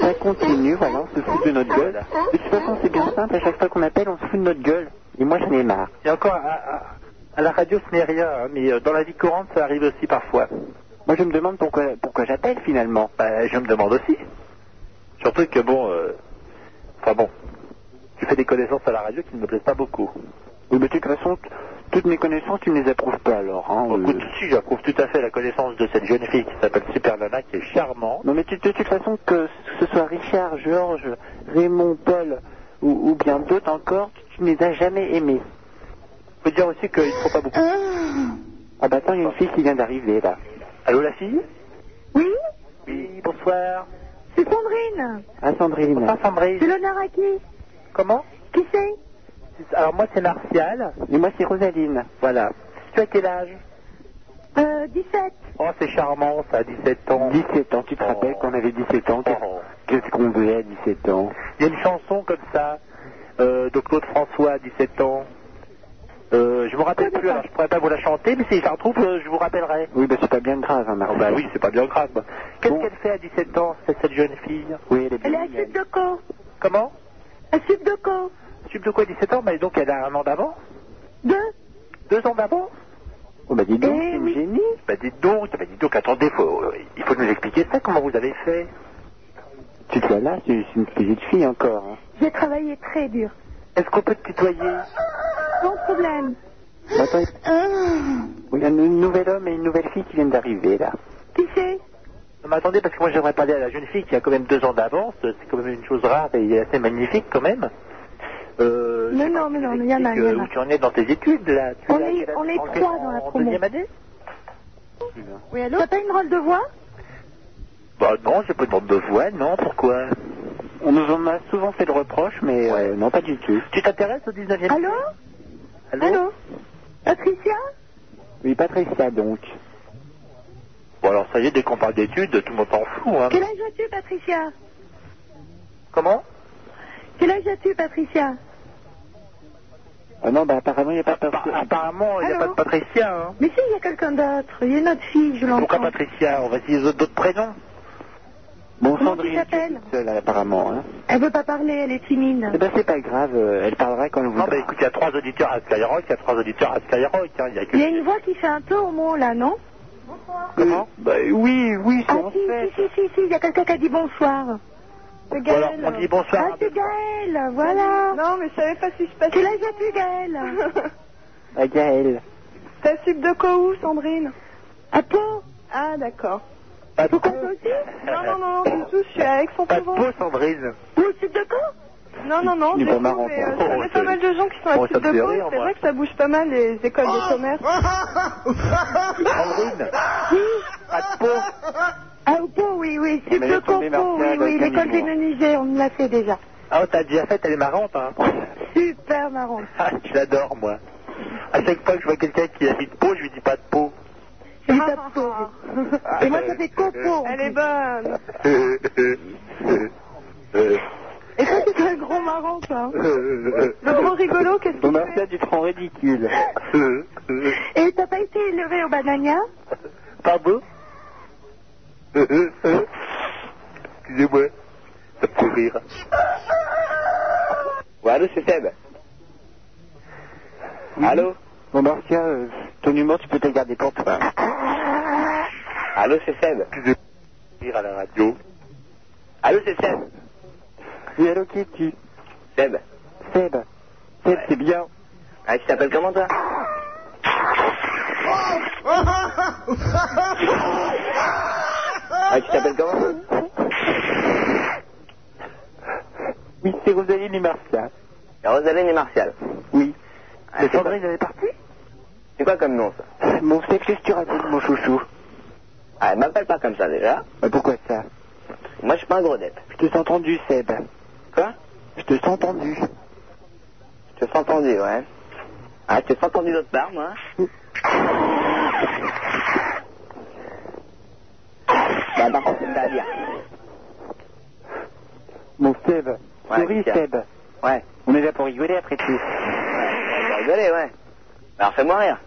Ça continue, voilà, on se fout de notre gueule. De toute façon, c'est bien simple, à chaque fois qu'on appelle, on se fout de notre gueule. Et moi, j'en ai marre.
Et encore, à, à- à la radio, ce n'est rien, hein, mais euh, dans la vie courante, ça arrive aussi parfois.
Moi, je me demande pourquoi, pourquoi j'appelle finalement.
Bah, je me demande aussi. Surtout que bon, euh, enfin bon, tu fais des connaissances à la radio qui ne me plaisent pas beaucoup.
Oui, mais de toute façon, t- toutes mes connaissances, tu ne les approuves pas alors. Hein, euh.
Oh, Si, j'approuve tout à fait la connaissance de cette jeune fille qui s'appelle Super Nana, qui est charmante.
Non, mais tu- de toute façon, que ce soit Richard, Georges, Raymond, Paul ou, ou bien d'autres encore, tu, tu ne les as jamais aimés.
Faut dire aussi qu'il ne faut pas beaucoup.
Ah bah attends, il y a une fille qui vient d'arriver là.
Allô, la fille
Oui
Oui, bonsoir.
C'est Sandrine.
Ah, Sandrine.
Bonsoir, Sandrine.
C'est l'honneur à qui
Comment
Qui c'est
Alors, moi, c'est Martial.
Et moi, c'est Rosaline. Voilà.
Tu as quel âge
Euh, 17.
Oh, c'est charmant, ça, 17 ans. Oh.
17 ans, tu te rappelles quand on avait 17 ans qu'est- Qu'est-ce qu'on faisait à 17 ans
Il y a une chanson comme ça, euh, de Claude François, 17 ans. Euh, je me rappelle plus, alors je pourrais pas vous la chanter, mais si je la retrouve, euh, je vous rappellerai.
Oui, bah c'est pas bien grave, hein, Marc.
bah oui, c'est pas bien grave. Qu'est-ce qu'elle fait à 17 ans, cette, cette jeune fille
Oui, elle est
Elle est à Subdoco.
Comment
À Subdoco.
Sub de quoi 17 ans Mais donc elle a un an d'avance
Deux.
Deux Eh ans d'avance
Oh bah dis
donc, c'est une
génie
Bah dites donc, bah dites donc, attendez, faut, euh, il faut nous expliquer ça, comment vous avez fait
Tu te vois là, c'est c'est une petite fille encore. hein.
J'ai travaillé très dur.
Est-ce qu'on peut te tutoyer
Sans problème.
Attends, il y a un nouvel homme et une nouvelle fille qui viennent d'arriver là.
Qui c'est
Non, mais attendez, parce que moi j'aimerais parler à la jeune fille qui a quand même deux ans d'avance, c'est quand même une chose rare et assez magnifique quand même. Euh,
Non, non, mais non, il y en a,
et
il y
que-
en
où
a.
tu en es dans tes études là tu
On
es à
est,
quel-
on est
en-
trois dans la
en
promo.
deuxième année
Oui, allô T'as pas une drôle de voix
Bah non, j'ai pas de bande de voix, non, pourquoi
On nous en a souvent fait le reproche, mais euh, non, pas du tout.
Tu t'intéresses au 19 e
Allô
Allô,
Patricia
Oui, Patricia donc.
Bon alors ça y est, dès qu'on parle d'études, tout le monde s'en fout. Hein.
Quel âge as-tu, Patricia
Comment
Quel âge as-tu, Patricia
Ah non, bah apparemment, il n'y a pas de
Ah, Apparemment, il n'y a pas de Patricia. Hein.
Mais si, il y a quelqu'un d'autre. Il y a une autre fille, je l'entends.
Pourquoi
Ah,
Patricia On va essayer d'autres d'autres prénoms.
Bon,
Comment tu
Sandrine, tu es
t'appelles
toute seule apparemment. Hein.
Elle veut pas parler, elle est timide.
Eh ben, c'est pas grave, euh, elle parlera quand elle
Non,
voudra.
bah écoute, il y a trois auditeurs à Skyrock, il y a trois auditeurs à Skyrock. hein, Il y a que...
Il y a une voix qui fait un peu homo, là, non
Comment Bah oui, oui,
Ah si, si, si, si, si, il y a quelqu'un qui a dit bonsoir. C'est
Bon, alors, on dit bonsoir.
Ah, c'est Gaël, voilà. Non, mais je savais pas si je passais. Quel âge as-tu, Gaël
Ah, Gaëlle.
T'as sub de quoi où, Sandrine À Pau. Ah, d'accord.
Pas de
Pourquoi toi aussi Non, non, non, du tout, je suis à Aix-en-Provence.
peau, Sandrine.
Où, sub de quoi Non, non, non,
Il est
du
pas
tout,
marrant,
mais euh, je
ça.
connais
Oh,
pas
c'est-
mal de gens qui sont à
Oh, ça
sub
me fait
de Pau,
rire,
c'est
moi.
vrai que ça bouge pas mal les écoles de commerce.
Sandrine Pas de peau
Ah, au Pau, oui, oui,
Mais
sub de
laisse
Pau,
tomber,
Pau, oui,
Martial,
oui,
comme
l'école
il est
des
bon.
menuisiers, on me l'a fait déjà.
Ah, on t'a déjà fait, elle est marrante, hein
Super marrant.
Ah, je l'adore, moi. À chaque fois que je vois quelqu'un qui a dit de peau, je lui dis pas de peau.
Et ça pose.
Ah.
Et moi, ça fait coco. Elle est bonne.
Euh,
Et ça, c'est un gros marrant, hein. ça.
Euh,
Le gros rigolo, qu'est-ce
Bon,
qu'il
merci à du tronc
Euh,
ridicule.
Euh,
fait Et t'as pas été élevé au banania
Pardon Euh, Excusez-moi, ça me fait rire.
Ouais, allô, c'est Seb. Allô
Bon, Marcia, euh, ton numéro, tu peux te le garder pour toi.
Allô, c'est Seb.
Rire à la radio.
Allô, E c'est Seb.
Oui, allô, qui es-tu
Seb.
Seb. Seb, c'est bien.
Ah, tu t'appelles comment, toi Ah, tu t'appelles comment
Oui, c'est Rosaline et Marcia.
Rosaline et Martial.
Oui.
Ah, c'est Sandrine, elle est partie C'est quoi comme nom, ça
Mon sexusturatine, mon chouchou.
Ah, elle m'appelle pas comme ça, déjà.
Bah, pourquoi ça
Moi, je suis pas un gros dette.
Je te sens entendu, Seb.
Quoi
Je te sens entendu.
Je te sens entendu, ouais. Ah, je te sens entendu d'autre part, moi. bah, par contre, c'est pas bien.
Mon Seb.
Ouais,
Souris,
tiens.
Seb.
Ouais.
On est là pour rigoler après tout.
T'as rigolé, ouais. Bah, alors, fais-moi rire.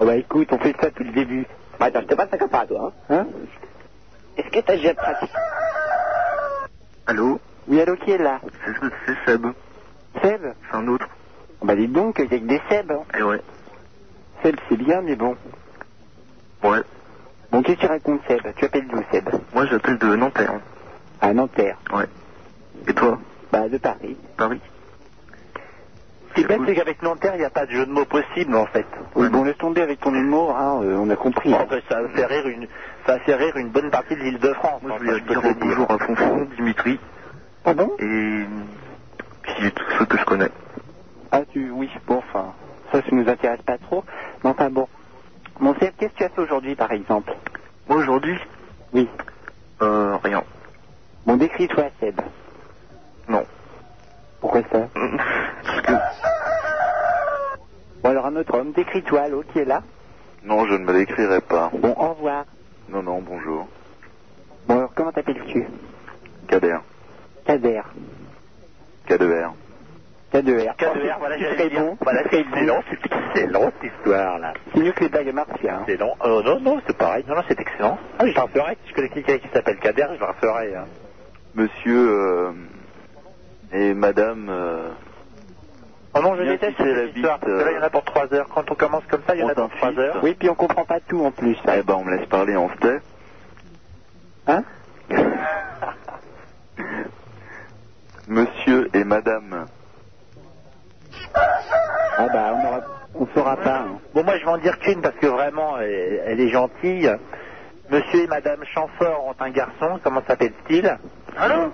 Oh, bah, écoute, on fait ça depuis le début.
Bah, attends, je te passe un copain à toi, hein.
Hein
Est-ce que t'as déjà pratiqué
Allô Oui, allô, qui est là
C'est Seb.
Seb
C'est un autre.
Oh, Bah, dis donc, il y a que des Seb. hein.
Eh ouais.
Seb, c'est bien, mais bon.
Ouais.
Bon, qu'est-ce que tu racontes, Seb Tu appelles d'où, Seb
Moi, j'appelle de Nanterre.
À Nanterre.
Ouais. Et toi
Bah, de Paris.
Paris C'est bête, c'est qu'avec Nanterre, il n'y a pas de jeu de mots possible, en fait.
Oui, bon, laisse tomber avec ton humour, hein, euh, on a compris.
Bon, ben, ça fait rire une, ça fait rire une bonne partie de l'île de France. Moi, je voulais dire bonjour à Fonfon, Ah Dimitri.
Pardon
Et. Qui est tous ceux que je connais.
Ah, tu, oui, bon, enfin, ça, ça nous intéresse pas trop. Mais enfin, bon. Mon Seb, qu'est-ce que tu as fait aujourd'hui, par exemple
Moi, aujourd'hui
Oui.
Euh, rien.
Bon, décris-toi, Seb.
Non.
Pourquoi ça Bon, alors, un autre homme, décris-toi, l'autre qui est là.
Non, je ne me décrirai pas.
Bon, au revoir.
Non, non, bonjour.
Bon, alors, comment t'appelles-tu
Kader.
Kader.
K2R.
K2R.
K2R, voilà, j'allais dire. Voilà, c'est excellent, c'est excellent, cette histoire-là.
C'est mieux que les blagues martiens. hein.
C'est long. Euh, non, non, c'est pareil. Non, non, c'est excellent. Ah, je la referai. Si je connais quelqu'un qui s'appelle Kader, je la referai. hein.
Monsieur euh, et madame. euh,
Oh non, je
Bien
déteste
fixé la
cette
bite,
histoire. parce que là, il y en a pour 3 heures. Quand on commence comme ça, il y en a pour 3 heures.
Oui, puis on comprend pas tout en plus.
Eh ben, on me laisse parler, on se tait.
Hein
Monsieur et madame.
Ah bah, on aura... On saura pas. hein.
Bon, moi, je vais en dire qu'une parce que vraiment, elle, elle est gentille. Monsieur et Madame Chamfort ont un garçon. Comment s'appelle-t-il Allô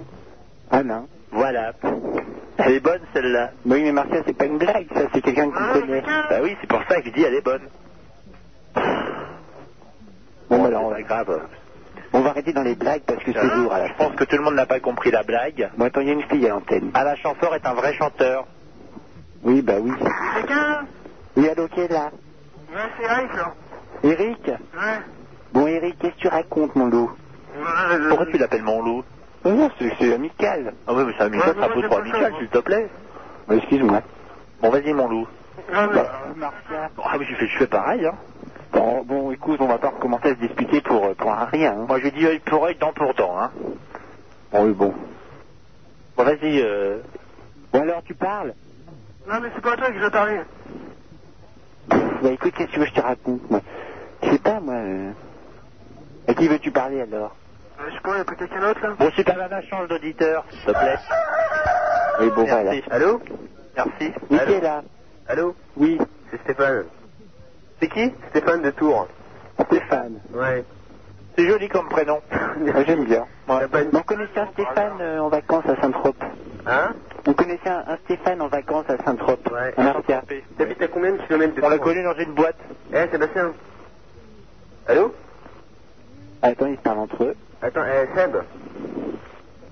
Ah non.
Voilà. Elle est bonne, celle-là.
Oui, mais Martial, c'est pas une blague, ça, c'est quelqu'un qu'on connaît.
Bah oui, c'est pour ça que je dis elle est bonne.
Bon, alors, on va,
C'est grave. Ah,
on va arrêter dans les blagues parce que c'est lourd à la
Je pense que tout le monde n'a pas compris la blague.
Bon, attends, il y a une fille à l'antenne.
Alain Chamfort est un vrai chanteur.
Oui, bah oui.
Quelqu'un
Oui, allô, qui est là
Ouais, c'est Eric, là.
Eric
Ouais.
Bon, Eric, qu'est-ce que tu racontes, mon loup
Pourquoi tu l'appelles mon loup
Non, non, c'est c'est amical.
Ah oui, mais c'est amical,
Ouais,
c'est un
mais moi,
peu trop
j'ai pas
amical,
ça,
s'il te plaît.
Bon, Excuse-moi. Bah,
Bon, vas-y, mon loup.
Ah, mais,
Ah oui, je fais, je fais pareil, hein.
Bon, bon, écoute, on va pas recommencer à se disputer pour, euh, pour un rien. hein.
Moi, je dis œil pour œil, dent pour dent, hein.
Bon, oui, bon.
Bon, vas-y, euh...
Bon, alors, tu parles
non, mais c'est pas à toi que je dois parler.
Bah, écoute, qu'est-ce que tu veux que je te raconte, moi Je sais pas, moi. euh, À qui veux-tu parler, alors
Euh, Je sais pas, y'a pas quelqu'un d'autre, là
Bon, super nana, change d'auditeur, s'il te plaît.
Oui, bon, voilà.
Merci. Allô Merci.
Oui, qui
Allô
est là
Allô
Oui,
C'est Stéphane.
C'est qui
Stéphane de Tours.
Stéphane.
Ouais.
C'est joli comme prénom.
Moi, j'aime bien.
T'as pas une-
On connaissait un Stéphane euh, en vacances à Saint-Trope.
Hein
On connaissait un, un Stéphane en vacances à Saint-Trope.
Ouais.
Un Artia.
T'habites à combien de kilomètres de
On l'a
Tours
connu dans une boîte.
Eh, Sébastien. Allô
Attends, ils se parlent entre eux.
Attends, eh, Seb.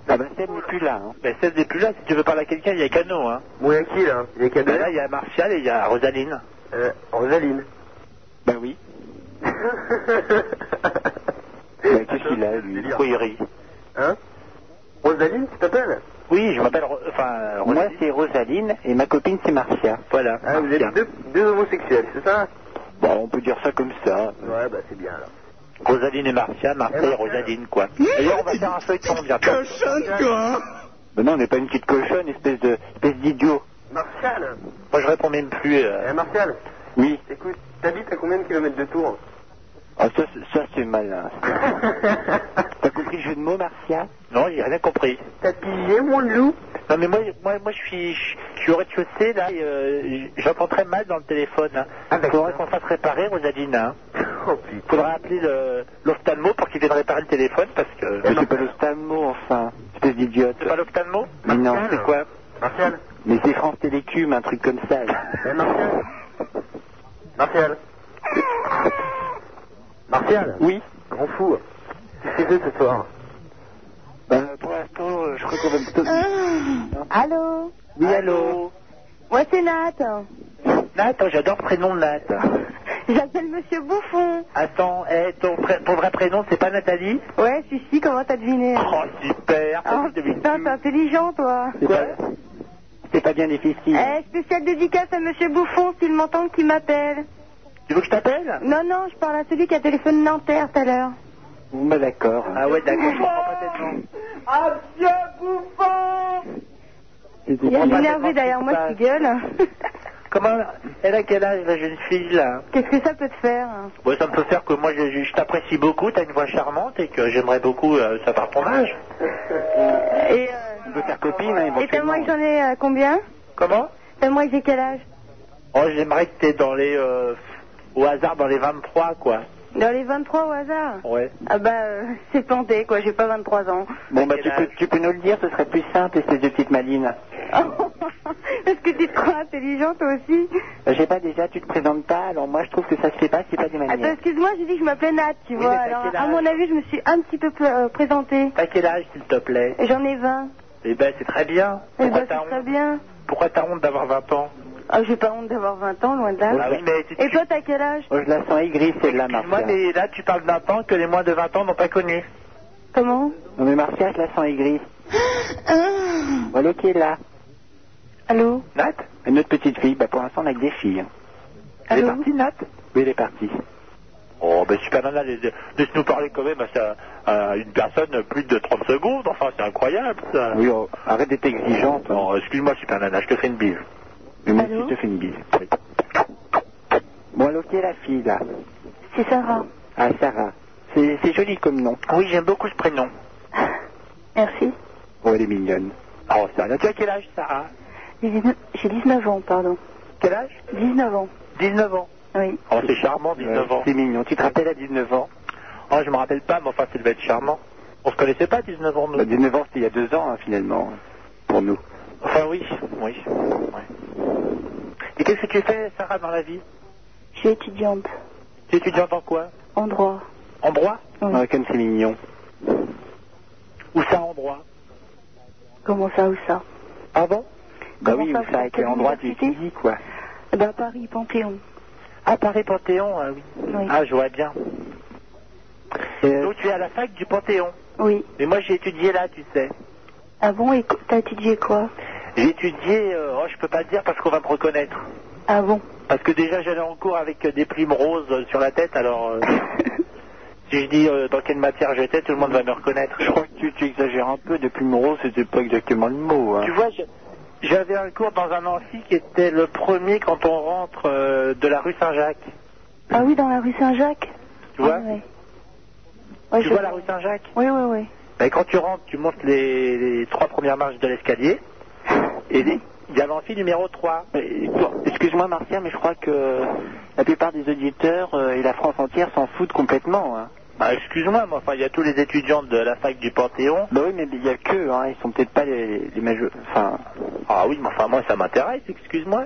Ah bah, Seb n'est plus là. Hein.
Mais celle n'est plus là, si tu veux parler à quelqu'un, il y a Cano, hein.
Bon, y'a qui, là Y'a qu'à
Ben là, il y a Martial et il y a Rosaline.
Euh, Rosaline.
Bah oui. Bah, qu'est-ce qu'il a, lui
Pourquoi il rit
Hein Rosaline, tu t'appelles
Oui, je m'appelle... Ro- Enfin,
Moi,
Rosaline.
c'est Rosaline et ma copine, c'est Marcia.
Voilà.
Ah, vous
Martial.
êtes deux, deux homosexuels, c'est ça
Bon, on peut dire ça comme ça.
Ouais, bah c'est bien, alors. Eh,
Rosaline et Marcia, Marcia et Rosaline, quoi. D'ailleurs, on va faire un feuilleton bientôt.
Mais non, on n'est pas une petite cochonne, espèce de, espèce d'idiot.
Martial
Moi, je réponds même plus. euh,
Eh, Martial
Oui.
Écoute, t'habites à combien de kilomètres de Tours
Ah, ça, c'est- ça c'est malin. T'as compris le jeu de mots, Marcia
Non, j'ai rien compris.
T'as pillé mon loup
Non, mais moi, moi, moi je suis, je, je suis au rez-de-chaussée, là, et euh, j'entends très mal dans le téléphone. hein.
Ah, d'accord.
Faudrait qu'on fasse réparer, Rosaline. Hein.
Oh putain.
Faudra appeler le- l'ophtalmo pour qu'il vienne réparer le téléphone, parce que...
Mais c'est pas le sale mot, enfin. Espèce d'idiote.
C'est pas l'ophtalmo
Mais non.
C'est quoi
Martial
Mais c'est France Télécom, un truc comme ça. là.
Eh, Martial Martial Martial
Oui.
Grand fou Qu'est-ce que c'est ce soir
Ben, pour l'instant, euh, je crois qu'on va plutôt...
Ah. Allô
Oui, allô
Moi c'est Nat.
Nat, oh, j'adore ce prénom de Nat.
J'appelle Monsieur Bouffon.
Attends, eh, ton, pré- ton vrai prénom, c'est pas Nathalie
Ouais, je suis ici, comment t'as deviné
Oh, super
Oh putain, t'es intelligent toi
C'est pas... C'est pas bien difficile.
Eh, spéciale dédicace à Monsieur Bouffon, s'il m'entend, qu'il m'appelle.
Tu veux que je t'appelle
Non, non, je parle à celui qui a téléphoné de Nanterre tout à l'heure.
Bon, ben, d'accord.
Ah ouais, d'accord, je comprends pas tellement.
Ah, Monsieur Bouffon Il y a
Complètement,
énervé derrière moi
c'est
qui gueule.
Comment Elle a quel âge, la jeune fille, là
Qu'est-ce que ça peut te faire
Ouais, ça me peut faire que moi, je, je- je t'apprécie beaucoup, t'as une voix charmante et que j'aimerais beaucoup euh, savoir ton âge.
Et, euh,
On peut faire copine, hein,
et tellement que
éventuellement.
j'en ai euh, combien
Comment
Euh, moi, j'ai quel âge
Oh, j'aimerais que t'es dans les. euh, au hasard, dans les 23, quoi.
Dans les 23 au hasard
Ouais.
Ah bah, euh, c'est planté, quoi, j'ai pas 23 ans.
Bon, bah, tu peux, tu peux nous le dire, ce serait plus simple, espèce de petite maline.
Est-ce que tu te crois intelligent, toi aussi
Je sais Euh, pas, déjà, tu te présentes pas, alors moi, je trouve que ça se fait pas, c'est pas des
Attends, excuse-moi, j'ai dit que je m'appelais Nat, tu
Oui,
vois.
mais t'as
Alors,
quel
à
âge
mon avis, je me suis un petit peu euh, présentée.
T'as quel âge, s'il te plaît
J'en ai 20.
Eh ben, c'est très bien.
Eh
Pourquoi
ben,
t'as
c'est très
honte,
bien.
pourquoi t'as honte d'avoir 20 ans
Ah, j'ai pas honte d'avoir 20 ans, loin de là.
Ah oui, mais tu-
Et toi, t'as quel âge
Oh, Je la sens aigrie, c'est de la Moi, mais là, tu parles d'un temps que les moins de 20 ans n'ont pas connu.
Comment
Non, mais Marcia, je la sens aigrie. Voilà qui est là.
Ah. Allô
Nat Une autre petite fille. Bah, pour l'instant, on a que des filles. hein. Elle est partie, Nat Oui, elle est partie. Oh, ben super, Nana, laisse- laisse-nous parler quand même à, sa- à une personne plus de 30 secondes. Enfin, c'est incroyable, ça. Oui, oh, arrête d'être exigeante. Non, excuse-moi, super, Nana, je te fais une bise. Mais moi, je te fais une bise. Bon, alors, qui est la fille, là
C'est Sarah.
Ah, Sarah. C'est c'est joli comme nom. Oui, j'aime beaucoup ce prénom.
Merci.
Oh, elle est mignonne. Oh, Sarah, tu as quel âge, Sarah
J'ai 19 ans, pardon.
Quel âge
19 ans.
19 ans
Oui.
Oh, c'est charmant, 19 ans. C'est mignon. Tu te rappelles à 19 ans Oh, je me rappelle pas, mais enfin, ça devait être charmant. On se connaissait pas à 19 ans, nous. 19 Bah, ans, c'était il y a deux ans, hein, finalement, pour nous. Enfin, oui, oui. ouais. Et qu'est-ce que tu fais, Sarah, dans la vie
Je suis étudiante
Tu es étudiante en quoi
en droit.
En droit
Oui.
Ah, Comme c'est mignon. Où ça, en droit
Comment ça ou ça
Ah bon Bah
Comment
oui,
ça,
où
vous
ça,
êtes
avec les
à
en droit, tu
l'université
étudies, quoi.
Eh ben, à Paris, Panthéon.
Ah, Paris Panthéon, ah oui.
Oui.
Ah, je vois bien. Donc, tu es à la fac du Panthéon.
Oui.
Mais moi, j'ai étudié là, tu sais.
Ah bon, et co- t'as étudié quoi
J'ai étudié, euh, oh, je peux pas te dire parce qu'on va me reconnaître.
Ah bon
Parce que déjà j'allais en cours avec euh, des primes roses euh, sur la tête, alors euh, si je dis euh, dans quelle matière j'étais, tout le monde va me reconnaître. Je crois que tu, exagères un peu, des plumes roses c'était pas exactement le mot. hein. Tu vois, je- j'avais un cours dans un amphi qui était le premier quand on rentre euh, de la rue Saint-Jacques.
Ah oui, dans la rue Saint-Jacques Ah
Tu vois
Ouais. Ouais,
Tu
je-
vois la rue Saint-Jacques
Oui, oui, oui.
Ben, Quand tu rentres, tu montes les, les trois premières marches de l'escalier. Et les- il y a l'amphi numéro 3. Excuse-moi, Martien, mais je crois que la plupart des auditeurs euh, et la France entière s'en foutent complètement. Bah, excuse-moi, mais enfin, il y a tous les étudiants de la fac du Panthéon. Bah oui, mais il n'y a que, hein, ils sont peut-être pas les, les majeurs. Enfin. Ah oui, mais enfin, moi, ça m'intéresse, excuse-moi.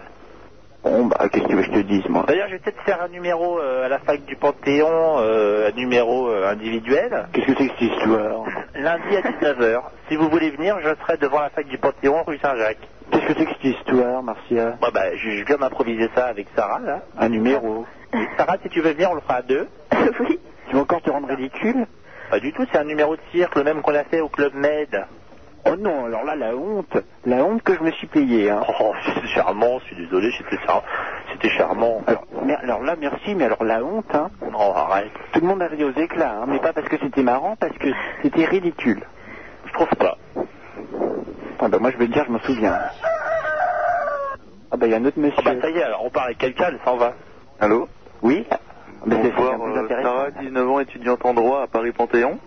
Bon, bah, qu'est-ce que tu veux que je te dise, moi
D'ailleurs, je vais peut-être faire un numéro euh, à la fac du Panthéon, euh, un numéro euh, individuel.
Qu'est-ce que c'est que cette histoire
Lundi à 19h. Si vous voulez venir, je serai devant la fac du Panthéon, rue Saint-Jacques.
Qu'est-ce que c'est que cette histoire, Martia
Bah, bah, je, je viens m'improviser ça avec Sarah, là.
Un numéro.
Et Sarah, si tu veux venir, on le fera à deux.
oui.
Tu vas encore te rendre ridicule Pas du tout, c'est un numéro de cirque, le même qu'on a fait au Club Med.
Oh non, alors là, la honte, la honte que je me suis payée, hein.
Oh, c'est charmant, je suis désolé, c'était char- c'était charmant.
Alors, mer- alors là, merci, mais alors la honte, hein.
Oh, arrête,
Tout le monde a ri aux éclats, hein, mais pas parce que c'était marrant, parce que c'était ridicule.
je trouve pas.
Ah bah moi, je vais te dire, je m'en souviens. Ah bah il y a un autre monsieur.
Ah bah, ça y est, alors on parle avec quelqu'un, elle s'en va.
Allô Oui Mais c'est- c'est un
Bonsoir,
plus
euh,
intéressant.
Sarah, 19 ans, étudiante en droit à Paris Panthéon.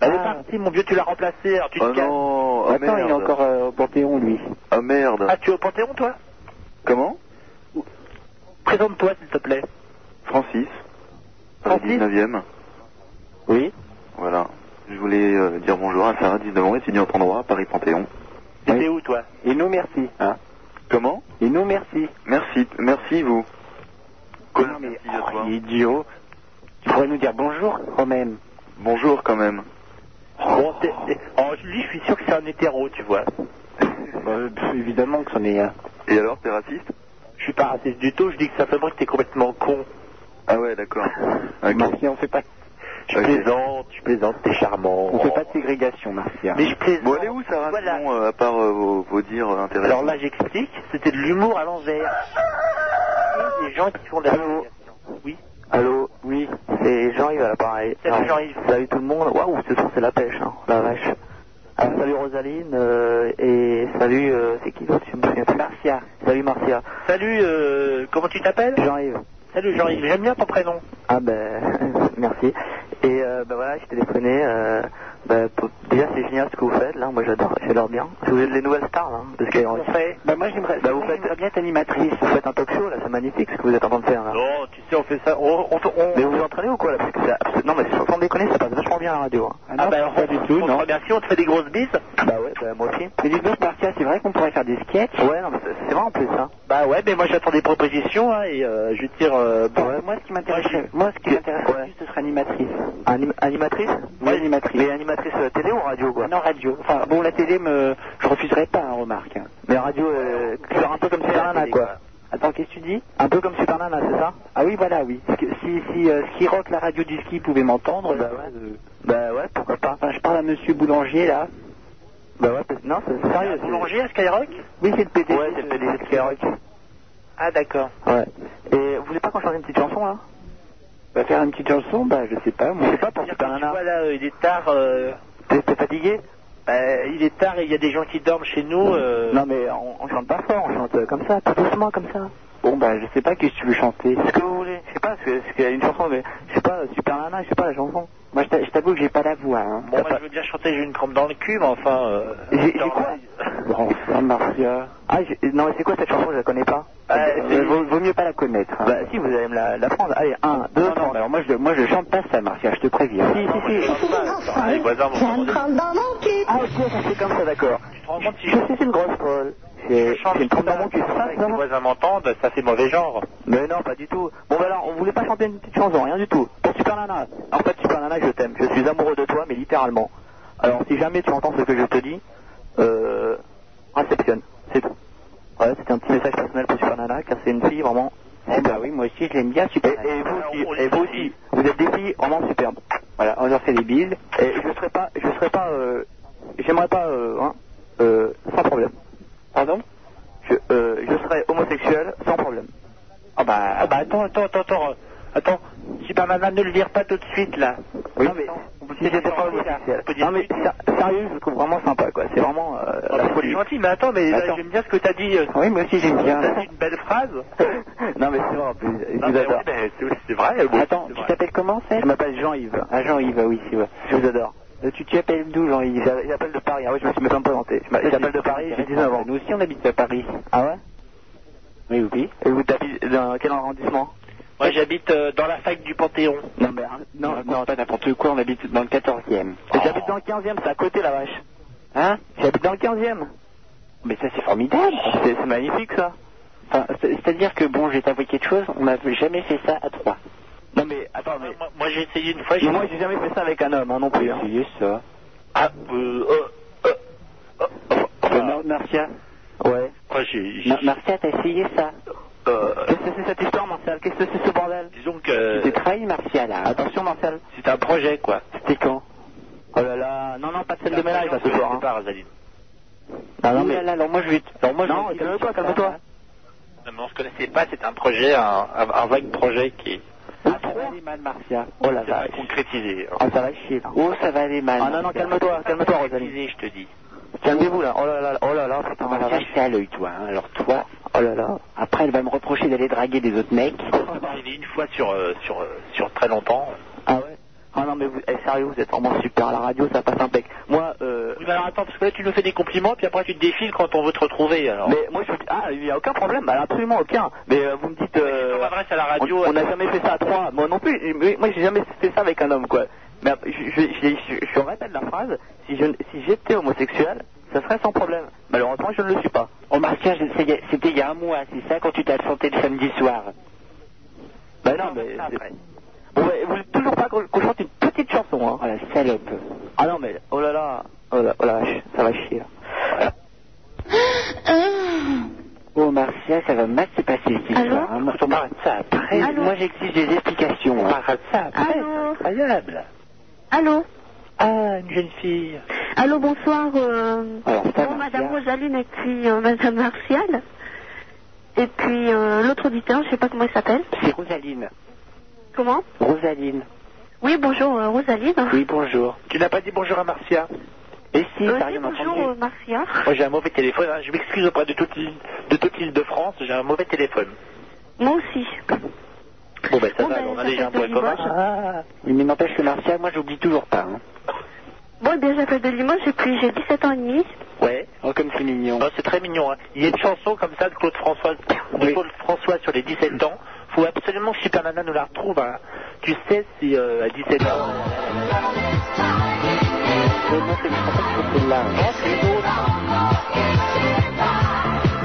Ah.
Elle est partie, mon vieux, tu l'as remplacée, alors tu
Oh
te calmes.
non, oh
Attends, il
merde.
est encore euh, au Panthéon, lui.
Ah merde.
Ah, tu es au Panthéon, toi
Comment
Présente-toi, s'il te plaît.
Francis.
Francis
19 e
Oui.
Voilà. Je voulais euh, dire bonjour à Sarah, 19 ans, étudiante en droit à Paris Panthéon.
T'étais où, toi
Et nous, merci. Hein
Comment
Et nous, merci.
Merci, merci vous. Quoi
Ah,
Non, mais-
merci à
oh,
toi
Il est idiot. Tu pourrais nous dire bonjour, quand même.
Bonjour quand même.
Bon, t'es- t'es- oh, lui, je suis sûr que c'est un hétéro, tu vois. Bah,
Euh, pff, évidemment que c'en est un.
Et alors, t'es raciste
Je suis pas raciste du tout, je dis que simplement que t'es complètement con.
Ah ouais, d'accord. Ok.
Martien, on fait pas,
Je
Ok.
plaisante, je plaisante, t'es charmant.
on fait pas de ségrégation, Martien.
Mais je plaisante.
Bon, elle est où Sarah,
Voilà.
sinon, euh, à part euh, vos, vos dires euh, intéressants
Alors là, j'explique, c'était de l'humour à l'envers. Il y a Des gens qui font des
Allô Allô Oui, c'est Jean-Yves à l'appareil.
Salut,
Alors,
Jean-Yves.
Salut tout le monde. Waouh, ce soir c'est la pêche, hein. la vache. Ah, salut Rosaline euh, et salut, euh, c'est qui l'autre Je me souviens plus. Marcia. Salut Marcia.
Salut, euh, comment tu t'appelles
Jean-Yves.
Salut Jean-Yves, j'aime bien ton prénom.
Ah ben, merci. Et euh, bah voilà, j'ai téléphoné. euh, bah, pour- Déjà, c'est génial ce que vous faites. Là, moi, j'adore. J'adore bien. Si vous êtes les nouvelles stars, hein. là, de Skyrock.
Bah moi j'aimerais
Bah, vous faites
j'aimerais bien être animatrice.
Vous faites un talk show, là. C'est magnifique ce que vous êtes en train de faire, là.
Non, tu sais, on fait ça. On, on, on-
Mais vous vous entraînez ou quoi, là Parce que c'est abs- Non, mais sans sans déconner, ça passe vachement bien à la radio. hein.
Ah bah, pas du tout, non. Merci, on te fait des grosses bises.
Bah ouais, bah moi aussi.
Mais dis donc, Marcia, c'est vrai qu'on pourrait faire des sketchs
Ouais, non, mais c'est c'est vrai en plus, hein.
Bah ouais, mais moi j'attends des propositions hein, et euh, je tire. euh, bon, Moi ce qui m'intéresse, moi ce qui m'intéresse le plus, ce serait animatrice.
Anim- animatrice
Moi animatrice.
Mais animatrice euh, télé ou radio, quoi
Non radio. Enfin bon, la télé me, je refuserais pas, hein, remarque. hein.
Mais radio, euh, genre un peu comme Super Nana, quoi.
Attends, qu'est-ce que tu dis
Un peu comme Super Nana, c'est ça
Ah oui, voilà, oui. Parce que si si euh, Ski Rock, la radio du ski, pouvait m'entendre. Bah ouais.
Bah ouais, pourquoi pas.
Enfin, je parle à Monsieur Boulanger là.
Bah ouais, parce- non, c'est sérieux.
Boulanger à Skyrock Oui, c'est le PD.
Ouais, c'est le PDG de Skyrock.
Ah d'accord.
Ouais. Et vous voulez pas qu'on chante une petite chanson, là
On va faire une petite chanson, bah je sais pas. Moi.
Je sais pas, pour Super Nana.
Voilà, il est tard. euh,
T'es t'es fatigué
bah, il est tard et il y a des gens qui dorment chez nous. euh.
Non, mais on, on chante pas fort, on chante euh, comme ça, tout doucement, comme ça.
Bon, bah je sais pas qu'est-ce que tu veux chanter.
Ce que vous voulez. Je sais pas, parce que- parce qu'il y a une chanson, mais je sais pas, Super Nana, je sais pas la chanson.
Moi, je t'a- je t'avoue que j'ai pas la voix. Hein.
Bon, moi,
je veux bien chanter, j'ai une crampe dans le cul, mais enfin. euh, j'ai j'ai quoi Bon, enfin, Marcia.
Ah, j'ai- non, mais c'est quoi cette chanson Je la connais pas.
Euh, vaut, vaut mieux pas la connaître. hein.
Bah si, vous allez me la, la prendre. Allez, 1, 2,
non, non, mais alors moi je, moi je chante pas ça, Marcia, je te préviens.
Si, si, si.
Les voisins
Ça me prend dans mon cul. Ah, ok, ça fait comme ça, d'accord. Je sais, c'est une grosse folle. C'est c'est une trompe dans mon cul, c'est ça, c'est ça
voisins m'entendent, ça fait mauvais genre.
hein. Mais non, pas du tout. Bon, bah alors, on voulait pas chanter une petite chanson, rien du tout. Pour Super Nana. En fait, Super Nana, je t'aime. Je suis amoureux de toi, mais littéralement. Alors, si jamais tu entends ce que je te dis, euh, réceptionne. C'est tout. Ouais, c'était un petit message personnel pour Super Nana, car c'est une fille vraiment
Eh bah oui, moi aussi je l'aime bien, super.
Et, et vous aussi, et vous aussi, vous êtes des filles vraiment superbes.
Voilà, on leur fait des bises.
Et je serais pas, je serais pas, euh, j'aimerais pas, euh, hein, euh, sans problème.
Pardon
Je, euh, je serais homosexuel sans problème.
Ah bah, ah bah attends, attends, attends, attends. euh, Attends, Superman, ne le vire pas tout de suite là.
non mais, si
dire
j'étais pas
gentil, là.
homosexuel.
On peut dire
Non mais, ser- sérieux, je vous trouve vraiment sympa, quoi. C'est vraiment. Euh,
Ah, bah, faut être
folie.
gentil, mais attends, mais là,
Attends.
j'aime bien ce que t'as dit. euh,
Oui, moi aussi j'aime bien.
T'as dit une belle phrase.
non mais c'est vrai en plus. je
Non,
vous
mais
adore.
oui, mais c'est- c'est vrai. oui,
Attends,
c'est
tu
vrai.
t'appelles comment, Serge Je m'appelle Jean-Yves.
Ah, Jean-Yves, ah oui, c'est vrai.
Je vous adore.
Euh, Tu t'appelles d'où, Jean-Yves
J'a- J'appelle de Paris. Ah oui, je me suis même pas présenté. Je m'a- J'appelle de Paris, j'ai 19 ans.
Nous aussi, on habite à Paris.
Ah ouais
Oui, oui.
Et vous habitez dans quel arrondissement
Moi, j'habite euh, dans la fac du Panthéon.
Non, mais hein, non, Oh. non,
pas n'importe quoi, on habite dans le 14e.
j'habite dans le 15e, c'est à côté la vache.
Hein
J'habite dans le 15e.
Mais ça, c'est formidable.
C'est c'est magnifique ça.
Enfin, c'est- C'est-à-dire que, bon, je vais t'avouer quelque chose, on n'avait jamais fait ça à trois.
Non mais attends, mais
Ah, Moi, j'ai essayé une fois,
mais moi j'ai jamais fait ça avec un homme hein, non plus. hein.
essayé ça. Ah, euh, euh, euh, euh, euh, enfin,
Marcia Ouais.
moi, j'ai... j'ai-
Ma- Marcia, t'as essayé ça
euh,
Qu'est-ce que c'est cette histoire, Martial Qu'est-ce que c'est ce bordel
disons que...
Tu t'es trahi, Martial. là. Attention, Martial.
C'est un projet, quoi.
C'était quand Oh là là, non, non, pas de scène de ménage là ce soir. hein.
Départ, Zaline.
Ah non,
Ouh
mais.
là là, alors moi, je vais... Alors, moi, je
Non,
vais-
calme-toi, calme-toi.
Non, mais on se connaissait pas, c'est un projet, un, un, un vague projet qui...
Ah, trop bien.
Marcia.
Oh la
C'est pas
vache.
concrétisé. hein.
Ah, ça va chier là.
Oh, ça va aller mal.
Ah non, non, calme-toi, calme-toi, Rosalie.
Concrétisé, je te dis.
Calmez-vous là. Oh là là, oh là là, putain,
On va
la vache.
chercher à l'œil, toi. hein. Alors, toi,
Oh là là.
après, elle va me reprocher d'aller draguer des autres mecs.
Ça m'est
une fois sur, euh, sur, sur très longtemps.
Ah ouais Ah non mais vous, eh, sérieux, vous êtes vraiment super, la radio ça passe impec. Moi, euh...
Oui, mais alors attends, parce que là, tu nous fais des compliments, puis après, tu te défiles quand on veut te retrouver. Alors.
Mais moi je vous dis, ah il n'y a aucun problème, bah, absolument aucun. Mais euh, vous me dites, euh,
on m'adresse à la
on-
radio,
on n'a jamais fait ça à trois, moi non plus, mais moi j'ai jamais fait ça avec un homme quoi. Mais après, je, je, je, je- je répète la phrase, si je si j'étais homosexuel, ça serait sans problème. Malheureusement je ne le suis pas.
Oh, Marcia, je- c'est- c'était il y a un mois, c'est ça, quand tu t'as chanté le samedi soir.
Bah non mais...
ça,
c'est-
après.
Bon, ouais, vous voulez toujours pas qu'on qu'on chante une petite chanson hein
Oh, la salope.
Ah non mais, oh là là, oh là, oh la vache, ça va chier là.
Oh, Marcia, ça va mal se passer, cette histoire. hein. Moi, On parle de ça après.
Allô
Moi, j'exige des explications. On parle de ça après.
Allô
C'est incroyable.
Allô
Ah, une jeune fille.
Allô, bonsoir. euh,
Alors, ça,
bon,
Marcia.
Madame Rosaline et puis euh, Madame Martial. Et puis euh, l'autre auditeur, je sais pas comment il s'appelle.
C'est Rosaline.
Comment
Rosaline.
Oui, bonjour, euh, Rosaline.
Oui, bonjour. Tu n'as pas dit bonjour à Marcia Et si,
Euh,
t'as
oui,
rien entendu.
bonjour, euh, Marcia.
Moi, j'ai un mauvais téléphone. hein. Je m'excuse auprès de toute l'île de, toute l'île de France. J'ai un mauvais téléphone.
Moi aussi.
Bon, ben ça va, alors, on a déjà un point commun.
Ah. Oui, mais n'empêche que Martial, moi, j'oublie toujours pas. hein.
Bon, eh bien, j'appelle de Limoges et puis j'ai 17 ans et demi.
Ouais. Oh, comme c'est mignon.
Non, c'est très mignon. hein. Il y a une chanson comme ça de Claude François, de Claude François sur les 17 ans. Faut absolument que Super Nana nous la retrouve. hein. Tu sais si euh, à 17 ans.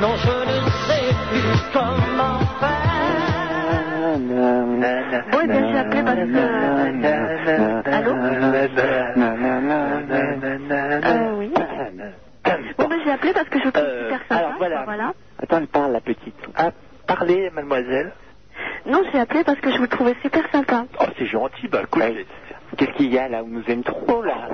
Non, je ne sais plus comment faire.
Bon, eh bien, j'ai appelé parce que. Allô
Ah,
Euh, oui. Bon, ben, j'ai appelé parce que je trouve super sympa.
Ah. Euh, alors, voilà.
voilà.
Attends, elle parle, la petite.
Ah, parlez, mademoiselle.
Non, j'ai appelé parce que je vous trouvais super sympa.
Oh, c'est gentil, bah écoute.
Qu'est-ce qu'il y a là On nous aime trop là.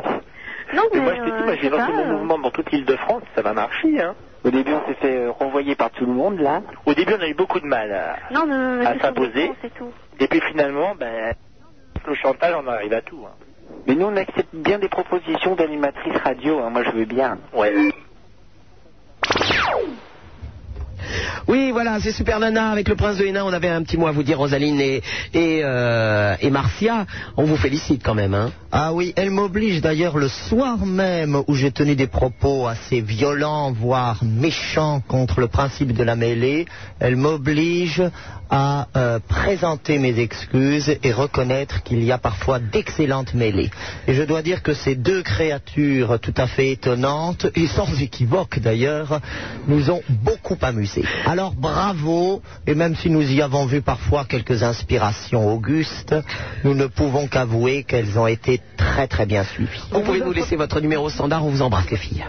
Non,
Mais
mais.
moi, je te dis, moi,
euh, je sais
j'ai lancé
pas,
mon
euh,
mouvement dans toute l'île de France, ça va marcher, hein.
Au début, on s'est fait euh, renvoyer par tout le monde là.
Au début, on a eu beaucoup de mal à,
Non, mais.
à
c'est
s'imposer.
sur le temps, C'est tout.
Et puis finalement, ben, le chantage, on arrive à tout. Hein.
Mais nous, on accepte bien des propositions d'animatrices radio. hein. Moi, je veux bien.
Ouais.
Oui, voilà, c'est Super Nana avec le prince de Hénin. On avait un petit mot à vous dire, Rosaline et, et, euh, et Marcia. On vous félicite quand même. Hein.
Ah oui, elle m'oblige d'ailleurs le soir même où j'ai tenu des propos assez violents, voire méchants contre le principe de la mêlée, elle m'oblige à euh, présenter mes excuses et reconnaître qu'il y a parfois d'excellentes mêlées. Et je dois dire que ces deux créatures tout à fait étonnantes, et sans équivoque d'ailleurs, nous ont beaucoup amusés. Alors bravo, et même si nous y avons vu parfois quelques inspirations augustes, nous ne pouvons qu'avouer qu'elles ont été très très bien suivies.
Vous pouvez nous laisser votre numéro standard. On vous embrasse, les filles.